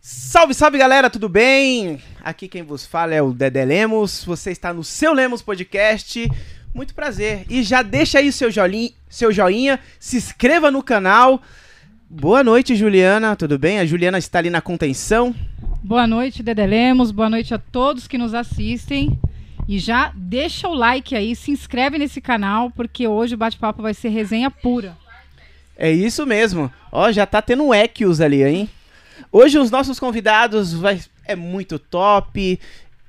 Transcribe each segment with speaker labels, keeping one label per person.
Speaker 1: Salve, salve galera, tudo bem? Aqui quem vos fala é o Dedé Lemos, você está no seu Lemos Podcast. Muito prazer. E já deixa aí seu, jolim, seu joinha, se inscreva no canal. Boa noite, Juliana, tudo bem? A Juliana está ali na contenção.
Speaker 2: Boa noite, Dedé Lemos. Boa noite a todos que nos assistem. E já deixa o like aí, se inscreve nesse canal, porque hoje o bate-papo vai ser resenha pura.
Speaker 1: É isso mesmo. Ó, já tá tendo um Equios ali, hein? Hoje os nossos convidados vai é muito top.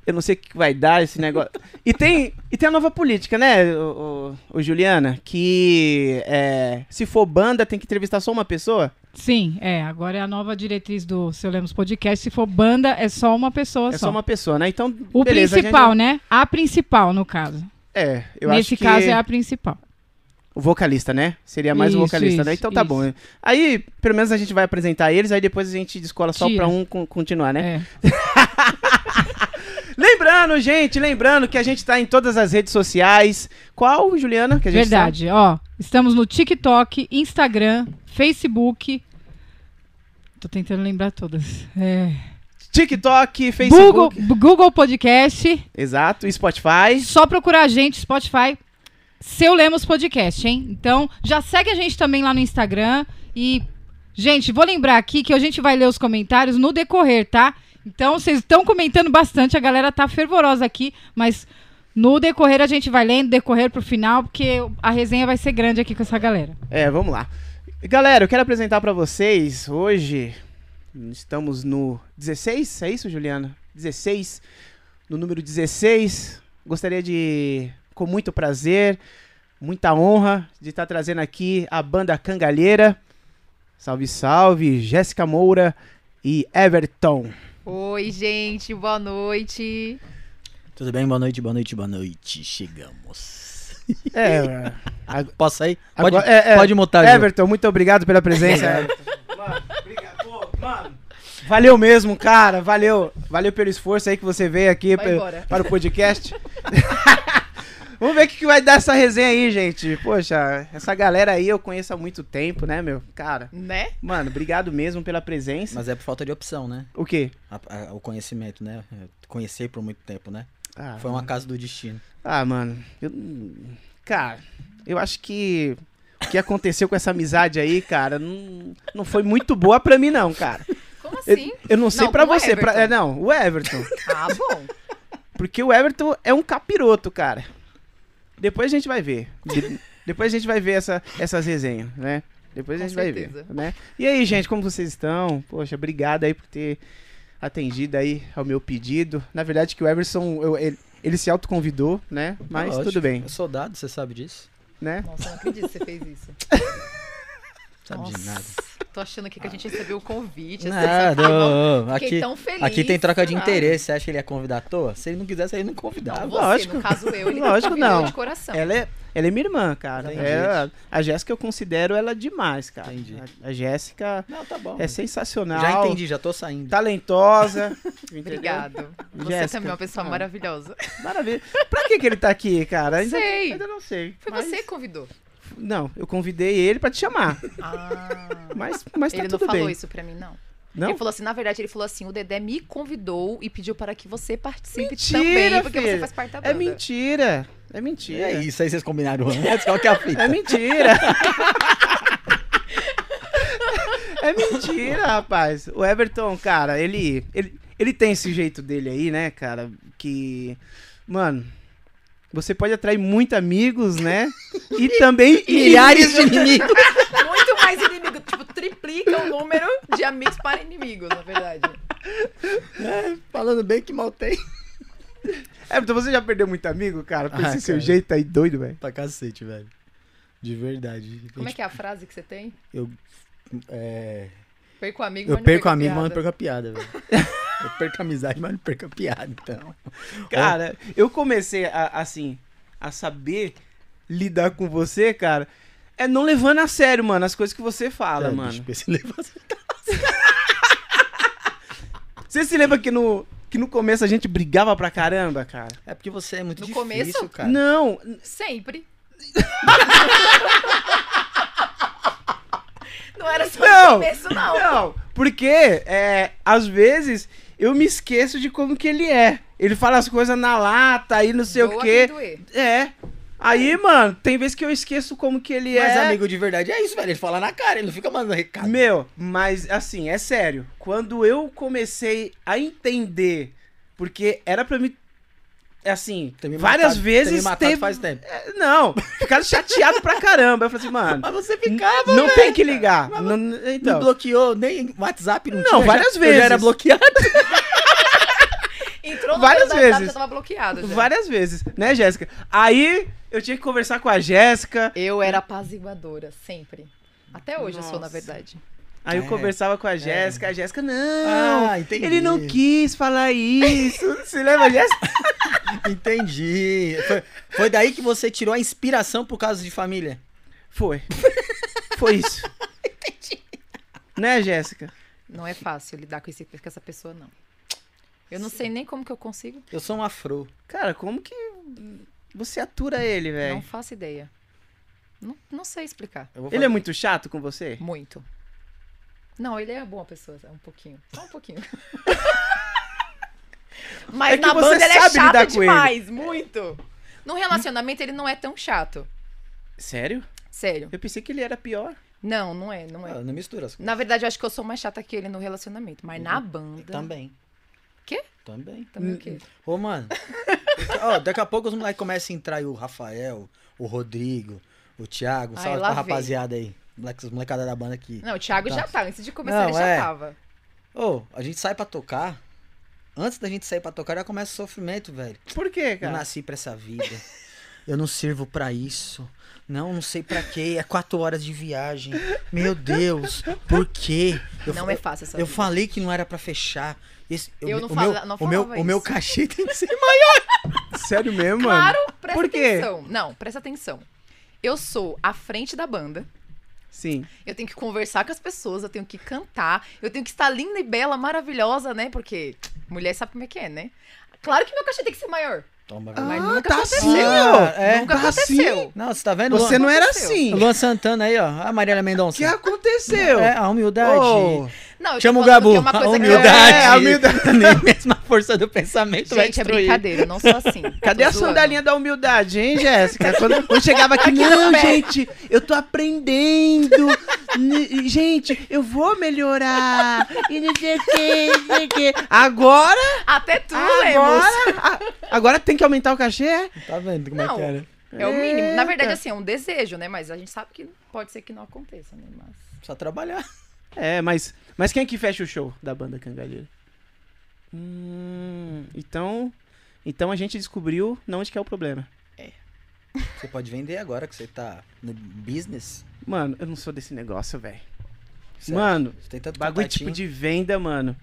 Speaker 1: Eu não sei o que vai dar esse negócio. E tem, e tem a nova política, né, o, o- o Juliana? Que é, se for banda, tem que entrevistar só uma pessoa?
Speaker 2: Sim, é. Agora é a nova diretriz do Seu Lemos Podcast. Se for banda, é só uma pessoa
Speaker 1: É
Speaker 2: só.
Speaker 1: só uma pessoa, né? Então,
Speaker 2: O
Speaker 1: beleza, a gente-
Speaker 2: principal, né? A principal, no caso.
Speaker 1: É, eu
Speaker 2: Nesse
Speaker 1: acho que
Speaker 2: caso é a principal.
Speaker 1: o vocalista, né? Seria mais o
Speaker 2: Isso,
Speaker 1: vocalista, né?
Speaker 2: isso,
Speaker 1: Então tá
Speaker 2: isso.
Speaker 1: bom. Aí, pelo menos a gente vai apresentar eles, aí depois a gente descola só
Speaker 2: Tira.
Speaker 1: pra um con- continuar, né?
Speaker 2: É.
Speaker 1: Lembrando, gente, lembrando que a gente tá em todas as redes sociais. Qual, Juliana? Que a gente tá?
Speaker 2: Verdade, ó. Estamos no TikTok, Instagram, Facebook. Tô tentando lembrar todas. É.
Speaker 1: tá? TikTok, Facebook.
Speaker 2: Google, Google Podcast.
Speaker 1: Exato, Spotify.
Speaker 2: É Só procurar a gente, Spotify, Seu Lemos Podcast, hein? Então, já segue a gente também lá no Instagram. E, gente, vou lembrar aqui que a gente vai ler os comentários no decorrer, tá? Então, vocês estão comentando bastante, a galera tá fervorosa aqui, mas no decorrer a gente vai lendo, decorrer pro final, porque a resenha vai ser grande aqui com essa galera.
Speaker 1: É, vamos lá. Galera, eu quero apresentar pra vocês hoje. Estamos no 16, é isso, Juliana? 16. No número 16. Gostaria de, com muito prazer, muita honra, de estar trazendo aqui a banda Cangalheira. Salve, salve, Jéssica Moura e Everton.
Speaker 3: Oi, gente, boa noite.
Speaker 4: Tudo bem? Boa noite, boa noite, boa noite. Chegamos.
Speaker 1: É,
Speaker 4: Posso sair? Pode,
Speaker 1: Agora- é, é.
Speaker 4: pode mutar, Ju.
Speaker 1: Everton, muito obrigado pela presença.
Speaker 4: É.
Speaker 1: Everton. mano, obrigado, pô, mano. Valeu mesmo, cara. Valeu. Valeu pelo esforço aí que você veio aqui
Speaker 3: Vai
Speaker 1: pe-
Speaker 3: embora.
Speaker 1: para o podcast. Vamos ver o que que vai dar essa resenha aí, gente. Poxa, essa galera aí eu conheço há muito tempo, né, meu? Cara,
Speaker 3: Né?
Speaker 1: mano, obrigado mesmo pela presença.
Speaker 4: Mas é por falta de opção, né?
Speaker 1: O quê?
Speaker 4: A- a- o conhecimento, né? Eu Conheci por muito tempo, né?
Speaker 1: Ah,
Speaker 4: Foi um acaso do destino.
Speaker 1: Ah, mano. eu- Cara, eu acho que o que aconteceu com essa amizade aí, cara, não, não foi muito boa pra mim, não, cara.
Speaker 3: Como
Speaker 1: Eu,
Speaker 3: assim?
Speaker 1: eu não sei
Speaker 3: Não,
Speaker 1: pra
Speaker 3: com o
Speaker 1: você. pra-
Speaker 3: Everton.
Speaker 1: é, não, o Everton.
Speaker 3: Ah, bom.
Speaker 1: Porque o Everton é um capiroto, cara. Depois a gente vai ver. De- depois a gente vai ver essa, essas resenhas, né? Depois a
Speaker 3: Com
Speaker 1: gente vai
Speaker 3: certeza.
Speaker 1: ver. Né? E aí, gente, como vocês estão? Poxa, obrigado aí por ter atendido aí ao meu pedido. Na verdade, que o Everson, eu- ele, ele se autoconvidou, né? Mas
Speaker 4: É Lógico.
Speaker 1: tudo bem,
Speaker 4: Eu sou dado, você sabe disso?
Speaker 1: né?
Speaker 3: Nossa, não acredito que você fez isso.
Speaker 4: Sabe de
Speaker 3: Nossa,
Speaker 4: nada.
Speaker 3: Tô achando aqui que a gente recebeu o convite. assim,
Speaker 4: Nada.
Speaker 3: sabe? Eu
Speaker 4: ô, ô,
Speaker 3: Fiquei
Speaker 4: Aqui,
Speaker 3: tão feliz.
Speaker 4: aqui tem troca de
Speaker 3: sei lá.
Speaker 4: interesse. Você acha que ele ia convidar à toa? Se ele não quisesse, ele não convidava.
Speaker 3: Não, você,
Speaker 1: Ah, lógico.
Speaker 3: no caso eu, ele
Speaker 1: Lógico
Speaker 3: me convidou
Speaker 1: não.
Speaker 3: de coração.
Speaker 1: Ela é, ela é minha irmã, cara.
Speaker 4: Entendi.
Speaker 1: Ela- a Jéssica eu considero ela demais, cara.
Speaker 4: Entendi.
Speaker 1: A, a Jéssica
Speaker 4: Não, tá bom.
Speaker 1: é Tá sensacional.
Speaker 4: Já entendi, já tô saindo.
Speaker 1: Talentosa. entendeu?
Speaker 3: Obrigado. Você
Speaker 1: Jéssica.
Speaker 3: também é uma pessoa
Speaker 1: Ah.
Speaker 3: maravilhosa.
Speaker 1: Maravilha. Pra que, que ele tá aqui, cara? Ainda,
Speaker 3: Sei.
Speaker 1: ainda não sei.
Speaker 3: Foi
Speaker 1: Mas-
Speaker 3: você que convidou.
Speaker 1: Não, eu convidei ele pra te chamar.
Speaker 3: Ah.
Speaker 1: Mas, mas tá
Speaker 3: ele não
Speaker 1: tudo
Speaker 3: falou
Speaker 1: bem.
Speaker 3: isso pra mim, não.
Speaker 1: Não?
Speaker 3: Ele falou assim, na verdade, ele falou assim, o Dedé me convidou e pediu para que você participe
Speaker 1: Mentira,
Speaker 3: também, porque
Speaker 1: filho.
Speaker 3: você faz parte da
Speaker 1: É
Speaker 3: banda.
Speaker 1: mentira. É mentira.
Speaker 4: É isso aí, vocês combinaram antes? Qual que é a fita?
Speaker 1: É mentira. é mentira, rapaz. O Everton, cara, ele, ele. Ele tem esse jeito dele aí, né, cara? Que. Mano. Você pode atrair muito amigos, né? E também
Speaker 4: Milhares de inimigos.
Speaker 3: Muito mais inimigo. Tipo, triplica o número de amigos para inimigos, na verdade.
Speaker 4: Falando bem que mal tem.
Speaker 1: Everton, É, então você já perdeu muito amigo, cara? Com
Speaker 4: Ah,
Speaker 1: esse seu
Speaker 4: cara.
Speaker 1: jeito aí doido, velho.
Speaker 4: Pra cacete, velho. De verdade.
Speaker 3: Como é que é a frase que você tem?
Speaker 4: Eu. É.
Speaker 3: Perco o amigo, mas
Speaker 4: Eu
Speaker 3: não
Speaker 4: perco
Speaker 3: perco
Speaker 4: a amigo, mas
Speaker 3: piada.
Speaker 4: não perco a piada, velho. Eu perco a amizade, mas não perco a piada, então.
Speaker 5: É?
Speaker 1: Cara, eu comecei a, assim, a saber lidar com você, cara, é não levando a sério, mano, as coisas que você fala,
Speaker 4: É,
Speaker 1: mano.
Speaker 4: bicho, esse negócio-
Speaker 1: Você se lembra que no, que no começo a gente brigava pra caramba, cara?
Speaker 4: É porque você é muito
Speaker 3: No
Speaker 4: difícil,
Speaker 3: começo?
Speaker 4: cara.
Speaker 1: Não, n-
Speaker 3: Sempre. não era só
Speaker 1: Não.
Speaker 3: no começo, não.
Speaker 1: não, Porque, é, às vezes, eu me esqueço de como que ele é. Ele fala as coisas na lata e não sei o
Speaker 3: Doa
Speaker 1: quê.
Speaker 3: quem doer.
Speaker 1: É. Aí, mano, tem vezes que eu esqueço como que ele
Speaker 5: Mas
Speaker 1: é.
Speaker 5: amigo de verdade é isso, velho. Ele fala na cara, ele não fica mandando recado.
Speaker 1: Meu, mas assim, é sério. Quando eu comecei a entender, porque era pra mim. Assim,
Speaker 5: Tem me
Speaker 1: várias
Speaker 5: matado-
Speaker 1: vezes.
Speaker 5: Tem me matado
Speaker 1: teve-
Speaker 5: faz tempo.
Speaker 1: É, Não, ficaram chateado pra caramba. Eu falei assim, mano,
Speaker 5: Mas você ficava,
Speaker 1: não tem que ligar.
Speaker 5: Mas
Speaker 1: Não-
Speaker 5: Me
Speaker 1: então.
Speaker 5: bloqueou, nem WhatsApp não,
Speaker 1: Não,
Speaker 5: tinha. já-
Speaker 1: várias
Speaker 5: Eu já era
Speaker 1: vezes.
Speaker 5: bloqueado.
Speaker 3: Entrou no
Speaker 1: Várias
Speaker 3: meu WhatsApp,
Speaker 1: vezes.
Speaker 3: Eu tava bloqueado já.
Speaker 1: Várias vezes, né, Jéssica? Aí eu tinha que conversar com a Jéssica.
Speaker 3: Eu era apaziguadora, sempre. Até hoje eu sou, na
Speaker 1: Nossa.
Speaker 3: verdade.
Speaker 1: Aí
Speaker 5: É,
Speaker 1: eu conversava com a Jéssica. A Jéssica, não.
Speaker 5: Ah, entendi.
Speaker 1: ele não quis falar isso. Você lembra, Jéssica?
Speaker 5: Entendi. Foi, foi daí que você tirou a inspiração por causa de família.
Speaker 1: Foi. Foi isso. Né, Jéssica?
Speaker 3: Não é fácil lidar com, esse, com essa pessoa, não. Eu não sei nem como que eu consigo.
Speaker 5: Eu sou um afro.
Speaker 1: Cara, como que você atura ele,
Speaker 3: Não
Speaker 1: velho?
Speaker 3: faço ideia. Não, não sei explicar.
Speaker 5: Eu vou
Speaker 1: Ele é
Speaker 5: fazer-
Speaker 1: muito chato com você?
Speaker 3: Muito. Não, ele é uma boa pessoa, um pouquinho. Só um pouquinho. Mas
Speaker 1: É que
Speaker 3: na
Speaker 1: você
Speaker 3: banda ele é
Speaker 1: sabe lidar
Speaker 3: chato
Speaker 1: com ele.
Speaker 3: demais, muito. No relacionamento ele não é tão chato.
Speaker 1: Sério?
Speaker 3: Sério.
Speaker 1: Eu pensei que ele era pior.
Speaker 3: Não, não é, não é.
Speaker 5: Ah, não mistura as coisas.
Speaker 3: Na verdade, eu acho que eu sou mais chata que ele no relacionamento. Mas
Speaker 1: Uhum.
Speaker 3: na banda.
Speaker 5: Também.
Speaker 3: Quê?
Speaker 5: Também.
Speaker 3: Também é o
Speaker 1: Hum,
Speaker 3: quê?
Speaker 5: Ô, mano. Ó, daqui a pouco os moleques começam a entrar aí o Rafael, o Rodrigo, o Thiago.
Speaker 3: Ai,
Speaker 5: Salve
Speaker 3: lá
Speaker 5: pra
Speaker 3: vem.
Speaker 5: rapaziada aí. Moleques, os molecada da banda aqui.
Speaker 3: Não, o Thiago
Speaker 5: Tá.
Speaker 3: já tava. Antes de começar,
Speaker 5: Não,
Speaker 3: ele já
Speaker 5: é.
Speaker 3: tava.
Speaker 5: Ô, a gente sai pra tocar. Antes da gente sair pra tocar, já começa o sofrimento, velho.
Speaker 1: Por quê,
Speaker 5: Eu
Speaker 1: cara?
Speaker 5: nasci pra essa vida. Eu não sirvo pra isso. Não, não sei pra quê. É quatro horas de viagem. Meu Deus, por quê? Eu,
Speaker 3: não
Speaker 5: fa-
Speaker 3: é fácil essa
Speaker 5: eu
Speaker 3: vida.
Speaker 5: falei que não era pra fechar. Esse-
Speaker 3: Eu não
Speaker 5: o meu,
Speaker 3: fala- não
Speaker 5: o meu,
Speaker 3: falava
Speaker 5: o meu
Speaker 3: isso.
Speaker 5: cachê tem que ser.
Speaker 1: Sério mesmo,
Speaker 3: Claro,
Speaker 1: mano?
Speaker 3: presta
Speaker 1: Por quê?
Speaker 3: atenção. Não, presta atenção. Eu sou à frente da banda.
Speaker 1: Sim.
Speaker 3: Eu tenho que conversar com as pessoas, eu tenho que cantar, eu tenho que estar linda e bela, maravilhosa, né? Porque mulher sabe como é que é, né? Claro que meu cachê tem que ser maior.
Speaker 5: Toma,
Speaker 3: mas
Speaker 1: Ah,
Speaker 3: nunca
Speaker 1: tá
Speaker 3: aconteceu.
Speaker 1: assim, ó.
Speaker 5: É,
Speaker 3: nunca
Speaker 1: tá
Speaker 3: aconteceu.
Speaker 1: assim?
Speaker 5: Não, você tá vendo?
Speaker 1: Você
Speaker 5: Luan,
Speaker 1: não era
Speaker 3: aconteceu.
Speaker 1: assim.
Speaker 5: Luan Santana aí, ó. A Marília
Speaker 1: O
Speaker 5: Mendonça.
Speaker 1: que aconteceu?
Speaker 5: É, a humildade.
Speaker 1: Ô,
Speaker 3: Não, eu tô
Speaker 5: Chama o
Speaker 3: falando
Speaker 5: Gabu.
Speaker 3: que é uma
Speaker 5: a
Speaker 3: coisa
Speaker 5: humildade.
Speaker 1: É, a humildade.
Speaker 5: Nem mesmo a força do pensamento
Speaker 3: Que eu...
Speaker 5: vai
Speaker 3: Gente, é
Speaker 5: destruir.
Speaker 3: brincadeira, eu não sou assim.
Speaker 1: Cadê
Speaker 3: Tô
Speaker 1: a
Speaker 3: zoando.
Speaker 1: sandalinha da humildade, hein, Jéssica? Quando, quando chegava aqui, não, gente, eu tô aprendendo. N- gente, eu vou melhorar. E não sei o que, não sei o que. Agora,
Speaker 3: Até tu, Lemos.
Speaker 1: agora, a- agora tem que aumentar o cachê?
Speaker 5: Tá vendo como é
Speaker 3: Não.
Speaker 5: que era?
Speaker 3: É o mínimo. Na verdade,
Speaker 1: Eita.
Speaker 3: assim, é um desejo, né? Mas a gente sabe que pode ser que não aconteça, né? Mas...
Speaker 5: Só trabalhar.
Speaker 1: É, mas, mas quem é que fecha o show da banda Cangalheira? Hum, então, então a gente descobriu não onde que é o problema.
Speaker 5: Você pode vender agora que você tá no business.
Speaker 1: Mano, eu não sou desse negócio, velho.
Speaker 5: Certo.
Speaker 1: Mano,
Speaker 5: Você tem tanto
Speaker 1: Bagulho
Speaker 5: contatinho.
Speaker 1: tipo de venda, mano.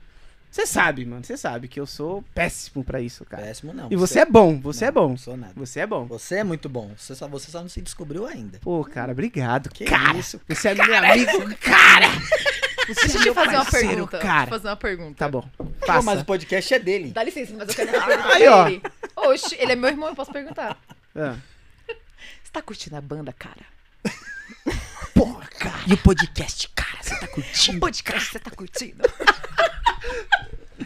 Speaker 1: Você sabe, mano. Você sabe que eu sou péssimo pra isso, cara.
Speaker 5: Péssimo não.
Speaker 1: E você é bom, você
Speaker 5: não,
Speaker 1: é bom.
Speaker 5: Não sou nada.
Speaker 1: Você é bom.
Speaker 5: Você é muito bom. Você só, você só não se descobriu ainda.
Speaker 1: Pô, cara, obrigado.
Speaker 5: Que
Speaker 1: cara,
Speaker 5: isso?
Speaker 1: você é meu amigo, cara. Você
Speaker 3: Deixa
Speaker 1: é
Speaker 3: eu te
Speaker 1: meu parceiro,
Speaker 3: fazer uma pergunta. Deixa eu
Speaker 1: Cara.
Speaker 3: te fazer uma pergunta.
Speaker 1: Tá bom.
Speaker 5: Pô, mas
Speaker 1: Passa.
Speaker 5: o podcast é dele.
Speaker 3: Dá licença, mas eu quero fazer uma pergunta
Speaker 1: Aí, ó.
Speaker 3: pra ele. Oxe, ele é meu irmão, eu posso perguntar.
Speaker 1: Ah.
Speaker 3: Você tá curtindo a banda, cara?
Speaker 5: Porra, cara. E o podcast, cara, você tá
Speaker 3: O
Speaker 5: curtindo?
Speaker 3: podcast você tá curtindo?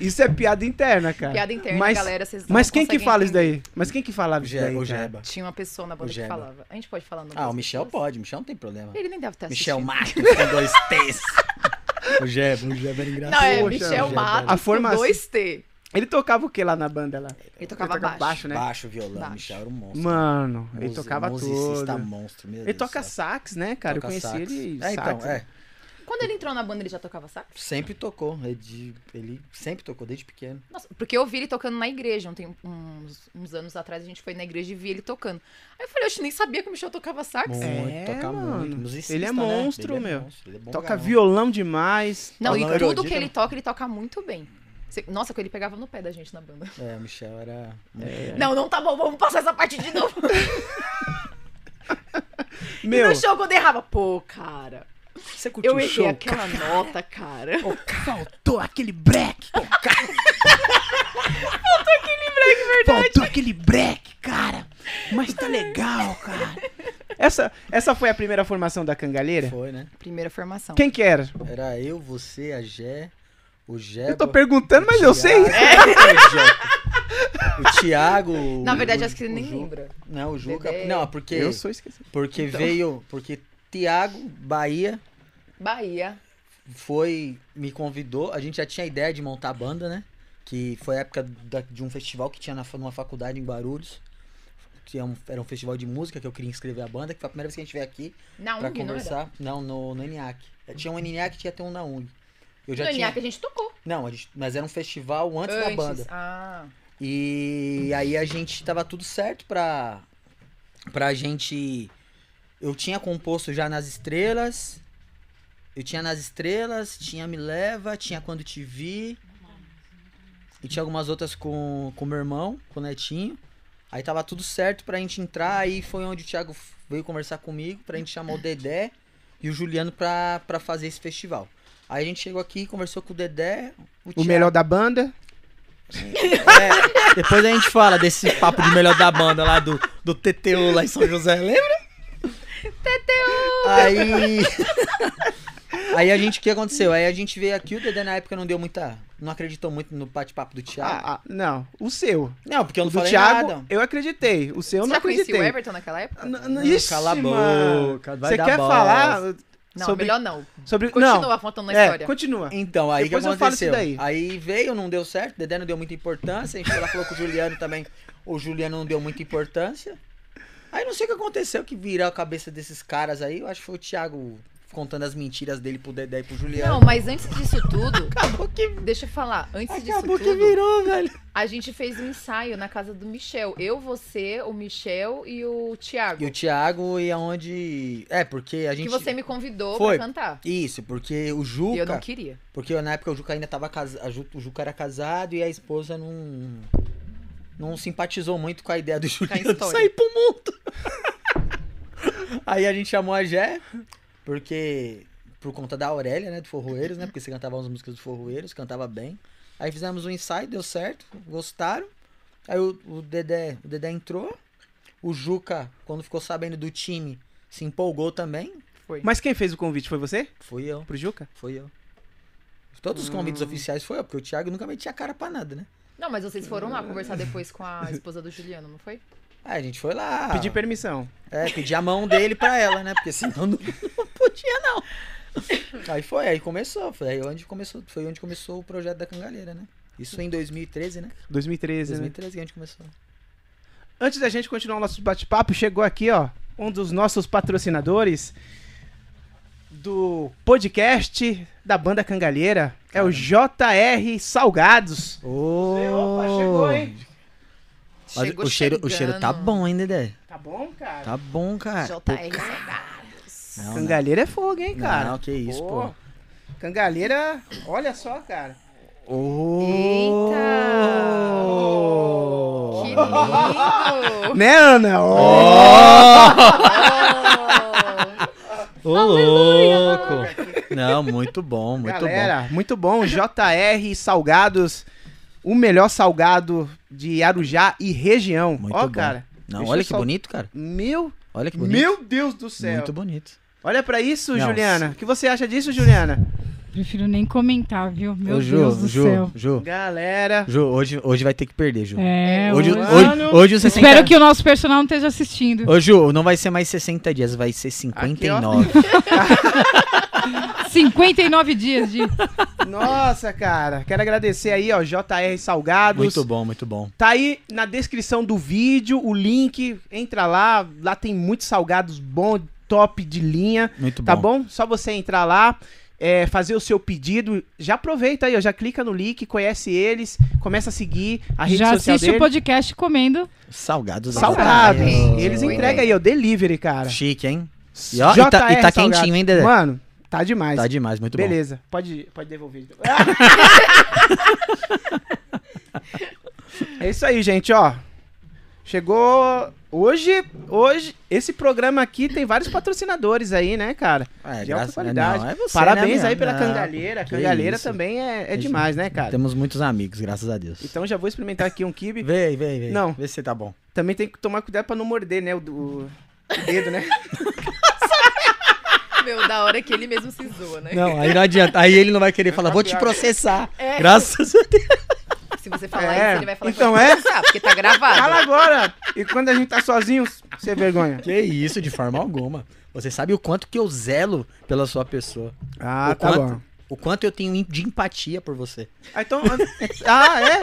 Speaker 1: Isso é piada interna, cara.
Speaker 3: Piada interna,
Speaker 1: mas,
Speaker 3: galera. Vocês não
Speaker 1: Mas quem que
Speaker 3: conseguem
Speaker 1: fala isso
Speaker 3: entender.
Speaker 1: daí? Mas quem que falava
Speaker 5: O
Speaker 1: isso
Speaker 5: Je-
Speaker 1: daí? cara?
Speaker 5: o Jeba.
Speaker 3: Tinha uma pessoa na
Speaker 5: O
Speaker 3: banda que
Speaker 5: Jeba.
Speaker 3: falava. A gente pode falar no
Speaker 5: Ah, o Michel pode. O Michel não tem problema.
Speaker 3: Ele nem deve estar assistindo.
Speaker 5: Michel Marcos com dois T's. O Jeba, o Jeba era engraçado.
Speaker 3: Não, é
Speaker 1: Poxa,
Speaker 3: Michel
Speaker 5: Jeba.
Speaker 3: Marcos.
Speaker 1: A forma-
Speaker 3: Com 2T.
Speaker 1: Ele tocava o que lá na banda lá?
Speaker 3: Ele tocava baixo.
Speaker 1: né?
Speaker 5: Baixo, violão.
Speaker 3: Baixo.
Speaker 5: Michel era um monstro.
Speaker 1: Mano, ele
Speaker 5: Musi-
Speaker 1: tocava
Speaker 5: musicista
Speaker 1: tudo.
Speaker 5: monstro, meu
Speaker 1: Ele
Speaker 5: Deus
Speaker 1: toca
Speaker 5: do céu.
Speaker 1: sax, né, cara?
Speaker 5: Toca
Speaker 1: Eu conheci
Speaker 5: sax.
Speaker 1: ele
Speaker 5: É, então,
Speaker 1: sax. né?
Speaker 5: é.
Speaker 3: Quando ele entrou na banda, ele já tocava sax?
Speaker 5: Sempre tocou. Ele, de- ele sempre tocou, desde pequeno.
Speaker 3: Nossa, porque eu vi ele tocando na igreja. Ontem, uns, uns anos atrás, a gente foi na igreja e vi ele tocando. Aí eu falei, oxe, nem sabia que o Michel tocava sax.
Speaker 5: Muito,
Speaker 1: É,
Speaker 5: toca muito.
Speaker 1: mano.
Speaker 5: Musicista,
Speaker 1: Ele é
Speaker 5: né?
Speaker 1: monstro, meu.
Speaker 5: monstro, ele é bom pra
Speaker 1: Toca
Speaker 5: caramba.
Speaker 1: violão demais.
Speaker 3: Não,
Speaker 5: Ah,
Speaker 3: e
Speaker 5: não, eu
Speaker 3: tudo
Speaker 5: digo-
Speaker 3: que ele toca, ele toca muito bem. Você- Nossa, que ele pegava no pé da gente na banda.
Speaker 5: É, o Michel era. É.
Speaker 3: Não, não tá bom, vamos passar essa parte de novo.
Speaker 1: Meu,
Speaker 3: No show quando errava. Pô, cara.
Speaker 5: Você curtiu
Speaker 3: Eu
Speaker 5: o
Speaker 3: errei
Speaker 5: show?
Speaker 3: aquela nota, cara.
Speaker 1: faltou aquele break. Faltou aquele break, verdade. Faltou aquele break, cara. Mas tá legal, cara. Essa, essa foi a primeira formação da cangalheira?
Speaker 5: Foi, né?
Speaker 3: Primeira formação.
Speaker 1: Quem que era?
Speaker 5: Era eu, você, a Gé, o É, Gé.
Speaker 1: Eu tô perguntando, mas eu sei.
Speaker 5: O Thiago. o-
Speaker 3: É. Na verdade,
Speaker 5: o-
Speaker 3: acho que você
Speaker 5: o
Speaker 3: nem
Speaker 5: Ju-
Speaker 3: lembra.
Speaker 5: Não, o Juca.
Speaker 3: Dedé.
Speaker 5: Não, porque.
Speaker 1: Eu sou Então. esquecido.
Speaker 5: Porque veio. Porque Thiago, Bahia,
Speaker 3: Bahia.
Speaker 5: foi. Me convidou. A gente já tinha a ideia de montar a banda, né? Que foi a época da- de um festival que tinha na, numa faculdade em Guarulhos. Que é um- era um festival de música que eu queria inscrever a banda, que foi a primeira vez que a gente veio aqui
Speaker 3: Na
Speaker 5: pra
Speaker 3: UNG, não era?
Speaker 5: conversar. Não, no, no ENIAC. Tinha um ENIAC e tinha até um na UNG. Eu já
Speaker 3: No
Speaker 5: tinha.
Speaker 3: NA que a gente tocou.
Speaker 5: Não, a gente- mas era um festival antes, da banda.
Speaker 3: Ah.
Speaker 5: E aí a gente tava tudo certo pra, pra gente. Eu tinha composto já nas estrelas. Eu tinha nas estrelas, tinha Me Leva, tinha Quando Te Vi. E tinha algumas outras com o meu irmão, com o Netinho. Aí tava tudo certo pra gente entrar. Aí foi onde o Thiago veio conversar comigo, pra gente chamar o Dedé e o Juliano pra, pra fazer esse festival. Aí a gente chegou aqui, conversou com o Dedé.
Speaker 1: O
Speaker 5: Thiago-
Speaker 1: melhor da banda?
Speaker 5: é, depois a gente fala desse papo de melhor da banda lá do, do TTU lá em São José, lembra? TTU! Aí. Aí a gente, o que aconteceu? Aí a gente veio aqui, o Dedé na época não deu muita. Não acreditou muito no bate-papo do Thiago.
Speaker 1: Ah, ah, não, o seu.
Speaker 5: não, porque eu
Speaker 1: O
Speaker 5: não
Speaker 1: do
Speaker 5: falei
Speaker 1: Thiago,
Speaker 5: nada.
Speaker 1: eu acreditei. O seu eu
Speaker 3: Você
Speaker 1: não
Speaker 3: já conhecia o
Speaker 1: acreditei.
Speaker 3: Everton naquela época?
Speaker 1: N-
Speaker 5: Não,
Speaker 1: n- Ixi,
Speaker 5: cala a
Speaker 1: mano.
Speaker 5: boca, vai
Speaker 1: Você
Speaker 5: dar
Speaker 1: quer
Speaker 5: bola.
Speaker 1: falar
Speaker 3: Não,
Speaker 1: sobre...
Speaker 3: melhor não.
Speaker 1: sobre...
Speaker 3: Continua
Speaker 1: Não,
Speaker 3: apontando na
Speaker 1: é,
Speaker 3: história.
Speaker 1: continua.
Speaker 5: Então, aí o que
Speaker 1: Depois eu falo isso
Speaker 5: aconteceu?
Speaker 1: daí.
Speaker 5: Aí veio, não deu certo, Dedé não deu muita importância, a gente foi lá falou com o Juliano também, o Juliano não deu muita importância. Aí não sei o que aconteceu que virou a cabeça desses caras aí, eu acho que foi o Thiago contando as mentiras dele pro Dedé e pro
Speaker 3: Não,
Speaker 5: Juliano.
Speaker 3: mas antes disso tudo,
Speaker 5: acabou que,
Speaker 3: deixa eu falar, antes disso
Speaker 5: acabou que
Speaker 3: tudo,
Speaker 5: virou, velho.
Speaker 3: a gente fez um ensaio na casa do Michel. Eu, você, o Michel e o Thiago.
Speaker 5: E o Thiago e aonde... É, porque a gente...
Speaker 3: Que você me convidou
Speaker 5: Foi.
Speaker 3: pra cantar.
Speaker 5: Isso, porque o
Speaker 3: E
Speaker 5: Juca...
Speaker 3: eu não queria.
Speaker 5: Porque na época o Juca ainda tava casado, o Juca era casado e a esposa não não simpatizou muito com a ideia do Juliano
Speaker 3: história.
Speaker 5: sair pro mundo. Aí a gente chamou a Jé, porque por conta da Aurélia, né, do Forroeiros, né, porque você cantava umas músicas do Forroeiros, cantava bem. Aí fizemos um ensaio, deu certo, gostaram. Aí o, o Dedé, o Dedé entrou. O Juca, quando ficou sabendo do time, se empolgou também.
Speaker 3: Foi.
Speaker 1: Mas quem fez o convite foi você?
Speaker 5: Fui eu.
Speaker 1: Pro Juca?
Speaker 5: Foi eu. Todos
Speaker 1: Hum.
Speaker 5: os convites oficiais foi eu, porque o Thiago nunca metia a cara pra nada, né?
Speaker 3: Não, mas vocês foram lá conversar depois com a esposa do Juliano, não foi?
Speaker 5: Aí Ah, a gente foi lá.
Speaker 1: Pedi permissão.
Speaker 5: É, pedi a mão dele pra ela, né? Porque senão não, não podia, não. Aí foi, aí começou. Foi aí onde começou, foi onde começou o projeto da Cangalheira, né? Isso em 2013, né?
Speaker 1: 2013, né?
Speaker 5: 2013 que a gente é começou.
Speaker 1: Antes da gente continuar o nosso bate-papo, chegou aqui, ó, um dos nossos patrocinadores do podcast da banda Cangalheira. É o JR Salgados. Opa, chegou, hein?
Speaker 5: Mas
Speaker 3: Chegou
Speaker 5: o, cheiro, o cheiro tá
Speaker 3: chegando.
Speaker 5: bom, hein, Dedé?
Speaker 1: Tá bom, cara?
Speaker 5: Tá bom, cara.
Speaker 3: JR Salgados.
Speaker 5: Não, não,
Speaker 1: Cangalheira é fogo, hein,
Speaker 5: não,
Speaker 1: cara?
Speaker 5: que isso, pô.
Speaker 1: Cangalheira, olha só, cara.
Speaker 3: Eita! Que lindo!
Speaker 1: Né, Ana? Ó!
Speaker 3: Oh!
Speaker 5: Ô, louco! Não, muito bom, muito bom.
Speaker 1: Galera, muito bom. JR Salgados, o melhor salgado de Arujá e região.
Speaker 5: Muito
Speaker 1: ó,
Speaker 5: bom.
Speaker 1: cara.
Speaker 5: Não,
Speaker 1: Deixa
Speaker 5: olha
Speaker 1: eu
Speaker 5: que
Speaker 1: só-
Speaker 5: bonito, cara.
Speaker 1: Meu,
Speaker 5: Olha que bonito.
Speaker 1: meu Deus do céu.
Speaker 5: Muito bonito.
Speaker 1: Olha pra isso,
Speaker 5: Não,
Speaker 1: Juliana. O que você acha disso, Juliana?
Speaker 2: Prefiro nem comentar, viu? Meu
Speaker 5: Ô, Ju,
Speaker 2: Deus do
Speaker 5: Ju,
Speaker 2: céu.
Speaker 5: Ju,
Speaker 1: Galera.
Speaker 5: Ju, hoje, hoje vai ter que perder, Ju.
Speaker 2: É,
Speaker 5: hoje,
Speaker 2: hoje-
Speaker 5: hoje,
Speaker 1: Mano.
Speaker 5: hoje os 60...
Speaker 2: Espero que o nosso personal não esteja assistindo.
Speaker 5: Ô, Ju, não vai ser mais 60 dias, vai ser 59.
Speaker 1: Tá
Speaker 2: 59 dias de.
Speaker 1: Nossa, cara. Quero agradecer aí, ó, JR Salgados.
Speaker 5: muito bom, muito bom.
Speaker 1: Tá aí na descrição do vídeo o link. Entra lá. Lá tem muitos salgados bom, top de linha.
Speaker 5: Muito bom.
Speaker 1: Tá bom? Só você entrar lá, é, fazer o seu pedido. Já aproveita aí, ó, já clica no link, conhece eles, começa a seguir a rede
Speaker 2: Já
Speaker 1: social
Speaker 2: assiste o
Speaker 1: dele.
Speaker 2: podcast comendo.
Speaker 5: Salgados.
Speaker 1: Tá Salgados.
Speaker 3: Salgados.
Speaker 1: Eles
Speaker 3: Muito
Speaker 1: entregam
Speaker 3: bem.
Speaker 1: aí, ó, delivery, cara.
Speaker 5: Chique, hein? E, ó, e tá-
Speaker 1: JR
Speaker 5: e tá
Speaker 1: Salgados.
Speaker 5: quentinho, hein, Dedé?
Speaker 1: Mano, tá demais.
Speaker 5: Tá demais, muito bom.
Speaker 1: Beleza, pode, pode devolver. é isso aí, gente, ó. Chegou hoje, hoje esse programa aqui tem vários patrocinadores aí, né, cara?
Speaker 5: É,
Speaker 1: de alta
Speaker 5: graças-
Speaker 1: qualidade.
Speaker 5: não, é você,
Speaker 1: Parabéns
Speaker 5: né,
Speaker 1: aí pela
Speaker 5: não,
Speaker 1: cangalheira.
Speaker 5: que
Speaker 1: Cangalheira
Speaker 5: isso.
Speaker 1: também é, é demais, né, cara?
Speaker 5: Temos muitos amigos, graças a Deus.
Speaker 1: Então já vou experimentar aqui um kibe.
Speaker 5: Vem, vem, vem.
Speaker 1: Não.
Speaker 5: Vê se tá bom.
Speaker 1: Também tem que tomar cuidado pra não morder, né? O, do-
Speaker 5: Dedo, né?
Speaker 3: Meu, da hora que ele mesmo se zoa, né?
Speaker 5: Não, aí não adianta. Aí ele não vai querer falar, vou te processar.
Speaker 3: É.
Speaker 5: Graças a Deus.
Speaker 3: Se você falar
Speaker 1: É.
Speaker 3: isso, ele vai falar
Speaker 1: Então
Speaker 3: que vai
Speaker 1: é?
Speaker 3: processar, porque tá
Speaker 5: Ah,
Speaker 3: gravado.
Speaker 1: Fala agora! E quando a gente tá sozinho, você vergonha.
Speaker 5: Que isso, de forma alguma. Você sabe o quanto que eu zelo pela sua pessoa.
Speaker 1: Ah,
Speaker 5: o,
Speaker 1: tá
Speaker 5: quanto,
Speaker 1: bom.
Speaker 5: o quanto eu tenho de empatia por você.
Speaker 1: Ah, então. Ah, é?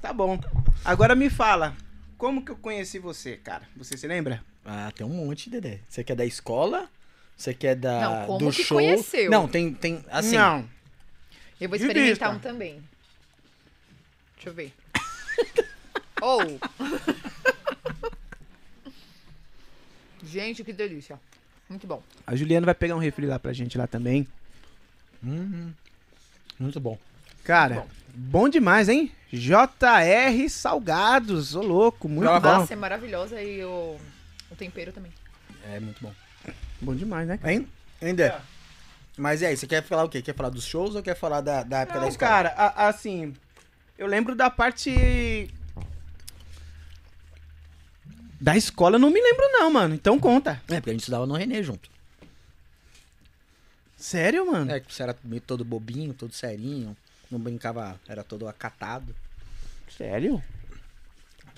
Speaker 1: Tá bom. Agora me fala, como que eu conheci você, cara? Você se lembra?
Speaker 5: Ah, tem um monte, Dedé. Você quer da escola? Você quer da,
Speaker 3: Não, como
Speaker 5: do
Speaker 3: que
Speaker 5: show?
Speaker 3: conheceu?
Speaker 5: Não, tem, tem assim...
Speaker 1: Não.
Speaker 3: Eu vou
Speaker 1: De
Speaker 3: experimentar
Speaker 1: vista.
Speaker 3: um também. Deixa eu ver. Oh! Ou. Gente, que delícia. Muito bom.
Speaker 1: A Juliana vai pegar um refri lá pra gente lá também.
Speaker 5: Hum, muito bom.
Speaker 1: Cara, bom demais, hein? JR Salgados, ô louco, muito
Speaker 5: Ela
Speaker 1: bom.
Speaker 3: Massa é maravilhosa e o, o tempero também.
Speaker 5: É, muito bom. É.
Speaker 1: Bom demais, né?
Speaker 5: Hein? Ainda. Mas e aí, você quer falar o quê? Quer falar dos shows ou quer falar da, da época da
Speaker 1: Não,
Speaker 5: escola?
Speaker 1: cara, a- assim, eu lembro da parte. Da escola eu não me lembro, não, mano. Então conta.
Speaker 5: É, porque a gente estudava no René junto.
Speaker 1: Sério, mano?
Speaker 5: É, que você era meio todo bobinho, todo serinho. Não brincava, era todo acatado.
Speaker 1: Sério?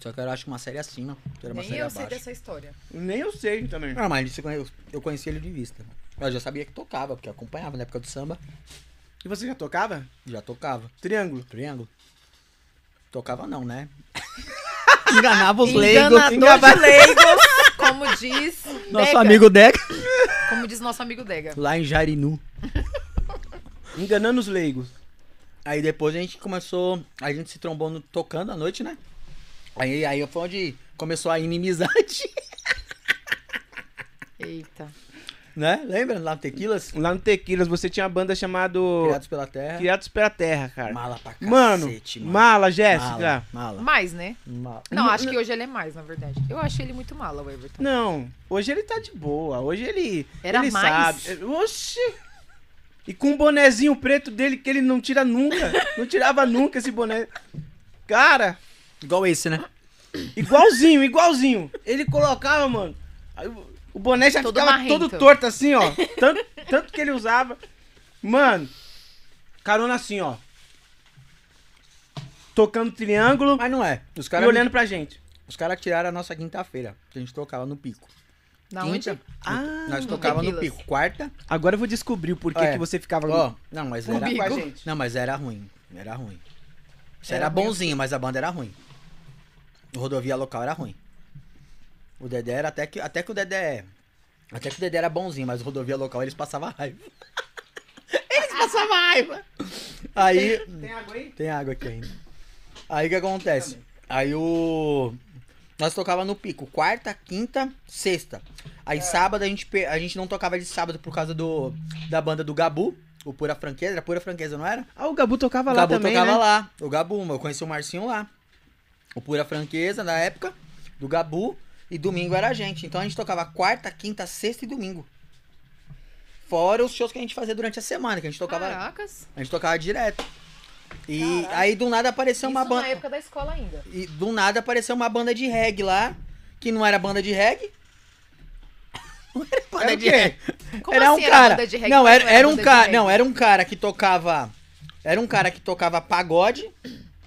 Speaker 5: Só que eu acho que uma série acima. Era uma
Speaker 3: Nem
Speaker 5: série
Speaker 3: eu sei
Speaker 5: abaixo.
Speaker 3: dessa história.
Speaker 1: Nem eu sei também.
Speaker 5: Ah, mas você conhe- eu, conheci ele de vista. Eu já sabia que tocava, porque eu acompanhava na época do samba.
Speaker 1: E você já tocava?
Speaker 5: Já tocava.
Speaker 1: Triângulo.
Speaker 5: Triângulo. Tocava não, né? Enganava os leigos.
Speaker 3: Enganador de leigos, como diz
Speaker 5: Nosso
Speaker 3: Dega.
Speaker 5: amigo Deca.
Speaker 3: Como diz nosso amigo Dega.
Speaker 5: Lá em Jarinu.
Speaker 1: Enganando os leigos.
Speaker 5: Aí depois a gente começou. A gente se trombou no- tocando à noite, né? Aí, aí foi onde começou a inimizade,
Speaker 3: Eita.
Speaker 5: né? Lembra? Lá no Tequilas?
Speaker 1: Lá no Tequilas você tinha a banda chamada Criados,
Speaker 5: Criados pela Terra.
Speaker 1: pela Terra, cara.
Speaker 5: Mala pra cacete,
Speaker 1: mano, mala, Jéssica.
Speaker 5: Mala, mala,
Speaker 3: Mais, né?
Speaker 5: mala.
Speaker 3: Não, acho que hoje ele é mais, na verdade. Eu achei ele muito mala, o Everton.
Speaker 1: Não, hoje ele tá de boa. Hoje ele.
Speaker 3: Era
Speaker 1: ele
Speaker 3: mais?
Speaker 1: sabe. É, Oxi! E com um bonezinho preto dele que ele não tira nunca. não tirava nunca esse boné. Cara,
Speaker 5: Igual esse, né?
Speaker 1: igualzinho, igualzinho. Ele colocava, mano. aí o- o boné já
Speaker 3: Todo
Speaker 1: ficava
Speaker 3: marrento.
Speaker 1: todo torto assim, ó. Tanto, tanto que ele usava. Mano, carona assim, ó. Tocando triângulo
Speaker 5: Mas não é. Os
Speaker 1: e
Speaker 5: caras
Speaker 1: olhando pra gente.
Speaker 5: os cara tiraram a nossa quinta-feira, que a gente tocava no pico.
Speaker 3: Na onde?
Speaker 5: Quinta,
Speaker 1: Ah,
Speaker 5: nós
Speaker 3: no
Speaker 5: tocava no
Speaker 3: Tequilas.
Speaker 5: pico. Quarta,
Speaker 1: Agora eu vou descobrir por que,
Speaker 5: É.
Speaker 1: que você ficava
Speaker 5: ó. não, mas
Speaker 1: no
Speaker 5: era
Speaker 1: bico com a gente.
Speaker 5: Não, mas era ruim. Era ruim. Você
Speaker 3: Era assim.
Speaker 5: era,
Speaker 3: ruim.
Speaker 5: bonzinho, mas a banda era ruim. O rodovia local era ruim. O Dedé era até que. Até que o Dedé. é. Até que o Dedé era bonzinho, mas o rodovia local eles passavam raiva. Eles passavam raiva! Aí.
Speaker 1: Tem água aí?
Speaker 5: Tem água aqui ainda. Aí o que acontece? Aí o. Nós tocava no pico, quarta, quinta, sexta. Aí sábado a gente, pe- a gente não tocava de sábado por causa do da banda do Gabu, o Pura Franqueza, era Pura Franqueza, não era?
Speaker 1: Ah, o Gabu tocava
Speaker 5: o
Speaker 1: lá
Speaker 5: Gabu
Speaker 1: também,
Speaker 5: tocava
Speaker 1: né?
Speaker 5: lá, o Gabu, eu conheci o Marcinho lá. O Pura Franqueza, na época, do Gabu, e domingo era a gente. Então a gente tocava quarta, quinta, sexta e domingo. Fora os shows que a gente fazia durante a semana, que a gente tocava.
Speaker 3: Caracas.
Speaker 5: A gente tocava direto. E aí do nada apareceu uma
Speaker 3: Isso na
Speaker 5: banda.
Speaker 3: época da escola ainda.
Speaker 5: E do nada apareceu uma banda de reggae lá, que não era banda de reggae. Não era banda
Speaker 1: Era o
Speaker 5: de
Speaker 1: quê?
Speaker 5: reggae.
Speaker 3: Como
Speaker 5: era um
Speaker 3: assim
Speaker 5: cara.
Speaker 3: banda de reggae,
Speaker 5: não,
Speaker 3: mas
Speaker 5: era, era um
Speaker 3: banda de
Speaker 5: cara.
Speaker 3: reggae?
Speaker 5: Não, era um cara que tocava. Era um cara que tocava pagode,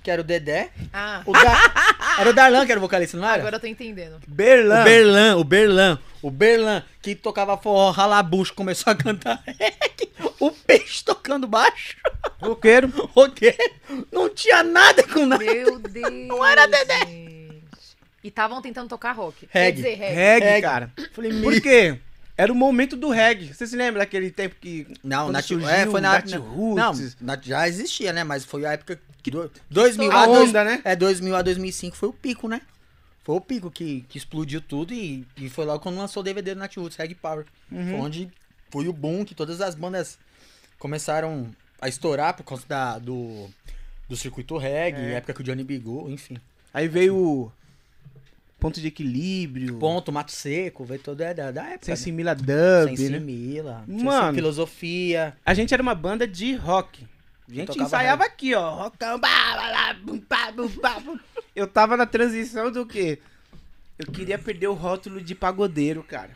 Speaker 5: que era o Dedé.
Speaker 3: Ah,
Speaker 5: O Da- era o Darlan que era o vocalista, não era?
Speaker 3: agora eu tô entendendo.
Speaker 1: Berlan.
Speaker 5: O Berlan, o Berlan, o Berlan, que tocava forró, ralabucho, começou a cantar reggae. O peixe tocando baixo.
Speaker 1: Roqueiro.
Speaker 5: roqueiro, não tinha nada com nada.
Speaker 3: Meu Deus. Não era Dedé. E estavam tentando tocar rock. Quer
Speaker 5: Reggae.
Speaker 3: dizer, reggae.
Speaker 1: Reggae,
Speaker 5: Reggae.
Speaker 1: cara. Falei, por quê? Era o momento do reggae. Você se lembra daquele tempo que.
Speaker 5: Não,
Speaker 1: quando
Speaker 5: Nat,
Speaker 1: surgiu um
Speaker 5: é, foi na,
Speaker 1: Nat
Speaker 5: na-
Speaker 1: Roots?
Speaker 5: Não, Nat- já existia, né? Mas foi a época que do, 2000
Speaker 1: a
Speaker 5: a dois-
Speaker 1: onda, né?
Speaker 5: É 2000 a 2005 foi o pico, né? Foi o pico que, que explodiu tudo e, e foi logo quando lançou o DVD do Nat Roots, Reg Power.
Speaker 1: Uhum.
Speaker 5: Foi onde foi o boom que todas as bandas começaram a estourar por causa da- do, do circuito reggae,
Speaker 1: É.
Speaker 5: época que o Johnny Bigou, enfim.
Speaker 1: Aí veio o. Ponto de equilíbrio.
Speaker 5: Ponto, Mato Seco, veio toda da, da época.
Speaker 1: Sem
Speaker 5: né?
Speaker 1: Simila Dub,
Speaker 5: Sem
Speaker 1: né?
Speaker 5: Simila, sem
Speaker 1: Mano.
Speaker 5: filosofia.
Speaker 1: A gente era uma banda de rock. A gente
Speaker 5: Tocava
Speaker 1: ensaiava aqui, ó. Rockão, blá, blá, blá, bum, pá, bum, pá, bum. Eu tava na transição do quê? Eu queria perder o rótulo de pagodeiro, cara.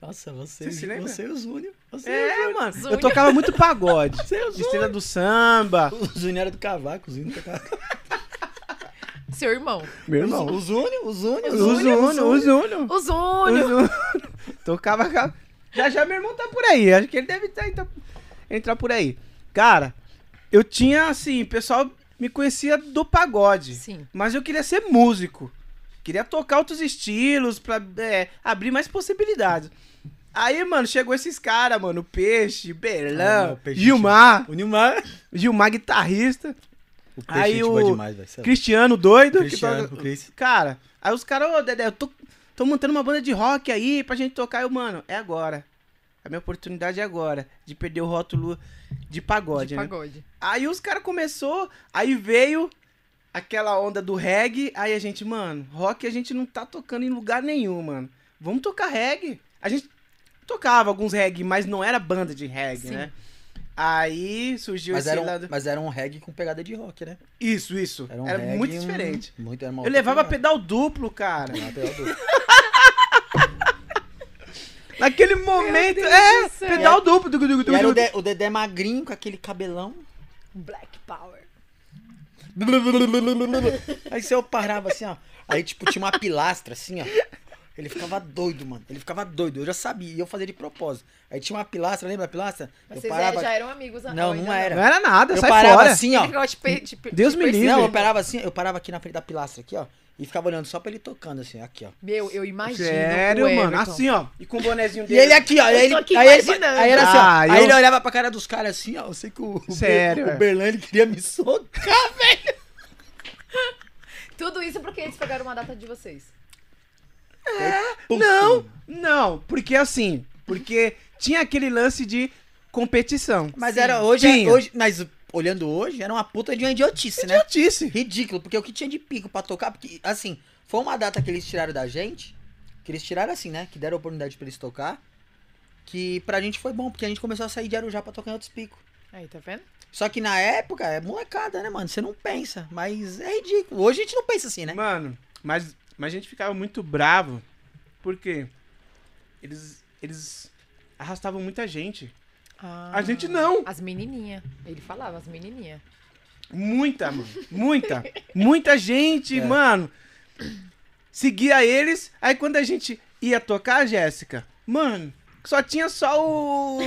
Speaker 5: Nossa, você,
Speaker 1: Você se lembra?
Speaker 5: você e o Zúnio. Você e
Speaker 1: É, mano.
Speaker 3: Zunha.
Speaker 1: Eu tocava muito pagode.
Speaker 5: Você usou.
Speaker 1: Estrela do samba.
Speaker 5: o Zúnio era do cavaco, o Zúnio do cavaco.
Speaker 3: Seu irmão.
Speaker 1: Meu
Speaker 5: O Zúnio, o Zúnio,
Speaker 1: O Zuno, o Zuno.
Speaker 3: O
Speaker 1: O
Speaker 3: Zúnio.
Speaker 1: Zuno. Tocava. ca- Já já meu irmão tá por aí. Acho que ele deve tá, então, entrar por aí. Cara, eu tinha assim, o pessoal me conhecia do pagode.
Speaker 3: Sim.
Speaker 1: Mas eu queria ser músico. Queria tocar outros estilos pra é, abrir mais possibilidades. Aí, mano, chegou esses caras, mano. O Peixe,
Speaker 5: Ah, não,
Speaker 1: Berlão,
Speaker 5: o Peixe
Speaker 1: Gilmar.
Speaker 5: O Nilmar.
Speaker 1: Gilmar guitarrista.
Speaker 5: O peixe
Speaker 1: Aí
Speaker 5: gente
Speaker 1: o-
Speaker 5: boa demais, velho. Cê é
Speaker 1: Cristiano doido. que
Speaker 5: Cristiano,
Speaker 1: toca-
Speaker 5: o Cris.
Speaker 1: Cara, aí os caras, ô Dedé, eu tô, tô montando uma banda de rock aí pra gente tocar. Eu, mano, é agora. A minha oportunidade é agora. De perder o rótulo de pagode,
Speaker 3: de
Speaker 1: né?
Speaker 3: pagode.
Speaker 1: Aí os caras começou, aí veio aquela onda do reggae, aí a gente, mano, rock a gente não tá tocando em lugar nenhum, mano. Vamos tocar reggae. A gente tocava alguns reggae, mas não era banda de reggae,
Speaker 3: Sim.
Speaker 1: né? Aí surgiu
Speaker 5: Mas
Speaker 1: esse
Speaker 5: era, um,
Speaker 1: lado.
Speaker 5: mas era um reggae com pegada de rock, né?
Speaker 1: Isso, isso.
Speaker 5: Era
Speaker 1: Era,
Speaker 5: um reggae,
Speaker 1: muito
Speaker 5: um-
Speaker 1: diferente.
Speaker 5: Muito, era uma
Speaker 1: Eu
Speaker 5: outra
Speaker 1: levava
Speaker 5: pegada.
Speaker 1: pedal duplo, cara.
Speaker 5: Era uma pegada do-
Speaker 1: Naquele momento, é,
Speaker 3: do céu.
Speaker 1: pedal duplo. Du, du, du,
Speaker 5: E
Speaker 1: du,
Speaker 5: era
Speaker 1: du.
Speaker 5: o, De- o Dedé magrinho com aquele cabelão.
Speaker 3: Black Power.
Speaker 5: Aí você eu parava assim, ó. Aí, tipo, tinha uma pilastra assim, ó. Ele ficava doido, mano. Ele ficava doido. Eu já sabia. E eu fazia de propósito. Aí tinha uma pilastra, lembra a pilastra?
Speaker 3: Mas
Speaker 5: eu
Speaker 3: vocês
Speaker 5: parava.
Speaker 3: já eram amigos
Speaker 5: Não,
Speaker 3: ainda
Speaker 5: não era.
Speaker 1: Não era nada,
Speaker 5: Eu
Speaker 1: sai
Speaker 5: parava
Speaker 1: fora.
Speaker 5: assim, ó.
Speaker 3: Ele gosta de pe- de pe-
Speaker 1: Deus
Speaker 3: de
Speaker 1: me
Speaker 3: perceber.
Speaker 1: livre.
Speaker 5: Não, eu parava assim, eu parava aqui na frente da pilastra, aqui, ó. E ficava olhando só pra ele tocando, assim, aqui, ó.
Speaker 3: Meu, eu imagino.
Speaker 1: Sério,
Speaker 3: o
Speaker 1: mano.
Speaker 3: Everton.
Speaker 1: Assim, ó. E com o bonezinho
Speaker 5: E
Speaker 1: dele.
Speaker 5: ele aqui, ó.
Speaker 3: Eu
Speaker 5: Aí ele,
Speaker 3: tô aqui
Speaker 5: aí, ele,
Speaker 3: imaginando.
Speaker 5: aí era assim, ó.
Speaker 1: Ah,
Speaker 5: aí
Speaker 1: eu-
Speaker 5: ele olhava pra cara dos caras assim, ó. Eu sei que o, o,
Speaker 1: Sério,
Speaker 5: Ber,
Speaker 1: é.
Speaker 5: o Berlan ele queria me socar.
Speaker 3: Tudo isso porque eles pegaram uma data de vocês.
Speaker 1: Não, não, porque assim, porque tinha aquele lance de competição.
Speaker 5: Mas
Speaker 1: Sim.
Speaker 5: era hoje, é-
Speaker 1: Tinha.
Speaker 5: hoje. Mas olhando hoje, era uma puta de uma idiotice, né?
Speaker 1: Idiotice.
Speaker 5: Ridículo, porque é o que tinha de pico pra tocar, porque, assim, foi uma data que eles tiraram da gente, que eles tiraram assim, né? Que deram a oportunidade pra eles tocar, que pra gente foi bom, porque a gente começou a sair de Arujá pra tocar em outros picos.
Speaker 3: Aí, tá vendo?
Speaker 5: Só que na época, é molecada, né, mano? Você não pensa, mas é ridículo. Hoje a gente não pensa assim, né?
Speaker 1: Mano, mas, mas a gente ficava muito bravo, porque eles, eles arrastavam muita gente.
Speaker 3: Ah.
Speaker 1: A gente não.
Speaker 3: As menininhas. Ele falava, as menininhas.
Speaker 1: Muita, mano. Muita. Muita gente,
Speaker 5: É.
Speaker 1: mano. Seguia eles. Aí quando a gente ia tocar, Jéssica, mano, só tinha só o.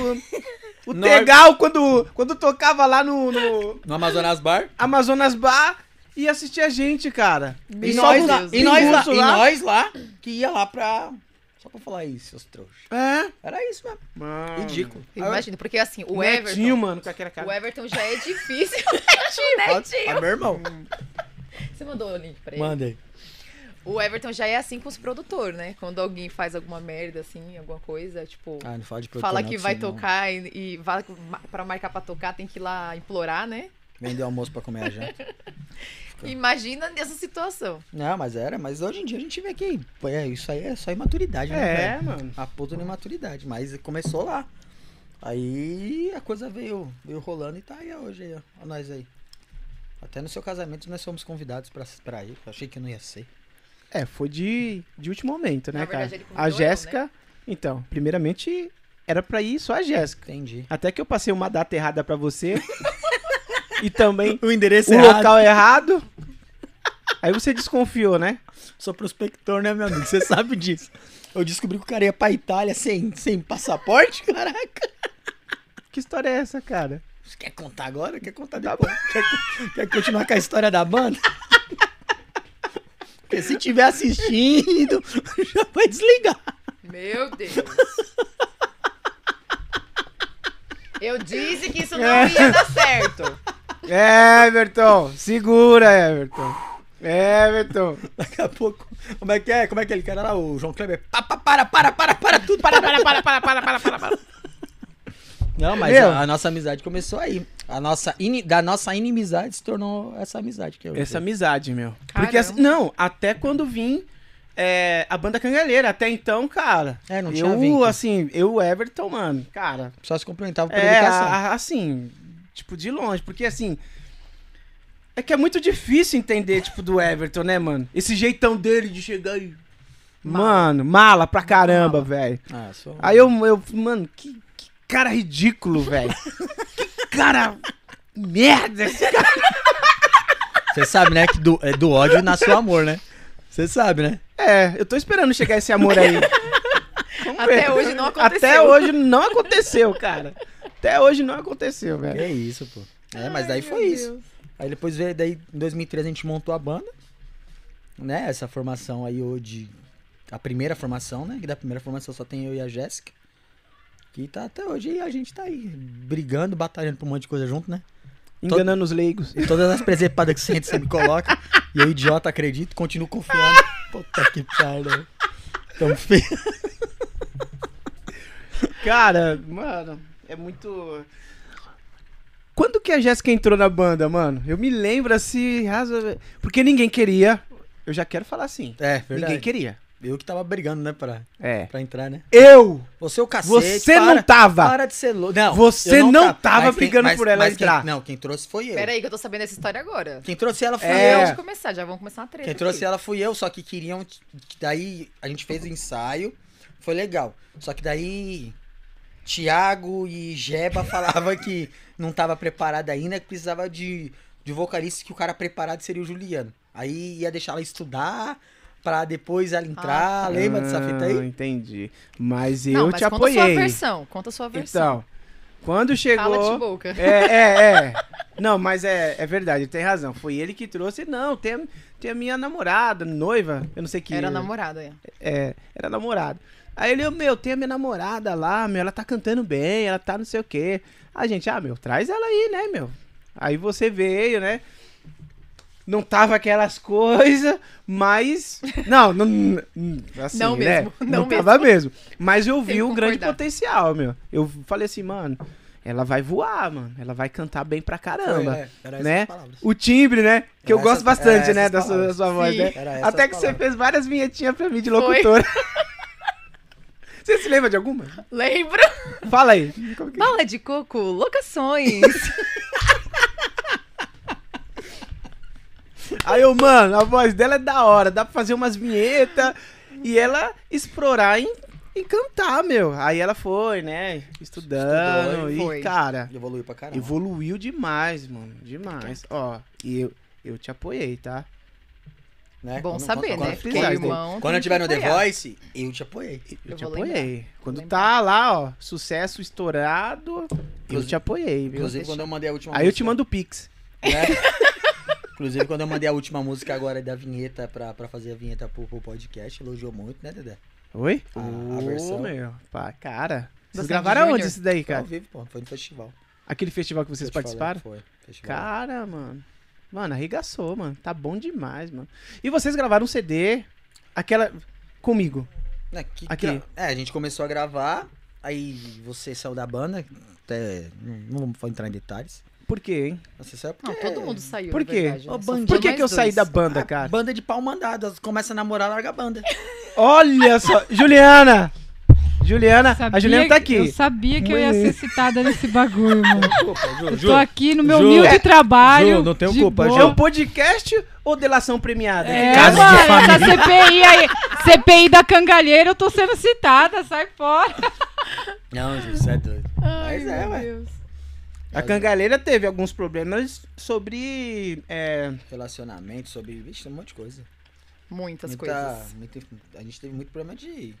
Speaker 1: O
Speaker 5: Nor-
Speaker 1: Tegal quando, quando tocava lá no- no,
Speaker 5: No Amazonas Bar.
Speaker 1: Amazonas Bar e assistir a gente, cara.
Speaker 5: E,
Speaker 3: Meu
Speaker 5: nós,
Speaker 3: Deus
Speaker 5: lá,
Speaker 3: do
Speaker 5: e,
Speaker 1: céu.
Speaker 5: nós lá,
Speaker 1: Pinguço
Speaker 5: e
Speaker 1: lá.
Speaker 5: nós lá, que ia lá pra. Só pra falar isso, seus trouxas.
Speaker 1: É.
Speaker 5: Era isso mesmo.
Speaker 1: Mano.
Speaker 5: Ridículo.
Speaker 3: Eu imagino, porque assim, o
Speaker 1: Ah, O
Speaker 3: Everton.
Speaker 1: Netinho, mano, com aquela cara.
Speaker 3: O Everton já é difícil. o Netinho.
Speaker 5: Ah, meu irmão.
Speaker 3: Você mandou o link pra ele.
Speaker 5: Manda aí.
Speaker 3: O Everton já é assim com os produtores, né? Quando alguém faz alguma merda, assim, alguma coisa, tipo.
Speaker 5: Ah, não fala de produtor
Speaker 3: Fala
Speaker 5: não,
Speaker 3: que
Speaker 5: você
Speaker 3: vai
Speaker 5: não
Speaker 3: tocar e, e vai ma- pra marcar pra tocar, tem que ir lá implorar, né?
Speaker 5: Vendeu almoço pra comer a janta. Tá.
Speaker 3: Imagina essa situação.
Speaker 5: Não, mas era, mas hoje em dia a gente vê que pô, é, isso aí é só imaturidade, né?
Speaker 1: É,
Speaker 5: velho?
Speaker 1: mano.
Speaker 5: A puta de imaturidade, mas começou lá. Aí a coisa veio, veio rolando e tá aí hoje aí, ó, ó nós aí. Até no seu casamento nós fomos convidados pra, pra ir, eu achei que não ia ser.
Speaker 1: É, foi de, de último momento, né,
Speaker 3: Na verdade,
Speaker 1: cara?
Speaker 3: ele convidou
Speaker 1: A
Speaker 3: eu,
Speaker 1: Jéssica. Então, primeiramente, era pra ir só a Jéssica.
Speaker 5: Entendi.
Speaker 1: Até que eu passei uma data errada pra você. e também
Speaker 5: O endereço é
Speaker 1: o
Speaker 3: é
Speaker 1: local errado. Aí você desconfiou, né?
Speaker 5: Sou prospector, né, meu amigo? Você sabe disso. Eu descobri que o cara ia pra Itália sem, sem passaporte, caraca.
Speaker 1: Que história é essa, cara?
Speaker 5: Você quer contar agora? Quer contar depois? Quer, quer continuar com a história da banda? Porque se tiver assistindo, já vai desligar.
Speaker 3: Meu Deus. Eu disse que isso não
Speaker 1: É.
Speaker 3: ia dar certo.
Speaker 1: Everton, segura, Everton. Everton.
Speaker 5: Daqui a pouco. Como é que é? Como é que ele cara lá? O João Kleber. Pa, pa, para, para, para, para tudo. Para, para, para, para, para, para, para, para. Não, mas
Speaker 1: Meu.
Speaker 5: a, a nossa amizade começou aí. A nossa ini- da nossa inimizade se tornou essa amizade que eu
Speaker 1: Essa amizade, meu.
Speaker 3: Caramba.
Speaker 1: Porque assim, não, até quando vim é, a banda cangalheira, até então, cara.
Speaker 5: É, não tinha
Speaker 1: eu,
Speaker 5: vínculo.
Speaker 1: assim, eu, Everton, mano, cara.
Speaker 5: Só se complementava por
Speaker 1: É,
Speaker 5: educação.
Speaker 1: a- a- assim, tipo, de longe, porque assim. É que é muito difícil entender, tipo, do Everton, né, mano? Esse jeitão dele de chegar e. Mano, mala pra caramba, velho.
Speaker 5: Ah, sou.
Speaker 1: Aí eu, eu mano, que, que cara ridículo, velho. que cara. Merda! esse cara.
Speaker 5: Você sabe, né? Que do, é do ódio nasce o amor, né? Você sabe, né?
Speaker 1: É, eu tô esperando chegar esse amor aí. Vamos
Speaker 3: Até
Speaker 1: ver.
Speaker 3: hoje não aconteceu.
Speaker 1: Até hoje não aconteceu, cara. Até hoje não aconteceu, velho.
Speaker 5: É isso, pô. É, mas daí foi isso. Aí depois veio, daí em 2013 a gente montou a banda, né? Essa formação aí hoje, a primeira formação, né? Que da primeira formação só tem eu e a Jéssica. Que tá até hoje e a gente tá aí brigando, batalhando por um monte de coisa junto, né?
Speaker 1: Enganando os leigos.
Speaker 5: E todas as presepadas que você entra, você me coloca. e eu, idiota, acredito, continuo confiando. Puta que pariu. Tão feio.
Speaker 1: Cara, mano, é muito. Quando que a Jéssica entrou na banda, mano? Eu me lembro assim, razo- porque ninguém queria. Eu já quero falar assim.
Speaker 5: É,
Speaker 1: Ninguém
Speaker 5: verdade.
Speaker 1: queria.
Speaker 5: Eu que tava brigando, né, pra,
Speaker 1: É.
Speaker 5: pra entrar, né?
Speaker 1: Eu!
Speaker 5: Você é o cacete,
Speaker 1: Você
Speaker 5: para.
Speaker 1: não tava!
Speaker 5: Para de ser louco. Não,
Speaker 1: Você
Speaker 5: eu
Speaker 1: não
Speaker 5: ta-
Speaker 1: tava
Speaker 5: mas quem-
Speaker 1: brigando
Speaker 5: mas-
Speaker 1: por ela
Speaker 5: mas
Speaker 1: entrar.
Speaker 5: Quem, não, quem trouxe foi eu.
Speaker 3: Peraí, que eu tô sabendo essa história agora.
Speaker 5: Quem trouxe ela foi
Speaker 1: É.
Speaker 5: eu.
Speaker 3: Antes de começar, já vamos começar uma treta.
Speaker 5: Quem trouxe ela fui eu, só que queriam. Daí a gente fez o ensaio, foi legal. Só que daí. Tiago e Jeba falavam que não tava preparado ainda, que precisava de, de vocalista, que o cara preparado seria o Juliano. Aí ia deixar ela estudar pra depois ela entrar. Lembra dessa fita
Speaker 1: Ah,
Speaker 5: aí?
Speaker 1: Entendi. Mas eu
Speaker 3: Não, mas
Speaker 1: te
Speaker 3: conta a sua
Speaker 1: apoiei.
Speaker 3: versão. Conta a sua versão.
Speaker 1: Então, quando
Speaker 3: Cala de
Speaker 1: chegou.
Speaker 3: boca.
Speaker 1: É, é, é. Não, mas é, é verdade, ele tem razão. Foi ele que trouxe. Não, tem, a- tem a minha namorada, noiva. Eu não sei que.
Speaker 3: Era namorada. é.
Speaker 1: É, era namorado. Aí ele, meu, tem a minha namorada lá, meu, ela tá cantando bem, ela tá não sei o quê. A gente, ah, meu, traz ela aí, né, meu? Aí você veio, né? Não tava aquelas coisas, mas. Não, não. n- n- assim,
Speaker 3: Não
Speaker 1: né?
Speaker 3: mesmo, não
Speaker 1: tava mesmo. Mas eu
Speaker 3: Tem
Speaker 1: vi
Speaker 3: que
Speaker 1: o grande
Speaker 3: concordar.
Speaker 1: potencial, meu. Eu falei assim, mano, ela vai voar, mano. Ela vai cantar bem pra caramba.
Speaker 5: Foi, é, era essas
Speaker 1: Ah, né?
Speaker 5: palavras.
Speaker 1: O timbre, né? Que eu
Speaker 5: Era
Speaker 1: gosto
Speaker 5: essas-
Speaker 1: bastante,
Speaker 5: era
Speaker 1: né?
Speaker 5: essas
Speaker 1: Da sua, da sua voz,
Speaker 3: Sim.
Speaker 1: né?
Speaker 5: Era essas
Speaker 1: Até que você
Speaker 5: palavras.
Speaker 1: fez várias vinhetinhas pra mim de
Speaker 3: Foi.
Speaker 1: locutora. você se lembra de alguma?
Speaker 3: Lembra?
Speaker 1: Fala aí. Como que- é?
Speaker 3: Bala de coco, locações.
Speaker 1: Aí eu, mano, a voz dela é da hora, dá pra fazer umas vinhetas e ela explorar em, em cantar, meu. Aí ela foi, né? Estudando
Speaker 5: Estudou
Speaker 1: e,
Speaker 3: e foi.
Speaker 1: cara,
Speaker 5: Evoluiu pra caramba.
Speaker 1: evoluiu demais, mano. Demais. Ó, e eu, eu te apoiei, tá?
Speaker 5: Né?
Speaker 3: Bom
Speaker 5: Quando-
Speaker 3: saber,
Speaker 5: quando-
Speaker 3: né?
Speaker 5: quando-
Speaker 3: Porque
Speaker 1: precisar,
Speaker 3: irmão.
Speaker 5: é Quando
Speaker 3: tem que
Speaker 5: eu tiver no The
Speaker 3: apoiar.
Speaker 5: Voice, eu te apoiei.
Speaker 1: Eu,
Speaker 3: Eu
Speaker 1: te
Speaker 3: vou
Speaker 1: apoiei. Quando
Speaker 3: lembrar.
Speaker 1: tá lá, ó, sucesso estourado, eu te apoiei, viu?
Speaker 5: Inclusive, quando eu mandei a última
Speaker 1: Aí eu te
Speaker 5: música-
Speaker 1: mando o Pix.
Speaker 5: né? Inclusive, quando eu mandei a última música agora da vinheta pra, pra fazer a vinheta pro, pro podcast, elogiou muito, né, Dedé?
Speaker 1: Oi?
Speaker 5: A- a
Speaker 1: Ô,
Speaker 5: versão.
Speaker 1: meu. Pá, cara. Vocês
Speaker 3: Sandy
Speaker 1: gravaram onde
Speaker 3: Júnior.
Speaker 1: isso daí,
Speaker 5: Foi ao
Speaker 1: cara?
Speaker 5: vivo, pô. Foi no festival.
Speaker 1: Aquele festival que vocês
Speaker 5: Eu te falei,
Speaker 1: participaram?
Speaker 5: Foi. Festival.
Speaker 1: Cara, mano. Mano, arregaçou, mano. Tá bom demais, mano. E vocês gravaram um CD, aquela. Comigo.
Speaker 5: É, que-
Speaker 1: Aqui.
Speaker 5: que- é, a gente começou a gravar, aí você saiu da banda, até... Não, não vamos entrar em detalhes.
Speaker 1: Por quê, hein?
Speaker 5: Você saiu porque...
Speaker 3: Não, todo mundo
Speaker 1: É.
Speaker 3: saiu.
Speaker 1: Por
Speaker 3: na
Speaker 1: quê?
Speaker 3: verdade, né?
Speaker 5: Ô,
Speaker 3: Só
Speaker 5: bandido.
Speaker 3: ficou
Speaker 1: Por que,
Speaker 3: nós
Speaker 1: que eu saí é
Speaker 3: dois.
Speaker 1: da banda, cara?
Speaker 5: Banda é de pau mandada, começa a namorar, larga a banda.
Speaker 1: Olha só. Juliana! Juliana,
Speaker 2: Sabia
Speaker 1: a Juliana tá
Speaker 2: que- Eu
Speaker 1: aqui.
Speaker 2: sabia que eu ia ser citada nesse bagulho, mano. Eu
Speaker 5: Ju,
Speaker 2: tô aqui no meu
Speaker 5: Ju,
Speaker 2: humilde
Speaker 5: é,
Speaker 2: trabalho.
Speaker 5: Ju, não tenho
Speaker 2: de
Speaker 5: culpa,
Speaker 2: boa.
Speaker 1: É um podcast ou delação premiada?
Speaker 2: É,
Speaker 5: Caso de
Speaker 2: mano, essa
Speaker 5: família.
Speaker 2: CPI aí, CPI da cangalheira, eu tô sendo citada, sai fora.
Speaker 5: Não, Ju, você é doido.
Speaker 3: Ai,
Speaker 5: Mas é,
Speaker 3: meu
Speaker 5: ué.
Speaker 3: Deus.
Speaker 1: A Cangaleira teve alguns problemas sobre. é,
Speaker 5: Relacionamento, sobre... Vixe, tem um monte de coisa.
Speaker 3: Muitas
Speaker 5: muita,
Speaker 3: coisas.
Speaker 5: muita inf- a gente teve muito problema de,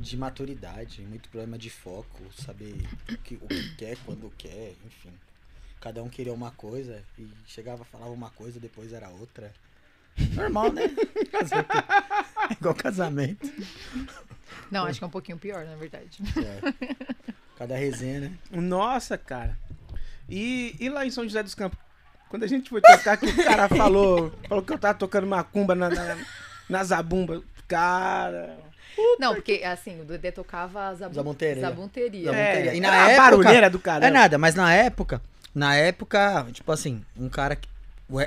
Speaker 5: de maturidade, muito problema de foco, saber o que, o que quer, quando quer, enfim. Cada um queria uma coisa e chegava, falava uma coisa, depois era outra. Normal, né? É Igual casamento.
Speaker 3: Não, acho que é um pouquinho pior, na verdade.
Speaker 5: É. Cada resenha, né?
Speaker 1: Nossa, cara. E, e lá em São José dos Campos? Quando a gente foi tocar, que o cara falou, falou que eu tava tocando macumba na, na, na zabumba. Cara.
Speaker 3: Não, porque assim, o Dedé tocava a zabu...
Speaker 5: Zabunteria.
Speaker 3: zabunteria.
Speaker 5: Zabunteria.
Speaker 1: É,
Speaker 5: E na
Speaker 1: era uma
Speaker 5: época-
Speaker 1: barulheira do cara.
Speaker 5: É nada, mas na época, na época, tipo assim, um cara que.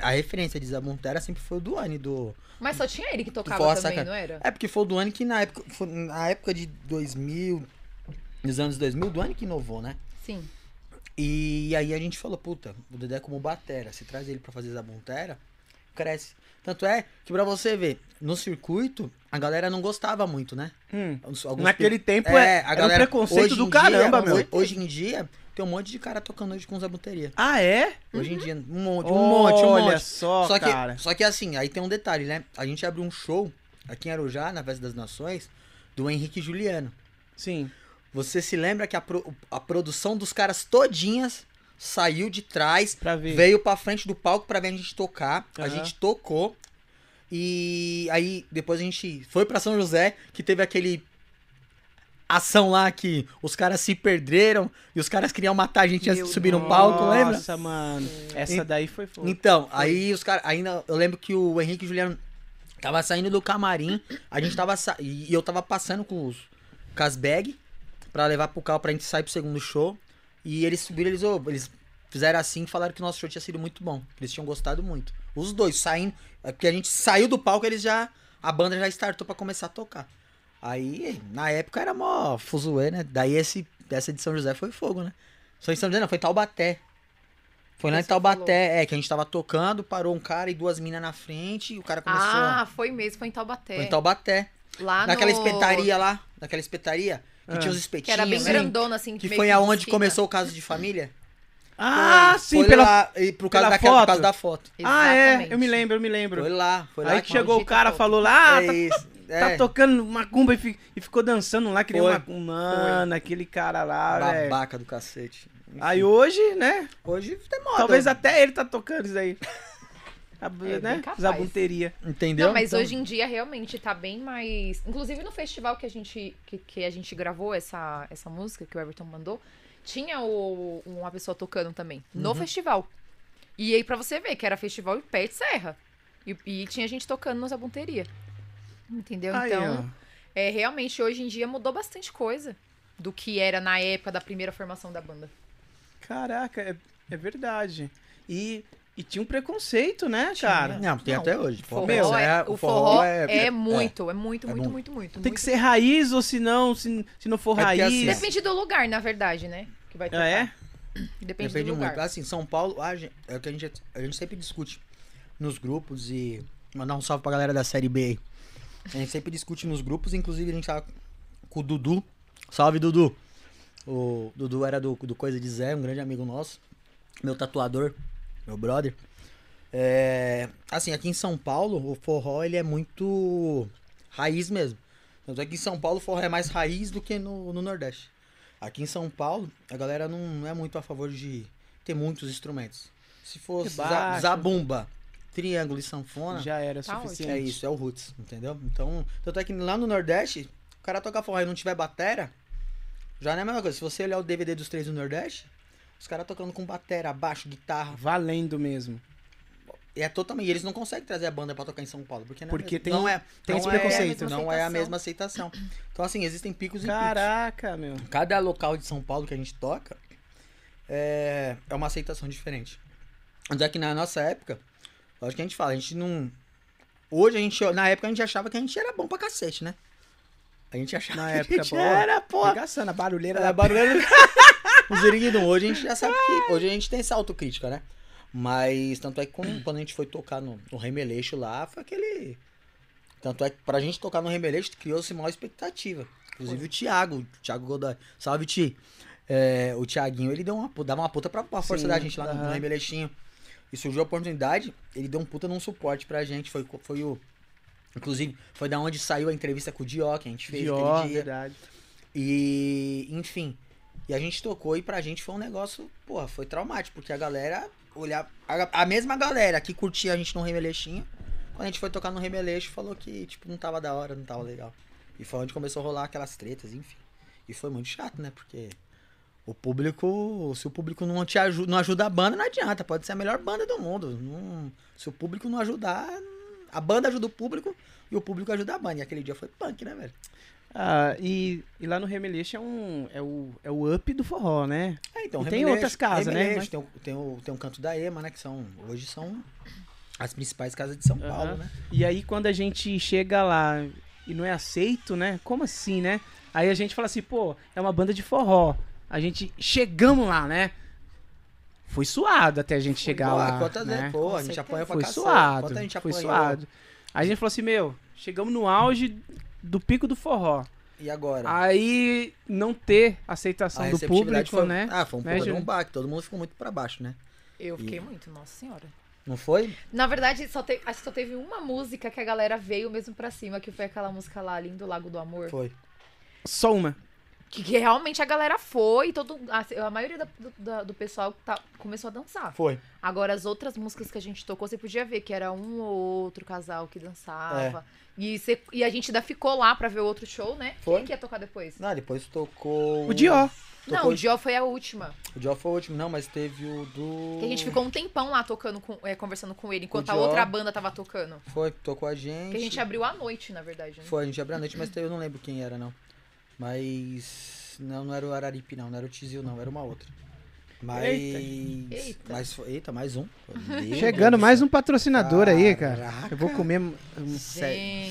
Speaker 5: A referência de Zamontera sempre foi o Duane, do,
Speaker 3: Mas só tinha ele que tocava
Speaker 5: Força,
Speaker 3: também,
Speaker 5: cara.
Speaker 3: não era?
Speaker 5: É porque foi o Duane que na época, foi na época de 2000, nos anos 2000, o Duane que inovou, né?
Speaker 3: Sim.
Speaker 5: E aí a gente falou, puta, o Dedé é como batera, se traz ele pra fazer zabuntera, cresce. Tanto é que pra você ver, no circuito, a galera não gostava muito, né?
Speaker 1: Hum.
Speaker 5: Alguns- alguns
Speaker 1: Naquele tempo
Speaker 5: é,
Speaker 1: é,
Speaker 5: a
Speaker 1: era um
Speaker 5: galera,
Speaker 1: preconceito
Speaker 5: hoje
Speaker 1: do
Speaker 5: em dia,
Speaker 1: caramba,
Speaker 5: não,
Speaker 1: meu.
Speaker 5: hoje- Hoje em dia, tem um monte de cara tocando hoje com zabuteria.
Speaker 1: Ah, é?
Speaker 5: Hoje em dia, um monte, um monte, um
Speaker 1: Olha
Speaker 5: monte.
Speaker 1: só,
Speaker 5: Só
Speaker 1: cara.
Speaker 5: que, só que assim, aí tem um detalhe, né? A gente abriu um show aqui em Arujá, na Festa das Nações, do Henrique Juliano.
Speaker 1: Sim.
Speaker 5: Você se lembra que a, pro- a produção dos caras todinhas saiu de trás,
Speaker 1: Pra ver.
Speaker 5: veio pra frente do palco pra ver a gente tocar. A
Speaker 1: Aham.
Speaker 5: gente tocou. E aí depois a gente foi pra São José, que teve aquele ação lá que os caras se perderam e os caras queriam matar a gente antes
Speaker 3: Meu
Speaker 5: de subir no palco,
Speaker 1: Nossa,
Speaker 5: lembra?
Speaker 1: mano. Essa daí foi foda.
Speaker 5: Então, aí os caras. Ainda. Eu lembro que o Henrique e o Juliano tava saindo do camarim. A gente tava. sa- E e eu tava passando com os. Com as bag pra levar pro carro pra gente sair pro segundo show. E eles subiram, eles, ô, eles fizeram assim e falaram que o nosso show tinha sido muito bom. que Eles tinham gostado muito. Os dois saindo. é Porque a gente saiu do palco, eles já. A banda já startou pra começar a tocar. Aí, na época era mó fuzuê, né? Daí esse, essa de São José foi fogo, né? Só em São José não, foi em Taubaté. Foi lá em
Speaker 3: Isso que
Speaker 5: Taubaté,
Speaker 3: falou.
Speaker 5: é, que a gente tava tocando, parou um cara e duas minas na frente, e o cara começou. a-
Speaker 3: Ah, foi mesmo, foi em Taubaté.
Speaker 5: Foi em Taubaté.
Speaker 3: Lá
Speaker 5: naquela
Speaker 3: no...
Speaker 5: espetaria lá, naquela espetaria, que
Speaker 1: Ah.
Speaker 5: tinha os
Speaker 3: Que
Speaker 5: espetinhos.
Speaker 3: era bem
Speaker 5: né?
Speaker 3: grandona, assim.
Speaker 5: Que
Speaker 3: meio
Speaker 5: foi aonde
Speaker 3: desfila.
Speaker 5: começou o caso de família.
Speaker 1: Ah,
Speaker 5: Foi-
Speaker 1: sim,
Speaker 5: foi
Speaker 1: pela.
Speaker 5: lá, e por causa
Speaker 1: pela
Speaker 5: daquela, por
Speaker 1: foto.
Speaker 5: causa da foto.
Speaker 1: Ah, é.
Speaker 3: Exatamente.
Speaker 1: Eu me lembro, eu me lembro.
Speaker 5: Foi lá, foi lá.
Speaker 1: Aí que
Speaker 5: mano.
Speaker 1: chegou o
Speaker 3: maldita
Speaker 1: cara,
Speaker 3: foto.
Speaker 1: falou lá, ah,
Speaker 5: É
Speaker 1: tá,
Speaker 5: isso.
Speaker 1: tá
Speaker 5: É,
Speaker 1: tocando macumba e, fi- e ficou dançando lá, que nem
Speaker 5: Foi.
Speaker 1: uma Mano, aquele cara lá, velho.
Speaker 5: babaca do cacete. Enfim,
Speaker 1: é. Aí hoje, né?
Speaker 5: hoje tem moda.
Speaker 1: Talvez até ele tá tocando isso aí. A,
Speaker 3: bem
Speaker 1: né?
Speaker 3: É capaz.
Speaker 1: Zabunteria.
Speaker 5: Entendeu?
Speaker 3: Não, mas
Speaker 5: Então-
Speaker 3: hoje em dia realmente tá bem mais. Inclusive no festival que a gente, que, que a gente gravou essa, essa música que o Everton mandou, tinha o- um, uma pessoa tocando também. No festival. E aí, pra você ver, que era festival em pé de serra. E, e tinha gente tocando na zabunteria. Entendeu?
Speaker 1: Aí,
Speaker 3: então,
Speaker 1: ó.
Speaker 3: é, realmente hoje em dia mudou bastante coisa do que era na época da primeira formação da banda.
Speaker 1: Caraca, é, é verdade. E, e tinha um preconceito, né, cara?
Speaker 5: Não, tem
Speaker 3: Não,
Speaker 5: até hoje.
Speaker 3: Forró
Speaker 5: Meu,
Speaker 3: é-
Speaker 5: é-
Speaker 3: o forró, é, muito, é, muito,
Speaker 5: É
Speaker 3: muito,
Speaker 5: bom.
Speaker 3: muito, muito.
Speaker 1: Tem
Speaker 3: muito.
Speaker 1: que ser raiz ou se não, se, se não for
Speaker 5: É porque assim, Tá
Speaker 1: raiz.
Speaker 3: Depende do lugar, na verdade, né? Que vai tocar.
Speaker 1: Ah, é?
Speaker 3: Depende,
Speaker 5: Depende
Speaker 3: do lugar.
Speaker 5: muito. Assim, São Paulo, a gente- é o que a gente, a gente sempre discute nos grupos e mandar um salve pra galera da Série B aí. A gente sempre discute nos grupos, inclusive a gente tava com o Dudu. Salve, Dudu! O Dudu era do, do Coisa de Zé, um grande amigo nosso. Meu tatuador, meu brother. É, assim, aqui em São Paulo, o forró ele é muito raiz mesmo. Tanto é que em São Paulo o forró é mais raiz do que no, no Nordeste. Aqui em São Paulo, a galera não é muito a favor de ter muitos instrumentos. Se fosse za-
Speaker 1: Rebaixo.
Speaker 5: zabumba, triângulo e sanfona,
Speaker 1: Já era
Speaker 3: Tá
Speaker 1: suficiente.
Speaker 5: né? é isso, é o roots, entendeu? Então, tanto é que lá no Nordeste, o cara toca forró e não tiver batera, já não é a mesma coisa. Se você olhar o DVD dos três do Nordeste, os caras tocando com batera, baixo, guitarra,
Speaker 1: Valendo mesmo.
Speaker 5: é totalmente. E eles não conseguem trazer a banda pra tocar em São Paulo, porque não é,
Speaker 1: Porque
Speaker 5: mesmo-
Speaker 1: tem-
Speaker 5: não é,
Speaker 1: tem
Speaker 5: não
Speaker 1: esse
Speaker 5: é-
Speaker 1: preconceito.
Speaker 5: não é a mesma aceitação. Então, assim, existem picos e picos.
Speaker 1: Caraca, meu.
Speaker 5: Cada local de São Paulo que a gente toca é, é uma aceitação diferente. Mas é que na nossa época, lógico que a gente fala, a gente não. Hoje a gente, na época a gente achava que a gente era bom pra cacete, né? A gente achava
Speaker 1: Na
Speaker 5: que
Speaker 1: época,
Speaker 5: a gente
Speaker 1: boa.
Speaker 5: era, pô.
Speaker 1: Engraçando, a barulheira
Speaker 5: Era
Speaker 1: da
Speaker 5: barulheiro. Os erguidão. Hoje a gente já sabe que. Hoje a gente tem essa autocrítica, né? Mas tanto é que quando, quando a gente foi tocar no, no Remeleixo lá, foi aquele. Tanto é que pra gente tocar no Remeleixo criou-se maior expectativa. Inclusive o Thiago, o Thiago Godoy. Salve, Ti. É, o Thiaguinho, ele deu uma, pu- dava uma puta pra, pra força
Speaker 1: Sim,
Speaker 5: da gente lá no,
Speaker 1: aham.
Speaker 5: no Remeleixinho. E surgiu a oportunidade, ele deu um puta num suporte pra gente. Foi, co- foi o. Inclusive, foi da onde saiu a entrevista com o Dió, que a gente fez
Speaker 1: Dior,
Speaker 5: aquele dia.
Speaker 1: verdade.
Speaker 5: E, enfim. E a gente tocou e pra gente foi um negócio, porra, foi traumático, porque a galera olhar a, a mesma galera que curtia a gente no Remeleixinho, quando a gente foi tocar no Remeleixo, falou que, tipo, não tava da hora, não tava legal. E foi onde começou a rolar aquelas tretas, enfim. E foi muito chato, né? Porque o público, se o público não te ajuda, não ajuda a banda, não adianta, pode ser a melhor banda do mundo. Não- se o público não ajudar, a banda ajuda o público e o público ajuda a banda. E aquele dia foi punk, né, velho?
Speaker 1: Ah, e, e lá no Remeleixo é um. É o, é o up do forró, né?
Speaker 5: É, então,
Speaker 1: E tem
Speaker 5: Remeleixo,
Speaker 1: outras casas, né?
Speaker 5: Remeleixo,
Speaker 1: Mas-
Speaker 5: Tem, o, tem, o, tem o canto da EMA, né? Que são, hoje são as principais casas de São
Speaker 1: Aham.
Speaker 5: Paulo, né?
Speaker 1: E aí quando a gente chega lá e não é aceito, né? Como assim, né? Aí a gente fala assim, pô, é uma banda de forró. A gente chegamos lá, né? Foi suado até a gente chegar
Speaker 5: Pô,
Speaker 1: lá.
Speaker 5: a cota
Speaker 1: né?
Speaker 5: né? Pô, a gente
Speaker 3: certeza.
Speaker 5: apanha pra
Speaker 1: Foi
Speaker 5: cacete.
Speaker 1: suado.
Speaker 5: Cota a gente
Speaker 1: foi
Speaker 5: apanhou.
Speaker 1: suado. Aí a gente falou assim, meu, chegamos no auge do pico do forró.
Speaker 5: E agora?
Speaker 1: Aí não ter aceitação
Speaker 5: A
Speaker 1: do
Speaker 5: receptividade
Speaker 1: público,
Speaker 5: foi,
Speaker 1: né?
Speaker 5: Ah, foi um
Speaker 1: Né,
Speaker 5: pouco de um
Speaker 1: Júlio?
Speaker 5: baque. Todo mundo ficou muito pra baixo, né?
Speaker 3: Eu fiquei
Speaker 5: E-
Speaker 3: muito, nossa senhora.
Speaker 5: Não foi?
Speaker 3: Na verdade, só te- acho que só teve uma música que a galera veio mesmo pra cima, que foi aquela música lá, Lindo Lago do Amor.
Speaker 5: Foi.
Speaker 1: Só uma.
Speaker 3: Que, que realmente a galera foi, todo, a, a maioria da- do, da- do pessoal tá- começou a dançar.
Speaker 5: Foi.
Speaker 3: Agora, as outras músicas que a gente tocou, você podia ver que era um ou outro casal que
Speaker 5: É.
Speaker 3: dançava. E, você- e a gente ainda ficou lá pra ver o outro show, né?
Speaker 5: Foi.
Speaker 3: Quem que ia tocar depois?
Speaker 5: Não, Ah, depois tocou.
Speaker 1: O Dior.
Speaker 5: Tocou
Speaker 3: Não, o
Speaker 5: o-
Speaker 3: Dior foi a última.
Speaker 5: O Dior foi o último, não, mas teve o do.
Speaker 3: Que a gente ficou um tempão lá tocando, com- é, conversando com ele, enquanto a
Speaker 5: Dior.
Speaker 3: outra banda tava tocando.
Speaker 5: Foi, tocou a gente.
Speaker 3: Que a gente abriu à noite, na verdade, né?
Speaker 5: Foi, a gente abriu a noite, mas eu não lembro quem era, não. Mas. Não, não era o Araripe, não. Não era o Tizil, não. Era uma outra. Mas.
Speaker 3: Eita.
Speaker 5: Mas foi... Eita, mais um.
Speaker 1: Chegando mais um patrocinador aí, cara.
Speaker 5: Caraca.
Speaker 1: Eu vou comer.
Speaker 3: Gente, do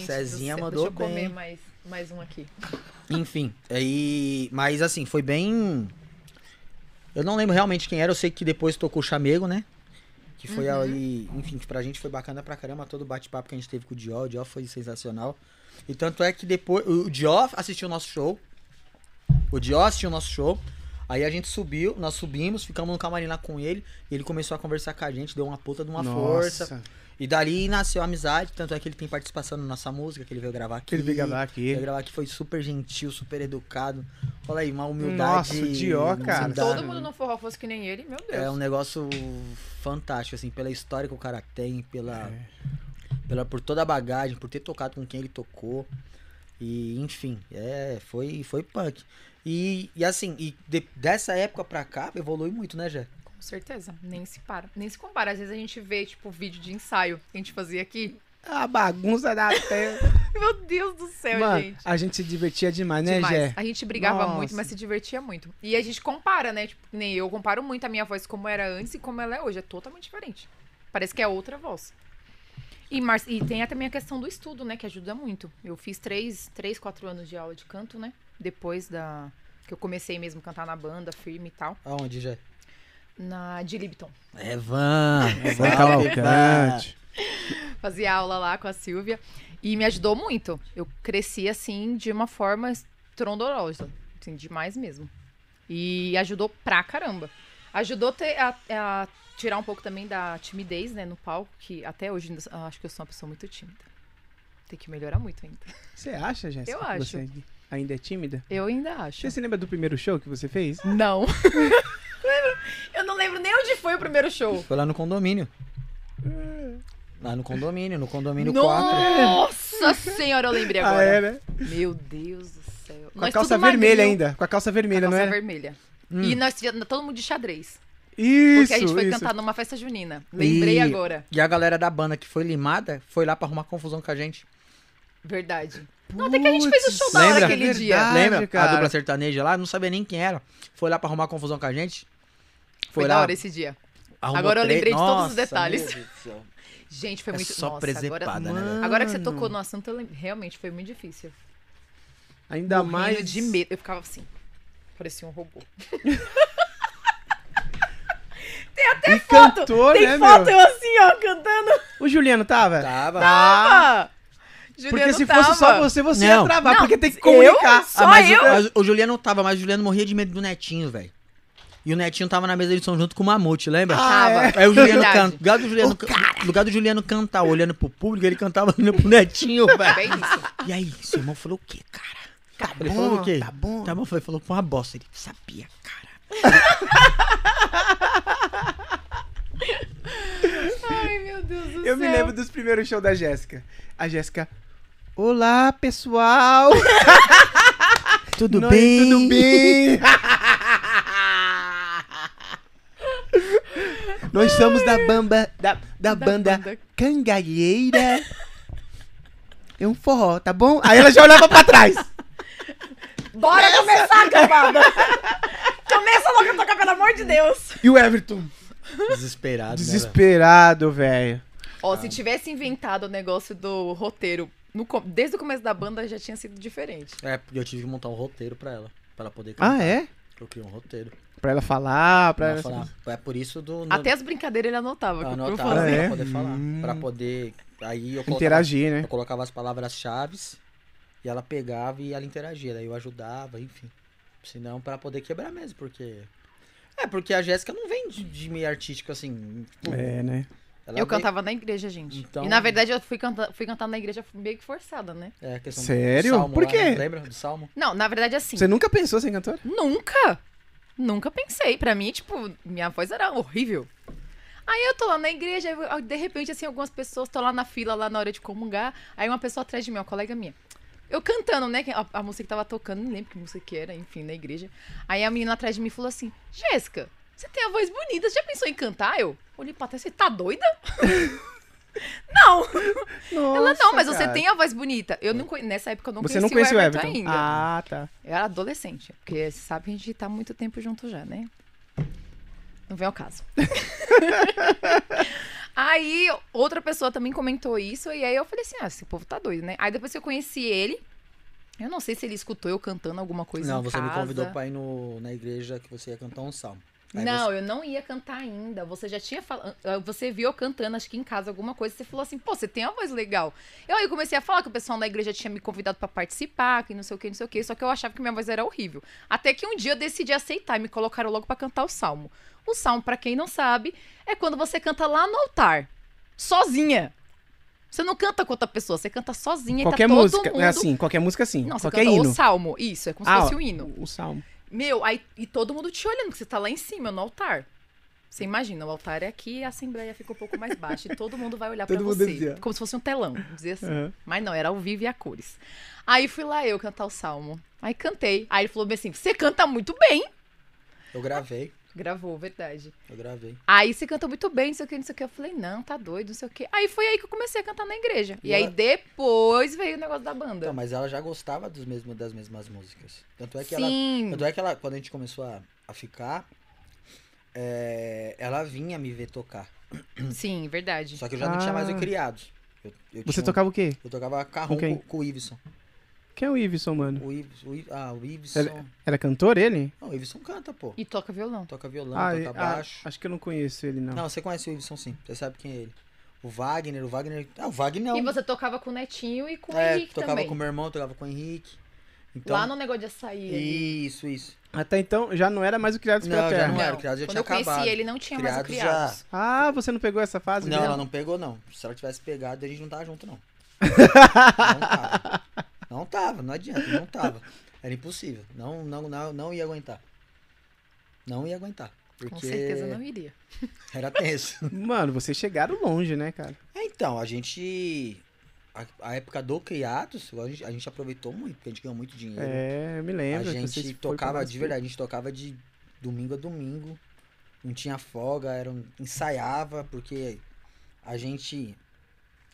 Speaker 5: Cezinha
Speaker 3: céu,
Speaker 5: mandou
Speaker 3: Deixa eu comer
Speaker 5: bem.
Speaker 3: Mais, mais um aqui.
Speaker 5: Enfim, aí. Mas assim, foi bem. Eu não lembro realmente quem era, eu sei que depois tocou o Chamego, né? Que foi aí. Enfim, que pra gente foi bacana pra caramba todo o bate-papo que a gente teve com o Dior. O Dior foi sensacional. E tanto é que depois. O Dior assistiu o nosso show. O Dior assistiu o nosso show. Aí a gente subiu, nós subimos, ficamos no camarim lá com ele. E ele começou a conversar com a gente, deu uma puta de uma força.
Speaker 1: Nossa.
Speaker 5: E dali nasceu a amizade. Tanto é que ele tem participação na nossa música, que ele veio gravar aqui.
Speaker 1: Aquele bigabá
Speaker 5: Eu ia
Speaker 1: aqui.
Speaker 5: gravar que foi super gentil, super educado. Fala aí, uma humildade.
Speaker 1: Nossa, o Dior,
Speaker 5: não
Speaker 1: cara.
Speaker 5: se dá. né?
Speaker 1: Tá.
Speaker 3: Todo mundo no forró fosse que nem ele, meu Deus.
Speaker 5: É um negócio fantástico, assim, pela história que o cara tem, pela, pela, por toda a bagagem, por ter tocado com quem ele tocou. E, enfim, é, foi, foi punk. E, e assim, e de- dessa época pra cá, evolui muito, né, Jé?
Speaker 3: Com certeza. Nem se para. Nem se compara. Às vezes a gente vê, tipo, vídeo de ensaio que a gente fazia aqui.
Speaker 1: A bagunça da terra.
Speaker 3: Meu Deus do céu,
Speaker 1: Mano,
Speaker 3: gente.
Speaker 1: a gente se divertia demais, né,
Speaker 3: Demais.
Speaker 1: Jé?
Speaker 3: A gente brigava
Speaker 1: Nossa.
Speaker 3: muito, mas se divertia muito. E a gente compara, né? Tipo, que nem eu comparo muito a minha voz como era antes e como ela é hoje. É totalmente diferente. Parece que é outra voz. E, Mar... e tem também a questão do estudo, né? Que ajuda muito. Eu fiz três, três, quatro anos de aula de canto, né? Depois da. Que eu comecei mesmo a cantar na banda, firme e tal.
Speaker 5: Aonde, Jé?
Speaker 3: Na de Libton.
Speaker 5: É van,
Speaker 3: É
Speaker 1: Vai calar o cante.
Speaker 3: fazia aula lá com a Silvia e me ajudou muito. Eu cresci assim de uma forma estrondorosa, assim, demais mesmo. E ajudou pra caramba. Ajudou te- a, a tirar um pouco também da timidez, né, no palco, que até hoje ainda- ah, acho que eu sou uma pessoa muito tímida. Tem que melhorar muito ainda.
Speaker 1: Você acha, Jéssica?
Speaker 3: Eu
Speaker 1: que
Speaker 3: acho.
Speaker 1: Você ainda é tímida?
Speaker 3: Eu ainda acho.
Speaker 1: Você se lembra do primeiro show que você fez?
Speaker 3: Não. Lembro- eu não lembro nem onde foi o primeiro show.
Speaker 5: Foi lá no condomínio. É. Lá no condomínio, no condomínio 4.
Speaker 3: Nossa senhora, eu lembrei agora.
Speaker 1: Ah, é, né?
Speaker 3: Meu Deus do céu.
Speaker 1: Com a
Speaker 3: Nós
Speaker 1: calça
Speaker 3: tudo magrinho.
Speaker 1: vermelha ainda. Com a calça vermelha,
Speaker 3: Calça
Speaker 1: não é?
Speaker 3: vermelha. E nós tivemos todo mundo de xadrez.
Speaker 1: Isso,
Speaker 3: Porque a gente foi
Speaker 1: isso.
Speaker 3: cantar numa festa junina. Lembrei
Speaker 5: E-
Speaker 3: agora.
Speaker 5: E a galera da banda que foi limada foi lá pra arrumar confusão com a gente.
Speaker 3: Verdade. Não, até que a gente fez o show da hora
Speaker 5: lembra?
Speaker 3: aquele dia.
Speaker 1: É Verdade,
Speaker 5: Lembra?
Speaker 1: cara.
Speaker 5: A dupla sertaneja lá, não sabia nem quem era. Foi lá pra arrumar confusão com a gente.
Speaker 3: Foi,
Speaker 5: Foi
Speaker 3: da
Speaker 5: lá.
Speaker 3: hora esse dia.
Speaker 5: arrumou
Speaker 3: Agora eu
Speaker 5: três-
Speaker 3: lembrei de todos os
Speaker 5: Nossa,
Speaker 3: detalhes.
Speaker 5: meu Deus do céu.
Speaker 3: Gente, foi
Speaker 5: É
Speaker 3: muito
Speaker 5: só
Speaker 3: Nossa, agora...
Speaker 5: presepada, né? velho?
Speaker 3: agora que você tocou no assunto, eu lem- realmente foi muito difícil.
Speaker 1: Ainda
Speaker 3: Morrendo
Speaker 1: mais.
Speaker 3: de medo. Eu ficava assim. Parecia um robô.
Speaker 1: E cantor,
Speaker 3: Tem
Speaker 1: né,
Speaker 3: foto
Speaker 1: meu?
Speaker 3: eu assim, ó, cantando.
Speaker 1: O Juliano tava?
Speaker 5: Tava.
Speaker 3: Ah,
Speaker 1: Porque
Speaker 3: Juliano
Speaker 1: se
Speaker 3: tava.
Speaker 1: fosse só você, você ia
Speaker 5: Não.
Speaker 1: travar,
Speaker 3: Não,
Speaker 1: porque tem que
Speaker 3: eu?
Speaker 1: comunicar.
Speaker 3: Só
Speaker 5: Ah, mas,
Speaker 3: eu?
Speaker 5: O, mas o Juliano tava, mas o Juliano morria de medo do Netinho, velho. E o Netinho tava na mesa de som junto com o Mamute, lembra?
Speaker 3: Ah, é?
Speaker 5: Aí o Juliano
Speaker 3: Verdade.
Speaker 5: canta. No lugar do Juliano, can- no lugar do Juliano cantar olhando pro público, ele cantava olhando pro Netinho, velho.
Speaker 3: É Bem isso.
Speaker 5: E aí, seu irmão falou o quê, cara? ele falou o quê?
Speaker 6: tá bom.
Speaker 5: Tá bom, foi, falou com uma bosta. Ele sabia, cara.
Speaker 3: Ai, meu Deus do céu.
Speaker 1: Eu me lembro dos primeiros shows da Jéssica. A Jéssica. Olá, pessoal!
Speaker 5: Tudo
Speaker 1: Nós-
Speaker 5: bem?
Speaker 1: Tudo bem? Nós somos da bamba. Da, da, banda,
Speaker 3: banda.
Speaker 1: cangalheira. É um forró, tá bom? Aí ela já olhava pra trás.
Speaker 3: Bora começar, cambada! Começa logo a tocar, pelo amor de Deus!
Speaker 1: E o Everton?
Speaker 5: Desesperado. né, Desesperado.
Speaker 1: Desesperado, velho.
Speaker 3: Ó, se tivesse inventado o negócio do roteiro no com- desde o começo da banda já tinha sido diferente.
Speaker 5: é, porque eu tive que montar um roteiro pra ela. Pra ela poder
Speaker 1: Ah,
Speaker 5: cantar.
Speaker 1: é?
Speaker 5: Eu crio um roteiro.
Speaker 1: Pra ela falar, pra
Speaker 5: Pra
Speaker 1: ela...
Speaker 5: falar. É por isso do.
Speaker 3: Até as brincadeiras ele anotava. que eu
Speaker 5: anotar,
Speaker 3: fazia.
Speaker 1: Ah, é?
Speaker 5: pra poder falar.
Speaker 1: Hum.
Speaker 5: Pra poder. Aí eu colocava,
Speaker 1: interagir, né?
Speaker 5: eu colocava as palavras-chave e ela pegava e ela interagia. Daí eu ajudava, enfim. Se não, pra poder quebrar mesmo, porque. É, porque a Jéssica não vem de, de meio artístico assim. tipo,
Speaker 1: É, né?
Speaker 5: ela
Speaker 3: Eu
Speaker 5: vem-
Speaker 3: cantava na igreja, gente.
Speaker 5: Então-
Speaker 3: E na verdade eu fui, canta... fui cantar na igreja meio que forçada, né?
Speaker 5: É, a questão do
Speaker 1: Sério?
Speaker 5: salmo
Speaker 1: Por
Speaker 5: lá, né?
Speaker 1: quê?
Speaker 5: Lembra do salmo?
Speaker 3: Não, na verdade assim.
Speaker 1: Você nunca pensou ser cantora?
Speaker 3: Nunca! Nunca pensei. Pra mim, tipo, minha voz era horrível. Aí eu tô lá na igreja, eu- eu- de repente, assim, algumas pessoas estão lá na fila, lá na hora de comungar. Aí uma pessoa atrás de mim, uma colega minha. Eu cantando, né? que A, a música que tava tocando, não lembro que música que era, enfim, na igreja. Aí a menina atrás de mim falou assim: Jéssica, você tem a voz bonita, você já pensou em cantar? Eu olhei pra trás, você tá doida? não! Ela não, mas você tem a voz bonita. Eu não, conhe- nessa época eu não
Speaker 1: Você
Speaker 3: conhecia
Speaker 1: não conhecia
Speaker 3: o Everton, ainda.
Speaker 1: Ah, tá.
Speaker 3: Eu era adolescente, porque você sabe que a gente tá muito tempo junto já, né? Não vem ao caso. aí outra pessoa também comentou isso, e aí eu falei assim: ah, esse povo tá doido, né? Aí depois que eu conheci ele, eu não sei se ele escutou eu cantando alguma coisa.
Speaker 5: não,
Speaker 3: em
Speaker 5: você me
Speaker 3: casa.
Speaker 5: convidou pra ir no, na igreja que você ia cantar um salmo. Aí
Speaker 3: Não, eu não ia cantar ainda. Você já tinha falado. Você viu eu cantando, acho que em casa, alguma coisa. Você falou assim, pô, você tem uma voz legal. Eu aí comecei a falar que o pessoal da igreja tinha me convidado pra participar, que não sei o que, não sei o que. Só que eu achava que minha voz era horrível. Até que um dia eu decidi aceitar e me colocaram logo pra cantar o salmo. O salmo, pra quem não sabe, é quando você canta lá no altar, sozinha. Você não canta com outra pessoa, você canta sozinha
Speaker 1: Qualquer
Speaker 3: e tá todo
Speaker 1: música,
Speaker 3: mundo.
Speaker 1: é assim, qualquer música assim,
Speaker 3: Não, você
Speaker 1: qualquer
Speaker 3: canta
Speaker 1: hino.
Speaker 3: o salmo. Isso, é como se
Speaker 1: Ah,
Speaker 3: fosse um hino.
Speaker 1: O salmo.
Speaker 3: Meu, aí e todo mundo te olhando, que você tá lá em cima, no altar. Você imagina, o altar é aqui, a assembleia fica um pouco mais baixa e todo mundo vai olhar
Speaker 1: Todo
Speaker 3: pra
Speaker 1: mundo
Speaker 3: você.
Speaker 1: dizia.
Speaker 3: Como se fosse um telão, vamos dizer
Speaker 5: É.
Speaker 3: assim.
Speaker 1: Aham.
Speaker 3: Mas não, era ao vivo e a cores. Aí fui lá eu cantar o salmo. Aí cantei. Aí ele falou bem assim: você canta muito bem.
Speaker 5: Eu gravei,
Speaker 3: Gravou, verdade.
Speaker 5: eu gravei.
Speaker 3: Aí você canta muito bem, não sei o que, não sei o que. Eu falei, não, tá doido, não sei o que. Aí foi aí que eu comecei a cantar na igreja. E,
Speaker 5: E
Speaker 3: aí
Speaker 5: ela-
Speaker 3: depois veio o negócio da banda.
Speaker 5: Então, mas ela já gostava dos mesmos, das mesmas músicas. Tanto é que ela
Speaker 3: Sim.
Speaker 5: Tanto é que ela, quando a gente começou a, a ficar, é, ela vinha me ver tocar.
Speaker 3: Sim, verdade.
Speaker 5: Só que eu já não tinha mais o
Speaker 1: Ah.
Speaker 5: criado. Eu, eu
Speaker 1: Você
Speaker 5: tinha um-
Speaker 1: tocava o quê?
Speaker 5: Eu tocava carrom
Speaker 1: quem?
Speaker 5: com, com o Iveson.
Speaker 1: Quem é o Iveson, mano?
Speaker 5: O Iveson, o Iv- ah, o Iveson.
Speaker 1: Era cantor ele?
Speaker 5: Não, o Iveson canta, pô.
Speaker 3: E toca violão.
Speaker 5: Toca violão,
Speaker 1: Ah,
Speaker 5: toca
Speaker 1: ah,
Speaker 5: baixo.
Speaker 1: acho que eu não conheço ele, não.
Speaker 5: Não, você conhece o Iveson sim. Você sabe quem é ele. O Wagner, o Wagner. Ah, o Wagner não.
Speaker 3: E você tocava com o Netinho e com o
Speaker 5: é,
Speaker 3: Henrique
Speaker 5: tocava
Speaker 3: também.
Speaker 5: com o meu irmão, tocava com o Henrique. Então,
Speaker 3: Lá no né? negócio de açaí. ali.
Speaker 5: Isso, isso.
Speaker 1: Até então já não era mais o Criados
Speaker 5: Não,
Speaker 1: pela
Speaker 5: já
Speaker 1: Terra.
Speaker 5: não era, o Criados já
Speaker 3: Quando
Speaker 5: tinha
Speaker 3: eu conheci
Speaker 5: acabado.
Speaker 3: ele, não tinha mais o
Speaker 5: Criados já-
Speaker 3: criados.
Speaker 1: Ah, você não pegou essa fase?
Speaker 5: Não,
Speaker 1: né?
Speaker 5: ela não pegou, não. Se ela tivesse pegado, a gente não tava junto, não. não tava. Não tava, não adianta, não tava. Era impossível. Não, não, não, não ia aguentar. Não ia aguentar. Porque
Speaker 3: Com certeza não iria.
Speaker 5: era tenso.
Speaker 1: Mano, vocês chegaram longe, né, cara?
Speaker 5: É, então, a gente. A, a época do Criados, a gente, a gente aproveitou muito, porque a gente ganhou muito dinheiro.
Speaker 1: É, eu me
Speaker 5: a
Speaker 1: lembro. que vocês
Speaker 5: gente
Speaker 1: foram pra
Speaker 5: tocava
Speaker 1: mais
Speaker 5: de verdade, a gente tocava de domingo a domingo. Não tinha folga, era um- ensaiava, porque a gente.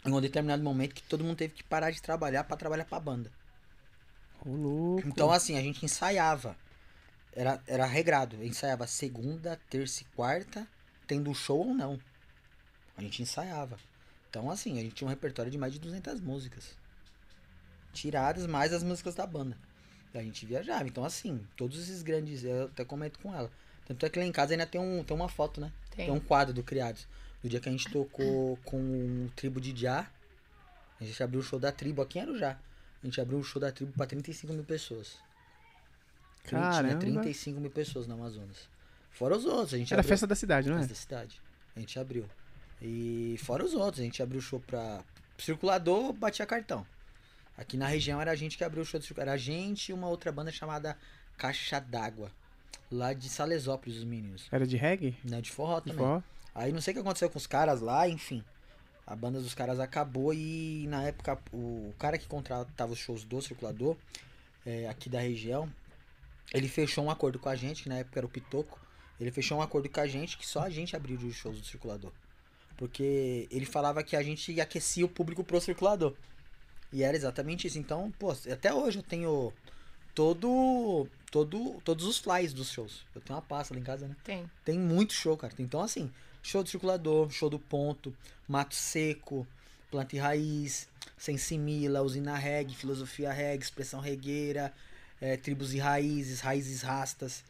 Speaker 5: Em um determinado momento que todo mundo teve que parar de trabalhar pra trabalhar pra banda.
Speaker 1: Ô, louco.
Speaker 5: Então, assim, a gente ensaiava. Era, era regrado. Ensaiava segunda, terça e quarta, tendo show ou não. A gente ensaiava. Então, assim, a gente tinha um repertório de mais de 200 músicas. Tiradas mais as músicas da banda. E a gente viajava. Então, assim, todos esses grandes. Eu até comento com ela. Tanto é que lá em casa ainda tem, um, tem uma foto, né?
Speaker 3: Tem.
Speaker 5: Tem um quadro do Criados. Do dia que a gente tocou com o Tribo de Já. A gente abriu o show da tribo aqui em Arujá. A gente abriu o show da tribo pra 35 mil pessoas. Cara,
Speaker 1: Caramba.
Speaker 5: Tinha 35 mil pessoas no Amazonas. Fora os outros, a gente
Speaker 1: Era
Speaker 5: abriu.
Speaker 1: festa da cidade, não é?
Speaker 5: Festa da cidade. A gente abriu. E fora os outros, a gente abriu o show pra. Circulador batia cartão. Aqui na região era a gente que abriu o show do circulador. Era a gente e uma outra banda chamada Caixa d'Água. Lá de Salesópolis, os meninos.
Speaker 1: Era de reggae?
Speaker 5: Né, de forró
Speaker 1: De
Speaker 5: também.
Speaker 1: forró?
Speaker 5: Aí não sei o que aconteceu com os caras lá, enfim. A banda dos caras acabou e na época o cara que contratava os shows do circulador, é, aqui da região, ele fechou um acordo com a gente, que na época era o Pitoco. Ele fechou um acordo com a gente que só a gente abriu os shows do circulador. Porque ele falava que a gente aquecia o público pro circulador. E era exatamente isso. Então, pô, até hoje eu tenho todo. todo todos os flies dos shows. Eu tenho uma pasta lá em casa, né?
Speaker 3: Tem.
Speaker 5: Tem muito show, cara. Então, assim, show do circulador, show do ponto, mato seco, planta e raiz, sem simila, usina é, reg, filosofia reg, expressão regueira, eh, tribos e raízes, raízes rastas.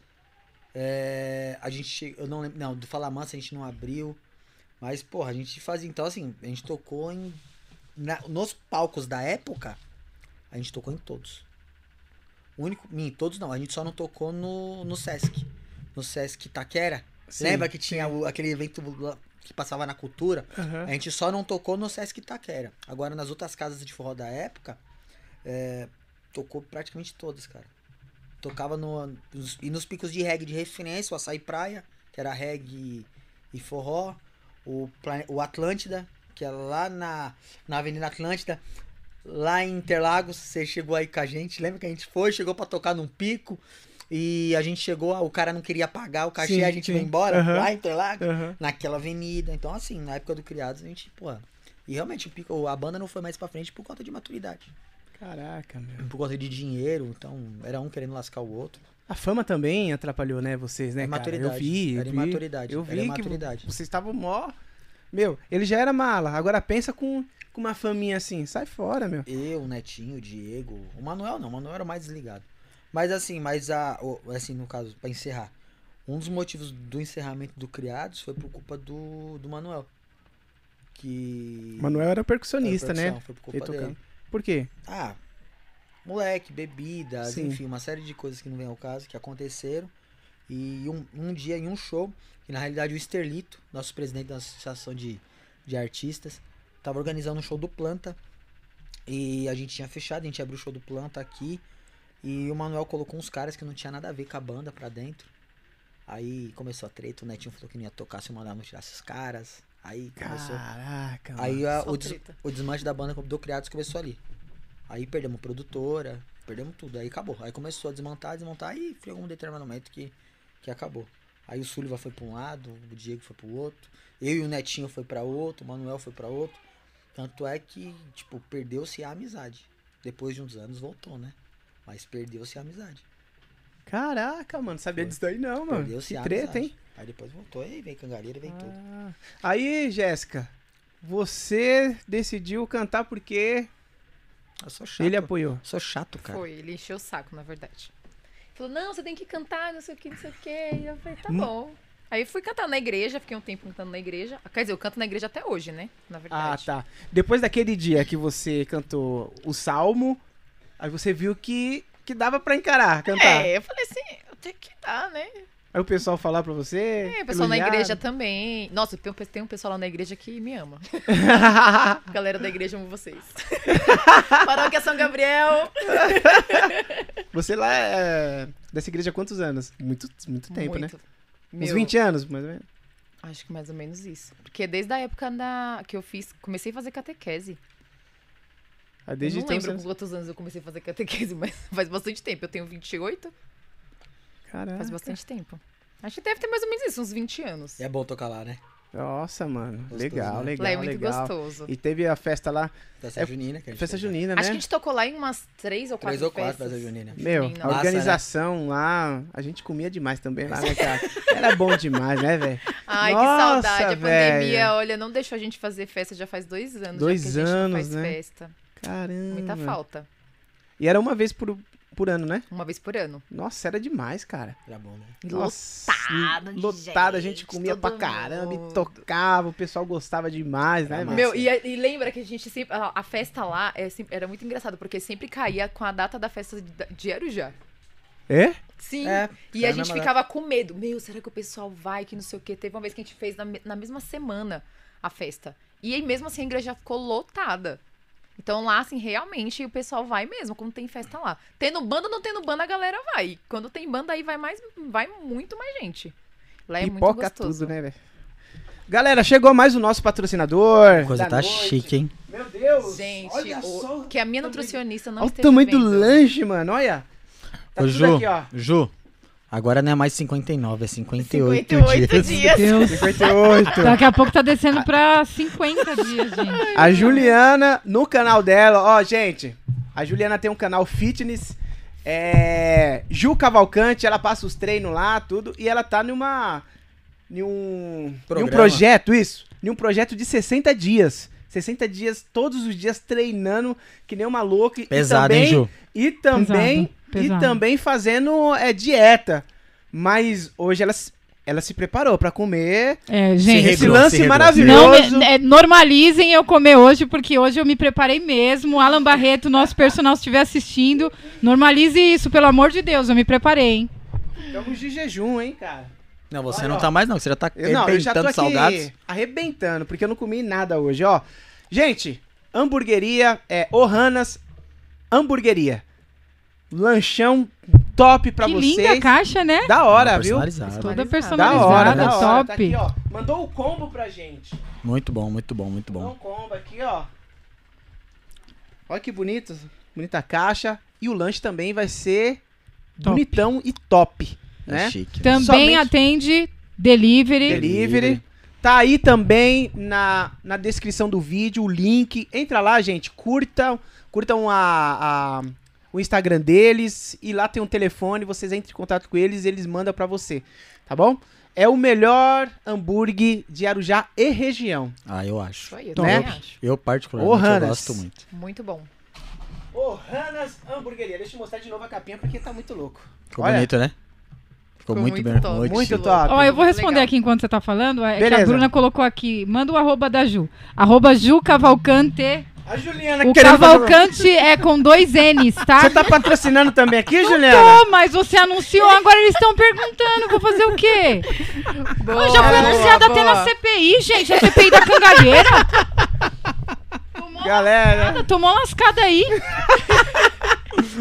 Speaker 5: É, a gente, che- eu não lembro, não, do Falamansa a gente não abriu. Mas, porra, a gente fazia, então assim, a gente tocou em, na- nos palcos da época, a gente tocou em todos. O único, em todos não, a gente só não tocou no, no Sesc. No Sesc Taquera.
Speaker 1: Sim.
Speaker 5: Lembra que tinha o- aquele evento lá que passava na cultura?
Speaker 1: Aham.
Speaker 5: A gente só não tocou no Sesc Itaquera. Agora, nas outras casas de forró da época, é, tocou praticamente todas, cara. Tocava no, nos- e nos picos de reggae de referência, o Açaí Praia, que era reggae e forró, o, Plane- o Atlântida, que é lá na, na Avenida Atlântida, lá em Interlagos, você chegou aí com a gente, lembra que a gente foi, chegou pra tocar num pico, e a gente chegou, o cara não queria pagar o cachê,
Speaker 1: Sim,
Speaker 5: a gente
Speaker 1: sim.
Speaker 5: foi embora,
Speaker 1: Aham.
Speaker 5: lá em Interlagos
Speaker 1: Aham.
Speaker 5: naquela avenida. Então, assim, na época do Criados, a gente, pô. E realmente, o pico- a banda não foi mais pra frente por conta de maturidade.
Speaker 1: Caraca, meu.
Speaker 5: Por conta de dinheiro, então era um querendo lascar o outro.
Speaker 1: A fama também atrapalhou, né, vocês, né,
Speaker 5: É
Speaker 1: cara?
Speaker 5: maturidade.
Speaker 1: Eu vi, eu
Speaker 5: Era
Speaker 1: vi.
Speaker 5: imaturidade.
Speaker 1: Eu
Speaker 5: Era
Speaker 1: vi
Speaker 5: imaturidade.
Speaker 1: que vocês estavam mó... Meu, ele já era mala, agora pensa com, com uma faminha assim, sai fora, meu.
Speaker 5: Eu, o Netinho, o Diego. O Manuel não, o Manuel era o mais desligado. Mas assim, mas a. o- Assim, no caso, pra encerrar. Um dos motivos do encerramento do Criados foi por culpa do, do Manuel. Que.
Speaker 1: O Manuel era
Speaker 5: era
Speaker 1: percussionista, né?
Speaker 5: produção, Foi por
Speaker 1: Ele
Speaker 5: culpa dele.
Speaker 1: tocando. Por quê?
Speaker 5: Ah, moleque, bebidas,
Speaker 1: Sim.
Speaker 5: enfim, uma série de coisas que não vem ao caso, que aconteceram. E um, um dia em um show, que na realidade o Esterlito, nosso presidente da associação de, de artistas, tava organizando um show do Planta. E a gente tinha fechado, a gente abriu o show do Planta aqui. E o Manuel colocou uns caras que não tinha nada a ver com a banda pra dentro. Aí começou a treta, o Netinho falou que não ia tocar se o Manuel não tirasse os caras. Aí começou.
Speaker 1: Caraca, mano.
Speaker 5: Aí a-
Speaker 3: Só
Speaker 5: o, des-
Speaker 3: treta.
Speaker 5: o desmanche da banda do Criados começou ali. Aí perdemos produtora, perdemos tudo, aí acabou. Aí começou a desmontar, desmontar, e foi algum determinado momento que, que acabou. Aí o Sullivan foi pra um lado, o Diego foi pro outro, eu e o Netinho foi pra outro, o Manuel foi pra outro. Tanto é que, tipo, perdeu-se a amizade. Depois de uns anos voltou, né? Mas perdeu-se a amizade.
Speaker 1: Caraca, mano, sabia disso daí não, mano.
Speaker 5: Perdeu-se
Speaker 1: Que
Speaker 5: a
Speaker 1: treta,
Speaker 5: amizade.
Speaker 1: hein?
Speaker 5: Aí depois voltou, e aí veio cangareira, veio tudo.
Speaker 1: Ah. Aí, Jéssica, você decidiu cantar porque
Speaker 5: Eu sou chato.
Speaker 1: ele é apoiou.
Speaker 5: Sou chato, cara.
Speaker 3: Foi, ele encheu o saco, na verdade. Falou, não, você tem que cantar, não sei o que, não sei o que. E eu falei, tá
Speaker 1: Hum.
Speaker 3: bom. Aí fui cantar na igreja, fiquei um tempo cantando na igreja. Quer dizer, eu canto na igreja até hoje, né? Na
Speaker 1: Ah,
Speaker 3: verdade.
Speaker 1: tá. Depois daquele dia que você cantou o salmo, aí você viu que, que dava pra encarar,
Speaker 5: então tá.
Speaker 1: cantar.
Speaker 3: É, eu falei assim, eu tenho que dar, né?
Speaker 1: Aí o pessoal falar pra você.
Speaker 3: É, o pessoal na
Speaker 1: elogiar.
Speaker 3: igreja também. Nossa, tem um, pe- tem um pessoal lá na igreja que me ama. Galera da igreja, amo vocês. Paróquia São Gabriel.
Speaker 1: você lá é dessa igreja há quantos anos? Muito, muito tempo, né?
Speaker 3: Muito.
Speaker 1: Uns
Speaker 3: Meu,
Speaker 1: 20 anos, mais ou menos.
Speaker 3: Acho que mais ou menos isso. Porque desde a época da, que eu fiz, comecei a fazer catequese.
Speaker 1: Aí Desde
Speaker 3: eu não
Speaker 1: então
Speaker 3: lembro
Speaker 1: você-
Speaker 3: quantos anos eu comecei a fazer catequese, mas faz bastante tempo. Eu tenho 28, faz
Speaker 1: Caraca.
Speaker 3: bastante tempo. Acho que deve ter mais ou menos isso, uns 20 anos.
Speaker 5: É bom tocar lá, né?
Speaker 1: Nossa, mano.
Speaker 5: Gostoso,
Speaker 1: legal,
Speaker 5: né?
Speaker 1: legal.
Speaker 3: lá é muito
Speaker 1: legal.
Speaker 3: gostoso.
Speaker 1: E teve a festa lá,
Speaker 5: Festa
Speaker 1: É-
Speaker 5: junina. Que a gente
Speaker 1: festa
Speaker 5: fez, né?
Speaker 1: junina, né?
Speaker 3: Acho que a gente tocou lá em umas três ou quatro
Speaker 5: Três ou quatro
Speaker 3: festas.
Speaker 5: festa junina.
Speaker 1: Meu,
Speaker 3: Menina.
Speaker 1: a
Speaker 5: Massa,
Speaker 1: organização lá, a gente comia demais também lá, né, cara? Era bom demais, né, velho?
Speaker 3: Ai,
Speaker 1: Nossa,
Speaker 3: que saudade. A
Speaker 1: velho.
Speaker 3: pandemia, olha, não deixou a gente fazer festa já faz dois anos. já
Speaker 1: Dois
Speaker 3: que a gente não
Speaker 1: anos,
Speaker 3: faz
Speaker 1: né? Hum.
Speaker 3: festa.
Speaker 1: Caramba.
Speaker 3: Muita falta.
Speaker 1: E era uma vez por, por ano, né?
Speaker 3: Uma vez por ano.
Speaker 1: Nossa, era demais, cara.
Speaker 5: Era bom, né?
Speaker 3: E
Speaker 1: Nossa,
Speaker 3: lotado de
Speaker 1: lotada, a gente
Speaker 3: gente,
Speaker 1: comia pra
Speaker 3: todo
Speaker 1: caramba e
Speaker 3: mundo.
Speaker 1: tocava, o pessoal gostava demais, né,
Speaker 5: Era
Speaker 1: mano?
Speaker 3: Meu, e, é, e lembra que a gente sempre. A, a festa lá é sempre- era muito engraçado, porque sempre caía com a data da festa de, de Arujá.
Speaker 1: É?
Speaker 3: Sim.
Speaker 5: É,
Speaker 3: e
Speaker 5: era
Speaker 3: a
Speaker 5: na
Speaker 3: gente
Speaker 5: Maré.
Speaker 3: ficava com medo. Meu, será que o pessoal vai? Que não sei o quê. Teve uma vez que a gente fez na, me- na mesma semana a festa. E aí, mesmo assim, a igreja ficou lotada. Então lá, assim, realmente o pessoal vai mesmo, quando tem festa lá. Tendo banda ou não tendo banda, a galera vai. E Quando tem banda, aí vai mais, vai muito mais gente. Lá é muito
Speaker 1: Pipoca
Speaker 3: gostoso.
Speaker 1: tudo, né, velho? Galera, chegou mais o nosso patrocinador.
Speaker 5: coisa
Speaker 1: da
Speaker 5: tá
Speaker 1: noite.
Speaker 5: chique, hein?
Speaker 1: Meu Deus!
Speaker 3: Gente,
Speaker 1: olha
Speaker 3: o-
Speaker 1: só.
Speaker 3: que a minha nutricionista não
Speaker 1: Olha o
Speaker 3: esteja
Speaker 1: tamanho do
Speaker 3: vendo.
Speaker 1: lanche, mano, olha. Tá
Speaker 5: Ô,
Speaker 1: tudo
Speaker 5: Ju,
Speaker 1: aqui, ó.
Speaker 5: Ju, agora não é mais 59, é 58,
Speaker 3: 58
Speaker 5: dias.
Speaker 3: dias.
Speaker 2: Deus.
Speaker 1: 58.
Speaker 2: Daqui a pouco tá descendo pra 50 dias, gente.
Speaker 1: A Juliana, no canal dela, ó, gente. A Juliana tem um canal fitness. É. Ju Cavalcante, ela passa os treinos lá, tudo. E ela tá numa. Em um. Em um
Speaker 5: Programa.
Speaker 1: projeto, isso. Em um projeto de 60 dias. 60 dias, todos os dias treinando, que nem uma louca. e
Speaker 5: Pesado,
Speaker 1: também,
Speaker 5: hein, Ju?
Speaker 1: E também.
Speaker 2: Pesado, pesado.
Speaker 1: E também fazendo é, dieta. Mas hoje ela, se- ela se preparou pra comer.
Speaker 2: É,
Speaker 1: Esse
Speaker 2: gente.
Speaker 7: regra- regrou,
Speaker 1: lance
Speaker 7: se regrou, se
Speaker 1: maravilhoso.
Speaker 2: Não, me- é, normalizem eu comer hoje, porque hoje eu me preparei mesmo. Alan Barreto, nosso personal, se estiver assistindo, normalize isso, pelo amor de Deus, eu me preparei, hein?
Speaker 1: Estamos de jejum, hein, cara?
Speaker 5: Não, você
Speaker 1: Olha,
Speaker 5: não
Speaker 1: ó.
Speaker 5: tá mais, não. Você já tá
Speaker 1: Eu, não, eu já tô
Speaker 5: arrebentando
Speaker 1: aqui
Speaker 5: salgados.
Speaker 1: arrebentando, porque eu não comi nada hoje, ó. Gente, hamburgueria é Ohanas Hamburgueria. Lanchão top pra
Speaker 2: que
Speaker 1: vocês.
Speaker 2: linda a caixa, né?
Speaker 1: Da hora, viu?
Speaker 5: Tá Personalizado.
Speaker 2: Toda
Speaker 1: Da
Speaker 2: personalizada,
Speaker 1: hora, da hora. Tá
Speaker 2: top.
Speaker 1: aqui, ó. Mandou o combo pra gente.
Speaker 5: Muito bom, muito bom, muito
Speaker 1: Mandou
Speaker 5: bom.
Speaker 1: um combo aqui, ó. Olha que bonito. Bonita caixa. E o lanche também vai ser
Speaker 2: Top.
Speaker 1: bonitão e top,
Speaker 5: É
Speaker 1: né?
Speaker 5: chique.
Speaker 2: Também
Speaker 1: Somente-
Speaker 2: atende delivery.
Speaker 1: Delivery. Tá aí também na, na descrição do vídeo o link. Entra lá, gente. Curtam, curtam a, a- o Instagram deles. E lá tem um telefone. Vocês entram em contato com eles e eles mandam pra você. Tá bom? É o melhor hambúrguer de Arujá e região.
Speaker 5: Ah, eu
Speaker 3: Isso
Speaker 5: acho.
Speaker 3: aí, eu
Speaker 1: Então,
Speaker 3: também
Speaker 1: né?
Speaker 3: acho.
Speaker 5: Eu
Speaker 1: Ô,
Speaker 5: particularmente eu
Speaker 1: Hannes.
Speaker 5: gosto muito.
Speaker 3: Muito bom.
Speaker 1: Ohanas Hamburgueria. Deixa eu mostrar de novo a capinha porque tá muito louco.
Speaker 5: Ficou
Speaker 1: Olha.
Speaker 5: bonito, né? Ficou, muito,
Speaker 3: muito
Speaker 5: bem.
Speaker 3: top.
Speaker 5: Muito,
Speaker 1: Muito
Speaker 5: chique.
Speaker 1: top.
Speaker 2: Ó, eu vou responder
Speaker 3: Legal.
Speaker 2: aqui enquanto você tá falando. É que a
Speaker 1: Beleza.
Speaker 2: Bruna colocou aqui. Manda o arroba da Ju. Arroba Ju Cavalcante.
Speaker 1: A Juliana Tá
Speaker 2: O
Speaker 1: querendo fazer-
Speaker 2: Cavalcante é com dois N's, tá?
Speaker 1: Você tá patrocinando também aqui, Juliana?
Speaker 2: Pô, mas você anunciou, agora eles estão perguntando, vou fazer o quê?
Speaker 3: Boa,
Speaker 2: já foi
Speaker 3: boa,
Speaker 2: anunciado até
Speaker 3: boa.
Speaker 2: na CPI, gente, a CPI da cangalheira.
Speaker 1: Galera.
Speaker 2: Tomou lascada aí.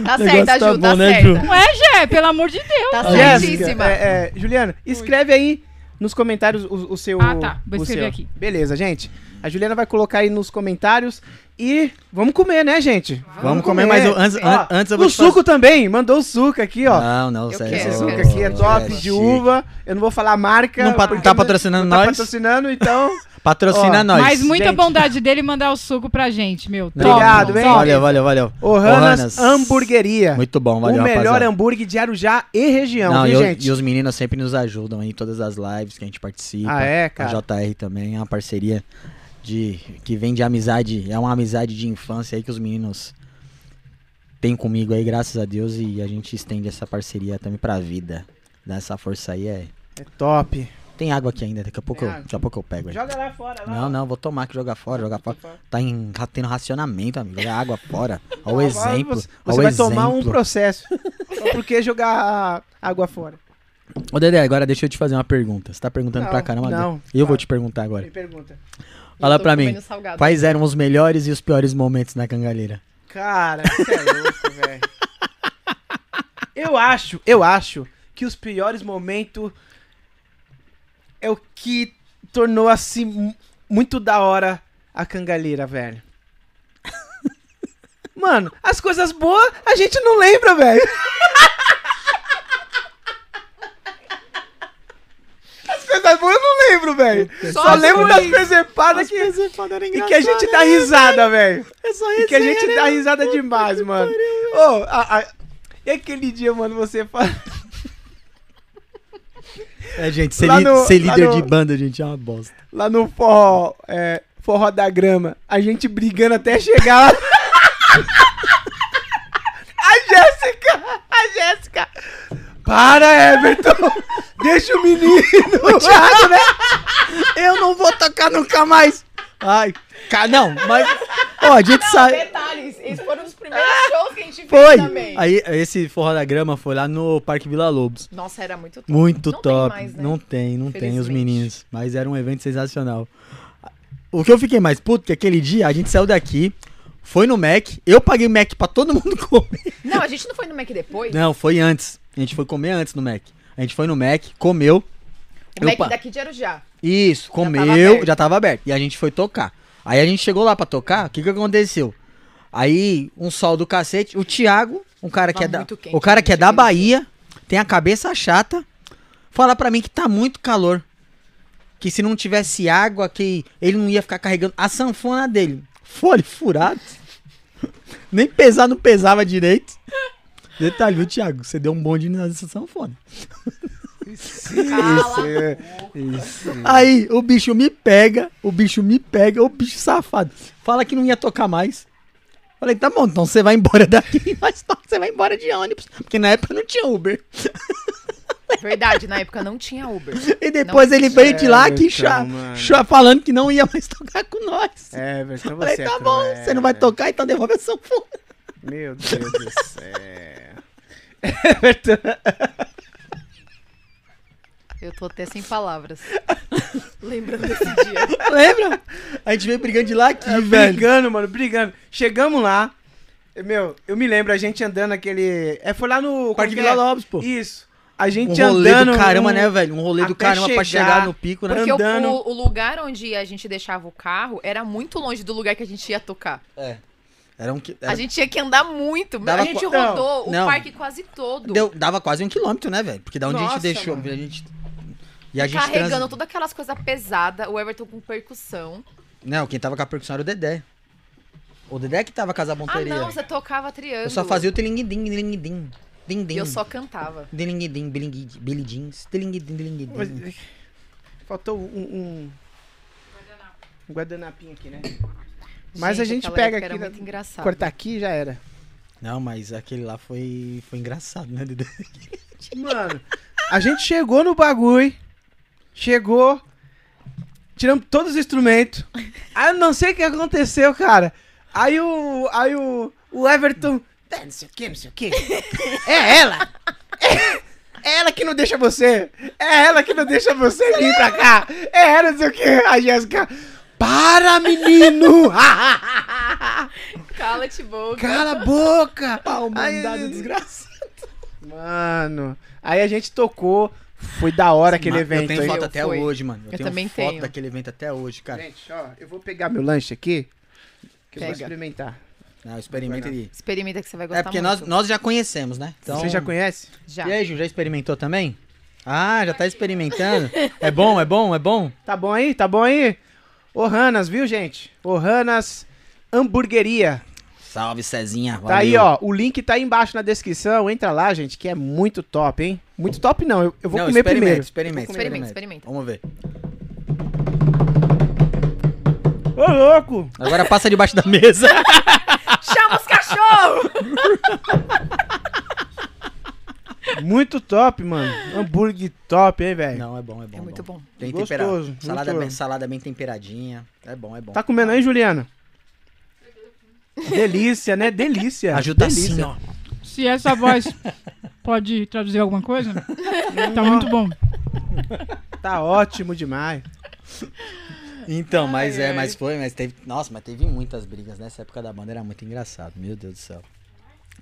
Speaker 3: Tá
Speaker 7: negócio tá
Speaker 3: certa, Ju, tá
Speaker 7: bom, né,
Speaker 3: certa.
Speaker 2: Não é, Gé? Pelo amor de Deus.
Speaker 3: Tá
Speaker 1: Jéssica,
Speaker 3: certíssima.
Speaker 1: é, é, Juliana, escreve aí nos comentários o, o seu.
Speaker 2: Ah, tá. Vou
Speaker 1: o
Speaker 2: escrever
Speaker 1: seu.
Speaker 2: aqui.
Speaker 1: Beleza, gente. A Juliana vai colocar aí nos comentários. E vamos comer, né, gente? Vamos,
Speaker 5: comer, mas eu- antes- an- antes eu vou
Speaker 1: O
Speaker 5: te fazer-
Speaker 1: suco também, mandou o suco aqui, ó.
Speaker 5: Não, não,
Speaker 3: Eu
Speaker 5: sério.
Speaker 3: quero,
Speaker 1: Esse
Speaker 3: eu
Speaker 5: sério.
Speaker 1: suco aqui é top
Speaker 5: chique.
Speaker 1: de uva. Eu não vou falar a marca.
Speaker 5: Não pa-
Speaker 1: porque
Speaker 5: tá patrocinando
Speaker 1: não
Speaker 5: nós?
Speaker 1: Tá patrocinando, então.
Speaker 5: Patrocina
Speaker 1: Ó,
Speaker 5: nós.
Speaker 2: Mas muita
Speaker 1: gente.
Speaker 2: bondade dele mandar o suco pra gente, meu. Top,
Speaker 1: Obrigado, hein?
Speaker 2: top.
Speaker 5: Valeu, valeu, valeu. Ô,
Speaker 1: Ohanas
Speaker 5: Hannes,
Speaker 1: Hamburgueria.
Speaker 5: Muito bom, valeu,
Speaker 1: É. o melhor
Speaker 5: rapaziada.
Speaker 1: hambúrguer de Arujá e região,
Speaker 5: Não,
Speaker 1: viu,
Speaker 5: e, o-
Speaker 1: gente?
Speaker 5: e os meninos sempre nos ajudam aí em todas as lives que a gente participa.
Speaker 1: Ah, é, cara?
Speaker 5: A JR também é uma parceria de que vem de amizade, é uma amizade de infância aí que os meninos têm comigo aí, graças a Deus, e a gente estende essa parceria também pra vida. Dá essa força aí, é.
Speaker 1: É top.
Speaker 5: Tem água aqui ainda, daqui a pouco,
Speaker 1: Tem
Speaker 5: eu,
Speaker 1: água?
Speaker 5: daqui a pouco eu pego aí.
Speaker 1: Joga lá fora, lá.
Speaker 5: Não, não, vou tomar que jogar fora, jogar fora. Tá em, tá tendo racionamento, amigo. Joga água fora. Olha o
Speaker 1: Agora
Speaker 5: exemplo.
Speaker 1: Você,
Speaker 5: ó o
Speaker 1: você vai tomar um
Speaker 5: exemplo.
Speaker 1: processo. Só porque jogar a água fora.
Speaker 5: Ô, Dedé, agora deixa eu te fazer uma pergunta. Você tá perguntando
Speaker 1: Não,
Speaker 5: pra caramba.
Speaker 1: não.
Speaker 5: Dedé. eu vou
Speaker 1: Fala.
Speaker 5: te perguntar agora.
Speaker 1: Me pergunta.
Speaker 5: Fala
Speaker 3: Eu tô
Speaker 5: pra mim.
Speaker 3: comendo salgado.
Speaker 5: Quais eram os melhores e os piores momentos na cangalheira?
Speaker 1: Cara, você é louco, velho. Eu acho, eu acho que os piores momentos é o que tornou assim mu- muito da hora a cangalheira, velho. Mano, as coisas boas a gente não lembra, velho. As coisas boas eu não lembro, velho. Só, lembro das presepadas que, e que a gente dá risada, velho. E que a gente
Speaker 5: é um
Speaker 1: dá risada demais, mano. Ô, a- a- e aquele dia, mano, você fala.
Speaker 5: É, gente, ser,
Speaker 1: Lá
Speaker 5: li-
Speaker 1: no-
Speaker 5: ser
Speaker 1: lá
Speaker 5: líder
Speaker 1: no-
Speaker 5: de banda, gente, é uma bosta.
Speaker 1: Lá no forró, é, forró da grama, a gente brigando até chegar lá. a Jéssica! A Jéssica! Para, Everton! Deixa o menino!
Speaker 5: Thiago, né? Eu não vou tocar nunca mais. Ai, cara, não, mas. Ó, a gente sai.
Speaker 3: Detalhes, esses foram os primeiros shows que a gente fez
Speaker 5: Foi!
Speaker 3: também.
Speaker 5: Aí, esse forró da grama foi lá no Parque Vila Lobos.
Speaker 3: Nossa, era muito top.
Speaker 5: Muito
Speaker 3: Não tem
Speaker 5: top.
Speaker 3: mais, né?
Speaker 5: Não tem, não tem os
Speaker 3: Felizmente.
Speaker 5: meninos. Mas era um evento sensacional. O que eu fiquei mais puto que aquele dia a gente saiu daqui, foi no Mac, eu paguei o Mac pra todo mundo comer.
Speaker 3: Não, a gente não foi no Mac depois.
Speaker 5: Não, foi antes. A gente foi comer antes no Mac. A gente foi no Mac, comeu.
Speaker 3: o Mac
Speaker 5: Opa.
Speaker 3: daqui de Arujá.
Speaker 5: Isso,
Speaker 3: tava
Speaker 5: comeu, já
Speaker 3: aberto.
Speaker 5: tava, aberto. E a gente foi tocar. Aí a gente chegou lá pra tocar, o que que aconteceu? Aí, um sol do cacete, o Thiago, um cara que
Speaker 3: Tava
Speaker 5: é da,
Speaker 3: muito quente,
Speaker 5: o cara que é
Speaker 3: gente,
Speaker 5: da
Speaker 3: aquele
Speaker 5: Bahia, tem a cabeça chata, fala pra mim que tá muito calor. Que se não tivesse água, que ele não ia ficar carregando a sanfona dele. Folha furado. Nem pesar não pesava direito. Detalhe, viu, Thiago? Você deu um bonde nessa sanfona. Aí o bicho me pega, o bicho me pega, o bicho safado. Fala que não ia tocar mais. Falei, tá bom, então você vai embora daqui, mas não, você vai embora de ônibus. Porque na época não tinha Uber.
Speaker 3: Verdade, na época não tinha Uber.
Speaker 5: E depois
Speaker 3: Não,
Speaker 5: ele
Speaker 3: isso
Speaker 5: veio de lá
Speaker 1: é,
Speaker 5: aqui
Speaker 1: então,
Speaker 5: chá,
Speaker 1: mano.
Speaker 5: chá falando que não ia mais tocar com nós.
Speaker 1: É, velho, então
Speaker 5: Falei,
Speaker 1: você. é
Speaker 5: tá bom,
Speaker 1: cruel,
Speaker 5: você não vai
Speaker 1: velho.
Speaker 5: tocar, então devolve a sanfona.
Speaker 1: Meu Deus do céu. Everton.
Speaker 3: Eu tô até sem palavras. Lembrando desse dia.
Speaker 5: Tá Lembra? A gente veio brigando de lá aqui,
Speaker 1: É,
Speaker 5: velho.
Speaker 1: brigando, mano, brigando. Chegamos lá. Meu, eu me lembro a gente andando aquele. É, foi lá no.
Speaker 5: Parque
Speaker 1: como que é?
Speaker 5: Vila Lobos, pô.
Speaker 1: Isso. A
Speaker 5: Um
Speaker 1: gente
Speaker 5: rolê
Speaker 1: andando.
Speaker 5: do caramba,
Speaker 1: um-
Speaker 5: né, velho? Um rolê do
Speaker 1: até
Speaker 5: caramba pra chegar
Speaker 1: chegar-
Speaker 5: no pico, né?
Speaker 3: Porque o,
Speaker 1: Andando.
Speaker 3: o- o lugar onde a gente deixava o carro era muito longe do lugar que a gente ia tocar.
Speaker 5: Era um que.
Speaker 3: A
Speaker 5: era-
Speaker 3: gente tinha que andar muito.
Speaker 5: Dava
Speaker 3: a gente
Speaker 5: qua-
Speaker 3: rodou o
Speaker 5: não.
Speaker 3: parque quase todo.
Speaker 5: deu- dava quase um quilômetro, né, velho? Porque da onde a
Speaker 1: Nossa,
Speaker 5: gente deixou.
Speaker 1: mano.
Speaker 5: A gente, e a gente trans-
Speaker 3: Tá carregando todas aquelas coisas pesadas, o Everton com percussão.
Speaker 5: Não, quem tava com a percussão era o Dedé. O Dedé que tava com as
Speaker 3: Ah,
Speaker 5: abonterias.
Speaker 3: não, você tocava triângulo.
Speaker 5: Eu só fazia o tilinguidim, tilinguidim. Dindim.
Speaker 3: E eu só cantava.
Speaker 5: Dilinguidim, bilinguid- Billy Jeans. Dilinguidim, dilinguidim.
Speaker 1: Mas, eh, Faltou um. um... Um guardanapinho aqui, né? Mas a gente
Speaker 3: aquela
Speaker 1: pega
Speaker 3: época
Speaker 1: aqui né?
Speaker 3: Era
Speaker 1: na-
Speaker 3: muito engraçado.
Speaker 1: Cortar aqui já era.
Speaker 5: Não, mas aquele lá foi, foi engraçado, né, Dedé?
Speaker 1: Mano, a gente chegou no bagulho. Chegou. Tiramos todos os instrumentos. Aí eu não sei o que aconteceu, cara. Aí o. Aí o. O Everton. "É, Não sei o que, não sei o que. É ela! É, é ela que não deixa você! É ela que não deixa você vir pra cá! É ela, não sei o que! A Jéssica. Para, menino!
Speaker 3: Cala-te boca.
Speaker 1: Cala a boca!
Speaker 5: Palmandado desgraçado.
Speaker 1: Mano, aí a gente tocou. Foi da hora aquele
Speaker 5: Ma-
Speaker 1: evento
Speaker 5: Eu tenho
Speaker 1: aí.
Speaker 5: foto
Speaker 3: Eu
Speaker 5: até
Speaker 3: fui.
Speaker 5: hoje, mano. Eu,
Speaker 3: Eu
Speaker 5: tenho
Speaker 3: também
Speaker 5: foto
Speaker 3: tenho.
Speaker 5: daquele evento até hoje, cara.
Speaker 1: Gente, ó, eu vou pegar meu lanche aqui. Que eu vou
Speaker 3: Pega.
Speaker 1: experimentar.
Speaker 5: Não, experimenta ele.
Speaker 3: Experimenta que você vai gostar
Speaker 5: É porque nós,
Speaker 3: muito.
Speaker 5: nós já conhecemos, né? Então...
Speaker 1: Você já conhece?
Speaker 3: Já.
Speaker 5: E aí, Ju, já experimentou também? Ah, já tá experimentando? É bom, é bom, é bom?
Speaker 1: Tá bom aí? Tá bom aí? Orranas, viu, gente? Orranas Hamburgueria.
Speaker 5: Salve, Cezinha.
Speaker 1: Tá aí, ó. O link tá aí embaixo na descrição. Entra lá, gente, que é muito top, hein? Muito top não. Eu, eu vou
Speaker 5: Não,
Speaker 1: comer
Speaker 5: experimenta,
Speaker 1: primeiro.
Speaker 5: Experimenta,
Speaker 3: Experimenta, experimenta.
Speaker 5: Vamos ver.
Speaker 1: Ô, louco!
Speaker 5: Agora passa debaixo da mesa.
Speaker 3: Chama os cachorros!
Speaker 1: Muito top, mano. Hambúrguer top, hein, velho?
Speaker 5: Não, é bom, é bom.
Speaker 3: É muito bom.
Speaker 5: Tem
Speaker 1: Gostoso,
Speaker 5: temperado. Salada
Speaker 1: gostoso.
Speaker 5: bem, salada bem temperadinha. É bom, é bom.
Speaker 1: Tá comendo aí, Juliana? Delícia, né? Delícia.
Speaker 5: Ajuda
Speaker 1: Delícia.
Speaker 5: assim, ó.
Speaker 2: Se essa voz pode traduzir alguma coisa, tá muito bom.
Speaker 1: Tá ótimo demais.
Speaker 5: Então, mas é, mas foi, mas teve. Nossa, mas teve muitas brigas nessa época da banda, era muito engraçado. Meu Deus do céu.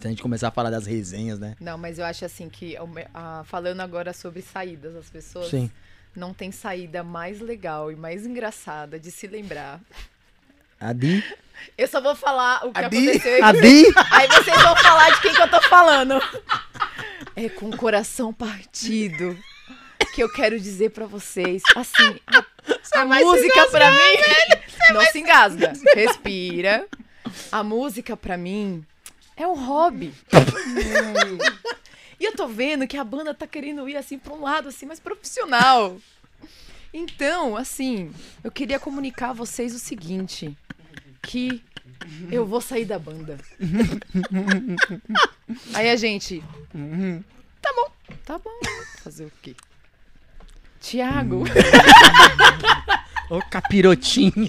Speaker 5: Se a gente começar a falar das resenhas, né?
Speaker 3: Não, mas eu acho assim que, o me- ah, falando agora sobre saídas, as pessoas
Speaker 5: Sim.
Speaker 3: não tem saída mais legal e mais engraçada de se lembrar.
Speaker 5: A Di.
Speaker 3: Eu só vou falar o que
Speaker 1: A Bi-
Speaker 3: aconteceu.
Speaker 5: A Di!
Speaker 3: Aí vocês vão falar de quem que eu tô falando. É com o coração partido que eu quero dizer pra vocês. Assim, a, a música pra mim. Não se engasga. Respira. A música pra mim é um hobby. e eu tô vendo que a banda tá querendo ir assim pra um lado assim mais profissional. Então, assim, eu queria comunicar a vocês o seguinte, que eu vou sair da banda. Aí a gente. Tá bom, tá bom. Fazer o quê? Tiago.
Speaker 5: Ô, capirotinha.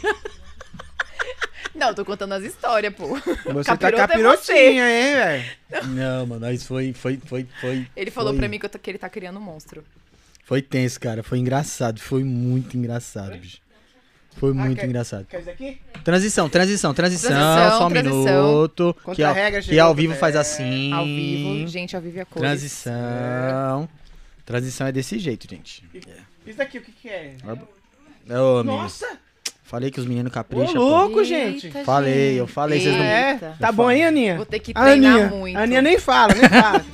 Speaker 3: Não, tô contando as histórias, pô.
Speaker 1: Você
Speaker 3: Capiroto é
Speaker 1: tá capirotinha, hein, velho?
Speaker 5: Não, mano, mas foi, foi, foi, foi.
Speaker 3: Ele falou
Speaker 5: foi,
Speaker 3: pra mim que, eu tô- que ele tá criando um monstro.
Speaker 5: Foi tenso, cara. Foi engraçado. Foi muito engraçado, bicho. Foi muito
Speaker 1: quer-
Speaker 5: engraçado.
Speaker 1: Quer dizer aqui?
Speaker 5: Transição, transição, transição.
Speaker 3: Transição,
Speaker 5: só um
Speaker 3: transição.
Speaker 5: minuto.
Speaker 1: Contra
Speaker 5: Que ao,
Speaker 1: a regra
Speaker 5: que
Speaker 1: chegou,
Speaker 5: ao vivo
Speaker 1: é,
Speaker 5: faz assim.
Speaker 3: Ao vivo, gente, ao vivo é coisa.
Speaker 5: Transição. Transição é desse jeito, gente.
Speaker 1: Isso daqui, o que que é?
Speaker 5: Ô, menino,
Speaker 1: Nossa!
Speaker 5: falei que os meninos
Speaker 1: Ô,
Speaker 5: capricham. pô.
Speaker 1: louco, gente!
Speaker 5: Falei, eu falei, vocês não-
Speaker 1: É, tá bom aí, Aninha?
Speaker 3: Vou ter que
Speaker 1: A
Speaker 3: treinar
Speaker 1: Aninha.
Speaker 3: muito.
Speaker 1: A Aninha nem fala, nem fala.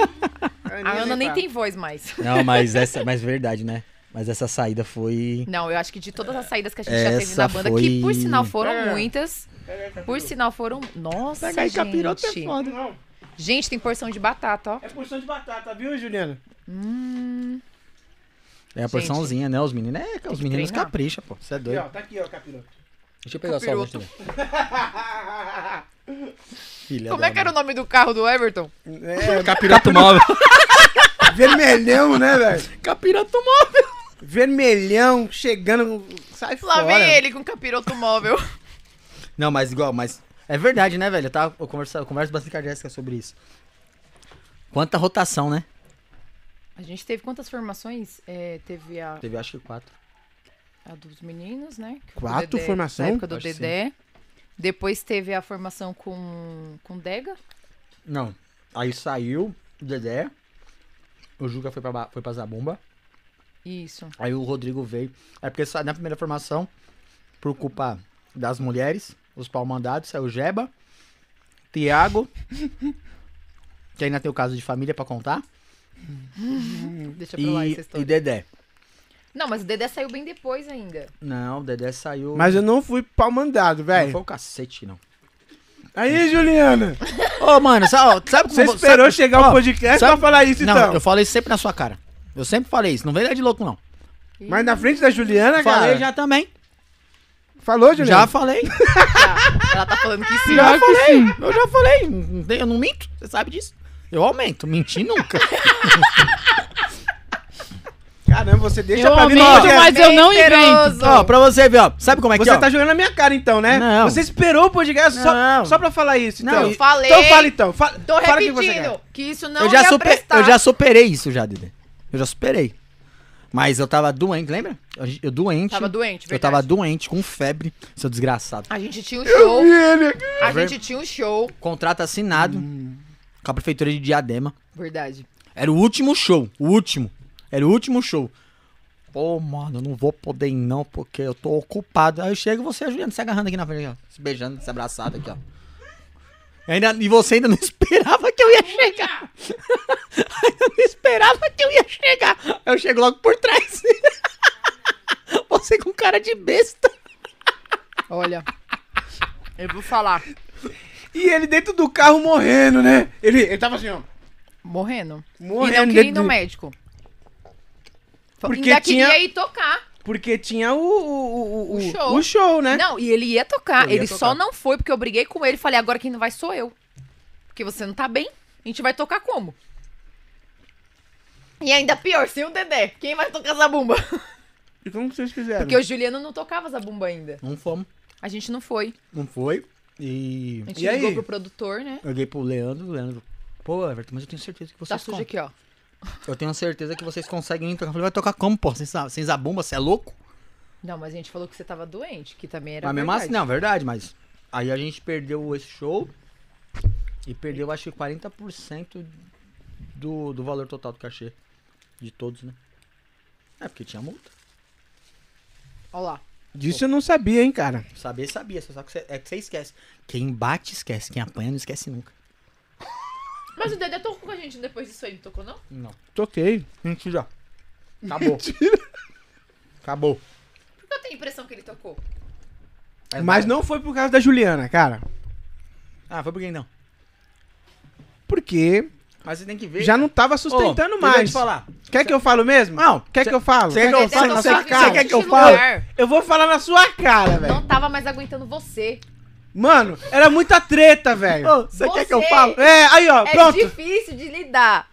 Speaker 3: A Ana nem
Speaker 1: fala.
Speaker 3: tem voz mais.
Speaker 5: Não, mas essa, mas verdade, né? Mas essa saída foi.
Speaker 3: Não, eu acho que de todas as saídas que a gente já teve
Speaker 5: Essa
Speaker 3: na banda,
Speaker 5: foi-
Speaker 3: que por sinal foram
Speaker 1: É.
Speaker 3: muitas. Por sinal foram. Nossa,
Speaker 5: Pega aí, capiroto é
Speaker 3: gente.
Speaker 5: foda.
Speaker 1: Não,
Speaker 3: Gente, tem porção de batata, ó.
Speaker 1: é porção de batata, viu, Juliana?
Speaker 5: É a porçãozinha, né? Os meninos. É, os meninos
Speaker 3: treinar.
Speaker 5: capricham, pô. Você é
Speaker 1: Aqui,
Speaker 5: doido.
Speaker 1: ó, tá aqui, ó, capiroto.
Speaker 5: Deixa eu pegar só o
Speaker 3: Capiroto.
Speaker 5: outro. Filha
Speaker 3: é Como é que era o nome do carro do Everton?
Speaker 5: Capiroto móvel.
Speaker 1: Vermelhão, né, velho?
Speaker 5: Capirota
Speaker 1: Vermelhão, chegando. Sai
Speaker 3: Lá
Speaker 1: fora.
Speaker 3: vem ele com capiroto móvel.
Speaker 5: Não, mas igual, mas. É verdade, né, velho? Eu, tava, eu, converso, eu converso bastante com a Jéssica sobre isso. Quanta rotação, né?
Speaker 3: A gente teve quantas formações? É, teve a,
Speaker 5: Teve acho que quatro.
Speaker 3: a dos meninos, né? Que foi o
Speaker 1: Quatro
Speaker 3: Dedé,
Speaker 1: formação?
Speaker 3: Na época do
Speaker 5: Acho que
Speaker 3: Dedé. Depois teve a formação com, com Dega.
Speaker 5: Não. Aí saiu o Dedé. O Juca foi pra, Ba- foi pra Zabumba.
Speaker 3: Isso.
Speaker 5: Aí o Rodrigo veio. É porque sa- na primeira formação, por culpa das mulheres, os pau mandados, saiu o Jeba, Tiago. que ainda tem o caso de família pra contar.
Speaker 1: Hum.
Speaker 3: Deixa pra lá
Speaker 5: E,
Speaker 3: essa
Speaker 5: e
Speaker 3: história.
Speaker 5: Dedé.
Speaker 3: Não, mas o Dedé saiu bem depois ainda.
Speaker 5: Não, o Dedé saiu.
Speaker 1: Mas eu não fui pau mandado,
Speaker 5: não
Speaker 1: velho.
Speaker 5: foi o cacete, não.
Speaker 1: Aí, Juliana,
Speaker 5: Ô, mano, sabe, ó, sabe como
Speaker 1: você
Speaker 5: vo-
Speaker 1: esperou
Speaker 5: sabe-
Speaker 1: chegar
Speaker 5: ó,
Speaker 1: o podcast
Speaker 5: sabe-
Speaker 1: pra falar isso,
Speaker 5: Não,
Speaker 1: então.
Speaker 5: eu falo isso sempre na sua cara. Eu sempre falei isso. Não vem dar de louco, não.
Speaker 1: Mas na frente da Juliana,
Speaker 5: Falei
Speaker 1: cara.
Speaker 5: já também.
Speaker 1: Falou,
Speaker 5: Já
Speaker 1: Juliana?
Speaker 5: falei.
Speaker 3: Ela tá falando que sim.
Speaker 5: já falei. Eu já falei. Não tem- Eu não minto. Você sabe disso. Eu aumento. Menti nunca.
Speaker 1: Caramba, você deixa
Speaker 2: Eu
Speaker 1: pra mim no
Speaker 2: aumento,
Speaker 1: podcast.
Speaker 2: mas eu não invento.
Speaker 3: Mentiroso.
Speaker 5: ó, pra você ver, ó. Sabe como é que
Speaker 1: Você
Speaker 5: é? um ó?
Speaker 1: tá jogando na minha cara, então, né?
Speaker 5: Não.
Speaker 1: Você esperou o podcast só,
Speaker 5: Não.
Speaker 1: só pra falar isso, então.
Speaker 3: Eu falei.
Speaker 1: Então fala, então. Fa
Speaker 3: Tô
Speaker 1: fala o que você quer.
Speaker 3: repetindo que, isso não
Speaker 5: eu, já
Speaker 3: ia
Speaker 5: super-
Speaker 3: prestar.
Speaker 5: eu já superei isso já, Dede. Eu já superei. Mas eu tava doente, lembra? Eu, eu doente.
Speaker 3: Tava doente,
Speaker 5: eu
Speaker 3: verdade.
Speaker 5: tava doente, com febre, seu desgraçado.
Speaker 3: A gente tinha um show. A gente tinha um show.
Speaker 5: Contrato assinado com a prefeitura de Diadema.
Speaker 3: Verdade.
Speaker 5: Era o último show, o último. Era o último show. Pô, mano, eu não vou poder ir não, porque eu tô ocupado. Aí eu chego e você, a Juliana, se agarrando aqui na frente, ó. Se beijando, se abraçado aqui, ó. E, ainda, e você ainda não esperava que eu ia chegar. ainda não esperava que eu ia chegar. Eu chego logo por trás. você com cara de besta.
Speaker 3: Olha. Eu vou falar.
Speaker 1: E ele dentro do carro morrendo, né? Ele, ele tava assim, ó.
Speaker 3: Morrendo.
Speaker 1: Morrendo.
Speaker 3: e não queria ir
Speaker 1: dentro
Speaker 3: no
Speaker 1: do-
Speaker 3: médico.
Speaker 1: Porque
Speaker 3: Ainda
Speaker 1: tinha-
Speaker 3: queria ir tocar.
Speaker 1: Porque tinha o, o, o,
Speaker 3: O
Speaker 1: o-
Speaker 3: show.
Speaker 1: o show, né?
Speaker 3: Não, e ele ia tocar.
Speaker 5: Eu ia
Speaker 3: ele
Speaker 5: tocar.
Speaker 3: só não foi porque eu briguei com ele. Falei, agora quem não vai sou eu. Porque você não tá bem. A gente vai tocar como? E ainda pior, sem o Dedé. Quem vai tocar Zabumba?
Speaker 1: E como que vocês
Speaker 5: É.
Speaker 1: fizeram?
Speaker 3: Porque o Juliano não tocava Zabumba ainda.
Speaker 5: Não fomos.
Speaker 3: A gente não foi.
Speaker 5: Não foi. E
Speaker 3: A gente
Speaker 1: E
Speaker 3: ligou
Speaker 1: aí?
Speaker 3: pro produtor, né?
Speaker 5: eu liguei pro Leandro, o Leandro. Pô, Everton, mas eu tenho certeza que você
Speaker 3: Tá sujo aqui, ó.
Speaker 5: Eu tenho certeza que vocês conseguem tocar. Eu falei, vai tocar como, pô? Sem, sa- sem zabumba, você é louco?
Speaker 3: Não, mas a gente falou que você tava doente, que também era
Speaker 5: mas mesmo
Speaker 3: verdade.
Speaker 5: assim, não, verdade, mas. Aí a gente perdeu esse show e perdeu, acho que 40% do, do valor total do cachê. De todos, né? É, porque tinha multa.
Speaker 3: Ó lá.
Speaker 1: Disso eu não sabia, hein, cara.
Speaker 5: Saber, sabia, só que você, é que você esquece. Quem bate, esquece. Quem apanha, não esquece nunca.
Speaker 3: Mas o Dedé tocou com a gente depois disso aí, não tocou, não?
Speaker 5: Não.
Speaker 1: Toquei.
Speaker 5: Mentira. Acabou. Acabou.
Speaker 3: Porque eu tenho a impressão que ele tocou. É
Speaker 1: Mas não foi por causa da Juliana, cara.
Speaker 5: Ah, foi por quem não?
Speaker 1: Porque
Speaker 5: Mas você tem que ver.
Speaker 1: já não tava sustentando
Speaker 5: Ô, deixa eu
Speaker 1: mais.
Speaker 5: te falar.
Speaker 1: Quer que eu falo mesmo?
Speaker 5: Não,
Speaker 1: Quer
Speaker 5: cê-
Speaker 1: que eu falo?
Speaker 5: cê- Quer que eu fale na
Speaker 3: tocou
Speaker 1: sua
Speaker 3: em
Speaker 1: cara?
Speaker 3: gente
Speaker 5: Quer que eu
Speaker 3: no
Speaker 5: fale?
Speaker 3: lugar.
Speaker 1: Eu vou falar na sua cara, velho.
Speaker 3: Não tava mais aguentando você.
Speaker 1: Mano, era muita treta, velho.
Speaker 5: Ô, você quer que eu
Speaker 3: Você-
Speaker 5: fale?
Speaker 1: É, aí, ó,
Speaker 3: É
Speaker 1: pronto.
Speaker 3: difícil de lidar.